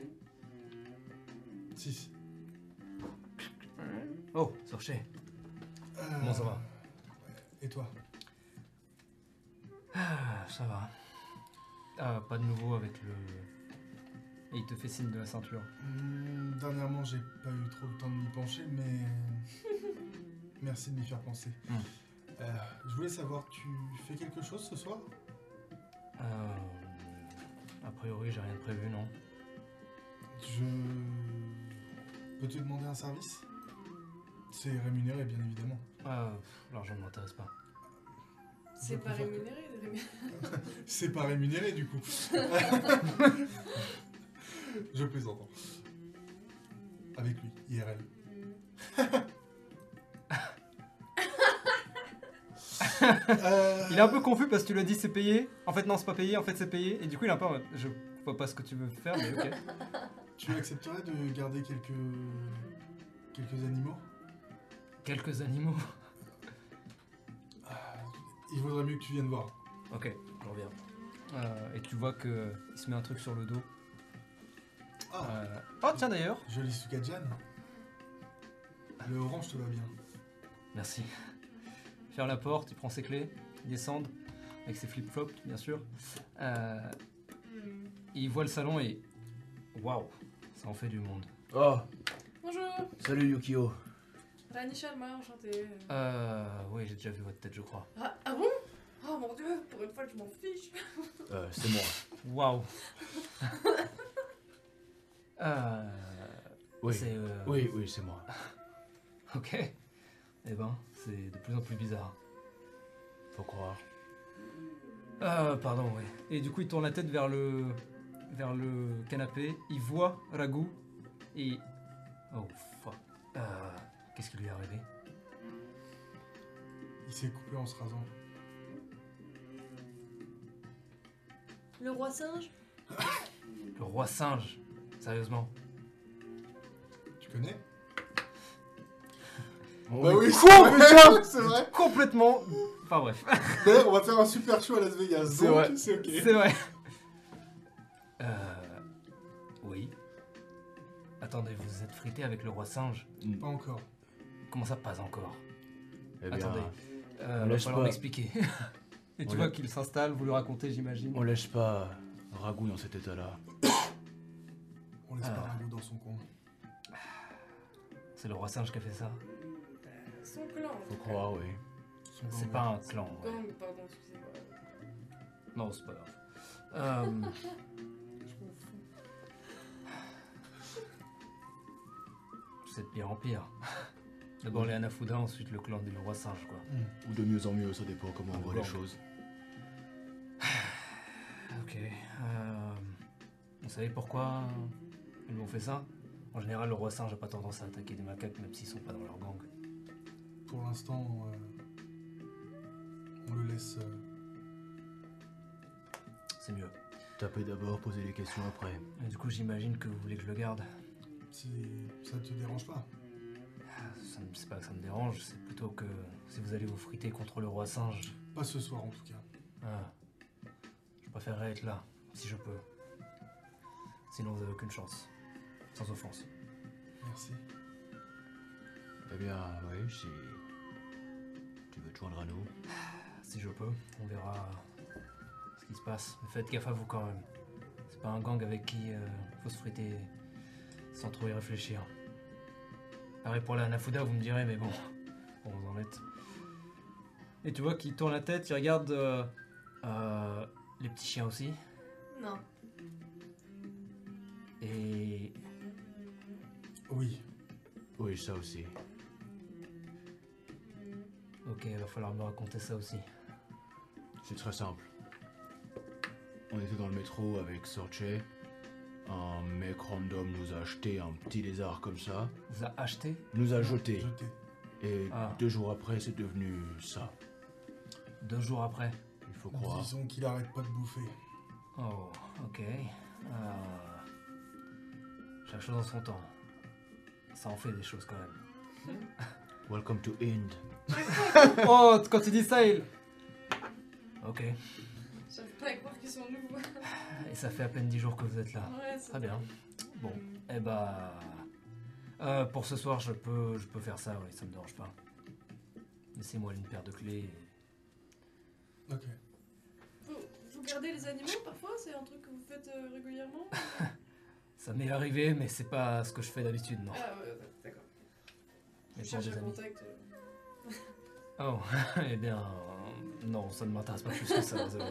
Speaker 2: 6.
Speaker 1: Oh, Sorchet.
Speaker 2: Comment
Speaker 1: ça va
Speaker 2: Et toi
Speaker 1: Ah, ça va. Ah, pas de nouveau avec le. Et il te fait signe de la ceinture.
Speaker 2: Hmm, Dernièrement, j'ai pas eu trop le temps de m'y pencher, mais. Merci de m'y faire penser.
Speaker 1: Hmm.
Speaker 2: Euh, je voulais savoir, tu fais quelque chose ce soir
Speaker 10: Euh, a priori, j'ai rien de prévu, non
Speaker 2: Je peux te demander un service C'est rémunéré, bien évidemment.
Speaker 10: euh, pff, L'argent ne m'intéresse pas.
Speaker 5: C'est pas rémunéré de rémunérer.
Speaker 2: C'est pas rémunéré, du coup. je plaisante. hein. Avec lui, IRL. Euh,
Speaker 1: Il est un peu confus parce que tu lui as dit c'est payé. En fait, non, c'est pas payé. En fait, c'est payé. Et du coup, il est un peu en mode, Je vois pas ce que tu veux faire, mais ok.
Speaker 2: Tu accepterais de garder quelques quelques animaux
Speaker 1: Quelques animaux.
Speaker 2: Il vaudrait mieux que tu viennes voir.
Speaker 1: Ok, je reviens. Euh, et tu vois que il se met un truc sur le dos.
Speaker 2: Ah,
Speaker 1: Euh, Oh tiens d'ailleurs.
Speaker 2: joli Sukajan. Le orange te va bien.
Speaker 1: Merci. Ferme la porte, il prend ses clés, il descend avec ses flip-flops bien sûr. Euh,
Speaker 5: Hmm.
Speaker 1: il voit le salon et waouh, ça en fait du monde.
Speaker 9: Oh,
Speaker 5: Bonjour,
Speaker 9: salut Yukio.
Speaker 5: Rani Sharma, enchantée.
Speaker 1: Euh, oui, j'ai déjà vu votre tête, je crois.
Speaker 5: Ah, ah bon Oh mon dieu, pour une fois je m'en fiche.
Speaker 9: Euh, c'est moi.
Speaker 1: Waouh. Euh,
Speaker 9: Oui.
Speaker 1: c'est, euh,
Speaker 9: Oui, oui, c'est moi.
Speaker 1: Ok. Eh ben, c'est de plus en plus bizarre.
Speaker 9: Faut croire.
Speaker 1: Euh, pardon, oui. Et du coup, il tourne la tête vers le, vers le canapé. Il voit Ragu et. Oh fuck. Euh, Qu'est-ce qui lui est arrivé
Speaker 2: Il s'est coupé en se rasant.
Speaker 5: Le roi singe
Speaker 1: Le roi singe Sérieusement
Speaker 2: Tu connais
Speaker 9: On
Speaker 2: Bah
Speaker 9: est-
Speaker 2: oui, c'est vrai, c'est vrai.
Speaker 1: Complètement Enfin bref,
Speaker 2: D'ailleurs, on va faire un super show à Las Vegas.
Speaker 4: C'est
Speaker 2: donc
Speaker 4: vrai.
Speaker 2: C'est ok.
Speaker 1: c'est vrai. Euh. Oui. Attendez, vous vous êtes frité avec le roi singe
Speaker 2: Pas encore.
Speaker 1: Comment ça, pas encore
Speaker 9: Eh bien,
Speaker 1: Attendez. Euh,
Speaker 9: on
Speaker 1: va
Speaker 9: lâche
Speaker 1: falloir
Speaker 9: pas.
Speaker 1: m'expliquer. Et tu
Speaker 9: On
Speaker 1: vois
Speaker 9: l'a-
Speaker 1: qu'il s'installe, vous lui racontez, j'imagine.
Speaker 9: on lâche pas Ragout dans cet état-là.
Speaker 2: On laisse
Speaker 1: Ah.
Speaker 2: pas Rago dans son coin.
Speaker 1: C'est le roi singe qui a fait ça
Speaker 5: Son clan.
Speaker 9: Faut croire, oui.
Speaker 2: Son
Speaker 1: C'est
Speaker 2: coin,
Speaker 1: pas un clan, ouais.
Speaker 5: Non, mais pardon, excusez-moi.
Speaker 1: Non, c'est pas grave. Euh, c'est de pire en pire. D'abord les Anafuda, ensuite le clan du roi singe, quoi.
Speaker 9: Ou de mieux en mieux, ça dépend comment on voit les choses.
Speaker 1: Ok. Euh, vous savez pourquoi ils m'ont fait ça En général, le roi singe a pas tendance à attaquer des macaques, même s'ils sont pas dans leur gang.
Speaker 2: pour l'instant, euh, on le laisse. euh,
Speaker 10: C'est mieux.
Speaker 6: Tapez d'abord, posez les questions après.
Speaker 10: Et du coup, j'imagine que vous voulez que je le garde.
Speaker 2: si ça te dérange pas.
Speaker 10: Ça me- C'est pas que ça me dérange, c'est plutôt que si vous allez vous friter contre le roi singe.
Speaker 2: Pas ce soir en tout cas.
Speaker 10: ah, je préférerais être là, si je peux. Sinon, vous avez aucune chance. Sans offense.
Speaker 2: Merci.
Speaker 6: Eh bien, oui, si. Tu veux te joindre à nous
Speaker 10: Si je peux, on verra ce qui se passe. Mais faites gaffe à vous quand même. C'est pas un gang avec qui euh, faut se friter sans trop y réfléchir. Pareil pour la Nafuda, vous me direz, mais bon, on vous embête.
Speaker 1: Et tu vois qu'il tourne la tête, il regarde. euh,
Speaker 10: Euh, les petits chiens aussi.
Speaker 5: Non.
Speaker 10: Et
Speaker 2: Oui,
Speaker 6: Oui, ça aussi.
Speaker 10: ok, il va falloir me raconter ça aussi.
Speaker 6: C'est très simple. On était dans le métro avec Sorche. Un mec random nous a acheté un petit lézard comme ça,
Speaker 10: Vous a acheté
Speaker 6: nous a jeté.
Speaker 2: jeté.
Speaker 6: Et
Speaker 10: Ah.
Speaker 6: deux jours après, c'est devenu ça.
Speaker 10: deux jours après.
Speaker 6: Il faut croire.
Speaker 2: Disons qu'il arrête pas de bouffer.
Speaker 10: Oh, ok. Euh, chaque chose en son temps. Ça en fait des choses quand même.
Speaker 6: Welcome to Ind.
Speaker 1: Oh, quand tu dis ça, il.
Speaker 10: Ok.
Speaker 5: J'arrive pas à croire qu'ils sont nouveaux.
Speaker 10: Et ça fait à peine dix jours que vous êtes là.
Speaker 5: Ouais, c'est
Speaker 10: Très bien. Bon, eh bah. euh, pour ce soir, je peux, je peux faire ça, oui, ça me dérange pas. Laissez-moi une paire de clés. et-
Speaker 2: Ok.
Speaker 5: Vous, vous gardez les animaux parfois C'est un truc que vous faites euh, régulièrement
Speaker 10: Ça m'est arrivé, mais c'est pas ce que je fais d'habitude, non.
Speaker 5: Ah ouais, d'accord.
Speaker 10: Mais
Speaker 5: Je
Speaker 10: pour
Speaker 5: cherche
Speaker 10: des
Speaker 5: un
Speaker 10: amis.
Speaker 5: contact. euh.
Speaker 10: Oh, eh bien. euh, Non, ça ne m'intéresse pas plus que ça, désolé.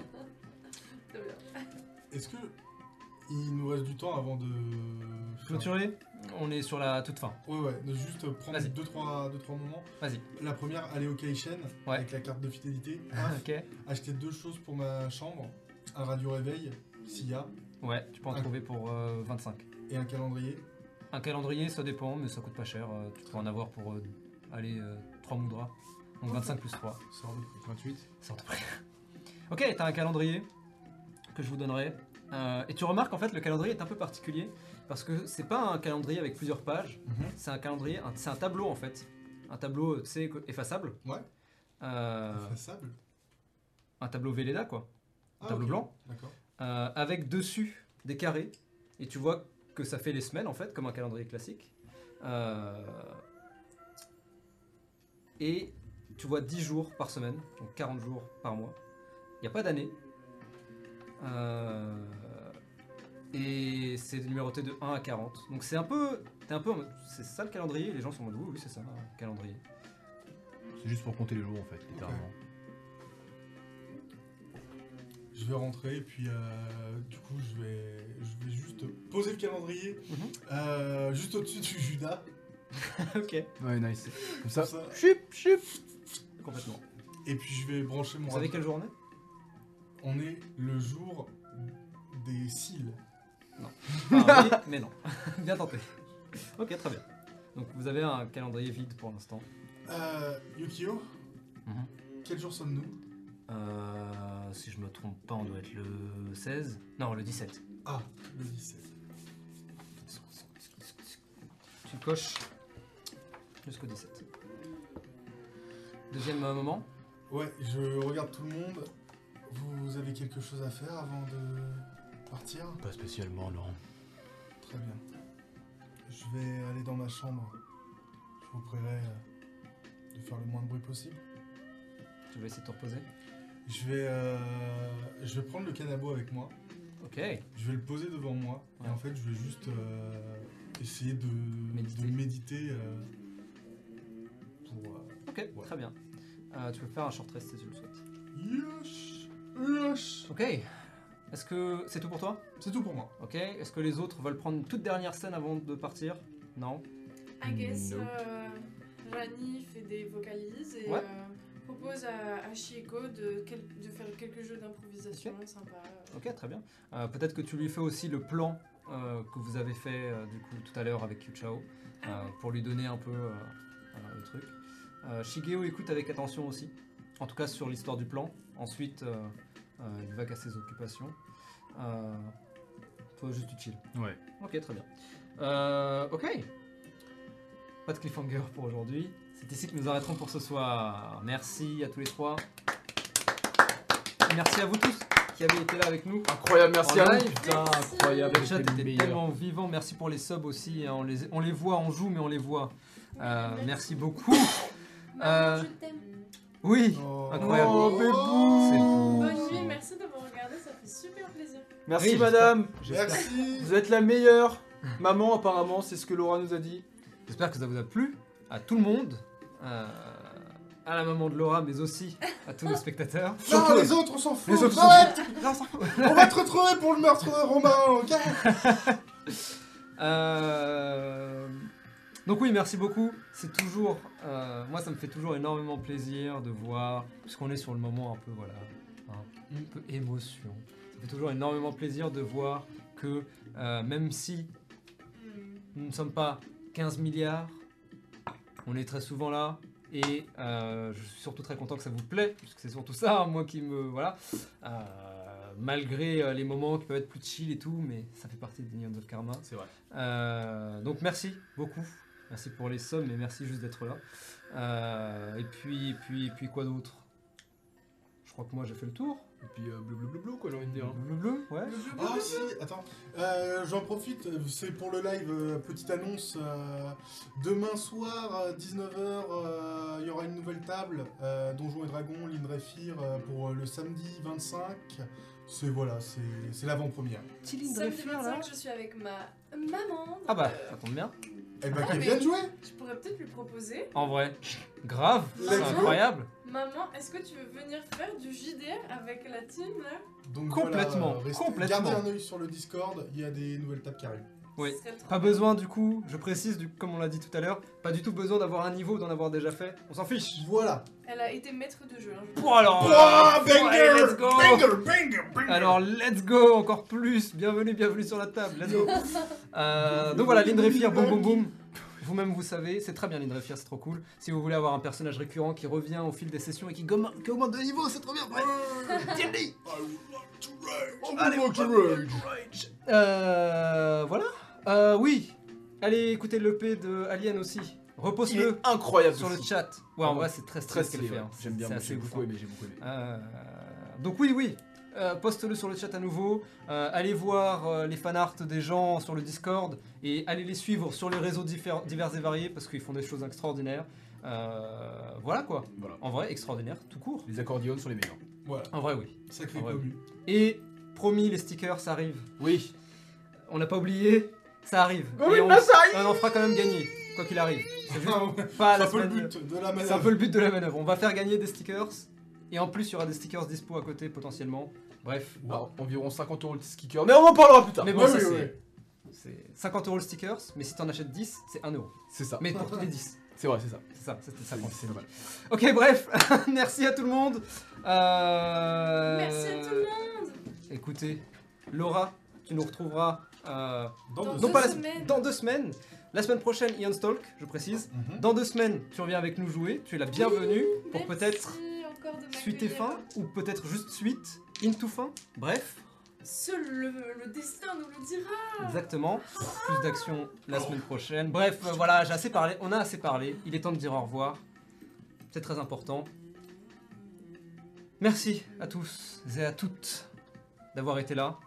Speaker 5: Très bien.
Speaker 2: Est-ce que il nous reste du temps avant de
Speaker 1: Clôturé On est sur la toute fin.
Speaker 2: Ouais ouais, de juste prendre
Speaker 1: Vas-y.
Speaker 2: deux trois, deux, trois moments.
Speaker 1: Vas-y.
Speaker 2: La première, aller au Kaishen
Speaker 1: Ouais. Ah,
Speaker 2: avec la carte de fidélité. Paf,
Speaker 1: Ok.
Speaker 2: Acheter deux choses pour ma chambre, un radio réveil, s'il y a,
Speaker 1: Ouais, tu peux en
Speaker 2: Ah.
Speaker 1: trouver pour euh, 25.
Speaker 2: et un calendrier.
Speaker 1: Un calendrier, ça dépend, mais ça coûte pas cher. Euh, tu peux en avoir pour euh, aller 3 moudras. Donc 25 plus 3.
Speaker 2: Ça aurait été 28.
Speaker 1: Sans te prier. Ok, t'as un calendrier que je vous donnerai. Euh, et tu remarques en fait le calendrier est un peu particulier parce que c'est pas un calendrier avec plusieurs pages,
Speaker 2: Mhm.
Speaker 1: c'est un calendrier, un- c'est un tableau en fait. Un tableau, euh, tu sais, que- effaçable.
Speaker 2: Ouais.
Speaker 1: Euh,
Speaker 2: Effaçable.
Speaker 1: un tableau Velleda quoi, un
Speaker 2: Ah,
Speaker 1: tableau
Speaker 2: ok.
Speaker 1: blanc,
Speaker 2: D'accord.
Speaker 1: euh, avec dessus des carrés. Et tu vois que ça fait les semaines en fait, comme un calendrier classique. Euh, et tu vois 10 jours par semaine, donc 40 jours par mois. Il n'y a pas d'année. Euh, et c'est numéroté de 1 à 40. Donc c'est un peu. T'es un peu en mode, C'est ça le calendrier Les gens sont en mode oui, oui, c'est ça, un calendrier.
Speaker 6: C'est juste pour compter les jours en fait, littéralement.
Speaker 2: Je vais rentrer, puis euh, du coup, je vais, je vais juste poser le calendrier
Speaker 1: Mhm.
Speaker 2: euh, juste au-dessus du Judas.
Speaker 1: ok,
Speaker 6: Ouais, nice. Comme ça.
Speaker 2: comme ça.
Speaker 6: Chup, chup.
Speaker 1: complètement.
Speaker 2: Et puis, je vais brancher mon
Speaker 1: Vous savez
Speaker 2: radio.
Speaker 1: quelle journée
Speaker 2: On est le jour des cils.
Speaker 1: Enfin, oui, mais non. bien tenté. Ok, très bien. Donc vous avez un calendrier vide pour l'instant.
Speaker 2: Euh, Yukio
Speaker 10: Mhm.
Speaker 2: Quel jour sommes-nous
Speaker 10: Euh, si je me trompe pas, on doit être le 16. Non, le 17.
Speaker 2: Ah, le 17.
Speaker 1: Tu coches jusqu'au 17. Deuxième euh, moment.
Speaker 2: Ouais, je regarde tout le monde. Vous avez quelque chose à faire avant de partir
Speaker 6: Pas spécialement, non.
Speaker 2: Très bien. Je vais aller dans ma chambre. Je vous prierai euh, de faire le moins de bruit possible.
Speaker 1: Tu vas essayer de te reposer.
Speaker 2: Je vais, euh, je vais prendre le canabo avec moi.
Speaker 1: Ok.
Speaker 2: Je vais le poser devant moi.
Speaker 1: Ouais.
Speaker 2: Et en fait, je vais juste euh, essayer de
Speaker 1: Méditer.
Speaker 2: méditer, de méditer euh, pour. euh,
Speaker 1: Ok,
Speaker 2: Ouais.
Speaker 1: très bien. Euh, tu peux faire un short rest si tu le souhaites.
Speaker 2: Yosh Yosh
Speaker 1: Ok. Est-ce que c'est tout pour toi
Speaker 2: C'est tout pour moi.
Speaker 1: Ok. Est-ce que les autres veulent prendre une toute dernière scène avant de partir Non.
Speaker 5: I guess
Speaker 6: Nope.
Speaker 5: euh, Rani fait des vocalises et
Speaker 1: Ouais.
Speaker 5: euh, propose à, à Chieko de, quel- de faire quelques jeux d'improvisation sympa.
Speaker 1: Ok, très bien. Euh, Peut-être que tu lui fais aussi le plan euh, que vous avez fait euh, du coup tout à l'heure avec Yu Chao euh, pour lui donner un peu euh, euh, le truc. Euh, Shigeo écoute avec attention aussi, en tout cas sur l'histoire du plan. Ensuite, euh, euh, il va qu'à ses occupations. Euh, toi, juste tu chill.
Speaker 6: Ouais.
Speaker 1: Ok, très bien. Euh, ok. Pas de cliffhanger pour aujourd'hui. C'est ici que nous arrêterons pour ce soir. Merci à tous les trois. Et Merci à vous tous qui avez été là avec nous.
Speaker 4: Incroyable, merci
Speaker 1: En
Speaker 4: à
Speaker 1: live. Ah,
Speaker 4: vous. Putain, incroyable.
Speaker 1: Le chat
Speaker 4: c'était
Speaker 1: était
Speaker 4: meilleur.
Speaker 1: tellement vivant. Merci pour les subs aussi. hein. On les, on les voit, on joue, mais on les voit. Euh, merci beaucoup. Euh,
Speaker 5: Je t'aime.
Speaker 1: Oui,
Speaker 2: Oh,
Speaker 1: incroyable.
Speaker 4: Oh,
Speaker 1: C'est beau.
Speaker 5: Bonne nuit, merci d'avoir regardé, ça fait super plaisir.
Speaker 4: Merci
Speaker 1: Oui,
Speaker 4: madame.
Speaker 2: Merci.
Speaker 4: Vous êtes la meilleure. Maman apparemment, c'est ce que Laura nous a dit.
Speaker 1: J'espère que ça vous a plu. À tout le monde. euh, à la maman de Laura, mais aussi à tous nos spectateurs.
Speaker 2: Non, les autres, on s'en fout.
Speaker 1: Les autres, on s'en
Speaker 2: Arrête On va te retrouver pour le meurtre de Romain, ok
Speaker 1: Euh, Donc oui, merci beaucoup. C'est toujours, euh, moi, ça me fait toujours énormément plaisir de voir, puisqu'on est sur le moment un peu, voilà, hein, un peu émotion. Ça fait toujours énormément plaisir de voir que euh, même si nous ne sommes pas 15 milliards, on est très souvent là. Et euh, je suis surtout très content que ça vous plaît, puisque c'est surtout ça, hein, moi qui me... Voilà. Euh, malgré euh, les moments qui peuvent être plus chill et tout, mais ça fait partie des Neon of Karma.
Speaker 6: C'est vrai.
Speaker 1: Euh, donc merci beaucoup. Merci pour les sommes et merci juste d'être là. Euh, et puis, et puis, et puis quoi d'autre Je crois que moi j'ai fait le tour.
Speaker 4: Et puis euh, bleu bleu bleu bleu quoi j'ai envie de dire. hein.
Speaker 1: Bleu, bleu, ouais.
Speaker 2: Ah si, attends. Euh, J'en profite, euh, c'est pour le live, euh, petite annonce. euh, demain soir, euh, 19h, euh, il y aura une nouvelle table, euh, Donjons et Dragons, Lindrafir, pour euh, le samedi 25. C'est voilà, c'est c'est l'avant-première.
Speaker 1: Petit
Speaker 5: Samedi 25, je suis avec ma maman.
Speaker 1: Ah bah,
Speaker 5: euh,
Speaker 1: ça tombe bien.
Speaker 2: Eh ben,
Speaker 5: Ah,
Speaker 2: qu'elle
Speaker 5: mais-
Speaker 2: vienne jouer
Speaker 5: Je pourrais peut-être lui proposer.
Speaker 1: En vrai, grave, c'est
Speaker 2: Let's go.
Speaker 1: incroyable.
Speaker 5: Maman, est-ce que tu veux venir faire du JDR avec la team là
Speaker 2: Donc
Speaker 1: Complètement,
Speaker 2: voilà, restez-
Speaker 1: complètement.
Speaker 2: Gardez un œil sur le Discord, il y a des nouvelles tables qui arrivent.
Speaker 1: Oui. Ah bah.
Speaker 5: Ce serait trop
Speaker 1: Pas
Speaker 5: bien.
Speaker 1: besoin du coup, je précise, du, comme on l'a dit tout à l'heure, pas du tout besoin d'avoir un niveau, d'en avoir déjà fait. On s'en fiche.
Speaker 2: Voilà.
Speaker 5: Elle a été maître de jeu. hein, je-
Speaker 1: Bon alors. euh,
Speaker 2: Ouah,
Speaker 1: bon, allez,
Speaker 2: banger,
Speaker 1: Ah, let's go. Alors let's go encore plus. Bienvenue, bienvenue sur la table. Let's go. Euh, donc voilà, Lindrefir, boum boum boum. Vous-même vous savez, c'est très bien Lindrefir, c'est trop cool. Si vous voulez avoir un personnage récurrent qui revient au fil des sessions et qui, gomme- qui augmente de niveau, c'est trop bien. bref.
Speaker 2: Allez,
Speaker 1: Euh, voilà. Euh, oui. Allez écouter l'EP de Alien aussi.
Speaker 4: Il est
Speaker 1: Repose-le
Speaker 4: incroyable.
Speaker 1: sur
Speaker 4: ce
Speaker 1: le
Speaker 4: fou.
Speaker 1: chat. Ouais, en
Speaker 4: Pardon.
Speaker 1: vrai, c'est très
Speaker 4: Très
Speaker 1: stressé ce
Speaker 4: stylé.
Speaker 1: qu'elle fait.
Speaker 4: ouais.
Speaker 1: hein.
Speaker 4: J'aime bien.
Speaker 1: C'est
Speaker 4: J'ai
Speaker 1: assez
Speaker 4: beaucoup
Speaker 1: ouf.
Speaker 4: aimé. J'ai beaucoup aimé.
Speaker 1: Euh, donc oui, oui, euh, poste-le sur le chat à nouveau, euh, allez voir euh, les fanarts des gens sur le Discord et allez les suivre sur les réseaux diffé- divers et variés parce qu'ils font des choses extraordinaires. Euh, voilà quoi,
Speaker 6: Voilà.
Speaker 1: en vrai extraordinaire, tout court.
Speaker 6: Les accordéons sont les meilleurs.
Speaker 2: Voilà,
Speaker 1: En vrai oui.
Speaker 2: sacré
Speaker 1: Ah Ouais.
Speaker 2: commu.
Speaker 1: Et promis, les stickers, ça arrive.
Speaker 4: Oui.
Speaker 1: On n'a pas oublié, ça arrive.
Speaker 2: Oh
Speaker 4: Bah
Speaker 1: Et
Speaker 4: oui,
Speaker 1: on,
Speaker 4: bah ça arrive
Speaker 1: on en fera quand même gagner, quoi qu'il arrive. C'est juste
Speaker 2: C'est
Speaker 1: pas la
Speaker 2: un peu le
Speaker 1: semaine-
Speaker 2: but de la
Speaker 1: C'est un
Speaker 2: manœuvre.
Speaker 1: peu le but de la manœuvre. On va faire gagner des stickers et en plus il y aura des stickers dispo à côté potentiellement. Bref.
Speaker 4: Alors, Bah, environ 50 euros le skicker. Mais on en parlera plus tard.
Speaker 1: Mais bon,
Speaker 2: Ouais,
Speaker 1: ça
Speaker 2: ouais,
Speaker 1: c'est.
Speaker 2: ouais.
Speaker 1: C'est 50 euros le stickers, mais si t'en achètes 10, c'est 1 euro.
Speaker 4: C'est ça.
Speaker 1: Mais pour tous les 10.
Speaker 4: C'est vrai, c'est ça.
Speaker 1: C'est ça, c'était ça.
Speaker 4: C'est-
Speaker 1: compte.
Speaker 4: c'est pas mal.
Speaker 1: Ok, bref, merci à tout le monde. Euh,
Speaker 5: Merci à tout le monde.
Speaker 1: Écoutez, Laura, tu nous retrouveras euh,
Speaker 2: Dans
Speaker 5: Dans
Speaker 2: deux
Speaker 1: non
Speaker 5: deux
Speaker 1: pas la-
Speaker 5: semaines.
Speaker 1: dans deux semaines. La semaine prochaine, Ian Stalk, je précise.
Speaker 2: Mhm.
Speaker 1: Dans deux semaines, tu reviens avec nous jouer. Tu es la bienvenue pour
Speaker 5: Merci
Speaker 1: peut-être
Speaker 5: encore de
Speaker 1: suite et
Speaker 5: m'accueillir.
Speaker 1: fin, ou peut-être juste suite, into fin. Bref,
Speaker 5: Seul le, le destin nous le dira.
Speaker 1: Exactement. Plus d'action la semaine prochaine. Bref, euh, voilà, j'ai assez parlé. On a assez parlé. Il est temps de dire au revoir. C'est très important. Merci à tous et à toutes d'avoir été là.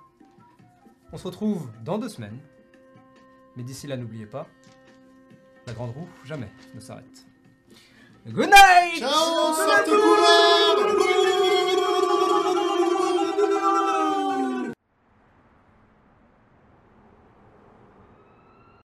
Speaker 1: On se retrouve dans deux semaines. Mais d'ici là, n'oubliez pas, la grande roue jamais ne s'arrête. Good night
Speaker 2: Ciao, sortez-vous là